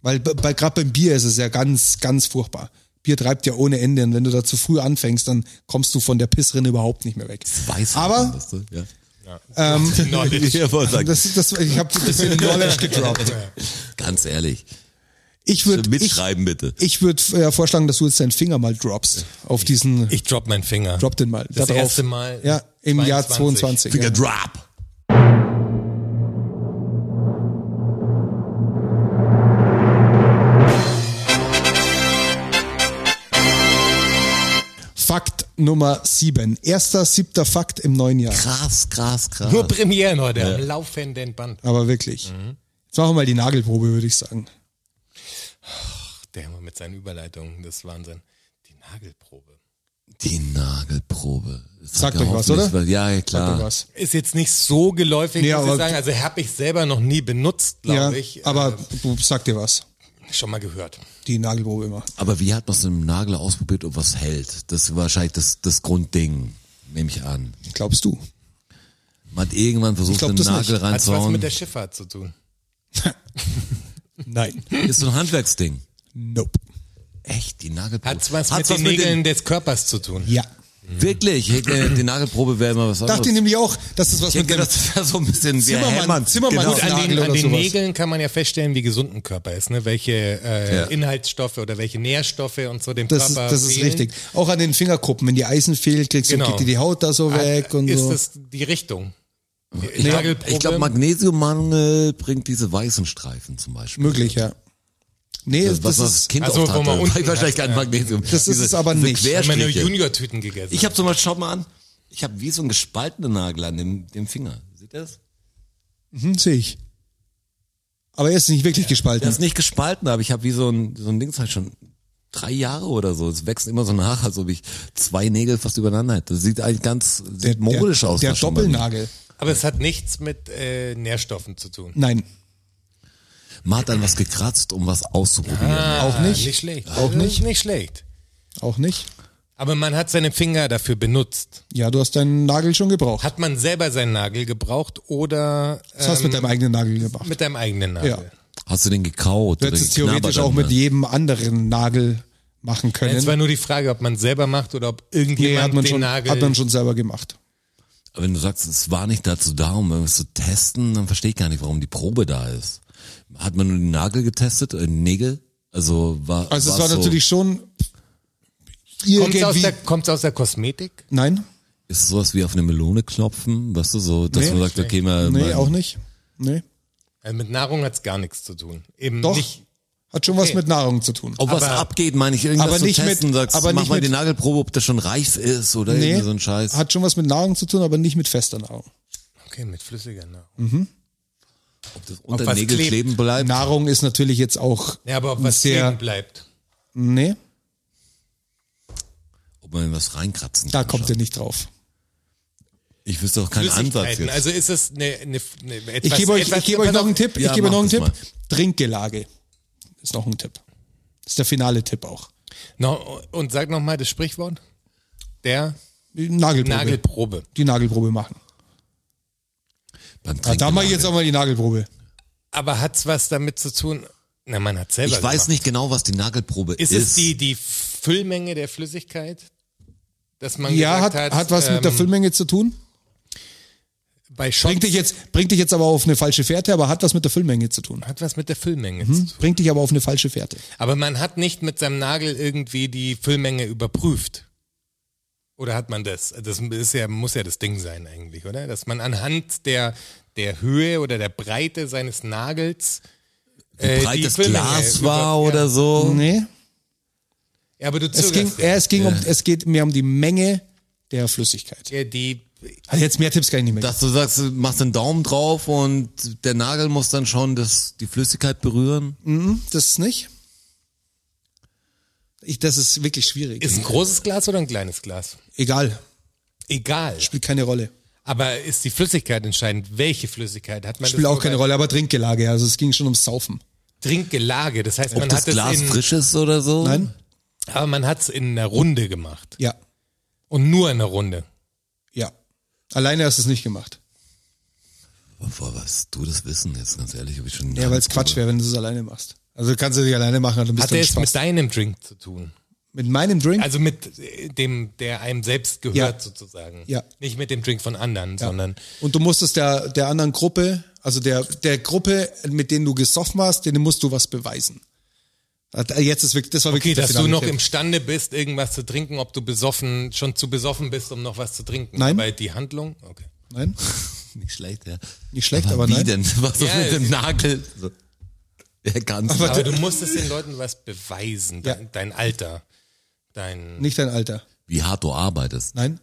[SPEAKER 2] Weil b- bei, gerade beim Bier ist es ja ganz, ganz furchtbar. Bier treibt ja ohne Ende und wenn du da zu früh anfängst, dann kommst du von der Pissrinne überhaupt nicht mehr weg.
[SPEAKER 4] Weisheit,
[SPEAKER 2] Aber
[SPEAKER 4] weißt du? ja.
[SPEAKER 3] Knowledge.
[SPEAKER 4] Ich wollte sagen,
[SPEAKER 2] das, das, ich habe ein bisschen Knowledge gedroppt.
[SPEAKER 4] ganz ehrlich.
[SPEAKER 2] Ich würde ich,
[SPEAKER 4] Mitschreiben bitte.
[SPEAKER 2] ich würd, äh, vorschlagen, dass du jetzt deinen Finger mal droppst auf diesen.
[SPEAKER 3] Ich drop meinen Finger.
[SPEAKER 2] drop den mal.
[SPEAKER 3] Das
[SPEAKER 2] da drauf.
[SPEAKER 3] erste Mal.
[SPEAKER 2] Ja, im Jahr 22.
[SPEAKER 4] Finger
[SPEAKER 2] Ja.
[SPEAKER 4] drop.
[SPEAKER 2] Fakt Nummer 7. Erster, siebter Fakt im neuen Jahr.
[SPEAKER 4] Krass, krass, krass.
[SPEAKER 3] Nur Premieren heute, am laufenden Band.
[SPEAKER 2] Aber wirklich.
[SPEAKER 3] Mhm.
[SPEAKER 2] Jetzt machen wir mal die Nagelprobe, würde ich sagen.
[SPEAKER 3] Der Hammer mit seinen Überleitungen, das ist Wahnsinn. Die Nagelprobe.
[SPEAKER 4] Die Nagelprobe. Das
[SPEAKER 2] Sagt
[SPEAKER 4] hat ja
[SPEAKER 2] euch was,
[SPEAKER 4] hoffentlich-
[SPEAKER 2] oder?
[SPEAKER 4] Ja, ja,
[SPEAKER 2] Sagt
[SPEAKER 3] Ah,
[SPEAKER 4] klar.
[SPEAKER 2] ihr was?
[SPEAKER 3] Ist jetzt nicht so geläufig,
[SPEAKER 2] Nee,
[SPEAKER 3] muss ich
[SPEAKER 2] aber-
[SPEAKER 3] sagen. Also habe ich selber noch nie benutzt, glaube
[SPEAKER 2] Ja,
[SPEAKER 3] ich.
[SPEAKER 2] aber du sag dir was.
[SPEAKER 3] Äh, schon mal gehört.
[SPEAKER 2] Die Nagelprobe immer.
[SPEAKER 4] Aber wie hat man es im Nagel ausprobiert, ob was hält? Das ist wahrscheinlich das, das Grundding, nehme ich an.
[SPEAKER 2] Glaubst du?
[SPEAKER 4] Man hat irgendwann versucht,
[SPEAKER 2] Ich glaub,
[SPEAKER 4] den
[SPEAKER 2] das
[SPEAKER 4] Nagel
[SPEAKER 2] nicht.
[SPEAKER 3] Hat was
[SPEAKER 4] reinzuhauen.
[SPEAKER 3] mit der Schifffahrt zu tun.
[SPEAKER 2] Nein.
[SPEAKER 4] Ist so ein Handwerksding.
[SPEAKER 2] Nope.
[SPEAKER 4] Echt, die Nagelprobe.
[SPEAKER 3] Hat was mit den Nägeln des Körpers zu tun.
[SPEAKER 2] Ja.
[SPEAKER 4] Wirklich, ich hätte- äh, die Nagelprobe wäre immer was anderes.
[SPEAKER 2] Dachte ich nämlich auch, dass es was
[SPEAKER 4] ich hätte
[SPEAKER 2] mit dem.
[SPEAKER 4] gedacht, das wäre so ein bisschen wie
[SPEAKER 2] Zimmermann-
[SPEAKER 4] Hämmern.
[SPEAKER 2] Zimmermann-
[SPEAKER 4] Genau.
[SPEAKER 2] Gut,
[SPEAKER 3] An
[SPEAKER 2] Nagel
[SPEAKER 3] den, an
[SPEAKER 2] oder
[SPEAKER 3] den
[SPEAKER 2] sowas.
[SPEAKER 3] Nägeln kann man ja feststellen, wie gesund ein Körper ist, ne? welche äh,
[SPEAKER 4] Ja.
[SPEAKER 3] Inhaltsstoffe oder welche Nährstoffe und so dem
[SPEAKER 2] Das ist,
[SPEAKER 3] Körper
[SPEAKER 2] das ist
[SPEAKER 3] fehlen.
[SPEAKER 2] richtig. Auch an den Fingerkuppen. Wenn die Eisen fehlt, kriegst du,
[SPEAKER 3] Genau.
[SPEAKER 2] geht dir die Haut da so weg und
[SPEAKER 3] ist
[SPEAKER 2] so.
[SPEAKER 3] das die Richtung? Die
[SPEAKER 4] Ich glaube,
[SPEAKER 3] Nagelprobe?
[SPEAKER 4] glaub, Magnesiummangel bringt diese weißen Streifen zum Beispiel.
[SPEAKER 2] Möglich, ja. Nee, das
[SPEAKER 4] Das, was man
[SPEAKER 2] ist,
[SPEAKER 4] als Kind
[SPEAKER 3] Also,
[SPEAKER 4] oft
[SPEAKER 3] wo
[SPEAKER 4] hatte.
[SPEAKER 3] man unten
[SPEAKER 4] wahrscheinlich
[SPEAKER 3] hat,
[SPEAKER 4] kein Magnesium.
[SPEAKER 2] Das ist es aber nicht.
[SPEAKER 3] Ich habe meine
[SPEAKER 4] Querstriche.
[SPEAKER 3] Junior-Tüten gegessen.
[SPEAKER 4] Ich habe zum Beispiel, schaut mal an, ich habe wie so einen gespaltenen Nagel an dem, dem Finger. Seht ihr das?
[SPEAKER 2] Hm, sehe ich. Aber er ist nicht wirklich
[SPEAKER 4] Der
[SPEAKER 2] gespalten.
[SPEAKER 4] ist nicht gespalten, aber ich habe wie so ein, so ein Ding, das halt schon drei Jahre oder so. Es wächst immer so nach, als ob ich zwei Nägel fast übereinander hätte. Das sieht eigentlich ganz sieht modisch aus.
[SPEAKER 2] Der
[SPEAKER 4] fast schon bei mir.
[SPEAKER 2] Doppelnagel.
[SPEAKER 3] Aber es hat nichts mit äh, Nährstoffen zu tun.
[SPEAKER 2] Nein,
[SPEAKER 4] Man hat dann was gekratzt, um was auszuprobieren.
[SPEAKER 2] auch Ah, nicht.
[SPEAKER 3] Nicht schlecht.
[SPEAKER 2] Auch nicht.
[SPEAKER 3] Nicht schlecht.
[SPEAKER 2] Auch nicht.
[SPEAKER 3] Aber man hat seine Finger dafür benutzt.
[SPEAKER 2] Ja, du hast deinen Nagel schon gebraucht.
[SPEAKER 3] Hat man selber seinen Nagel gebraucht oder
[SPEAKER 2] Das hast du
[SPEAKER 4] Ähm,
[SPEAKER 2] mit deinem eigenen Nagel
[SPEAKER 3] äh,
[SPEAKER 2] gemacht.
[SPEAKER 3] mit deinem eigenen Nagel?
[SPEAKER 2] Ja.
[SPEAKER 4] Hast du also den ne? gekaut?
[SPEAKER 2] Du hättest es theoretisch auch mit jedem anderen Nagel machen
[SPEAKER 3] Jetzt war
[SPEAKER 2] können.
[SPEAKER 3] nur die Frage, ob man es selber macht oder ob
[SPEAKER 2] Nee,
[SPEAKER 3] irgendjemand
[SPEAKER 2] hat man,
[SPEAKER 3] den
[SPEAKER 2] schon,
[SPEAKER 3] Nagel.
[SPEAKER 2] hat man schon selber gemacht.
[SPEAKER 4] Aber wenn du sagst, es war nicht dazu da, um es zu testen, dann verstehe ich gar nicht, warum die Probe da ist. Hat man nur den Nagel getestet, äh, Nägel? Also war
[SPEAKER 2] Also es war
[SPEAKER 4] so,
[SPEAKER 2] natürlich schon
[SPEAKER 3] Kommt es aus,
[SPEAKER 2] irgendwie...
[SPEAKER 3] der- kommt's aus der Kosmetik?
[SPEAKER 2] Nein,
[SPEAKER 4] ist es sowas wie auf eine Melone klopfen, weißt du so, dass
[SPEAKER 2] Nee.
[SPEAKER 4] man sagt, okay, mal,
[SPEAKER 2] nee,
[SPEAKER 4] mal
[SPEAKER 2] auch nicht. Nee.
[SPEAKER 3] Also mit Nahrung hat es gar nichts zu tun. Eben
[SPEAKER 2] Doch,
[SPEAKER 3] nicht.
[SPEAKER 2] hat schon was mit Nahrung zu tun.
[SPEAKER 4] ob was
[SPEAKER 3] Aber-
[SPEAKER 4] abgeht, meine ich, irgendwas
[SPEAKER 2] aber
[SPEAKER 4] zu
[SPEAKER 2] nicht mit-
[SPEAKER 4] testen, sagst,
[SPEAKER 2] aber
[SPEAKER 4] mach
[SPEAKER 2] nicht
[SPEAKER 4] mal
[SPEAKER 2] mit-
[SPEAKER 4] die Nagelprobe, ob das schon reif ist oder
[SPEAKER 2] Nee,
[SPEAKER 4] irgendwie so ein Scheiß.
[SPEAKER 2] hat schon was mit Nahrung zu tun, aber nicht mit fester Nahrung.
[SPEAKER 3] Okay, mit flüssiger Nahrung.
[SPEAKER 4] ob das unter
[SPEAKER 3] was
[SPEAKER 4] Nägel
[SPEAKER 3] klebt.
[SPEAKER 4] kleben bleibt.
[SPEAKER 2] Nahrung ist natürlich jetzt auch...
[SPEAKER 3] Ja, aber ob was
[SPEAKER 2] Sehr-
[SPEAKER 3] kleben bleibt.
[SPEAKER 2] Nee,
[SPEAKER 4] ob man was reinkratzen
[SPEAKER 2] da
[SPEAKER 4] kann.
[SPEAKER 2] kommt
[SPEAKER 4] schon.
[SPEAKER 2] ihr nicht drauf.
[SPEAKER 4] Ich wüsste doch keinen Ansatz
[SPEAKER 3] Flüssigkeiten.
[SPEAKER 4] jetzt.
[SPEAKER 3] Also ist es eine, eine, eine etwas,
[SPEAKER 2] Ich gebe euch,
[SPEAKER 3] etwas,
[SPEAKER 2] ich gebe euch
[SPEAKER 3] pass
[SPEAKER 2] noch
[SPEAKER 3] auf,
[SPEAKER 2] einen Tipp. Ich
[SPEAKER 4] Ja,
[SPEAKER 2] gebe
[SPEAKER 4] mach
[SPEAKER 2] noch einen Tipp.
[SPEAKER 4] das
[SPEAKER 2] Trinkgelage ist noch ein Tipp. Ist der finale Tipp auch.
[SPEAKER 3] Noch, und sag nochmal das Sprichwort. Der
[SPEAKER 2] Die Nagelprobe.
[SPEAKER 3] Nagelprobe.
[SPEAKER 2] Die Nagelprobe machen.
[SPEAKER 4] Beim
[SPEAKER 2] Ja, da
[SPEAKER 4] Trinken
[SPEAKER 2] mache ich jetzt
[SPEAKER 4] Nagel.
[SPEAKER 2] auch mal die Nagelprobe.
[SPEAKER 3] Aber hat's was damit zu tun? Na, man hat selber.
[SPEAKER 4] ich weiß
[SPEAKER 3] gemacht.
[SPEAKER 4] nicht genau, was die Nagelprobe ist.
[SPEAKER 3] Ist, es die, die Füllmenge der Flüssigkeit? Dass man
[SPEAKER 2] Ja, hat,
[SPEAKER 3] gesagt
[SPEAKER 2] hat, was mit der
[SPEAKER 3] ähm,
[SPEAKER 2] Füllmenge zu tun.
[SPEAKER 3] Bei Shots
[SPEAKER 2] Bringt dich, jetzt, bringt dich jetzt aber auf eine falsche Fährte, aber hat was mit der Füllmenge zu tun.
[SPEAKER 3] hat was mit der Füllmenge
[SPEAKER 2] Mhm.
[SPEAKER 3] zu tun.
[SPEAKER 2] Bringt dich aber auf eine falsche Fährte.
[SPEAKER 3] Aber man hat nicht mit seinem Nagel irgendwie die Füllmenge überprüft. Oder hat man das? Das ist ja, muss ja das Ding sein eigentlich, oder? Dass man anhand der, der Höhe oder der Breite seines Nagels äh,
[SPEAKER 4] Wie breit
[SPEAKER 3] die
[SPEAKER 4] das
[SPEAKER 3] Füllmenge
[SPEAKER 4] Glas
[SPEAKER 3] über-
[SPEAKER 4] war oder
[SPEAKER 3] Oh.
[SPEAKER 4] so?
[SPEAKER 2] Nee.
[SPEAKER 3] Ja, aber du
[SPEAKER 2] Es, ging,
[SPEAKER 3] zögerst
[SPEAKER 2] ja, es, ging um, es geht mir um die Menge der Flüssigkeit.
[SPEAKER 3] ja. Äh, die
[SPEAKER 2] Also jetzt mehr Tipps kann ich nicht mehr.
[SPEAKER 4] Dass du sagst, du machst den Daumen drauf und der Nagel muss dann schon das, die Flüssigkeit berühren.
[SPEAKER 2] geben. das nicht. Ich, das ist wirklich schwierig.
[SPEAKER 3] Ist ein großes Glas oder ein kleines Glas?
[SPEAKER 2] Egal,
[SPEAKER 3] Egal.
[SPEAKER 2] spielt keine Rolle.
[SPEAKER 3] Aber ist die Flüssigkeit entscheidend? Welche Flüssigkeit hat man?
[SPEAKER 2] Spielt
[SPEAKER 3] das
[SPEAKER 2] auch
[SPEAKER 3] nur
[SPEAKER 2] keine
[SPEAKER 3] bei
[SPEAKER 2] Rolle, aber Trinkgelage. Also es ging schon ums Saufen.
[SPEAKER 3] Trinkgelage. Das heißt,
[SPEAKER 4] Ob
[SPEAKER 3] man
[SPEAKER 4] das
[SPEAKER 3] hat es
[SPEAKER 4] Glas
[SPEAKER 3] in,
[SPEAKER 4] frisch ist oder so.
[SPEAKER 2] Nein?
[SPEAKER 3] aber man hat es in einer Runde gemacht
[SPEAKER 2] Ja.
[SPEAKER 3] und nur in einer Runde.
[SPEAKER 2] Ja. Alleine hast du es nicht gemacht.
[SPEAKER 4] Boah, was du das wissen jetzt, ganz ehrlich, hab ich schon.
[SPEAKER 2] Ja, weil es Quatsch wäre, wenn du es alleine machst. Also kannst du dich alleine machen, dann bist
[SPEAKER 3] Hat
[SPEAKER 2] du
[SPEAKER 3] er
[SPEAKER 2] ein
[SPEAKER 3] jetzt mit
[SPEAKER 2] Spaß.
[SPEAKER 3] deinem Drink zu tun?
[SPEAKER 2] Mit meinem Drink?
[SPEAKER 3] Also mit äh, dem, der einem selbst gehört
[SPEAKER 2] Ja.
[SPEAKER 3] sozusagen.
[SPEAKER 2] Ja.
[SPEAKER 3] Nicht mit dem Drink von anderen,
[SPEAKER 2] Ja.
[SPEAKER 3] sondern
[SPEAKER 2] Und du musstest der, der anderen Gruppe, also der, der Gruppe, mit denen du gesoffen hast, denen musst du was beweisen. Jetzt ist wirklich, das war
[SPEAKER 3] okay,
[SPEAKER 2] wirklich der
[SPEAKER 3] dass du
[SPEAKER 2] finale
[SPEAKER 3] noch
[SPEAKER 2] Tipp.
[SPEAKER 3] imstande bist, irgendwas zu trinken, ob du besoffen, schon zu besoffen bist, um noch was zu trinken.
[SPEAKER 2] Nein.
[SPEAKER 3] Aber die Handlung, okay.
[SPEAKER 2] Nein?
[SPEAKER 4] Nicht schlecht, ja.
[SPEAKER 2] Nicht schlecht, aber
[SPEAKER 4] wie
[SPEAKER 2] nein.
[SPEAKER 4] denn? Was ist
[SPEAKER 3] Ja,
[SPEAKER 4] mit dem
[SPEAKER 3] es-
[SPEAKER 4] Nagel? So. Ja, ganz.
[SPEAKER 2] Aber
[SPEAKER 3] Aber du musstest den Leuten was beweisen, dein, dein Alter, dein
[SPEAKER 2] Nicht dein Alter.
[SPEAKER 4] Wie hart du arbeitest,
[SPEAKER 2] Nein?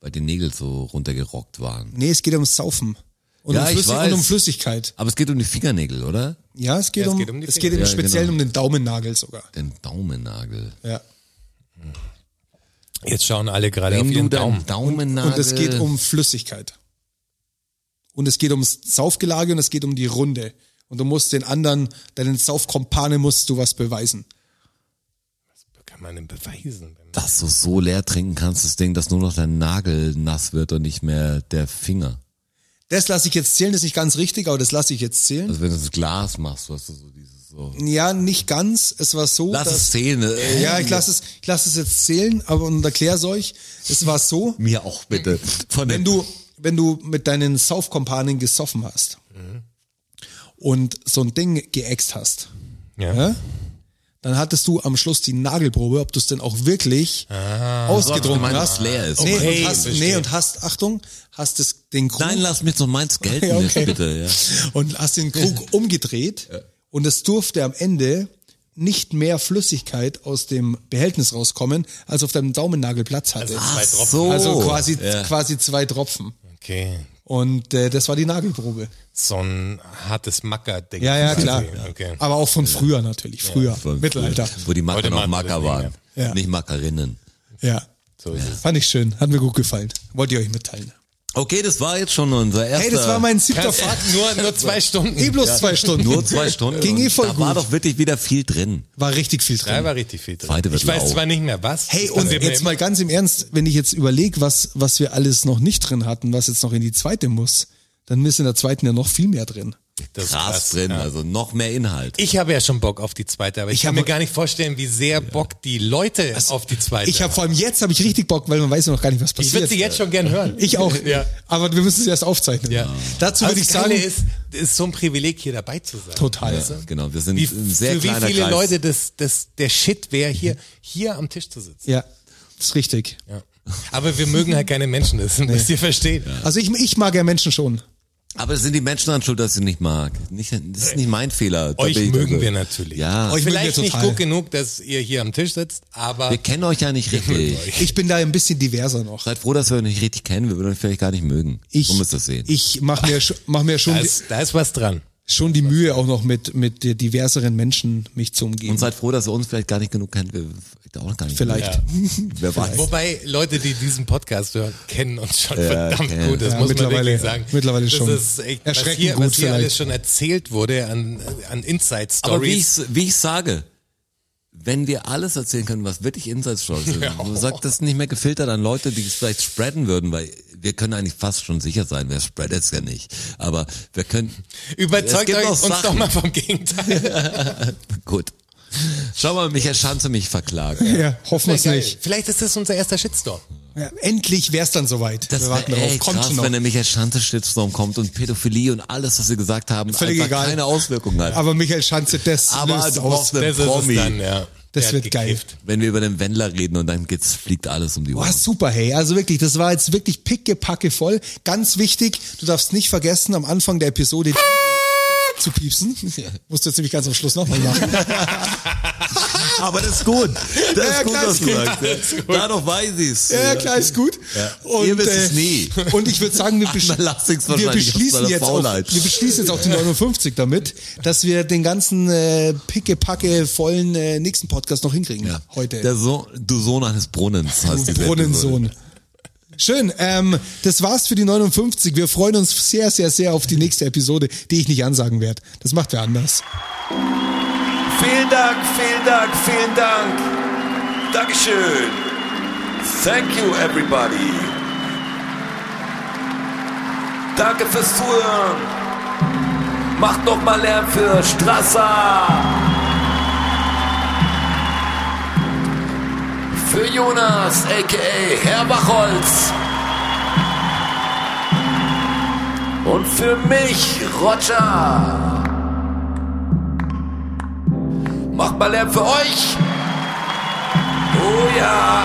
[SPEAKER 4] weil die Nägel so runtergerockt waren.
[SPEAKER 2] Nee, es geht ums Saufen. Und,
[SPEAKER 4] Ja,
[SPEAKER 2] um,
[SPEAKER 4] ich
[SPEAKER 2] Flüssig
[SPEAKER 4] weiß.
[SPEAKER 2] und um Flüssigkeit.
[SPEAKER 4] Aber es geht um die Fingernägel, oder?
[SPEAKER 2] Ja, es geht,
[SPEAKER 3] Ja, es
[SPEAKER 2] um,
[SPEAKER 3] geht um die
[SPEAKER 2] es
[SPEAKER 3] Finger.
[SPEAKER 2] geht im
[SPEAKER 4] Ja,
[SPEAKER 2] Speziellen
[SPEAKER 4] genau.
[SPEAKER 2] um den Daumennagel sogar.
[SPEAKER 4] Den Daumennagel.
[SPEAKER 2] Ja.
[SPEAKER 3] Jetzt schauen alle gerade auf
[SPEAKER 4] Wenn du
[SPEAKER 3] ihren
[SPEAKER 4] deinen
[SPEAKER 3] Daumen.
[SPEAKER 4] Daumennagel.
[SPEAKER 2] Und es
[SPEAKER 4] äh.
[SPEAKER 2] geht um Flüssigkeit. Und es geht ums Saufgelage und es geht um die Runde. Und du musst den anderen, deinen Saufkompane musst du was beweisen.
[SPEAKER 3] Kann man denn beweisen?
[SPEAKER 4] Dass du so leer trinken kannst, das Ding, dass nur noch dein Nagel nass wird und nicht mehr der Finger.
[SPEAKER 2] Das lasse ich jetzt zählen, das ist nicht ganz richtig, aber das lasse ich jetzt zählen.
[SPEAKER 4] Also wenn du das Glas machst, hast du so dieses so.
[SPEAKER 2] Ja, nicht ganz. Es war so,
[SPEAKER 4] Lass es
[SPEAKER 2] dass...
[SPEAKER 4] zählen. äh,
[SPEAKER 2] Oh, ja, ich lasse es, ich lasse es jetzt zählen, aber und erklär's euch. Es war so,
[SPEAKER 4] Mir auch bitte. Von
[SPEAKER 2] wenn du, wenn du mit deinen Saufkompanen gesoffen hast und so ein Ding geäxt hast,
[SPEAKER 3] Ja.
[SPEAKER 2] ja, dann hattest du am Schluss die Nagelprobe, ob du es denn auch wirklich
[SPEAKER 4] Ah,
[SPEAKER 2] ausgedrunken
[SPEAKER 4] gemeint,
[SPEAKER 2] hast.
[SPEAKER 4] dass leer ist.
[SPEAKER 2] Nee,
[SPEAKER 3] Okay,
[SPEAKER 2] und hast, nee,
[SPEAKER 3] verstehe.
[SPEAKER 2] und hast, Achtung, hast es den Krug,
[SPEAKER 4] Nein, lass mich so meins gelten,
[SPEAKER 2] Ja, okay.
[SPEAKER 4] bitte. Ja.
[SPEAKER 2] und hast den Krug umgedreht und es durfte am Ende nicht mehr Flüssigkeit aus dem Behältnis rauskommen, als auf deinem Daumennagel Platz hatte.
[SPEAKER 3] Zwei Tropfen.
[SPEAKER 4] so.
[SPEAKER 2] Also quasi,
[SPEAKER 4] Ja.
[SPEAKER 2] quasi zwei Tropfen.
[SPEAKER 3] Okay.
[SPEAKER 2] Und äh, das war die Nagelprobe.
[SPEAKER 3] So ein hartes Macker-Ding.
[SPEAKER 2] Ja, ja,
[SPEAKER 3] quasi.
[SPEAKER 2] klar.
[SPEAKER 3] Okay.
[SPEAKER 2] Aber auch von früher natürlich. Früher.
[SPEAKER 4] Von
[SPEAKER 2] Mittelalter.
[SPEAKER 4] früher, Wo die Macker
[SPEAKER 3] Heute
[SPEAKER 4] noch
[SPEAKER 3] machen wir
[SPEAKER 4] Macker
[SPEAKER 3] das Ding,
[SPEAKER 4] waren.
[SPEAKER 2] ja.
[SPEAKER 4] Nicht Mackerinnen.
[SPEAKER 2] Ja.
[SPEAKER 3] So ist es.
[SPEAKER 2] Fand ich schön. Hat mir gut gefallen. Wollt ihr euch mitteilen.
[SPEAKER 4] Okay, das war jetzt schon unser erster.
[SPEAKER 2] Hey, das war mein siebter
[SPEAKER 3] Kannst,
[SPEAKER 2] Fakt.
[SPEAKER 3] nur, nur zwei Stunden.
[SPEAKER 2] Eh bloß zwei Stunden.
[SPEAKER 4] Nur zwei Stunden.
[SPEAKER 2] Ging eh voll
[SPEAKER 4] da
[SPEAKER 2] gut.
[SPEAKER 4] war doch wirklich wieder viel drin.
[SPEAKER 2] War richtig viel
[SPEAKER 3] Ja,
[SPEAKER 2] drin.
[SPEAKER 3] war richtig viel drin.
[SPEAKER 4] Zweite wird
[SPEAKER 3] ich weiß
[SPEAKER 4] lau.
[SPEAKER 3] zwar nicht mehr was.
[SPEAKER 2] Hey,
[SPEAKER 3] Das
[SPEAKER 2] und
[SPEAKER 3] passiert mir
[SPEAKER 2] jetzt
[SPEAKER 3] immer.
[SPEAKER 2] mal ganz im Ernst, wenn ich jetzt überlege, was, was wir alles noch nicht drin hatten, was jetzt noch in die zweite muss, dann ist in der zweiten ja noch viel mehr drin.
[SPEAKER 3] Das ist
[SPEAKER 4] Krass drin,
[SPEAKER 3] ja.
[SPEAKER 4] also noch mehr Inhalt.
[SPEAKER 3] Ich habe ja schon Bock auf die zweite, aber ich,
[SPEAKER 2] Ich
[SPEAKER 3] kann
[SPEAKER 2] habe-
[SPEAKER 3] mir gar nicht vorstellen, wie sehr Bock die Leute auf die zweite
[SPEAKER 2] Ich habe
[SPEAKER 3] haben.
[SPEAKER 2] vor allem jetzt habe ich richtig Bock, weil man weiß ja noch gar nicht, was
[SPEAKER 3] Also Ich würde
[SPEAKER 2] passiert.
[SPEAKER 3] sie jetzt schon gern hören.
[SPEAKER 2] Ich auch.
[SPEAKER 3] Ja.
[SPEAKER 2] Aber wir müssen es erst aufzeichnen.
[SPEAKER 3] Ja.
[SPEAKER 2] Dazu
[SPEAKER 3] Aber
[SPEAKER 2] würde ich
[SPEAKER 3] das Geile
[SPEAKER 2] sagen,
[SPEAKER 3] ist, ist so ein Privileg, hier dabei zu sein.
[SPEAKER 2] total.
[SPEAKER 4] Ja, genau, wir sind
[SPEAKER 3] Wie,
[SPEAKER 4] ein sehr
[SPEAKER 3] für wie
[SPEAKER 4] kleiner
[SPEAKER 3] viele
[SPEAKER 4] Kreis.
[SPEAKER 3] Leute das, das, der Shit wäre, hier, hier am Tisch zu sitzen.
[SPEAKER 2] Ja, das ist richtig.
[SPEAKER 3] Ja. Aber wir mögen halt keine Menschen, das müsst ihr verstehen.
[SPEAKER 2] Also ich, ich mag ja Menschen schon.
[SPEAKER 4] Aber sind die Menschen dann schuld, dass sie nicht mag? Nicht, das ist nicht mein Fehler. Da
[SPEAKER 3] Euch
[SPEAKER 4] bin ich-
[SPEAKER 3] mögen
[SPEAKER 4] also-
[SPEAKER 3] wir natürlich.
[SPEAKER 4] Ja,
[SPEAKER 2] Euch- Ich mögen
[SPEAKER 3] Vielleicht
[SPEAKER 2] wir
[SPEAKER 3] nicht
[SPEAKER 2] total.
[SPEAKER 3] gut genug, dass ihr hier am Tisch sitzt, aber
[SPEAKER 4] wir kennen euch ja nicht richtig.
[SPEAKER 2] Ich bin da ein bisschen diverser noch.
[SPEAKER 4] Seid froh, dass wir euch nicht richtig kennen. Wir würden euch vielleicht gar nicht mögen.
[SPEAKER 2] Ich,
[SPEAKER 4] so müsst ihr das sehen. Also-
[SPEAKER 2] ich mache mir, sch- mach mir schon,
[SPEAKER 3] da ist, da ist was dran.
[SPEAKER 2] schon die Mühe, auch noch mit, mit der diverseren Menschen mich zu
[SPEAKER 4] Und
[SPEAKER 2] umgehen.
[SPEAKER 4] seid froh, dass ihr uns vielleicht gar nicht genug kennt. Wir vielleicht auch gar nicht.
[SPEAKER 2] Vielleicht.
[SPEAKER 3] Ja.
[SPEAKER 4] Wer weiß.
[SPEAKER 3] Wobei Leute, die diesen Podcast hören, kennen uns schon
[SPEAKER 4] Ja,
[SPEAKER 3] verdammt
[SPEAKER 4] kennen.
[SPEAKER 3] gut. Das
[SPEAKER 2] Ah, Ja,
[SPEAKER 3] muss man
[SPEAKER 2] mittlerweile-
[SPEAKER 3] wirklich sagen.
[SPEAKER 2] mittlerweile
[SPEAKER 3] das
[SPEAKER 2] schon.
[SPEAKER 3] Ist echt, was
[SPEAKER 2] Erschreckend
[SPEAKER 3] hier,
[SPEAKER 2] gut
[SPEAKER 3] was hier alles
[SPEAKER 2] vielleicht.
[SPEAKER 3] schon erzählt wurde an, an Inside
[SPEAKER 4] Aber wie ich,
[SPEAKER 3] Stories.
[SPEAKER 4] wie ich sage, wenn wir alles erzählen können, was wirklich Insights Stories sind,
[SPEAKER 3] Ja.
[SPEAKER 4] so sagt das nicht mehr gefiltert an Leute, die es vielleicht spreaden würden, weil wir können eigentlich fast schon sicher sein, wer spreadet es ja nicht. Aber wir können, Es
[SPEAKER 3] Überzeugt
[SPEAKER 4] gibt
[SPEAKER 3] euch
[SPEAKER 4] auch
[SPEAKER 3] uns
[SPEAKER 4] Sachen.
[SPEAKER 3] doch mal vom Gegenteil.
[SPEAKER 4] gut. Schau mal, Michael Schanze mich verklagt.
[SPEAKER 2] Ja, hoffen wir es
[SPEAKER 3] Geil.
[SPEAKER 2] nicht.
[SPEAKER 3] Vielleicht ist das unser erster Shitstorm.
[SPEAKER 2] Ja, endlich wär's dann soweit. wir
[SPEAKER 4] Das wäre
[SPEAKER 2] warten drauf.
[SPEAKER 4] echt
[SPEAKER 2] Kommt
[SPEAKER 4] krass,
[SPEAKER 2] schon noch.
[SPEAKER 4] wenn der Michael Schanze Shitstorm kommt und Pädophilie und alles, was wir gesagt haben,
[SPEAKER 2] Völlig
[SPEAKER 4] einfach
[SPEAKER 2] egal.
[SPEAKER 4] keine Auswirkungen hat.
[SPEAKER 2] Aber Michael Schanze, das
[SPEAKER 4] Aber
[SPEAKER 2] löst
[SPEAKER 4] du
[SPEAKER 2] aus.
[SPEAKER 4] brauchst eine- Der
[SPEAKER 3] Das ist
[SPEAKER 4] Promi.
[SPEAKER 3] es dann, ja.
[SPEAKER 2] Das
[SPEAKER 3] Der
[SPEAKER 2] wird
[SPEAKER 3] hat
[SPEAKER 2] geil.
[SPEAKER 3] gekifft.
[SPEAKER 4] Wenn wir über den Wendler reden und dann geht's, fliegt alles um die Ohren.
[SPEAKER 2] Boah, super, hey. Also wirklich, das war jetzt wirklich pickepacke voll. Ganz wichtig, du darfst nicht vergessen, am Anfang der Episode zu piepsen. Musst du jetzt nämlich ganz am Schluss nochmal machen.
[SPEAKER 4] Aber das ist gut. Das
[SPEAKER 2] Ja,
[SPEAKER 4] ist gut,
[SPEAKER 2] klar,
[SPEAKER 4] was
[SPEAKER 2] ist
[SPEAKER 4] du
[SPEAKER 2] gut.
[SPEAKER 4] sagst. Ja. Dadurch weiß ich's.
[SPEAKER 2] Ja, ja, klar, ist gut. Und, äh,
[SPEAKER 4] Ihr wisst es nie.
[SPEAKER 2] Und ich würde sagen, wir, besch
[SPEAKER 4] Man lasst sich's
[SPEAKER 2] wir,
[SPEAKER 4] wahrscheinlich aus
[SPEAKER 2] beschließen
[SPEAKER 4] seiner
[SPEAKER 2] jetzt auch,
[SPEAKER 4] Faulheit.
[SPEAKER 2] wir beschließen jetzt auch die 59 damit, dass wir den ganzen äh, pickepacke vollen äh, nächsten Podcast noch hinkriegen. Heute.
[SPEAKER 4] Der so du Sohn eines Brunnens heißt die
[SPEAKER 2] Brunnensohn. Schön, ähm, das war's für die 59. Wir freuen uns sehr, sehr, sehr auf die nächste Episode, die ich nicht ansagen werde. Das macht wer anders.
[SPEAKER 1] Vielen Dank, vielen Dank, vielen Dank. Dankeschön. Thank you, everybody. Danke fürs Zuhören. Macht noch mal Lärm für Strasser. Für Jonas, a.k.a. Herr Bachholz. Und für mich, Roger. Macht mal Lärm für euch. Oh ja.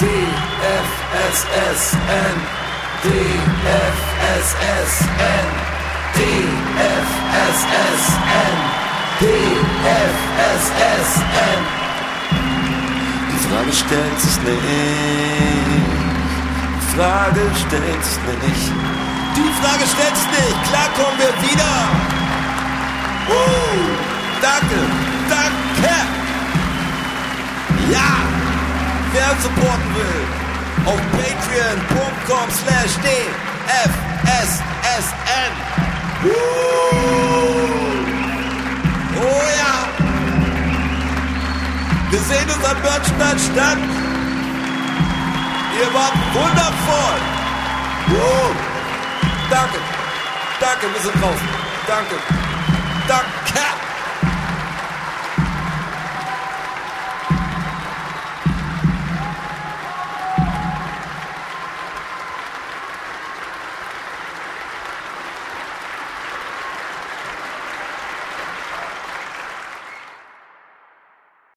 [SPEAKER 1] DFSSN. DFSSN. DFSSN. DFSSN. Die Frage stellt sich nicht. Die Frage stellt sich nicht. Die Frage stellt sich nicht. Klar kommen wir wieder. Uh, danke, danke. Ja, wer uns supporten will, auf patreon.com slash dfssn. Uh, oh ja. Wir sehen uns am Börnstein statt. Ihr wart wundervoll. Uh, danke, danke, wir sind draußen. Danke. Danke.